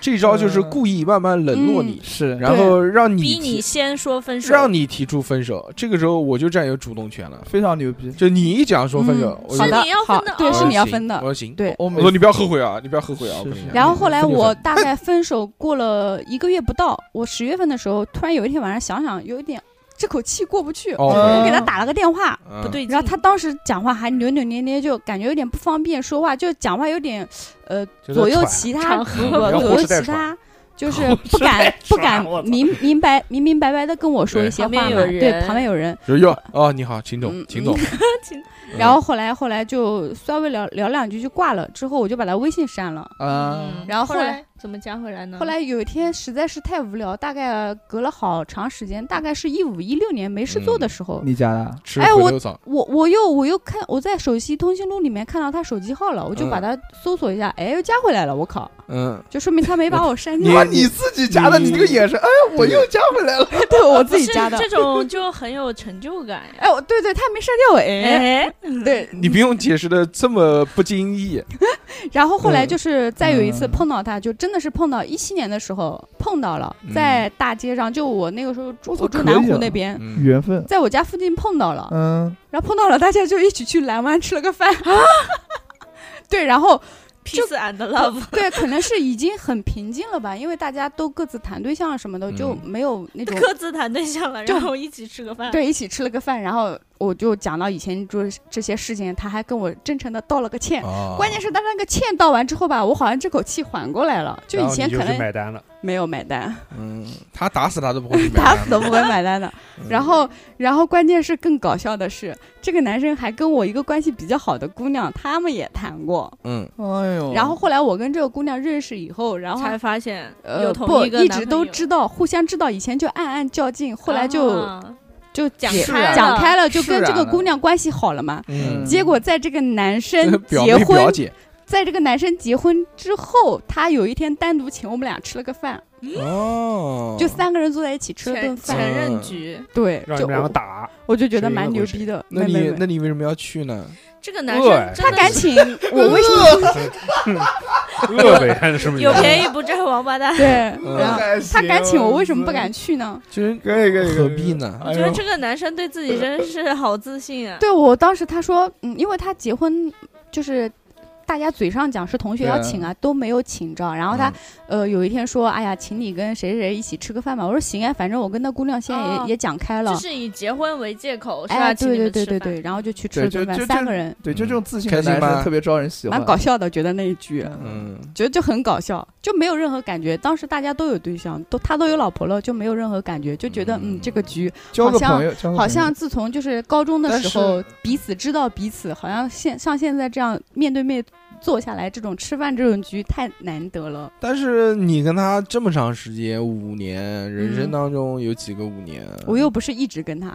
[SPEAKER 2] 这一招就是故意慢慢冷落你，
[SPEAKER 5] 嗯
[SPEAKER 3] 是
[SPEAKER 2] 然后让你
[SPEAKER 4] 逼
[SPEAKER 2] 提
[SPEAKER 4] 你先说分手，
[SPEAKER 2] 让你提出分手。这个时候我就占有主动权了，
[SPEAKER 3] 非常牛逼。
[SPEAKER 2] 就你一讲说分哦手
[SPEAKER 5] 嗯，
[SPEAKER 2] 我
[SPEAKER 5] 好
[SPEAKER 2] 就
[SPEAKER 4] 是
[SPEAKER 5] 的
[SPEAKER 4] 你要
[SPEAKER 5] 好
[SPEAKER 4] 分的
[SPEAKER 5] 对，
[SPEAKER 2] 我
[SPEAKER 5] 是
[SPEAKER 2] 说
[SPEAKER 5] 你要
[SPEAKER 2] 行
[SPEAKER 5] 分的，
[SPEAKER 2] 我说行，
[SPEAKER 5] 对。
[SPEAKER 3] 我
[SPEAKER 2] 我
[SPEAKER 3] 每
[SPEAKER 2] 说你不要后悔啊，你不要后悔啊，
[SPEAKER 3] 是
[SPEAKER 2] 我跟你
[SPEAKER 3] 哦是
[SPEAKER 2] 讲。
[SPEAKER 5] 然后后来
[SPEAKER 2] 分就分
[SPEAKER 5] 我大概分手过了一个月不到，我十月份的时候，突然有一天晚上想想，有一点这口气过不去，
[SPEAKER 2] 哦，
[SPEAKER 5] 我
[SPEAKER 2] 会
[SPEAKER 5] 给他打了个电话，
[SPEAKER 2] 嗯
[SPEAKER 4] 不对劲，
[SPEAKER 5] 然后他当时讲话还扭扭捏捏，就感觉有点不方便说话，就讲话有点呃
[SPEAKER 6] 就在
[SPEAKER 5] 左右
[SPEAKER 6] 喘
[SPEAKER 5] 其
[SPEAKER 4] 长
[SPEAKER 5] 他，
[SPEAKER 4] 河
[SPEAKER 5] 不
[SPEAKER 6] 然后
[SPEAKER 5] 左
[SPEAKER 6] 胡
[SPEAKER 5] 右
[SPEAKER 6] 吃带
[SPEAKER 5] 其
[SPEAKER 6] 喘
[SPEAKER 5] 他， 就是不敢不敢明明白明明白白的跟我说一些话
[SPEAKER 4] 旁边
[SPEAKER 5] 嘛，
[SPEAKER 4] 有
[SPEAKER 5] 对
[SPEAKER 4] 人，
[SPEAKER 5] 旁边有人。
[SPEAKER 2] 就是哟哦，你好，秦总
[SPEAKER 5] 嗯，
[SPEAKER 2] 秦总
[SPEAKER 5] 嗯，
[SPEAKER 4] 秦
[SPEAKER 2] 嗯
[SPEAKER 5] 然后后来后来就稍微聊聊两句就挂了，之后我就把他微信删了。
[SPEAKER 4] 嗯
[SPEAKER 3] 啊，
[SPEAKER 5] 嗯然后
[SPEAKER 4] 后
[SPEAKER 5] 后
[SPEAKER 4] 来怎么加回来呢？
[SPEAKER 5] 后来有一天实在是太无聊，大概隔了好长时间，大概是一五一六年没事
[SPEAKER 6] 嗯
[SPEAKER 5] 做的时候，
[SPEAKER 3] 你家的
[SPEAKER 2] 嗯吃
[SPEAKER 5] 哎
[SPEAKER 2] 回头草，
[SPEAKER 5] 我我又我又看我在手机通讯录里面看到他手机号了，我就把
[SPEAKER 2] 嗯
[SPEAKER 5] 他搜索一下，哎，又加回来了，我靠，
[SPEAKER 2] 嗯，
[SPEAKER 5] 就说明他没把我删
[SPEAKER 2] 你
[SPEAKER 5] 掉
[SPEAKER 3] 哇，，你自己家的，你这个眼神，哎，我又加回来了。
[SPEAKER 5] 对我
[SPEAKER 4] 不
[SPEAKER 5] 自己
[SPEAKER 4] 是
[SPEAKER 5] 加的。
[SPEAKER 4] 这种就很有成就感呀。
[SPEAKER 5] 哎，我对对，他没删掉我，哎，
[SPEAKER 4] 哎，
[SPEAKER 5] 对。
[SPEAKER 2] 你不用解释的这么不经意，
[SPEAKER 5] 然后后来就是再有一次
[SPEAKER 3] 嗯
[SPEAKER 5] 碰到他，就真的是碰到一七年的时候碰到了，在大街上，就我那个时候住
[SPEAKER 3] 我操
[SPEAKER 5] 我住
[SPEAKER 3] 嗯可以
[SPEAKER 5] 南湖
[SPEAKER 3] 啊
[SPEAKER 5] 那边，
[SPEAKER 2] 嗯
[SPEAKER 3] 缘分，
[SPEAKER 5] 在我家附近碰到了，
[SPEAKER 3] 嗯，
[SPEAKER 5] 然后碰到了，大家就一起去蓝湾吃了个 饭 对，然后
[SPEAKER 4] peace and love，
[SPEAKER 5] 对，可能是已经很平静了吧，因为大家都各自谈对象啊什么的，就
[SPEAKER 2] 嗯
[SPEAKER 5] 没有那种
[SPEAKER 4] 各自谈对象了，
[SPEAKER 5] 就
[SPEAKER 4] 然后一起吃个饭。
[SPEAKER 5] 对，一起吃了个饭，然后我就讲到以前就是这些事情，他还跟我真诚的道了个歉。
[SPEAKER 6] 哦
[SPEAKER 2] 啊
[SPEAKER 5] 哎关键是他那个歉道完之后吧，我好像这口气缓过来了，就
[SPEAKER 6] 然
[SPEAKER 5] 以
[SPEAKER 6] 后
[SPEAKER 5] 前
[SPEAKER 6] 你
[SPEAKER 5] 可
[SPEAKER 6] 就去
[SPEAKER 5] 能
[SPEAKER 6] 买单了，
[SPEAKER 5] 没有买单，
[SPEAKER 2] 嗯，他打死他都不会去买 嗯
[SPEAKER 5] 打
[SPEAKER 2] 单，
[SPEAKER 5] 死都不会买 单的。
[SPEAKER 6] 嗯
[SPEAKER 5] 然后，然后关键是更搞笑的是，这个男生还跟我一个关系比较好的姑娘，他们也谈过。
[SPEAKER 2] 嗯，
[SPEAKER 3] 哎
[SPEAKER 6] 哦
[SPEAKER 3] 呦，
[SPEAKER 5] 然后后来我跟这个姑娘认识以后，然后
[SPEAKER 4] 才发现有
[SPEAKER 5] 呃
[SPEAKER 4] 同
[SPEAKER 5] 不
[SPEAKER 4] 一个
[SPEAKER 5] 一
[SPEAKER 4] 男
[SPEAKER 5] 直
[SPEAKER 4] 朋
[SPEAKER 5] 都
[SPEAKER 4] 友
[SPEAKER 5] 知道，互相知道，以前就暗暗较劲，后来就、
[SPEAKER 4] 啊
[SPEAKER 5] 就
[SPEAKER 4] 讲
[SPEAKER 5] 解
[SPEAKER 4] 开
[SPEAKER 5] 讲
[SPEAKER 4] 了
[SPEAKER 5] 开了，就跟
[SPEAKER 3] 释
[SPEAKER 5] 这个
[SPEAKER 3] 然了
[SPEAKER 5] 姑娘关系好了嘛。
[SPEAKER 2] 嗯
[SPEAKER 5] 结果在这个男生
[SPEAKER 2] 表
[SPEAKER 5] 结
[SPEAKER 2] 妹
[SPEAKER 5] 婚
[SPEAKER 2] 表姐，
[SPEAKER 5] 在这个男生结婚之后，他有一天单独请我们俩吃了个饭，
[SPEAKER 2] 哦，
[SPEAKER 5] 就三个人坐在一起吃了
[SPEAKER 4] 前
[SPEAKER 5] 顿
[SPEAKER 4] 前
[SPEAKER 5] 饭，
[SPEAKER 4] 任局，
[SPEAKER 5] 对，
[SPEAKER 6] 让你
[SPEAKER 5] 就
[SPEAKER 6] 们两
[SPEAKER 5] 我
[SPEAKER 6] 个打，
[SPEAKER 5] 我就觉得
[SPEAKER 6] 谁
[SPEAKER 5] 蛮
[SPEAKER 6] 赢了
[SPEAKER 5] 牛
[SPEAKER 6] 会
[SPEAKER 5] 逼的。
[SPEAKER 2] 那
[SPEAKER 5] 没没
[SPEAKER 2] 你
[SPEAKER 5] 没
[SPEAKER 2] 那你为什么要去呢？
[SPEAKER 4] 这个男
[SPEAKER 6] 饿哎
[SPEAKER 4] 生真
[SPEAKER 5] 他
[SPEAKER 4] 的
[SPEAKER 5] 敢
[SPEAKER 4] 是
[SPEAKER 5] 请我为什么？
[SPEAKER 6] 饿呗，是不是？
[SPEAKER 4] 有便宜不占王八蛋。
[SPEAKER 5] 对，
[SPEAKER 1] 嗯
[SPEAKER 5] 然
[SPEAKER 1] 哎
[SPEAKER 5] 后
[SPEAKER 3] 太
[SPEAKER 5] 他敢请我，
[SPEAKER 3] 行
[SPEAKER 5] 为什么不敢？去呢？
[SPEAKER 2] 其实
[SPEAKER 3] 可以可以可以，
[SPEAKER 2] 何必呢？
[SPEAKER 4] 我
[SPEAKER 3] 哎
[SPEAKER 4] 觉得
[SPEAKER 3] 呦？
[SPEAKER 4] 这个男生对自己真是好自信啊！
[SPEAKER 5] 对我当时他说，嗯，因为他结婚就是。大家嘴上讲是同学
[SPEAKER 3] 对嗯
[SPEAKER 5] 要请啊，都没有请着。然后他、呃有一天说，哎呀，请你跟谁谁谁一起吃个饭吧。我说行啊，反正我跟那姑娘现在也、
[SPEAKER 4] 哦
[SPEAKER 5] 也讲开了
[SPEAKER 4] 就，是以结婚为借口，是吧？
[SPEAKER 5] 哎，
[SPEAKER 4] 请你
[SPEAKER 5] 对对
[SPEAKER 4] 们
[SPEAKER 5] 对
[SPEAKER 4] 吃
[SPEAKER 5] 对
[SPEAKER 4] 饭。
[SPEAKER 5] 对，然后就去吃了
[SPEAKER 3] 对就
[SPEAKER 5] 顿饭，
[SPEAKER 3] 就
[SPEAKER 5] 三
[SPEAKER 3] 这
[SPEAKER 5] 个人，
[SPEAKER 3] 对，就这种自信
[SPEAKER 2] 开
[SPEAKER 3] 的
[SPEAKER 2] 心
[SPEAKER 3] 男
[SPEAKER 2] 吗
[SPEAKER 3] 生特别招人喜欢，
[SPEAKER 5] 蛮搞笑的，觉得那一句，
[SPEAKER 2] 嗯，
[SPEAKER 5] 觉得就很搞笑，就没有任何感觉。当时大家都有对象，都他都有老婆了，就没有任何感觉，就觉得
[SPEAKER 2] 嗯
[SPEAKER 5] 嗯，这个局
[SPEAKER 3] 交个
[SPEAKER 5] 好像
[SPEAKER 3] 朋友，交个
[SPEAKER 5] 好
[SPEAKER 3] 朋友
[SPEAKER 5] 像自从就是高中的
[SPEAKER 2] 但
[SPEAKER 5] 时候彼此知道彼此，好像现像现在这样面对面坐下来这种吃饭这种局太难得了。
[SPEAKER 2] 但是你跟他这么长时间，五年，人生
[SPEAKER 5] 嗯
[SPEAKER 2] 当中有几个五年？
[SPEAKER 5] 我又不是一直跟他，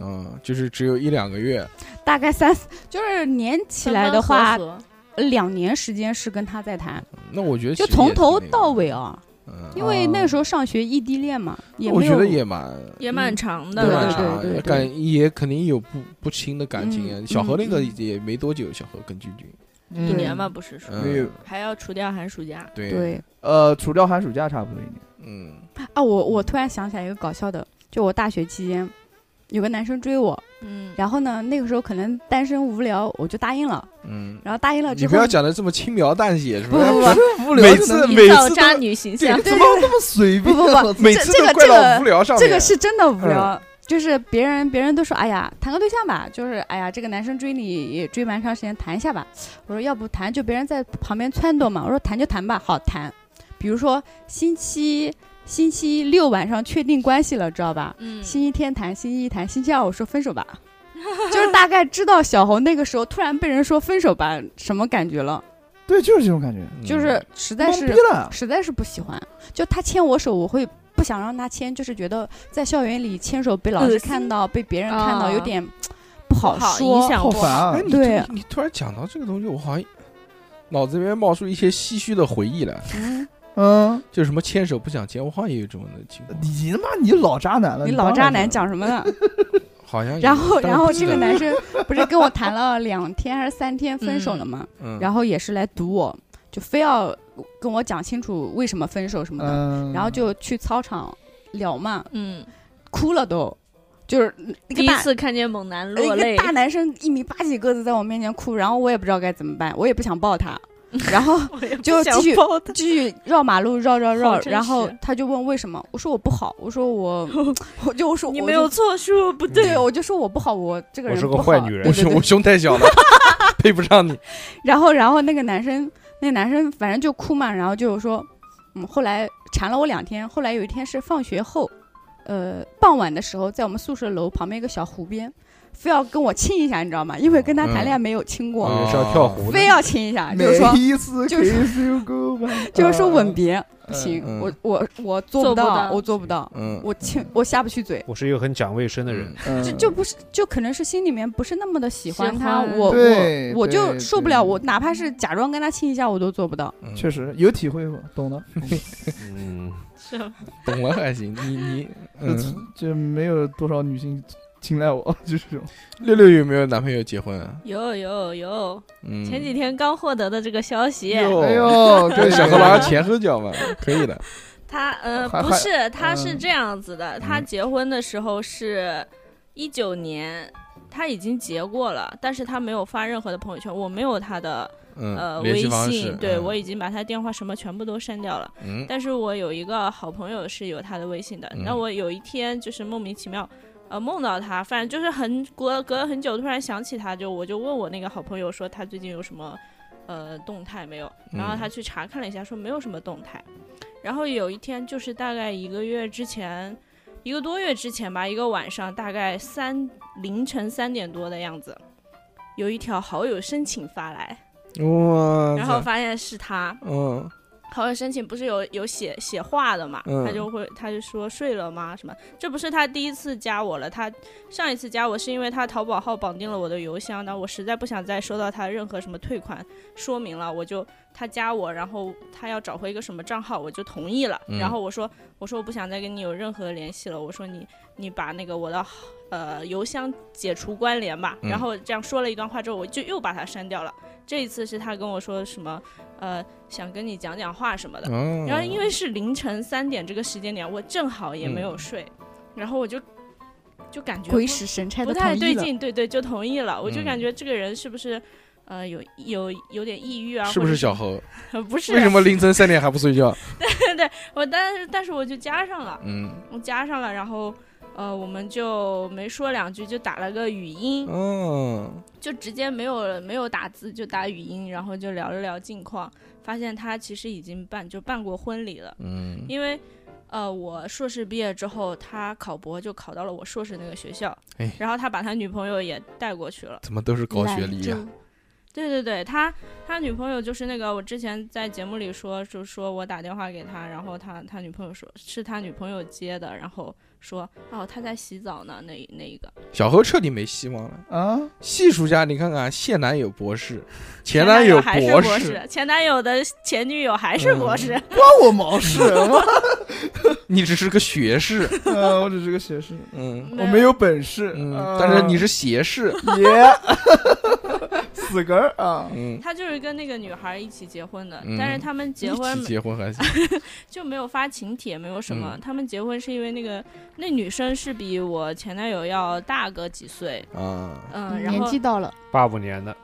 [SPEAKER 2] 嗯，就是只有一两个月，
[SPEAKER 5] 大概三四就是连起
[SPEAKER 4] 分
[SPEAKER 5] 来
[SPEAKER 4] 分
[SPEAKER 5] 的
[SPEAKER 4] 合
[SPEAKER 5] 话，
[SPEAKER 4] 合
[SPEAKER 5] 两年时间是跟他在谈，
[SPEAKER 2] 那我觉得
[SPEAKER 5] 就
[SPEAKER 2] 其实
[SPEAKER 5] 从
[SPEAKER 2] 也
[SPEAKER 5] 头
[SPEAKER 2] 挺那个
[SPEAKER 5] 到尾，啊。
[SPEAKER 2] 嗯，
[SPEAKER 5] 因为那
[SPEAKER 3] 哦
[SPEAKER 5] 个时候上学异地恋嘛，也
[SPEAKER 2] 我
[SPEAKER 5] 没
[SPEAKER 2] 觉
[SPEAKER 5] 有
[SPEAKER 2] 得也蛮。
[SPEAKER 4] 也
[SPEAKER 5] 嗯
[SPEAKER 4] 蛮长的
[SPEAKER 5] 对
[SPEAKER 2] 蛮
[SPEAKER 5] 对
[SPEAKER 4] 了。
[SPEAKER 2] 长
[SPEAKER 5] 对对
[SPEAKER 2] 的
[SPEAKER 5] 对
[SPEAKER 2] 感也肯定有不不清的感情啊。
[SPEAKER 5] 嗯
[SPEAKER 2] 小何那个
[SPEAKER 5] 嗯
[SPEAKER 2] 也没多久，小何跟君君，
[SPEAKER 4] 一
[SPEAKER 3] 一
[SPEAKER 4] 年吧，不是说
[SPEAKER 2] 嗯
[SPEAKER 3] 没有
[SPEAKER 4] 还要除掉寒暑假，
[SPEAKER 2] 对，
[SPEAKER 5] 对
[SPEAKER 3] 呃，除掉寒暑假差不多一年。
[SPEAKER 2] 嗯，
[SPEAKER 5] 啊！我我突然想起来一个搞笑的，就我大学期间有个男生追我，
[SPEAKER 4] 嗯，
[SPEAKER 5] 然后呢那个时候可能单身无聊，我就答应了，
[SPEAKER 2] 嗯，
[SPEAKER 5] 然后答应了之
[SPEAKER 2] 你
[SPEAKER 5] 后，
[SPEAKER 2] 不要讲的这么轻描淡写，是
[SPEAKER 5] 不
[SPEAKER 2] 吧？
[SPEAKER 5] 不不
[SPEAKER 2] 无聊，每次每
[SPEAKER 4] 营造
[SPEAKER 2] 次
[SPEAKER 4] 渣
[SPEAKER 2] 都
[SPEAKER 4] 女形 象。
[SPEAKER 5] 对
[SPEAKER 3] 怎么那么随便？
[SPEAKER 5] 不不不
[SPEAKER 3] 我操
[SPEAKER 2] 每次
[SPEAKER 5] 这
[SPEAKER 2] 都
[SPEAKER 5] 个
[SPEAKER 2] 怪
[SPEAKER 5] 这
[SPEAKER 2] 到
[SPEAKER 5] 个
[SPEAKER 2] 无聊上面。
[SPEAKER 5] 这个是真的无聊。就是别人，别人都说，哎呀，谈个对象吧，就是哎呀，这个男生追你也追蛮长时间，谈一下吧。我说要不谈，就别人在旁边撺掇嘛。我说谈就谈吧，好谈。比如说星期星期六晚上确定关系了，知道吧？
[SPEAKER 4] 嗯，
[SPEAKER 5] 星期天谈，星期一谈，星期二我说分手吧，就是大概知道小红那个时候突然被人说分手吧什么感觉了，
[SPEAKER 3] 对，就是这种感觉，
[SPEAKER 2] 嗯
[SPEAKER 5] 就是实在
[SPEAKER 3] 懵逼
[SPEAKER 5] 是
[SPEAKER 3] 了。
[SPEAKER 5] 实在是不喜欢，就他牵我手我会。不想让他牵，就是觉得在校园里牵手被老师
[SPEAKER 4] 恶心
[SPEAKER 5] 看到，被别人看到，
[SPEAKER 4] 啊
[SPEAKER 5] 有点不好
[SPEAKER 4] 好
[SPEAKER 5] 说。
[SPEAKER 4] 影响
[SPEAKER 3] 好
[SPEAKER 4] 不
[SPEAKER 3] 烦啊
[SPEAKER 2] 哎，！你
[SPEAKER 5] 对
[SPEAKER 2] 突你突然讲到这个东西，我好像脑子里面冒出一些唏嘘的回忆来，
[SPEAKER 5] 嗯，
[SPEAKER 3] 嗯，
[SPEAKER 2] 就是什么牵手不想牵，我好像也有这种的情况，
[SPEAKER 3] 你他妈你老渣男了，
[SPEAKER 5] 你老渣男
[SPEAKER 3] 当
[SPEAKER 5] 讲什么呢？
[SPEAKER 2] 好像有。
[SPEAKER 5] 然后，
[SPEAKER 2] 但
[SPEAKER 5] 然
[SPEAKER 2] 我
[SPEAKER 5] 后
[SPEAKER 2] 不记
[SPEAKER 5] 这个
[SPEAKER 2] 得
[SPEAKER 5] 男生不是跟我谈了两天还是三天分手了吗？
[SPEAKER 2] 嗯，
[SPEAKER 5] 然后也是来堵我，就非要跟我讲清楚为什么分手什么
[SPEAKER 3] 然
[SPEAKER 5] 的。
[SPEAKER 3] 了，嗯，
[SPEAKER 5] 然后就去操场聊嘛，
[SPEAKER 4] 嗯，
[SPEAKER 5] 哭了都，就是
[SPEAKER 4] 第
[SPEAKER 5] 一个
[SPEAKER 4] 一
[SPEAKER 5] 大
[SPEAKER 4] 次看见猛男
[SPEAKER 5] 哎一
[SPEAKER 4] 落
[SPEAKER 5] 个
[SPEAKER 4] 泪，
[SPEAKER 5] 大男生一米八几个子在我面前哭，然后我也不知道该怎么办，我也不想抱他，然后
[SPEAKER 4] 我也不
[SPEAKER 5] 就
[SPEAKER 4] 想
[SPEAKER 5] 继续
[SPEAKER 4] 抱他
[SPEAKER 5] 继续绕马路绕绕绕
[SPEAKER 4] 好，真实
[SPEAKER 5] 然后他就问为什么，我说我不好，我说 我，我 就我说
[SPEAKER 4] 你
[SPEAKER 5] 我
[SPEAKER 4] 没
[SPEAKER 5] 就
[SPEAKER 4] 有错，叔不对
[SPEAKER 5] 对，我就说我不好，我这个
[SPEAKER 6] 我
[SPEAKER 5] 人
[SPEAKER 6] 是个
[SPEAKER 5] 不好
[SPEAKER 6] 坏女人
[SPEAKER 5] 对
[SPEAKER 2] 我
[SPEAKER 5] 对
[SPEAKER 2] 胸
[SPEAKER 5] 对
[SPEAKER 2] 我胸太小了， 配不上你。
[SPEAKER 5] 然后然后那个男生，那个男生反正就哭嘛，然后就是说，嗯，后来缠了我两天，后来有一天是放学后，呃，傍晚的时候，在我们宿舍楼旁边一个小湖边，非要跟我亲一下，你知道吗？因为跟他
[SPEAKER 6] 嗯
[SPEAKER 5] 谈恋爱没有亲过，
[SPEAKER 2] 嗯
[SPEAKER 6] 是要跳湖的
[SPEAKER 5] 非要亲一下，就是说
[SPEAKER 3] 每一次
[SPEAKER 5] 就是说
[SPEAKER 3] kiss you goodbye，
[SPEAKER 5] 就是说吻别，不
[SPEAKER 3] 嗯
[SPEAKER 5] 行，
[SPEAKER 2] 嗯
[SPEAKER 5] 我我我做
[SPEAKER 4] 做
[SPEAKER 5] 不
[SPEAKER 4] 不
[SPEAKER 5] 到，
[SPEAKER 4] 到
[SPEAKER 5] 我做不到，
[SPEAKER 2] 嗯，
[SPEAKER 5] 我亲我下不去嘴。
[SPEAKER 6] 我是一个很讲卫生的人，
[SPEAKER 3] 嗯，
[SPEAKER 5] 就就不是，就可能是心里面不是那么的喜欢
[SPEAKER 4] 喜
[SPEAKER 5] 他，
[SPEAKER 4] 欢
[SPEAKER 5] 我
[SPEAKER 3] 对
[SPEAKER 5] 我我就
[SPEAKER 3] 对
[SPEAKER 5] 受不了，
[SPEAKER 3] 对
[SPEAKER 5] 我哪怕是假装跟他亲一下，我都做不到。
[SPEAKER 2] 嗯
[SPEAKER 3] 确实有体会过，懂的，
[SPEAKER 6] 嗯，
[SPEAKER 4] 是吧
[SPEAKER 2] 懂了还行。你 你嗯，
[SPEAKER 3] 就没有多少女性青睐我， 就是这种。
[SPEAKER 2] 六六有没有男朋友结婚啊？
[SPEAKER 5] 嗯
[SPEAKER 4] 有有有，
[SPEAKER 2] 嗯，
[SPEAKER 4] 前几天刚获得的这个消息，
[SPEAKER 2] 哟
[SPEAKER 3] 哎呦，
[SPEAKER 2] 跟
[SPEAKER 3] 跟
[SPEAKER 2] 哦小何老师前后脚嘛，可以的。
[SPEAKER 4] 他呃
[SPEAKER 3] 还
[SPEAKER 4] 不
[SPEAKER 3] 还
[SPEAKER 4] 是，他是
[SPEAKER 3] 嗯
[SPEAKER 4] 这样子的，他
[SPEAKER 2] 嗯
[SPEAKER 4] 结婚的时候是一九年，他已经结过了，但是他没有发任何的朋友圈，我没有他的呃
[SPEAKER 2] 嗯，联
[SPEAKER 4] 微
[SPEAKER 2] 系方
[SPEAKER 4] 信
[SPEAKER 2] 式，，
[SPEAKER 4] 对
[SPEAKER 2] 嗯
[SPEAKER 4] 我已经把他电话什么全部都删掉了，
[SPEAKER 2] 嗯
[SPEAKER 4] 但是我有一个好朋友是有他的微信的，那
[SPEAKER 2] 嗯
[SPEAKER 4] 我有一天就是莫名其妙。呃，梦到他，反正就是很隔隔了很久，突然想起他，就我就问我那个好朋友说他最近有什么呃动态没有，然后
[SPEAKER 2] 嗯
[SPEAKER 4] 他去查看了一下，说没有什么动态。然后有一天就是大概一个月之前，一个多月之前吧，一个晚上大概三凌晨三点多的样子，有一条好友申请发来，
[SPEAKER 2] 哇塞，
[SPEAKER 4] 然后发现是他，
[SPEAKER 2] 嗯
[SPEAKER 4] 好友申请不是有有写写话的嘛，
[SPEAKER 2] 嗯
[SPEAKER 4] 他就会他就说睡了吗？什么？这不是他第一次加我了，他上一次加我是因为他淘宝号绑定了我的邮箱，然后我实在不想再收到他任何什么退款说明了，我就他加我，然后他要找回一个什么账号，我就同意了。
[SPEAKER 2] 嗯
[SPEAKER 4] 然后我说我说我不想再跟你有任何联系了，我说你你把那个我的呃邮箱解除关联吧。
[SPEAKER 2] 嗯
[SPEAKER 4] 然后这样说了一段话之后，我就又把他删掉了。这一次是他跟我说什么呃想跟你讲讲话什么的，
[SPEAKER 2] 嗯，
[SPEAKER 4] 然后因为是凌晨三点这个时间点，我正好也
[SPEAKER 2] 嗯
[SPEAKER 4] 没有睡，然后我就就感觉
[SPEAKER 5] 鬼
[SPEAKER 4] 不
[SPEAKER 5] 使神差
[SPEAKER 4] 不
[SPEAKER 5] 的
[SPEAKER 4] 太
[SPEAKER 5] 同
[SPEAKER 4] 对
[SPEAKER 5] 意了。
[SPEAKER 4] 劲，对对，就同意了。我就
[SPEAKER 2] 嗯
[SPEAKER 4] 感觉这个人是不是呃有有有点抑郁啊？
[SPEAKER 2] 是不
[SPEAKER 4] 或者
[SPEAKER 2] 是小猴？
[SPEAKER 4] 是？ 不是，啊
[SPEAKER 2] 为什么凌晨三点还不睡觉？
[SPEAKER 4] 我但是但是我就加上了，
[SPEAKER 2] 嗯，
[SPEAKER 4] 我加上了，然后。呃，我们就没说两句，就打了个语音，
[SPEAKER 2] 哦，
[SPEAKER 4] 就直接没有没有打字，就打语音，然后就聊了聊近况，发现他其实已经办就办过婚礼了。
[SPEAKER 2] 嗯，
[SPEAKER 4] 因为呃，我硕士毕业之后，他考博就考到了我硕士那个学校，
[SPEAKER 2] 哎
[SPEAKER 4] 然后他把他女朋友也带过去了。
[SPEAKER 2] 怎么都是高学
[SPEAKER 5] 兰
[SPEAKER 2] 历呀、啊
[SPEAKER 5] 州
[SPEAKER 4] 对对对，他他女朋友就是那个我之前在节目里说，就说我打电话给他，然后他他女朋友说是他女朋友接的，然后说哦他在洗澡呢，那那一个
[SPEAKER 2] 小猴彻底没希望了。
[SPEAKER 3] 啊，
[SPEAKER 2] 细数下，你看看，现男友博 士，前
[SPEAKER 4] 男
[SPEAKER 2] 友
[SPEAKER 4] 还是
[SPEAKER 2] 博嗯
[SPEAKER 4] 博，前男友的前女友还是博士，
[SPEAKER 3] 关我毛事？啊我
[SPEAKER 2] 你只是个学 士，
[SPEAKER 3] 嗯呃，我只是个学士，
[SPEAKER 2] 嗯
[SPEAKER 3] 我没有本事，
[SPEAKER 2] 嗯
[SPEAKER 3] 啊，
[SPEAKER 2] 但是你是邪 士，
[SPEAKER 3] 爷， 死根儿啊！
[SPEAKER 2] 嗯，
[SPEAKER 4] 他就是跟那个女孩一起结婚的，
[SPEAKER 2] 嗯
[SPEAKER 4] 但是他们结
[SPEAKER 2] 一
[SPEAKER 4] 婚
[SPEAKER 2] 起结婚还是
[SPEAKER 4] 就没有发请帖，没有什么。
[SPEAKER 2] 嗯
[SPEAKER 4] 他们结婚是因为那个那女生是比我前男友要大个几岁，
[SPEAKER 2] 啊，
[SPEAKER 4] 嗯，
[SPEAKER 5] 嗯
[SPEAKER 4] 然
[SPEAKER 5] 年
[SPEAKER 4] 后
[SPEAKER 5] 纪到了，
[SPEAKER 6] 八五年的，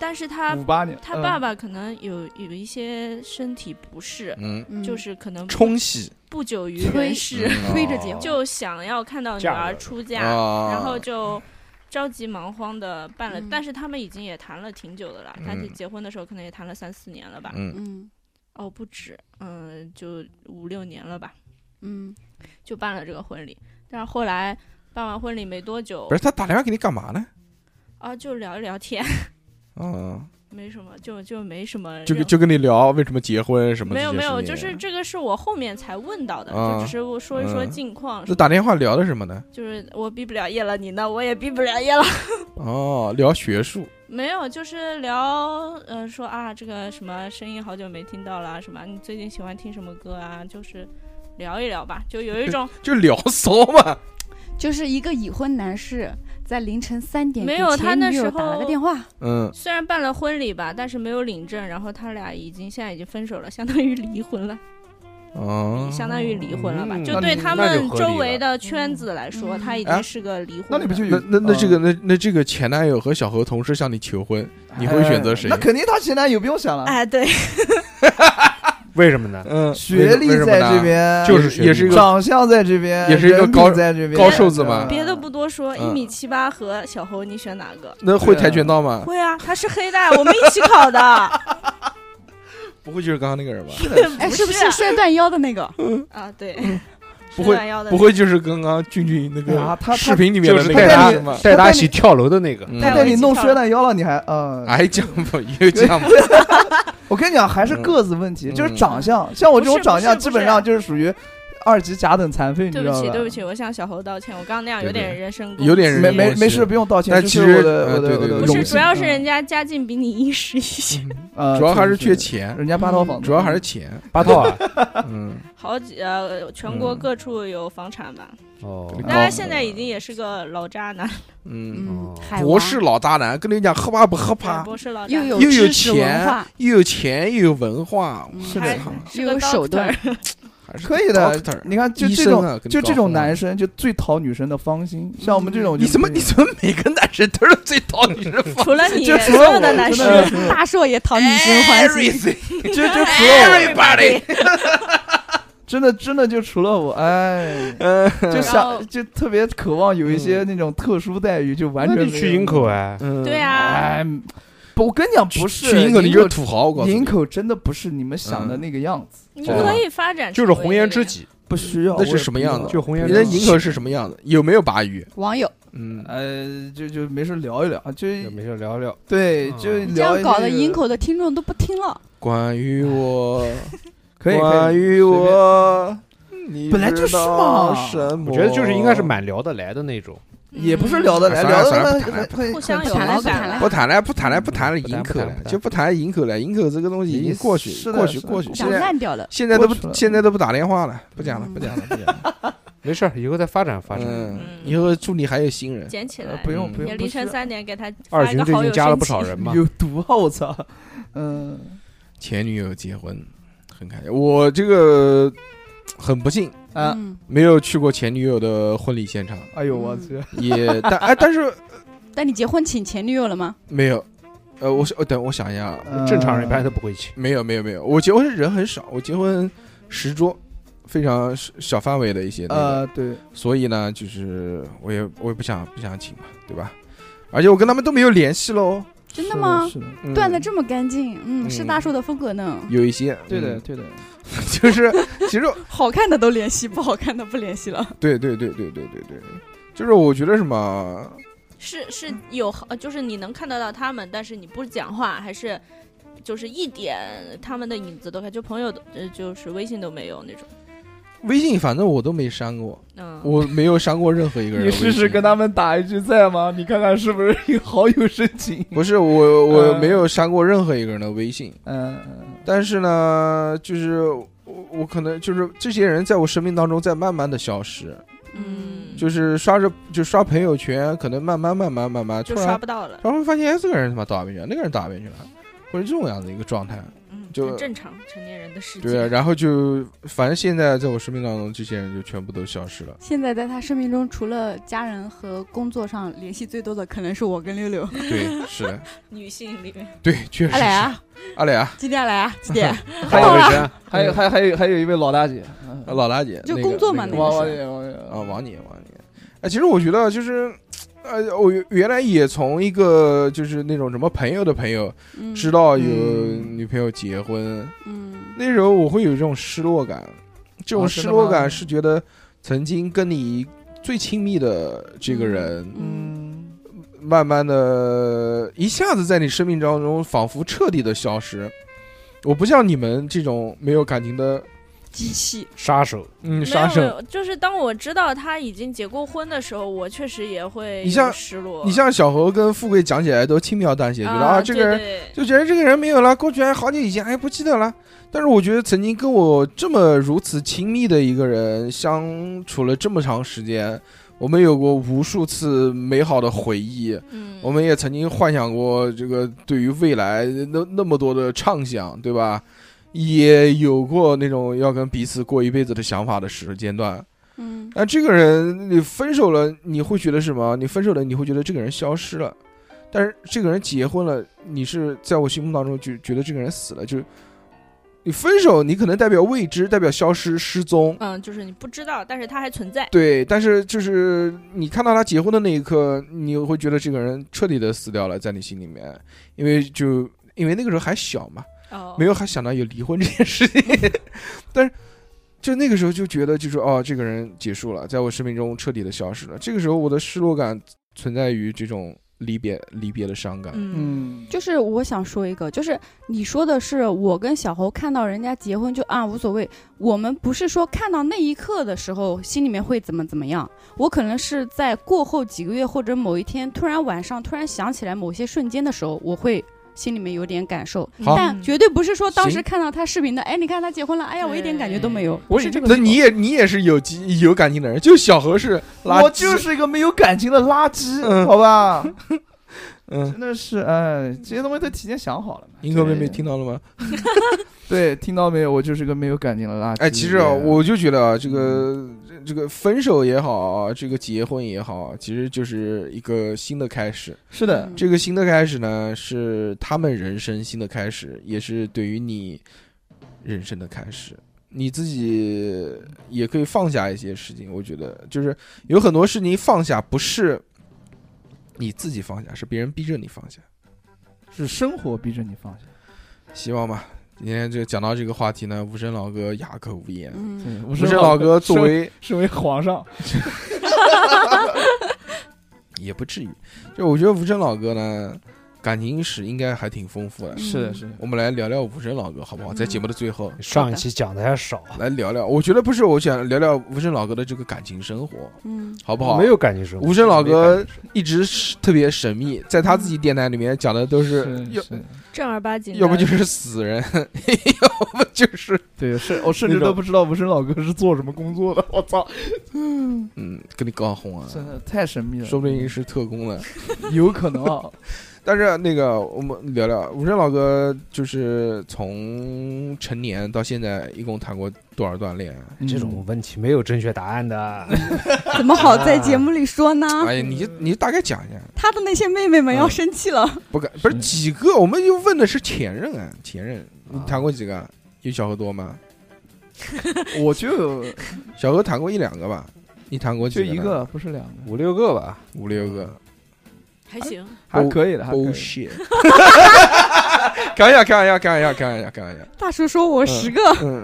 [SPEAKER 4] 但是他
[SPEAKER 3] 五八年，嗯
[SPEAKER 4] 他
[SPEAKER 2] 嗯
[SPEAKER 4] 爸爸可能有有一些身体不适，
[SPEAKER 2] 嗯，
[SPEAKER 5] 嗯
[SPEAKER 4] 就是可能不
[SPEAKER 2] 冲洗
[SPEAKER 4] 不久于
[SPEAKER 5] 催
[SPEAKER 4] 人世，
[SPEAKER 3] 哦
[SPEAKER 2] 嗯
[SPEAKER 5] 推着结婚
[SPEAKER 4] 就想要看到女
[SPEAKER 6] 嫁
[SPEAKER 4] 儿
[SPEAKER 6] 了
[SPEAKER 4] 出嫁，
[SPEAKER 2] 啊
[SPEAKER 4] 然后就。着急忙慌的办了，
[SPEAKER 5] 嗯
[SPEAKER 4] 但是他们已经也谈了挺久的了，他
[SPEAKER 2] 嗯
[SPEAKER 4] 就结婚的时候可能也谈了三四年了吧，
[SPEAKER 2] 嗯
[SPEAKER 5] 嗯
[SPEAKER 4] 哦不止，嗯，就五六年了吧，
[SPEAKER 5] 嗯，
[SPEAKER 4] 就办了这个婚礼。但是后来办完婚礼没多久
[SPEAKER 2] 不，是他打电话给你干嘛呢？
[SPEAKER 4] 啊，就聊一聊天，
[SPEAKER 2] 啊，
[SPEAKER 4] 没什么，就就没什么任何。
[SPEAKER 2] 就跟就跟你聊为什么结婚什么
[SPEAKER 4] 没有
[SPEAKER 2] 这些
[SPEAKER 4] 没有，
[SPEAKER 2] 事情
[SPEAKER 4] 就是这个是我后面才问到的，
[SPEAKER 2] 啊
[SPEAKER 4] 就只是我说一说
[SPEAKER 2] 嗯
[SPEAKER 4] 近况什
[SPEAKER 2] 那
[SPEAKER 4] 么。
[SPEAKER 2] 打电话聊的什么呢？
[SPEAKER 4] 就是我毕不了业了，你呢？我也毕不了业 了。
[SPEAKER 2] 哦，聊学术，
[SPEAKER 4] 没有，就是聊，呃，说啊，这个什么声音好久没听到了，什么你最近喜欢听什么歌啊？就是聊一聊吧，就有一种
[SPEAKER 2] 就聊骚嘛，
[SPEAKER 5] 就是一个已婚男士在凌晨三点
[SPEAKER 4] 没
[SPEAKER 5] 给
[SPEAKER 4] 有
[SPEAKER 5] 前
[SPEAKER 4] 他那
[SPEAKER 5] 女友
[SPEAKER 4] 时
[SPEAKER 5] 打了
[SPEAKER 4] 候
[SPEAKER 5] 个电话，
[SPEAKER 2] 嗯，
[SPEAKER 4] 虽然办了婚礼吧，但是没有领证，然后他俩已经现在已经分手了，相当于离婚了。
[SPEAKER 2] 哦，
[SPEAKER 4] 相当于离婚了吧？
[SPEAKER 6] 嗯
[SPEAKER 4] 就对他
[SPEAKER 6] 那就
[SPEAKER 4] 们
[SPEAKER 6] 合理了
[SPEAKER 4] 周围的圈子来说，
[SPEAKER 5] 嗯
[SPEAKER 4] 他已
[SPEAKER 2] 哎
[SPEAKER 4] 经是个离婚。
[SPEAKER 3] 那你不就有啊
[SPEAKER 2] 那那那这个那那这个前男友和小何同时向你求婚，你会选择谁
[SPEAKER 3] 哎那肯定他前男友不用想了，
[SPEAKER 4] 哎，对，
[SPEAKER 6] 为什么呢？
[SPEAKER 2] 嗯，
[SPEAKER 3] 学历
[SPEAKER 2] 为什么
[SPEAKER 3] 在
[SPEAKER 2] 呢
[SPEAKER 3] 这边，
[SPEAKER 2] 就
[SPEAKER 6] 学
[SPEAKER 2] 是
[SPEAKER 6] 历
[SPEAKER 2] 也是一个
[SPEAKER 3] 长相在这边，
[SPEAKER 2] 也是一个
[SPEAKER 3] 人品
[SPEAKER 2] 高
[SPEAKER 3] 在这边
[SPEAKER 2] 高瘦子
[SPEAKER 3] 嗯
[SPEAKER 2] 嘛
[SPEAKER 4] 别的不多说，一
[SPEAKER 2] 嗯
[SPEAKER 4] 米七八和小侯，你选哪个？
[SPEAKER 2] 那会跆拳道吗？
[SPEAKER 4] 会啊，他是黑带，我们一起考的。
[SPEAKER 2] 不会就是刚刚那个人吧？
[SPEAKER 3] 是的，
[SPEAKER 5] 哎，是不
[SPEAKER 4] 是
[SPEAKER 5] 是摔断腰的那个？
[SPEAKER 4] 啊，对，
[SPEAKER 2] 不会
[SPEAKER 4] 9幺的
[SPEAKER 2] 不会就是刚刚俊俊那个
[SPEAKER 3] 啊他他
[SPEAKER 2] 视频里面
[SPEAKER 6] 就
[SPEAKER 2] 的
[SPEAKER 6] 是
[SPEAKER 2] 那
[SPEAKER 6] 带
[SPEAKER 2] 个
[SPEAKER 3] 他
[SPEAKER 2] 人
[SPEAKER 6] 他
[SPEAKER 2] 是吗？
[SPEAKER 6] 带他一起跳楼的那个，
[SPEAKER 4] 带
[SPEAKER 3] 他带
[SPEAKER 4] 我
[SPEAKER 2] 嗯，
[SPEAKER 3] 你
[SPEAKER 4] 一起
[SPEAKER 3] 弄
[SPEAKER 4] 跳
[SPEAKER 3] 摔断腰了，你还嗯，
[SPEAKER 2] 矮讲吧，又讲吧，
[SPEAKER 3] 我跟你讲，还是个子问题，
[SPEAKER 2] 嗯
[SPEAKER 3] 就是长相。像我这种长相，
[SPEAKER 4] 不
[SPEAKER 3] 基
[SPEAKER 4] 是不是不是
[SPEAKER 3] 本上就是属于二级甲等残废，你
[SPEAKER 4] 对
[SPEAKER 3] 知
[SPEAKER 4] 不
[SPEAKER 3] 道
[SPEAKER 4] 起，
[SPEAKER 3] 吧？
[SPEAKER 4] 对不起，我向小侯道歉，我刚刚那样有
[SPEAKER 2] 对
[SPEAKER 4] 点
[SPEAKER 2] 对
[SPEAKER 4] 人身攻击，
[SPEAKER 2] 有点人
[SPEAKER 3] 没
[SPEAKER 2] 身
[SPEAKER 3] 没
[SPEAKER 2] 攻击
[SPEAKER 3] 没事，不用道歉。
[SPEAKER 2] 但
[SPEAKER 3] 这
[SPEAKER 2] 其
[SPEAKER 3] 是
[SPEAKER 2] 实
[SPEAKER 3] 我的
[SPEAKER 2] 呃
[SPEAKER 3] 我的
[SPEAKER 2] 对
[SPEAKER 3] 我
[SPEAKER 2] 对
[SPEAKER 3] 的
[SPEAKER 2] 对
[SPEAKER 4] 不
[SPEAKER 3] 荣
[SPEAKER 4] 是，
[SPEAKER 3] 幸，
[SPEAKER 4] 主要是人
[SPEAKER 3] 嗯
[SPEAKER 4] 家家境比你殷实一些，
[SPEAKER 3] 呃
[SPEAKER 2] 主要还是
[SPEAKER 3] 确
[SPEAKER 2] 缺
[SPEAKER 3] 实
[SPEAKER 2] 钱，
[SPEAKER 3] 人家八套
[SPEAKER 1] 嗯
[SPEAKER 3] 房子，
[SPEAKER 2] 主要还是钱，
[SPEAKER 6] 八套啊，
[SPEAKER 2] 嗯，
[SPEAKER 4] 好几呃，全国各处有房产吧。
[SPEAKER 6] 哦
[SPEAKER 2] 嗯
[SPEAKER 4] 当然，现在已经也是个老渣男，
[SPEAKER 2] 嗯，
[SPEAKER 5] 嗯
[SPEAKER 6] 哦，
[SPEAKER 5] 海
[SPEAKER 2] 博
[SPEAKER 5] 王
[SPEAKER 2] 士老大男，跟你讲，喝怕不喝 怕，
[SPEAKER 4] 博士老渣
[SPEAKER 5] 又
[SPEAKER 4] 男
[SPEAKER 5] 有
[SPEAKER 2] 又有
[SPEAKER 5] 知识文
[SPEAKER 2] 钱
[SPEAKER 5] 化，
[SPEAKER 2] 又有钱又有文化，
[SPEAKER 5] 嗯
[SPEAKER 3] 是
[SPEAKER 4] 还
[SPEAKER 3] 的，
[SPEAKER 2] 操
[SPEAKER 4] 是
[SPEAKER 5] 又
[SPEAKER 4] 个
[SPEAKER 5] 有手
[SPEAKER 4] doctor
[SPEAKER 5] 段，
[SPEAKER 2] 还是
[SPEAKER 3] 可以的
[SPEAKER 2] doctor。
[SPEAKER 3] 你看，就
[SPEAKER 2] 医
[SPEAKER 3] 这
[SPEAKER 2] 生
[SPEAKER 3] 种
[SPEAKER 2] 啊，跟
[SPEAKER 3] 就这种
[SPEAKER 2] 高
[SPEAKER 3] 男
[SPEAKER 2] 中
[SPEAKER 3] 生就最讨女生的芳心，像我们这种就
[SPEAKER 2] 嗯你
[SPEAKER 3] 是
[SPEAKER 2] 怎么
[SPEAKER 3] 不
[SPEAKER 2] 你
[SPEAKER 3] 行
[SPEAKER 2] 怎么每个男生都是最讨女生烦
[SPEAKER 4] 除了你，
[SPEAKER 3] 就除
[SPEAKER 4] 所
[SPEAKER 3] 了
[SPEAKER 4] 有
[SPEAKER 3] 我
[SPEAKER 4] 的男
[SPEAKER 3] 真
[SPEAKER 4] 生
[SPEAKER 3] 的是
[SPEAKER 5] 大硕也讨女
[SPEAKER 2] 哎
[SPEAKER 5] 生欢喜。
[SPEAKER 2] ？Everything，
[SPEAKER 3] 就
[SPEAKER 4] 哎
[SPEAKER 3] 就除了我，
[SPEAKER 2] everybody，
[SPEAKER 3] 真的真的就除了我， 哎，
[SPEAKER 2] 嗯
[SPEAKER 3] 就
[SPEAKER 4] 然后
[SPEAKER 3] 想就特别渴望有一些那种特殊待遇，就完
[SPEAKER 6] 那
[SPEAKER 3] 全
[SPEAKER 6] 你
[SPEAKER 3] 没
[SPEAKER 6] 去
[SPEAKER 3] 有
[SPEAKER 6] 营口啊，
[SPEAKER 2] 嗯
[SPEAKER 4] 对啊，
[SPEAKER 3] 哎，不我跟你讲，不是
[SPEAKER 2] 去营口你就是嗯土豪，我告诉
[SPEAKER 3] 营
[SPEAKER 2] 你，
[SPEAKER 3] 口真的不是你们想的那个样子，
[SPEAKER 4] 你
[SPEAKER 2] 对啊
[SPEAKER 4] 可以发展
[SPEAKER 6] 就
[SPEAKER 4] 成
[SPEAKER 6] 是
[SPEAKER 4] 为
[SPEAKER 6] 红颜知己，
[SPEAKER 3] 不需要。
[SPEAKER 2] 那是
[SPEAKER 3] 我也
[SPEAKER 2] 什么
[SPEAKER 3] 不
[SPEAKER 2] 样
[SPEAKER 3] 知道
[SPEAKER 2] 的
[SPEAKER 6] 就红颜
[SPEAKER 2] 人家
[SPEAKER 6] 知己。
[SPEAKER 2] 营口是什么样子？有没有鲅鱼？
[SPEAKER 5] 网友
[SPEAKER 2] 嗯，
[SPEAKER 3] 呃，就就没事聊一聊，就
[SPEAKER 6] 没事聊聊，
[SPEAKER 3] 对，
[SPEAKER 6] 嗯
[SPEAKER 3] 就
[SPEAKER 5] 这
[SPEAKER 3] 聊
[SPEAKER 5] 样
[SPEAKER 3] 一
[SPEAKER 5] 搞得
[SPEAKER 3] 些
[SPEAKER 5] 营口的听众都不听了。
[SPEAKER 2] 关于我
[SPEAKER 3] 可以可
[SPEAKER 2] 关
[SPEAKER 3] 以。
[SPEAKER 2] 于我，你
[SPEAKER 3] 本来就是
[SPEAKER 2] 知道
[SPEAKER 3] 嘛
[SPEAKER 2] 什
[SPEAKER 6] 我
[SPEAKER 2] 么
[SPEAKER 6] 觉得就是应该是蛮聊得来的那种。
[SPEAKER 3] 也不是聊得来，
[SPEAKER 2] 嗯
[SPEAKER 3] 聊得
[SPEAKER 2] 算了
[SPEAKER 3] 来
[SPEAKER 2] 算了
[SPEAKER 3] 很很
[SPEAKER 4] 互相有
[SPEAKER 5] 谈
[SPEAKER 4] 好
[SPEAKER 5] 了谈
[SPEAKER 4] 感
[SPEAKER 5] 了
[SPEAKER 2] 不谈了，不谈了，不谈了，
[SPEAKER 6] 不
[SPEAKER 2] 营
[SPEAKER 6] 谈不
[SPEAKER 2] 口
[SPEAKER 6] 谈
[SPEAKER 2] 了
[SPEAKER 6] 不，谈
[SPEAKER 2] 就不谈营口了。营口这个东西已经过去，
[SPEAKER 3] 是的
[SPEAKER 2] 过去，
[SPEAKER 3] 是的
[SPEAKER 2] 过去。现
[SPEAKER 5] 想
[SPEAKER 2] 在
[SPEAKER 5] 烂掉了。
[SPEAKER 2] 现在都
[SPEAKER 3] 过去
[SPEAKER 2] 不
[SPEAKER 3] 了
[SPEAKER 2] 现在都不打电话了，不讲了，不讲了，不讲 了。
[SPEAKER 6] 没事儿，以后再发展发展。
[SPEAKER 2] 嗯，
[SPEAKER 4] 嗯
[SPEAKER 2] 以后祝你还有新人。
[SPEAKER 4] 捡起
[SPEAKER 3] 呃
[SPEAKER 4] 来。
[SPEAKER 3] 不用
[SPEAKER 2] 嗯
[SPEAKER 3] 不
[SPEAKER 4] 也
[SPEAKER 3] 用，
[SPEAKER 4] 凌
[SPEAKER 3] 不
[SPEAKER 4] 晨
[SPEAKER 3] 是
[SPEAKER 4] 三点给他
[SPEAKER 6] 二
[SPEAKER 4] 发一
[SPEAKER 6] 群
[SPEAKER 4] 个
[SPEAKER 6] 最
[SPEAKER 4] 好
[SPEAKER 6] 近
[SPEAKER 4] 友
[SPEAKER 6] 加了
[SPEAKER 4] 申
[SPEAKER 6] 不少
[SPEAKER 4] 请。
[SPEAKER 6] 人嘛，
[SPEAKER 3] 有毒啊！我操，嗯，
[SPEAKER 2] 前女友结婚，很开心。我这个很不幸，
[SPEAKER 3] 啊，
[SPEAKER 5] 嗯，
[SPEAKER 2] 没有去过前女友的婚礼现场，
[SPEAKER 3] 哎呦我去，
[SPEAKER 2] 也但哎，但是
[SPEAKER 5] 但你结婚请前女友了吗？
[SPEAKER 2] 没有。呃，我想，呃等我想一下啊，
[SPEAKER 3] 嗯
[SPEAKER 6] 正常人一般都不会去。
[SPEAKER 2] 没有，没有，没有。我结婚人很少，我结婚十桌，非常小范围的一些那个。
[SPEAKER 3] 呃， 对，
[SPEAKER 2] 所以呢，就是我也我也不想不想请嘛，对吧？而且我跟他们都没有联系喽。
[SPEAKER 5] 真的吗？
[SPEAKER 3] 是的，是的
[SPEAKER 2] 嗯
[SPEAKER 5] 断的这么干净，嗯，是
[SPEAKER 2] 嗯
[SPEAKER 5] 大叔的风格呢。
[SPEAKER 2] 有一些，
[SPEAKER 3] 对的
[SPEAKER 2] 嗯
[SPEAKER 3] 对的，
[SPEAKER 2] 就是其实
[SPEAKER 5] 好看的都联系，不好看的不联系了。
[SPEAKER 2] 对对对对对对对，就是我觉得什么，
[SPEAKER 4] 是是有好，呃就是你能看得到他们，但是你不讲话，还是就是一点他们的影子都看，就朋友都呃，就是微信都没有那种。
[SPEAKER 2] 微信反正我都没删过，
[SPEAKER 4] 嗯，
[SPEAKER 2] 我没有删过任何一个人。
[SPEAKER 3] 你试试跟。他们打一句在吗？你看看是不是有好友申请？
[SPEAKER 2] 不是我，我
[SPEAKER 3] 嗯
[SPEAKER 2] 没有删过任何一个人的微信，
[SPEAKER 3] 嗯嗯
[SPEAKER 2] 但是呢，就是我我可能就是这些人在我生命当中在慢慢的消失，
[SPEAKER 4] 嗯，
[SPEAKER 2] 就是刷着就刷朋友圈，可能慢慢慢慢慢慢，突
[SPEAKER 4] 就
[SPEAKER 2] 然
[SPEAKER 4] 刷不到了，
[SPEAKER 2] 然后会发现，哎，这个人他妈到那边去了，那个人到那边去了，或者这种样子一个状态。
[SPEAKER 4] 嗯，
[SPEAKER 2] 就
[SPEAKER 4] 很正常成年人的世界。
[SPEAKER 2] 对啊，然后就反正现在在我生命当中，这些人就全部都消失了。
[SPEAKER 5] 现在在他生命中，除了家人和工作上联系最多的，可能是我跟六六。
[SPEAKER 2] 对，是的，
[SPEAKER 4] 女性里面，
[SPEAKER 2] 对，确实
[SPEAKER 5] 阿
[SPEAKER 2] 是
[SPEAKER 5] 来。啊，
[SPEAKER 2] 阿磊啊，
[SPEAKER 5] 几点来啊？几点？
[SPEAKER 3] 还
[SPEAKER 6] 有
[SPEAKER 3] 有
[SPEAKER 6] 人
[SPEAKER 3] 还有还还有还有一位老大姐，嗯
[SPEAKER 2] 老大姐，
[SPEAKER 5] 就
[SPEAKER 2] 那个
[SPEAKER 5] 工作嘛
[SPEAKER 2] 那个
[SPEAKER 5] 那个
[SPEAKER 3] 王
[SPEAKER 5] 是
[SPEAKER 3] 王姐王姐
[SPEAKER 2] 啊，王姐，王姐。哎，其实我觉得就是，呃，我原来也从一个就是那种什么朋友的朋友
[SPEAKER 5] 嗯
[SPEAKER 2] 知道有
[SPEAKER 3] 嗯
[SPEAKER 2] 女朋友结婚，
[SPEAKER 5] 嗯
[SPEAKER 2] 那时候我会有一种失落感，这种
[SPEAKER 3] 哦
[SPEAKER 2] 失
[SPEAKER 3] 真的
[SPEAKER 2] 落
[SPEAKER 3] 吗
[SPEAKER 2] 感是觉得曾经跟你最亲密的这个人，
[SPEAKER 5] 嗯，
[SPEAKER 3] 嗯，
[SPEAKER 2] 慢慢的一下子在你生命当中仿佛彻底的消失。我不像你们这种没有感情的，
[SPEAKER 5] 机器。
[SPEAKER 6] 杀手，
[SPEAKER 2] 嗯，
[SPEAKER 4] 没有
[SPEAKER 2] 杀
[SPEAKER 4] 没
[SPEAKER 2] 手。
[SPEAKER 4] 有，就是当我知道他已经结过婚的时候，我确实也会
[SPEAKER 2] 你像
[SPEAKER 4] 有失落。
[SPEAKER 2] 你像小猴跟富贵讲起来都轻描淡写，觉得啊，这个人
[SPEAKER 4] 人
[SPEAKER 2] 就觉得这个人没有了，过去还好久以前，哎，不记得了。但是我觉得曾经跟我这么如此亲密的一个人相处了这么长时间，我们有过无数次美好的回忆，
[SPEAKER 4] 嗯，
[SPEAKER 2] 我们也曾经幻想过这个对于未来那那么多的畅想，对吧？也有过那种要跟彼此过一辈子的想法的时间段。
[SPEAKER 5] 嗯
[SPEAKER 2] 那这个人你分手了，你会觉得什么？你分手了，你会觉得这个人消失了。但是这个人结婚了，你是在我心目当中就觉得这个人死了，就是你分手，你可能代表未知，代表消失、失踪，
[SPEAKER 4] 嗯，就是你不知道，但是他还存在。
[SPEAKER 2] 对，但是就是你看到他结婚的那一刻，你会觉得这个人彻底的死掉了，在你心里面，因为就因为那个时候还小嘛，
[SPEAKER 4] 哦，
[SPEAKER 2] 没有还想到有离婚这件事情， 但是就那个时候就觉得就是哦，这个人结束了，在我生命中彻底的消失了。这个时候我的失落感存在于这种离别离别的伤感，
[SPEAKER 4] 嗯，
[SPEAKER 3] 嗯，
[SPEAKER 5] 就是我想说一个，就是你说的是我跟小猴看到人家结婚就啊无所谓，我们不是说看到那一刻的时候心里面会怎么怎么样，我可能是在过后几个月或者某一天突然晚上突然想起来某些瞬间的时候，我会心里面有点感受，
[SPEAKER 4] 嗯
[SPEAKER 2] 好
[SPEAKER 5] 但绝对不是说当时
[SPEAKER 2] 行
[SPEAKER 5] 看到他视频的，哎你看他结婚了，哎呀我一点感觉都没有，不
[SPEAKER 2] 我
[SPEAKER 5] 是这个
[SPEAKER 2] 那
[SPEAKER 5] 时候
[SPEAKER 2] 你也你也是有机有感情的人，就小何是垃圾，
[SPEAKER 3] 我就是一个没有感情的垃圾，
[SPEAKER 2] 嗯
[SPEAKER 3] 好吧？
[SPEAKER 2] 嗯，
[SPEAKER 3] 真的是，哎，这些东西都提前想好了嘛。
[SPEAKER 2] 银河妹妹
[SPEAKER 3] 对
[SPEAKER 2] 听到了吗？
[SPEAKER 3] 对，听到没有？我就是个没有感情的垃圾。
[SPEAKER 2] 哎，其实啊，我就觉得啊，这个
[SPEAKER 3] 嗯
[SPEAKER 2] 这这个分手也好啊，这个结婚也好啊，其实就是一个新的开始。
[SPEAKER 3] 是的，
[SPEAKER 5] 嗯
[SPEAKER 2] 这个新的开始呢，是他们人生新的开始，也是对于你人生的开始。你自己也可以放下一些事情，我觉得就是有很多事情放下，不是你自己放下，是别人逼着你放下。
[SPEAKER 3] 是生活逼着你放下。
[SPEAKER 2] 希望吧，今天就讲到这个话题呢，无声老哥哑口无言。
[SPEAKER 5] 嗯，
[SPEAKER 3] 对
[SPEAKER 2] 无声老哥作为
[SPEAKER 3] 身为皇上，
[SPEAKER 2] 也不至于。就我觉得无声老哥呢，感情史应该还挺丰富
[SPEAKER 5] 嗯
[SPEAKER 2] 的。
[SPEAKER 3] 是的，是的，
[SPEAKER 2] 我们来聊聊无声老哥，好不好？在节目的最后，
[SPEAKER 6] 上一期讲的还少，
[SPEAKER 2] 来聊聊。我觉得不是，我想聊聊无声老哥的这个感情生活，
[SPEAKER 5] 嗯，
[SPEAKER 2] 好不好？
[SPEAKER 6] 没有感情生活。
[SPEAKER 2] 无声老
[SPEAKER 6] 没有
[SPEAKER 2] 哥
[SPEAKER 6] 感情生
[SPEAKER 2] 一直是特别神秘，在他自己电台里面讲的都是要
[SPEAKER 3] 是是，
[SPEAKER 4] 正儿八经的，
[SPEAKER 2] 要不就是死人， 要不就是
[SPEAKER 3] 对，是我甚至
[SPEAKER 2] 那种
[SPEAKER 3] 都不知道无声老哥是做什么工作的， 我操，
[SPEAKER 2] 嗯跟你搞红啊，
[SPEAKER 3] 真的太神秘了，
[SPEAKER 2] 说不定是特工了。
[SPEAKER 3] 有可 能啊，
[SPEAKER 2] 但是那个我们聊聊无声老哥，就是从成年到现在一共谈过多少段恋爱？
[SPEAKER 3] 啊
[SPEAKER 6] 活这种问题没有正确答案的。
[SPEAKER 5] 怎么好在节目里说呢？
[SPEAKER 2] 哎嗯呀，你你大概讲一下，
[SPEAKER 5] 他的那些妹妹们要生气了。
[SPEAKER 2] 不敢不是几个，我们就问的是前任啊，前任，你
[SPEAKER 3] 嗯
[SPEAKER 6] 啊
[SPEAKER 2] 谈过几个？有小何多吗？
[SPEAKER 3] 我就
[SPEAKER 2] 小何谈过一两个吧，你谈过几
[SPEAKER 3] 就
[SPEAKER 2] 呢
[SPEAKER 3] 一 个，不是两个，
[SPEAKER 6] 五六个吧，
[SPEAKER 2] 五六个。
[SPEAKER 4] 还 行，
[SPEAKER 3] 还可以的，啊还可以的
[SPEAKER 2] bullshit，开玩笑，开玩笑，开玩笑，开玩笑，开玩笑。
[SPEAKER 5] 大叔说我十个，
[SPEAKER 2] 嗯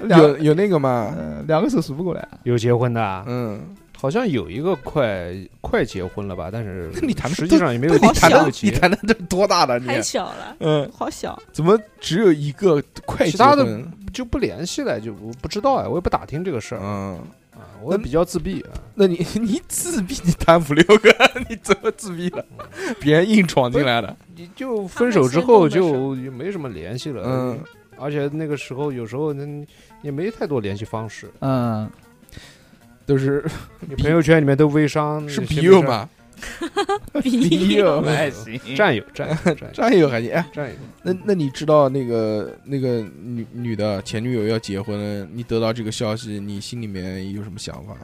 [SPEAKER 2] 嗯，
[SPEAKER 3] 两
[SPEAKER 2] 有有那个吗？
[SPEAKER 3] 呃两个手数不过来，
[SPEAKER 6] 有结婚的，啊
[SPEAKER 2] 嗯，
[SPEAKER 6] 好像有一个快快结婚了吧，但是
[SPEAKER 2] 你谈的
[SPEAKER 6] 实际上也没有
[SPEAKER 2] 对你谈
[SPEAKER 6] 到
[SPEAKER 2] 的
[SPEAKER 6] 结
[SPEAKER 2] 你，谈的都多大的你？
[SPEAKER 4] 太小 了，
[SPEAKER 2] 嗯，
[SPEAKER 4] 好小，
[SPEAKER 2] 怎么只有一个快
[SPEAKER 6] 其
[SPEAKER 2] 结
[SPEAKER 6] 他
[SPEAKER 2] 婚？
[SPEAKER 6] 的就不联系了，就不不知道呀，我也不打听这个事儿
[SPEAKER 2] 嗯，
[SPEAKER 6] 啊，我也比较自闭啊。
[SPEAKER 2] 那你你自闭，你谈五六个， 你怎么自闭了？别人硬闯进来的。
[SPEAKER 6] 你就分手之后就也没什么联系了，
[SPEAKER 2] 嗯，
[SPEAKER 6] 而且那个时候有时候嗯也没太多联系方式，
[SPEAKER 3] 嗯，
[SPEAKER 2] 都是
[SPEAKER 6] 你朋友圈里面都微商
[SPEAKER 2] 嗯是笔友？
[SPEAKER 6] 嘛，
[SPEAKER 2] 嘛，
[SPEAKER 4] 比
[SPEAKER 3] 友
[SPEAKER 6] 没
[SPEAKER 1] 哎
[SPEAKER 3] 还
[SPEAKER 6] 有
[SPEAKER 3] 行，
[SPEAKER 6] 战友，战友，战友，
[SPEAKER 2] 战友还行。哎，
[SPEAKER 6] 战友。
[SPEAKER 2] 那那你知道那个那个女女的前女友要结婚了，你得到这个消息，你心里面有什么想法？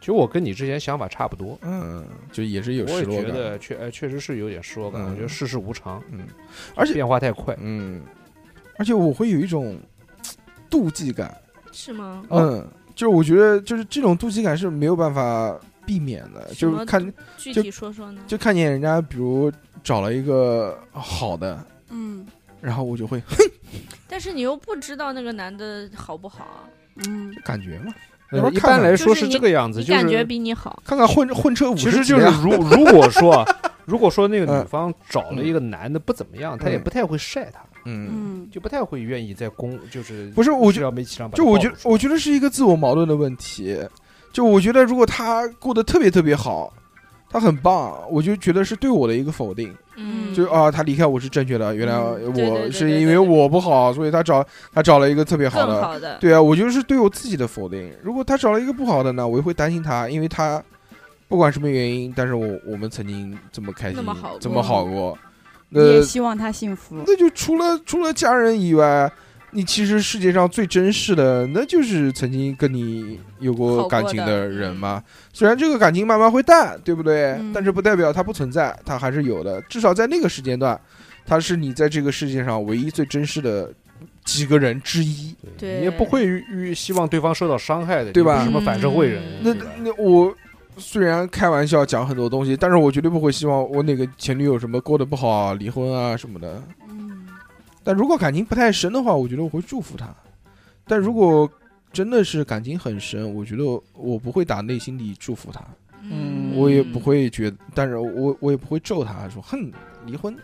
[SPEAKER 6] 其实我跟你之前想法差不多，
[SPEAKER 2] 嗯，就也是有
[SPEAKER 6] 我
[SPEAKER 2] 失
[SPEAKER 6] 也
[SPEAKER 2] 落
[SPEAKER 6] 觉
[SPEAKER 2] 感，
[SPEAKER 6] 得确呃确实是有点失落感，
[SPEAKER 2] 嗯
[SPEAKER 6] 我觉得世事无常，
[SPEAKER 2] 嗯，而且
[SPEAKER 6] 变化太快。
[SPEAKER 2] 嗯，而且我会有一种妒忌感，
[SPEAKER 4] 是吗？
[SPEAKER 6] 哦
[SPEAKER 2] 嗯，就是我觉得就是这种妒忌感是没有办法避免的，
[SPEAKER 4] 什
[SPEAKER 2] 就
[SPEAKER 4] 么
[SPEAKER 2] 是看
[SPEAKER 4] 具
[SPEAKER 2] 就
[SPEAKER 4] 体说说呢？
[SPEAKER 2] 就看见人家比如找了一个好的，
[SPEAKER 5] 嗯
[SPEAKER 2] 然后我就会
[SPEAKER 4] 但是你又不知道那个男的好不好啊，
[SPEAKER 5] 嗯，
[SPEAKER 2] 感觉嘛，
[SPEAKER 6] 呃
[SPEAKER 2] 要不然
[SPEAKER 6] 一
[SPEAKER 2] 看
[SPEAKER 6] 般
[SPEAKER 2] 看
[SPEAKER 6] 来说
[SPEAKER 4] 就是你
[SPEAKER 6] 这个样子，
[SPEAKER 4] 你
[SPEAKER 6] 就
[SPEAKER 4] 感觉
[SPEAKER 6] 是
[SPEAKER 4] 比你好，
[SPEAKER 2] 看看混混车五
[SPEAKER 6] 其
[SPEAKER 2] 十
[SPEAKER 6] 实
[SPEAKER 2] 几啊
[SPEAKER 6] 就是
[SPEAKER 2] 辆，
[SPEAKER 6] 如如果说 如果说那个
[SPEAKER 2] 嗯
[SPEAKER 6] 女方找了一个男的不怎么样，她也
[SPEAKER 2] 嗯
[SPEAKER 6] 不太会晒他，
[SPEAKER 2] 嗯，
[SPEAKER 5] 嗯，
[SPEAKER 6] 就不太会愿意在公就是
[SPEAKER 2] 不是我觉
[SPEAKER 6] 社交媒体上把他
[SPEAKER 2] 就我
[SPEAKER 6] 暴
[SPEAKER 2] 觉
[SPEAKER 6] 露出来
[SPEAKER 2] 我觉得是一个自我矛盾的问题，就我觉得如果他过得特别特别好，他很棒，我就觉得是对我的一个否定。
[SPEAKER 5] 嗯
[SPEAKER 2] 就啊，他离开我是正确的，原来
[SPEAKER 5] 嗯
[SPEAKER 4] 对对
[SPEAKER 2] 我
[SPEAKER 4] 对
[SPEAKER 2] 是
[SPEAKER 4] 对
[SPEAKER 2] 因
[SPEAKER 4] 对
[SPEAKER 2] 为
[SPEAKER 4] 对
[SPEAKER 2] 我不好，所以他找他找了一个特别好
[SPEAKER 4] 更
[SPEAKER 2] 的。
[SPEAKER 4] 好的，
[SPEAKER 2] 对啊，我就是对我自己的否定。如果他找了一个不好的呢，我也会担心他，因为他不管什么原因，但是我我们曾经这么开心，
[SPEAKER 4] 那么好
[SPEAKER 2] 这
[SPEAKER 4] 过
[SPEAKER 2] 么好过，呃
[SPEAKER 5] 你也
[SPEAKER 2] 那
[SPEAKER 5] 希望他幸福。
[SPEAKER 2] 那就除了除了家人以外，你其实世界上最珍视的，那就是曾经跟你有
[SPEAKER 4] 好
[SPEAKER 2] 过
[SPEAKER 4] 过
[SPEAKER 2] 感情
[SPEAKER 4] 的
[SPEAKER 2] 的人
[SPEAKER 4] 嗯
[SPEAKER 2] 嘛。虽然这个感情慢慢会淡，对不对？
[SPEAKER 5] 嗯
[SPEAKER 2] 但是不代表它不存在，它还是有的。至少在那个时间段，它是你在这个世界上唯一最珍视的几个人之一。
[SPEAKER 4] 对
[SPEAKER 6] 你也不会预希望对方受到伤害的，
[SPEAKER 2] 对吧
[SPEAKER 6] 你不是什么反社会人，
[SPEAKER 4] 嗯
[SPEAKER 2] 那
[SPEAKER 6] 对吧
[SPEAKER 2] 那我虽然开玩笑讲很多东西，但是我绝对不会希望我哪个前女友什么过得不好啊、离婚啊什么的。
[SPEAKER 5] 嗯，
[SPEAKER 2] 但如果感情不太深的话，我觉得我会祝福他。但如果真的是感情很深，我觉得我不会打内心里祝福他，
[SPEAKER 3] 嗯
[SPEAKER 2] 我也不会觉得，但是我我也不会咒他说哼离婚，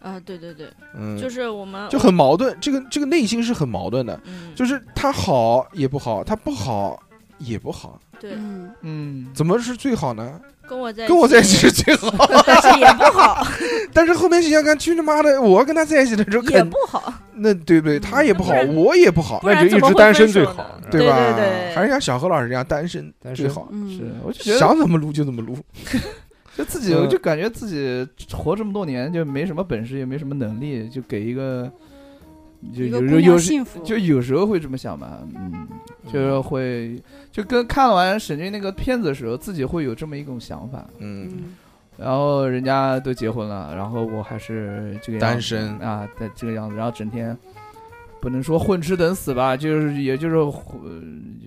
[SPEAKER 4] 啊，对对对，
[SPEAKER 2] 嗯，
[SPEAKER 4] 就是是我们
[SPEAKER 2] 就很矛盾，这个这个内心是很矛盾的，
[SPEAKER 4] 嗯，
[SPEAKER 2] 就是他好也不好，他不好也不好，
[SPEAKER 4] 对，
[SPEAKER 5] 嗯，
[SPEAKER 3] 嗯，
[SPEAKER 2] 怎么是最好呢？
[SPEAKER 4] 跟我在
[SPEAKER 2] 跟我在一起 是，最好，
[SPEAKER 4] 但是也不 好，
[SPEAKER 2] 但是后面想想看，去他妈的，我要跟他在一起的时候
[SPEAKER 4] 也
[SPEAKER 2] 肯
[SPEAKER 4] 不好，
[SPEAKER 2] 那对不对？他也不好
[SPEAKER 4] 不，然
[SPEAKER 2] 我也不好，
[SPEAKER 4] 不然
[SPEAKER 6] 那就
[SPEAKER 4] 怎
[SPEAKER 6] 一
[SPEAKER 4] 么
[SPEAKER 6] 直
[SPEAKER 4] 会分
[SPEAKER 6] 单身最
[SPEAKER 4] 手
[SPEAKER 6] 好
[SPEAKER 4] 呢，
[SPEAKER 6] 是吧
[SPEAKER 4] 对
[SPEAKER 2] 吧？
[SPEAKER 4] 对
[SPEAKER 2] 还是像小何老师这样单身
[SPEAKER 6] 单
[SPEAKER 2] 最
[SPEAKER 6] 身
[SPEAKER 2] 好，
[SPEAKER 5] 嗯
[SPEAKER 3] 是，我就觉得
[SPEAKER 2] 想怎么撸就怎么撸。
[SPEAKER 3] 就自己，
[SPEAKER 2] 嗯
[SPEAKER 3] 我就感觉自己活这么多年就没什么本事，也没什么能力，就给一个，就
[SPEAKER 5] 一个
[SPEAKER 3] 有
[SPEAKER 5] 姑
[SPEAKER 3] 时候
[SPEAKER 5] 娘
[SPEAKER 3] 有时
[SPEAKER 5] 幸福，
[SPEAKER 3] 就有时候会这么想吧，嗯，就是会就跟看完沈俊那个片子的时候，自己会有这么一种想法。
[SPEAKER 2] 嗯，
[SPEAKER 5] 嗯
[SPEAKER 3] 然后人家都结婚了，然后我还是这个样子
[SPEAKER 2] 单身
[SPEAKER 3] 啊，在这个样子，然后整天不能说混吃等死吧，就是也就是呃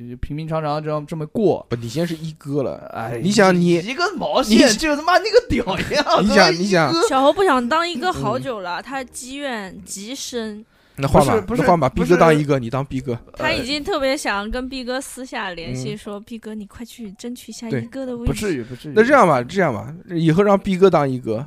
[SPEAKER 3] 就平平常常这样这么过。
[SPEAKER 2] 不，你先是一哥了，
[SPEAKER 3] 哎，
[SPEAKER 2] 你想你
[SPEAKER 3] 一个毛
[SPEAKER 2] 你，
[SPEAKER 3] 线，就他妈那个屌一样
[SPEAKER 2] 你
[SPEAKER 3] 他妈
[SPEAKER 2] 想你想，
[SPEAKER 4] 小侯不想当一哥好久了，他积怨极深，
[SPEAKER 2] 那换吧，
[SPEAKER 3] 不是
[SPEAKER 2] 那换吧
[SPEAKER 3] 不
[SPEAKER 2] 逼
[SPEAKER 3] 是
[SPEAKER 2] 哥当一哥，你当逼哥，
[SPEAKER 4] 他已经特别想跟毕哥私下联系，说毕哥你快去争取一下
[SPEAKER 2] 嗯对
[SPEAKER 4] 一哥的位置。
[SPEAKER 3] 嗯不至于，不至于。
[SPEAKER 2] 那这样吧，这样吧，以后让逼哥当一哥，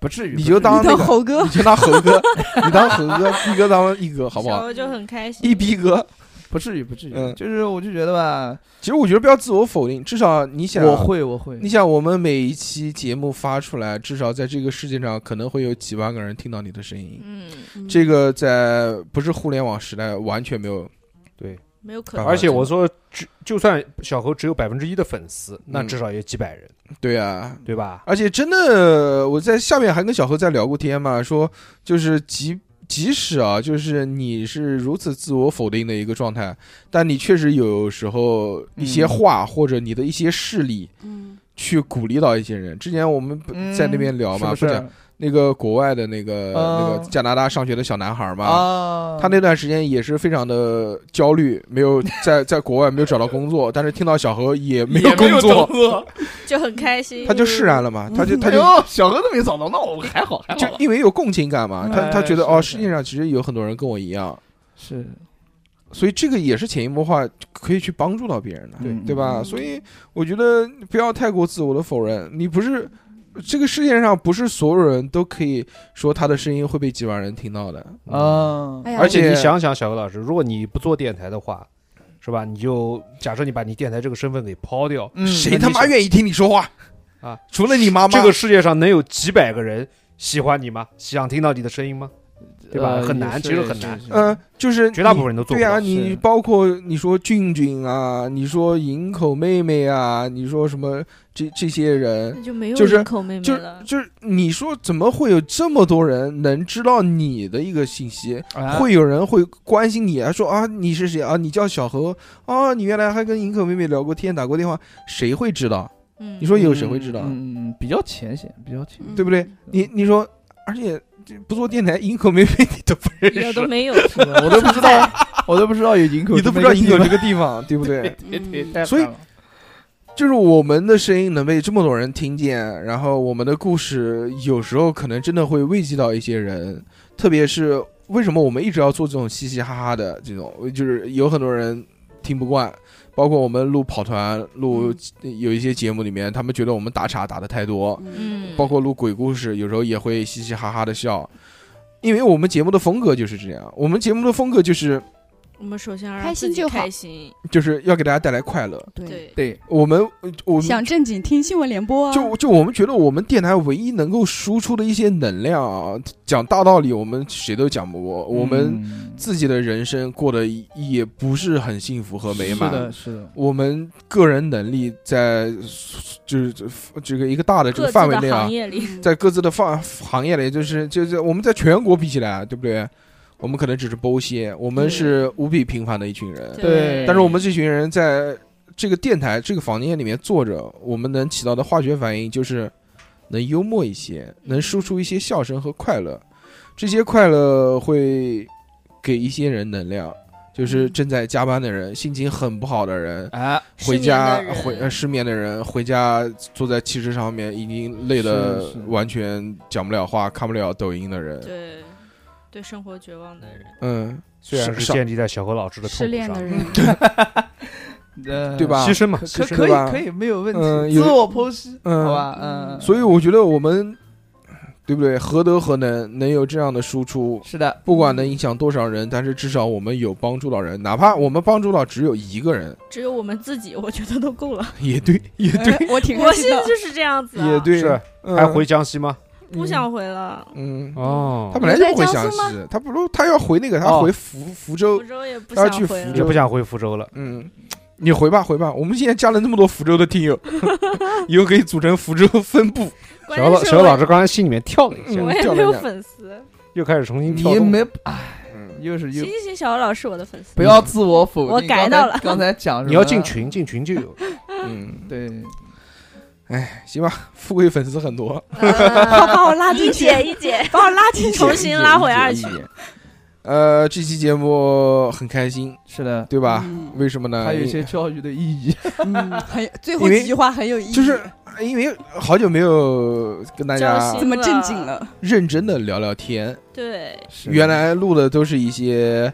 [SPEAKER 3] 不至
[SPEAKER 2] 你
[SPEAKER 3] 于，不
[SPEAKER 2] 就
[SPEAKER 3] 至于
[SPEAKER 2] 当
[SPEAKER 5] 你
[SPEAKER 2] 那
[SPEAKER 5] 当
[SPEAKER 2] 个嗯
[SPEAKER 5] 猴哥
[SPEAKER 2] 你，就当猴哥， 你当猴哥，逼哥当一哥，好不
[SPEAKER 4] 小
[SPEAKER 2] 好？
[SPEAKER 4] 欧就很开心。
[SPEAKER 2] 一逼哥，
[SPEAKER 3] 不至于，不至于，
[SPEAKER 2] 嗯
[SPEAKER 3] 就是我就觉得吧，
[SPEAKER 2] 其实我觉得不要自我否定，至少你想，
[SPEAKER 3] 我会，我会
[SPEAKER 2] 你，想我们每一期节目发出来，至少在这个世界上可能会有几万个人听到你的声音，
[SPEAKER 4] 嗯，
[SPEAKER 2] 这个在不是互联网时代完全没有。
[SPEAKER 6] 对，
[SPEAKER 4] 没有可
[SPEAKER 2] 啊
[SPEAKER 4] 能。
[SPEAKER 6] 而且我说，就就算小猴只有百分之一的粉丝，那
[SPEAKER 2] 嗯
[SPEAKER 6] 至少也几百人，
[SPEAKER 2] 对啊，
[SPEAKER 6] 对吧？
[SPEAKER 2] 而且真的，我在下面还跟小何在聊过天嘛，说就是即即使啊，就是你是如此自我否定的一个状态，但你确实有时候一些
[SPEAKER 3] 嗯
[SPEAKER 2] 话或者你的一些事例
[SPEAKER 5] 嗯，
[SPEAKER 2] 去鼓励到一些人。之前我们不在那边聊嘛，
[SPEAKER 3] 嗯是不
[SPEAKER 2] 讲
[SPEAKER 3] 是
[SPEAKER 2] 那个国外的那个、那个
[SPEAKER 3] 嗯
[SPEAKER 2] 加拿大上学的小男孩嘛。
[SPEAKER 3] 啊？
[SPEAKER 2] 他那段时间也是非常的焦虑，没有在在国外没有找到工作，但是听到小何也没有
[SPEAKER 3] 也没
[SPEAKER 2] 工
[SPEAKER 3] 有
[SPEAKER 2] 作，
[SPEAKER 4] 就很开心。
[SPEAKER 2] 他就啊释然了嘛，他就他
[SPEAKER 3] 哎
[SPEAKER 2] 就
[SPEAKER 3] 呦，小何都没找到，那我还好，还
[SPEAKER 2] 就
[SPEAKER 3] 好了，
[SPEAKER 2] 因为有共情感
[SPEAKER 6] 嗯
[SPEAKER 2] 嘛，他
[SPEAKER 3] 哎
[SPEAKER 2] 他觉得
[SPEAKER 3] 是
[SPEAKER 2] 哦，
[SPEAKER 3] 是
[SPEAKER 2] 世界上其实有很多人跟我一样，
[SPEAKER 3] 是
[SPEAKER 2] 所以这个也是潜移默化可以去帮助到别人的，
[SPEAKER 3] 对
[SPEAKER 2] 对吧？
[SPEAKER 5] 嗯
[SPEAKER 2] 所以我觉得不要太过自我的否认，你不是这个世界上不是所有人都可以说他的声音会被几万人听到的，
[SPEAKER 6] 嗯
[SPEAKER 3] 啊，
[SPEAKER 5] 哎呀，
[SPEAKER 2] 而
[SPEAKER 6] 而且
[SPEAKER 2] 且
[SPEAKER 6] 你想想，小何老师，如果你不做电台的话，是吧？你就假设你把你电台这个身份给抛掉，
[SPEAKER 3] 嗯
[SPEAKER 2] 谁他妈愿意听你说话
[SPEAKER 6] 啊？
[SPEAKER 2] 除了你妈妈，
[SPEAKER 6] 这个世界上能有几百个人喜欢你吗？想听到你的声音吗？对吧
[SPEAKER 3] 呃
[SPEAKER 6] 很难
[SPEAKER 3] 也
[SPEAKER 6] 其实
[SPEAKER 3] 是
[SPEAKER 6] 很难
[SPEAKER 3] 是是
[SPEAKER 2] 嗯，就是
[SPEAKER 6] 绝大部
[SPEAKER 2] 你
[SPEAKER 6] 分人都做
[SPEAKER 2] 对
[SPEAKER 6] 不
[SPEAKER 2] 啊，
[SPEAKER 6] 到。
[SPEAKER 2] 你
[SPEAKER 3] 是
[SPEAKER 2] 包括你说俊俊啊，你说营口妹妹啊，你说什么这这些人
[SPEAKER 4] 那，就没有
[SPEAKER 2] 就是
[SPEAKER 4] 人口妹妹
[SPEAKER 2] 就
[SPEAKER 4] 了。
[SPEAKER 2] 就是你说怎么会有这么多人能知道你的一个信息？
[SPEAKER 3] 啊
[SPEAKER 2] 会有人会关心你啊，说啊你是谁啊？你叫小何啊？你原来还跟营口妹妹聊过天，打过电话，谁会知道？
[SPEAKER 4] 嗯，
[SPEAKER 2] 你说有谁会知道？
[SPEAKER 3] 嗯嗯嗯，比较浅显，比较浅，
[SPEAKER 5] 嗯
[SPEAKER 2] 对不对？你你说，而且这不做电台，营口妹妹你都不认
[SPEAKER 4] 有
[SPEAKER 2] 识
[SPEAKER 4] 都， 没有，
[SPEAKER 3] 是吧我都不知道，我都不知道有营口，
[SPEAKER 2] 你都不知道营口这个地方，对不 对？
[SPEAKER 5] 嗯
[SPEAKER 2] 所以就是我们的声音能被这么多人听见，然后我们的故事有时候可能真的会慰藉到一些人，特别是为什么我们一直要做这种嘻嘻哈哈的这种，就是有很多人听不惯，包括我们录跑团、
[SPEAKER 5] 嗯
[SPEAKER 2] 录有一些节目里面，他们觉得我们打岔打的太多，
[SPEAKER 5] 嗯
[SPEAKER 4] 嗯，
[SPEAKER 2] 包括录鬼故事，有时候也会嘻嘻哈哈的笑，因为我们节目的风格就是这样，我们节目的风格就是
[SPEAKER 4] 我们首先要
[SPEAKER 5] 开
[SPEAKER 4] 让
[SPEAKER 5] 心
[SPEAKER 4] 自己
[SPEAKER 5] 就好
[SPEAKER 4] 开心，
[SPEAKER 2] 就是要给大家带来快乐。
[SPEAKER 5] 对，
[SPEAKER 4] 对，
[SPEAKER 3] 对，
[SPEAKER 2] 我们我们
[SPEAKER 5] 想正经听新闻联
[SPEAKER 4] 嗯
[SPEAKER 5] 播啊，
[SPEAKER 2] 就就我们觉得我们电台唯一能够输出的一些能量啊，讲大道理我们谁都讲不过，我们
[SPEAKER 3] 嗯
[SPEAKER 2] 自己的人生过得也不是很幸福和美
[SPEAKER 3] 是的，
[SPEAKER 2] 满。
[SPEAKER 3] 是的，
[SPEAKER 2] 我们个人能力在就是这个一个大的这
[SPEAKER 4] 各
[SPEAKER 2] 个
[SPEAKER 4] 自
[SPEAKER 2] 范围
[SPEAKER 4] 的
[SPEAKER 2] 内啊
[SPEAKER 4] 行，业里，
[SPEAKER 2] 在各自的范行业里，就是就是我们在全国比起来，啊对不对？我们可能只是剥削，我们
[SPEAKER 4] 对
[SPEAKER 2] 是无比平凡的一群人。
[SPEAKER 3] 对
[SPEAKER 2] 但是我们这群人在这个电台这个房间里面坐着，我们能起到的化学反应就是能幽默一些，能输出一些笑声和快乐。这些快乐会给一些人能量，
[SPEAKER 3] 嗯
[SPEAKER 2] 就是正在加班的人、心情很不好的人、
[SPEAKER 3] 哎，
[SPEAKER 2] 回家回呃
[SPEAKER 4] 呃，
[SPEAKER 2] 失眠的人，回家坐在汽车上面已经累得
[SPEAKER 3] 是是
[SPEAKER 2] 完全讲不了话、看不了抖音的人，
[SPEAKER 4] 对对生活绝望的人，
[SPEAKER 2] 嗯，
[SPEAKER 6] 虽然是
[SPEAKER 2] 上
[SPEAKER 6] 建立在小何老师的痛
[SPEAKER 5] 失
[SPEAKER 6] 苦
[SPEAKER 5] 恋
[SPEAKER 6] 上
[SPEAKER 5] 的，人，
[SPEAKER 3] 呃
[SPEAKER 2] 对吧
[SPEAKER 6] 牺牲嘛，
[SPEAKER 3] 可
[SPEAKER 2] 牺牲
[SPEAKER 3] 可可
[SPEAKER 2] 对吧
[SPEAKER 3] 以可以没有问
[SPEAKER 2] 嗯
[SPEAKER 3] 题，
[SPEAKER 2] 有
[SPEAKER 3] 自我剖析，
[SPEAKER 2] 嗯
[SPEAKER 3] 好吧，嗯，
[SPEAKER 2] 所以我觉得我们，对不对？何德何能，能有这样的输出？
[SPEAKER 3] 是的，
[SPEAKER 2] 不管能影响多少人，但是至少我们有帮助到人，哪怕我们帮助到只有一个人，
[SPEAKER 4] 只有我们自己，我觉得都够了。
[SPEAKER 2] 也对，也对，
[SPEAKER 5] 对我挺
[SPEAKER 4] 我
[SPEAKER 5] 开
[SPEAKER 4] 现
[SPEAKER 5] 心
[SPEAKER 4] 在
[SPEAKER 5] 的。
[SPEAKER 4] 就是这样
[SPEAKER 5] 哎
[SPEAKER 4] 子啊，
[SPEAKER 2] 也对。
[SPEAKER 6] 是
[SPEAKER 2] 嗯
[SPEAKER 6] 还回江西吗？
[SPEAKER 4] 不想回了。
[SPEAKER 2] 嗯，
[SPEAKER 6] 哦
[SPEAKER 2] 他本来就不回
[SPEAKER 5] 在
[SPEAKER 2] 湘
[SPEAKER 5] 江苏吗
[SPEAKER 2] 西，他不如他要回那个，他
[SPEAKER 3] 哦
[SPEAKER 2] 回福福
[SPEAKER 4] 福
[SPEAKER 2] 州。
[SPEAKER 4] 州也不
[SPEAKER 2] 他要
[SPEAKER 4] 想
[SPEAKER 2] 去
[SPEAKER 4] 回
[SPEAKER 2] 福
[SPEAKER 6] 也
[SPEAKER 2] 州
[SPEAKER 4] 了，
[SPEAKER 6] 不想回福州了。
[SPEAKER 2] 嗯，你回吧，回吧。我们现在加了那么多福州的听友， 以后可以组成福州分部。
[SPEAKER 4] 关
[SPEAKER 6] 小何老
[SPEAKER 4] 键是
[SPEAKER 6] 小何老师
[SPEAKER 4] 我
[SPEAKER 6] 刚才心里面跳了
[SPEAKER 2] 嗯
[SPEAKER 6] 一下，
[SPEAKER 4] 我也
[SPEAKER 2] 掉了
[SPEAKER 4] 没有
[SPEAKER 2] 两
[SPEAKER 4] 粉丝。
[SPEAKER 6] 又开始重新跳
[SPEAKER 3] 你
[SPEAKER 6] 动。
[SPEAKER 3] 没，哎，
[SPEAKER 2] 嗯，
[SPEAKER 3] 又是又
[SPEAKER 4] 行行行，小何老师是我的粉丝
[SPEAKER 3] 不，要自我否定，
[SPEAKER 4] 我改到了
[SPEAKER 3] 刚才刚才讲什么
[SPEAKER 6] 你要进，群，进群就有。
[SPEAKER 2] 嗯，哎
[SPEAKER 3] 对，
[SPEAKER 2] 行吧，富贵粉丝很多。
[SPEAKER 5] 他把我拉
[SPEAKER 4] 一
[SPEAKER 5] 进去，
[SPEAKER 4] 姐一姐，把我拉进去，重新拉回二
[SPEAKER 3] 群
[SPEAKER 4] 群。，
[SPEAKER 2] 呃，这期节目很开心，
[SPEAKER 3] 是的，
[SPEAKER 2] 对吧？
[SPEAKER 5] 嗯
[SPEAKER 2] 为什么呢？
[SPEAKER 3] 还有一些教育的意义，
[SPEAKER 5] 嗯，很最后
[SPEAKER 2] 因为
[SPEAKER 5] 几句话很有意义，
[SPEAKER 2] 就是因为好久没有跟大家
[SPEAKER 4] 交
[SPEAKER 5] 这
[SPEAKER 4] 心
[SPEAKER 5] 么正经了，
[SPEAKER 2] 认真的聊聊天，
[SPEAKER 4] 对，
[SPEAKER 2] 原来录的都是一些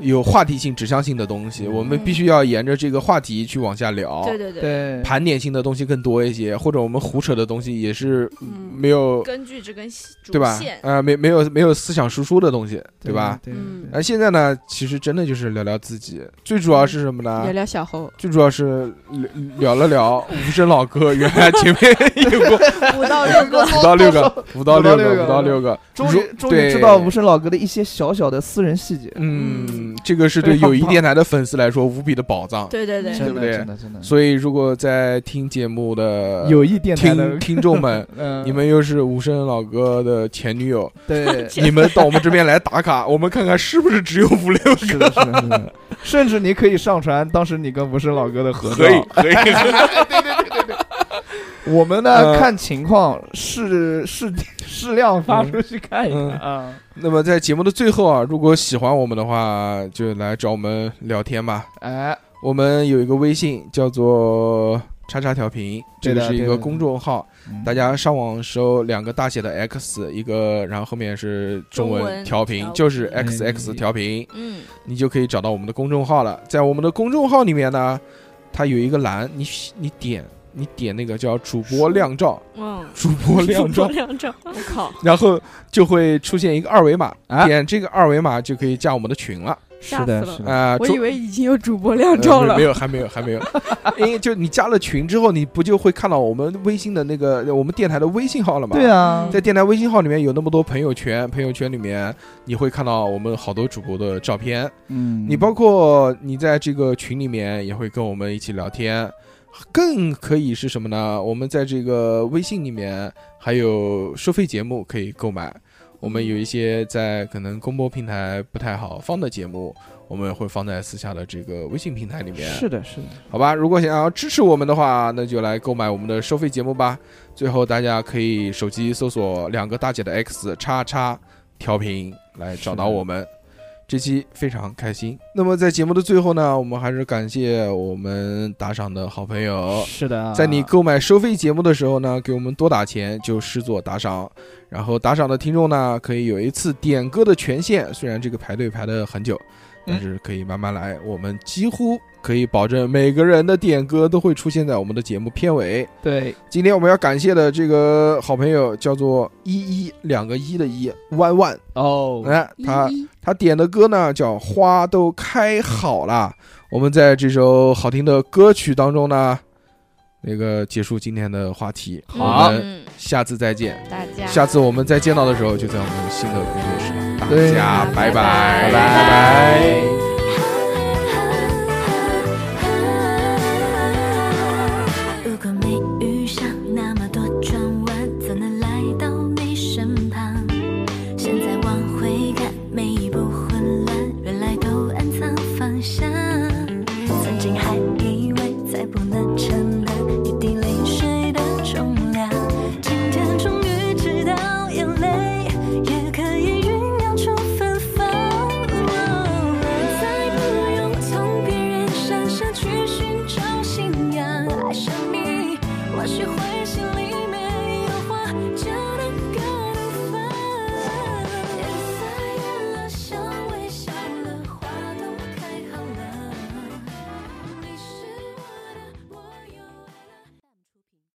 [SPEAKER 2] 有话题性、指向性的东西，我们必须要沿着这个话题去往下聊。
[SPEAKER 4] 嗯对对对，
[SPEAKER 3] 对，
[SPEAKER 2] 盘点性的东西更多一些，或者我们胡扯的东西也是
[SPEAKER 5] 嗯
[SPEAKER 2] 没有，
[SPEAKER 4] 根据这根细主
[SPEAKER 2] 对吧
[SPEAKER 4] 线？，
[SPEAKER 2] 呃，没没有没有思想输出的东西，对吧？？
[SPEAKER 3] 对，
[SPEAKER 5] 嗯
[SPEAKER 2] 那现在呢，其实真的就是聊聊自己，最主要是什么呢
[SPEAKER 5] 聊？聊小猴，
[SPEAKER 2] 最主要是聊聊了聊无声老哥，原来前面有过
[SPEAKER 5] 五到六 个，
[SPEAKER 2] 五到六个，五到六个，
[SPEAKER 3] 五
[SPEAKER 2] 五到
[SPEAKER 3] 到
[SPEAKER 2] 六
[SPEAKER 3] 六
[SPEAKER 2] 个，
[SPEAKER 3] 终
[SPEAKER 2] 如
[SPEAKER 3] 于终于
[SPEAKER 2] 对
[SPEAKER 3] 知道无声老哥的一些小小的私人细节，
[SPEAKER 2] 嗯，这个是对友谊电台的粉丝来说无比的宝藏。
[SPEAKER 4] 对对对，
[SPEAKER 2] 对
[SPEAKER 3] 真
[SPEAKER 2] 不
[SPEAKER 3] 的
[SPEAKER 2] 对
[SPEAKER 3] 真的真的。
[SPEAKER 2] 所以，如果在听节目的
[SPEAKER 3] 友谊电台的
[SPEAKER 2] 听，听众们，
[SPEAKER 3] 嗯，
[SPEAKER 2] 你们又是无声老哥的前女友，
[SPEAKER 3] 对，
[SPEAKER 4] 前
[SPEAKER 2] 你们到我们这边来打卡， 我们看看是不是只有五六
[SPEAKER 3] 是的，是的，是的，甚至你可以上传当时你跟无声老哥的合照。
[SPEAKER 2] 可 以，
[SPEAKER 3] 我们
[SPEAKER 2] 呃
[SPEAKER 3] 呢看情况，适适适量发出去看一
[SPEAKER 2] 嗯
[SPEAKER 3] 看啊。
[SPEAKER 2] 那么在节目的最后啊，如果喜欢我们的话，就来找我们聊天吧。
[SPEAKER 3] 哎，
[SPEAKER 2] 我们有一个微信叫做“叉叉调频”，这
[SPEAKER 3] 对的
[SPEAKER 2] 个是一
[SPEAKER 3] 对
[SPEAKER 2] 个
[SPEAKER 3] 的
[SPEAKER 2] 公众号，大家上网搜两个大写的 X，一个然后后面是中
[SPEAKER 4] 中
[SPEAKER 2] 文
[SPEAKER 4] 文
[SPEAKER 2] 调频，
[SPEAKER 4] 调
[SPEAKER 2] 就是 X
[SPEAKER 3] 频
[SPEAKER 2] X 调频，
[SPEAKER 4] 嗯，
[SPEAKER 2] 你就可以找到我们的公众号了。在我们的公众号里面呢，它有一个栏，你你点你点那个叫主播亮照，
[SPEAKER 4] 嗯，
[SPEAKER 2] 主播亮 照，
[SPEAKER 4] 两张，我靠，
[SPEAKER 2] 然后就会出现一个二维码，
[SPEAKER 3] 啊
[SPEAKER 2] 点这个二维码就可以加我们的群了。
[SPEAKER 5] 吓
[SPEAKER 3] 是
[SPEAKER 5] 死
[SPEAKER 3] 的，
[SPEAKER 5] 了
[SPEAKER 3] 是的，
[SPEAKER 2] 啊、
[SPEAKER 5] 我
[SPEAKER 2] 中
[SPEAKER 5] 以为已经有主播 亮
[SPEAKER 2] 呃
[SPEAKER 5] 照
[SPEAKER 2] 没
[SPEAKER 5] 了
[SPEAKER 2] 没，有，还没有，还没有。因为就你加了群之后，你不就会看到我们微信的那个我们电台的微信号了吗？
[SPEAKER 3] 对。啊
[SPEAKER 5] 嗯，
[SPEAKER 2] 在电台微信号里面有那么多朋友圈，朋友圈里面你会看到我们好多主播的照片，
[SPEAKER 3] 嗯，
[SPEAKER 2] 你包括你在这个群里面也会跟我们一起聊天，更可以是什么呢？我们在这个微信里面还有收费节目可以购买，我们有一些在可能公播平台不太好放的节目，我们会放在私下的这个微信平台里面。
[SPEAKER 3] 是的，是的，
[SPEAKER 2] 好吧，如果想要支持我们的话，那就来购买我们的收费节目吧。最后，大家可以手机搜索两个大姐的 X 叉叉调频来找到我们。这期非常开心。那么在节目的最后呢，我们还是感谢我们打赏的好朋友，
[SPEAKER 3] 是的啊，
[SPEAKER 2] 哦在你购买收费节目的时候呢，给我们多打钱就视作打赏。然后打赏的听众呢，可以有一次点歌的权限，虽然这个排队排的很久，但是可以慢慢来。我们几乎可以保证每个人的点歌都会出现在我们的节目片尾。
[SPEAKER 3] 对，
[SPEAKER 2] 今天我们要感谢的这个好朋友叫做一一两个一的一弯弯，
[SPEAKER 3] 哦，
[SPEAKER 2] 哎，他
[SPEAKER 5] 嗯一一
[SPEAKER 2] 他点的歌呢叫《花都开好了》。我们在这首好听的歌曲当中呢，那个结束今天的话题。
[SPEAKER 3] 好
[SPEAKER 2] 我们
[SPEAKER 4] 嗯
[SPEAKER 2] 下次再见。
[SPEAKER 5] 大家
[SPEAKER 2] 下次我们再见到的时候，就在我们新的工作室了。大
[SPEAKER 3] 对
[SPEAKER 2] 家拜
[SPEAKER 5] 拜
[SPEAKER 2] 拜
[SPEAKER 5] 拜
[SPEAKER 2] 拜拜